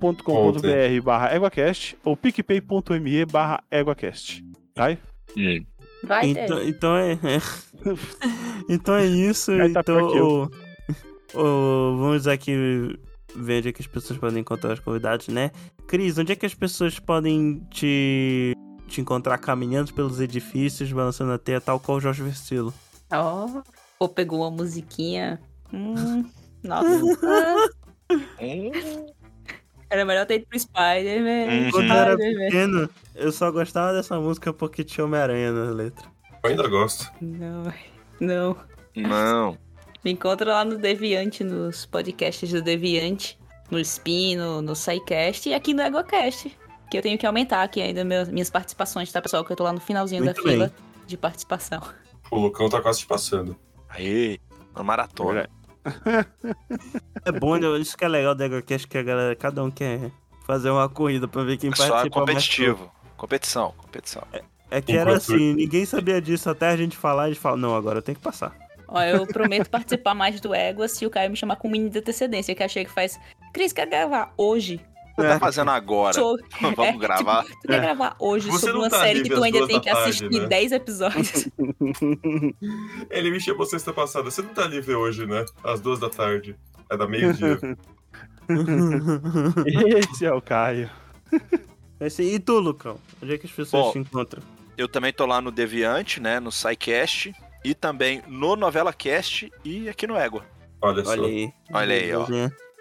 Speaker 7: padrim.com.br barra EguaCast ou picpay.me barra EguaCast. Tá?
Speaker 11: Vai ter.
Speaker 1: Então, então é, é. Então é isso.
Speaker 7: Aí tá
Speaker 1: então,
Speaker 7: pior que eu.
Speaker 1: o- o- vamos aqui ver onde é que as pessoas podem encontrar os convidados, né? Cris, onde é que as pessoas podem te, te encontrar caminhando pelos edifícios, balançando a teia, tal qual o Jorge Versilo?
Speaker 2: Ó, ou pegou uma musiquinha. Hum, nossa.
Speaker 4: Hum.
Speaker 2: Era melhor ter ido pro Spider-Man.
Speaker 4: Uhum.
Speaker 1: Quando eu era
Speaker 2: Spider-Man.
Speaker 1: pequeno, eu só gostava dessa música porque tinha Homem-Aranha na letra.
Speaker 3: Eu ainda gosto.
Speaker 2: Não, não.
Speaker 4: Não.
Speaker 2: Me encontra lá no Deviante, nos podcasts do Deviante, no Spino, no SciCast e aqui no EgoCast. Que eu tenho que aumentar aqui ainda meus- minhas participações, tá, pessoal? Que eu tô lá no finalzinho
Speaker 1: Muito
Speaker 2: da fila de participação.
Speaker 3: O Lucão tá quase te passando.
Speaker 4: Aí, uma maratona.
Speaker 1: É bom, isso que é legal do EgoCast, que a galera, cada um quer fazer uma corrida pra ver quem
Speaker 4: É Só
Speaker 1: participa mais.
Speaker 4: competitivo. Competição, competição.
Speaker 1: É que era
Speaker 3: Enquanto-
Speaker 1: assim, ninguém sabia disso até a gente falar, a gente fala, não, agora eu tenho que passar.
Speaker 2: Ó, eu prometo participar mais do Égua se o Caio me chamar com mini de antecedência, que achei que faz. Cris, quer gravar hoje?
Speaker 7: É.
Speaker 4: O que tá fazendo agora?
Speaker 2: sobre-
Speaker 4: Vamos
Speaker 2: é, tipo,
Speaker 4: gravar.
Speaker 2: tu quer gravar hoje
Speaker 3: Você
Speaker 2: sobre
Speaker 3: não
Speaker 2: uma
Speaker 3: tá
Speaker 2: série
Speaker 3: livre
Speaker 2: que tu
Speaker 3: às
Speaker 2: ainda
Speaker 3: duas
Speaker 2: tem
Speaker 3: da
Speaker 2: que
Speaker 3: tarde,
Speaker 2: assistir
Speaker 3: né?
Speaker 2: 10 episódios.
Speaker 3: Ele me chamou sexta passada. Você não tá livre hoje, né? Às duas da tarde. É da meio-dia.
Speaker 7: Esse é o Caio.
Speaker 1: É assim, e tu, Lucão? Onde é que as pessoas
Speaker 4: Bom,
Speaker 1: te encontram?
Speaker 4: Eu também tô lá no Deviante, né? No SciCast. E também no Novela Cast e aqui no Égua.
Speaker 3: Olha só.
Speaker 1: Olha aí.
Speaker 4: Olha aí, ó.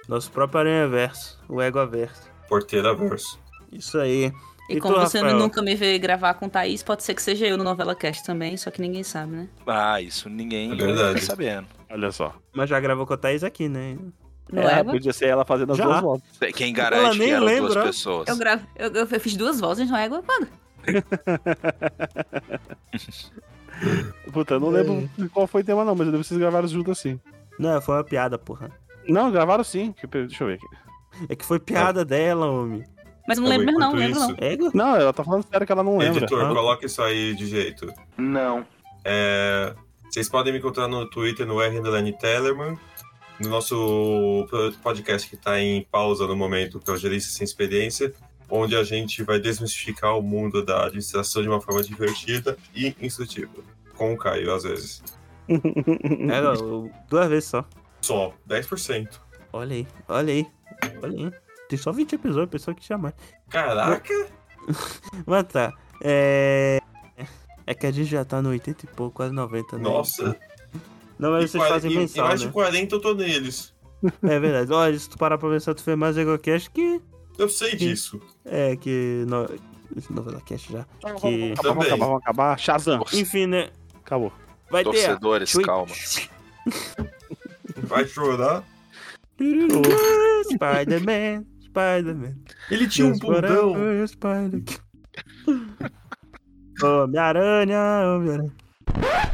Speaker 1: Nosso próprio Aranhaverso, o Egoaverso.
Speaker 3: Porteira verso.
Speaker 1: Isso aí.
Speaker 2: E,
Speaker 1: E
Speaker 2: como
Speaker 1: tu,
Speaker 2: você
Speaker 1: Rafael?
Speaker 2: nunca me vê gravar com Thaís, pode ser que seja eu no Novela Cast também, só que ninguém sabe, né?
Speaker 4: Ah, isso ninguém
Speaker 3: É
Speaker 4: tá
Speaker 3: verdade.
Speaker 4: sabendo.
Speaker 7: Olha só.
Speaker 1: Mas já gravou com a Thaís aqui, né?
Speaker 2: No
Speaker 7: É,
Speaker 2: Égua.
Speaker 7: podia ser ela fazendo as
Speaker 1: Já.
Speaker 7: duas voltas.
Speaker 4: Quem
Speaker 1: Ela
Speaker 4: garante
Speaker 1: nem
Speaker 4: que eram
Speaker 1: lembra.
Speaker 4: duas pessoas.
Speaker 2: Eu, gravo, eu, eu- eu fiz duas vozes no Égua quando?
Speaker 7: Puta, eu não lembro qual foi o tema, não, mas eu lembro que vocês gravaram junto assim.
Speaker 1: Não, foi uma piada, porra.
Speaker 7: Não, gravaram sim. que- Deixa eu ver aqui.
Speaker 1: É que foi piada dela, homem.
Speaker 2: Mas eu não
Speaker 3: Tá bom,
Speaker 2: lembro, não,
Speaker 3: enquanto
Speaker 2: lembro
Speaker 3: isso,
Speaker 2: não.
Speaker 1: Ego?
Speaker 7: Não, ela tá falando sério que ela não lembra.
Speaker 3: Editor,
Speaker 1: Ah.
Speaker 3: coloca isso aí de jeito.
Speaker 4: Não.
Speaker 3: É, vocês podem me encontrar no Twitter, no R Underline Tellerman, no nosso podcast que está em pausa no momento, que é o Gerência Sem Experiência, onde a gente vai desmistificar o mundo da administração de uma forma divertida e instrutiva. Com o Caio, às vezes.
Speaker 1: Ego, eu- duas vezes só.
Speaker 3: Só 10%.
Speaker 1: Olha aí, olha aí, olha aí. Tem só 20 episódios, pessoal que chama.
Speaker 3: Caraca!
Speaker 1: Mas tá, é... É que a gente já tá no 80 e pouco, quase 90, né?
Speaker 3: Nossa!
Speaker 1: Não, mas
Speaker 3: E
Speaker 1: vocês
Speaker 3: quar-
Speaker 1: fazem
Speaker 3: e-
Speaker 1: mensal,
Speaker 3: e mais
Speaker 1: né?
Speaker 3: de 40 eu tô neles.
Speaker 1: É verdade. Olha, se tu parar pra pensar, tu fez mais EgoCast que...
Speaker 3: Eu sei disso.
Speaker 1: É, que... No... Novela Cast já.
Speaker 7: Tá
Speaker 1: Que...
Speaker 7: Acabar, vamos
Speaker 3: Também.
Speaker 7: acabar, vamos acabar. Shazam,
Speaker 1: Enfim, né?
Speaker 7: acabou.
Speaker 1: Vai ter... a-
Speaker 4: Torcedores,
Speaker 1: Ui.
Speaker 4: calma.
Speaker 3: Vai chorar.
Speaker 1: Spider-Man, Spider-Man.
Speaker 3: Ele tinha um bundão.
Speaker 1: Forever Spider- Homem-Aranha, Homem-Aranha.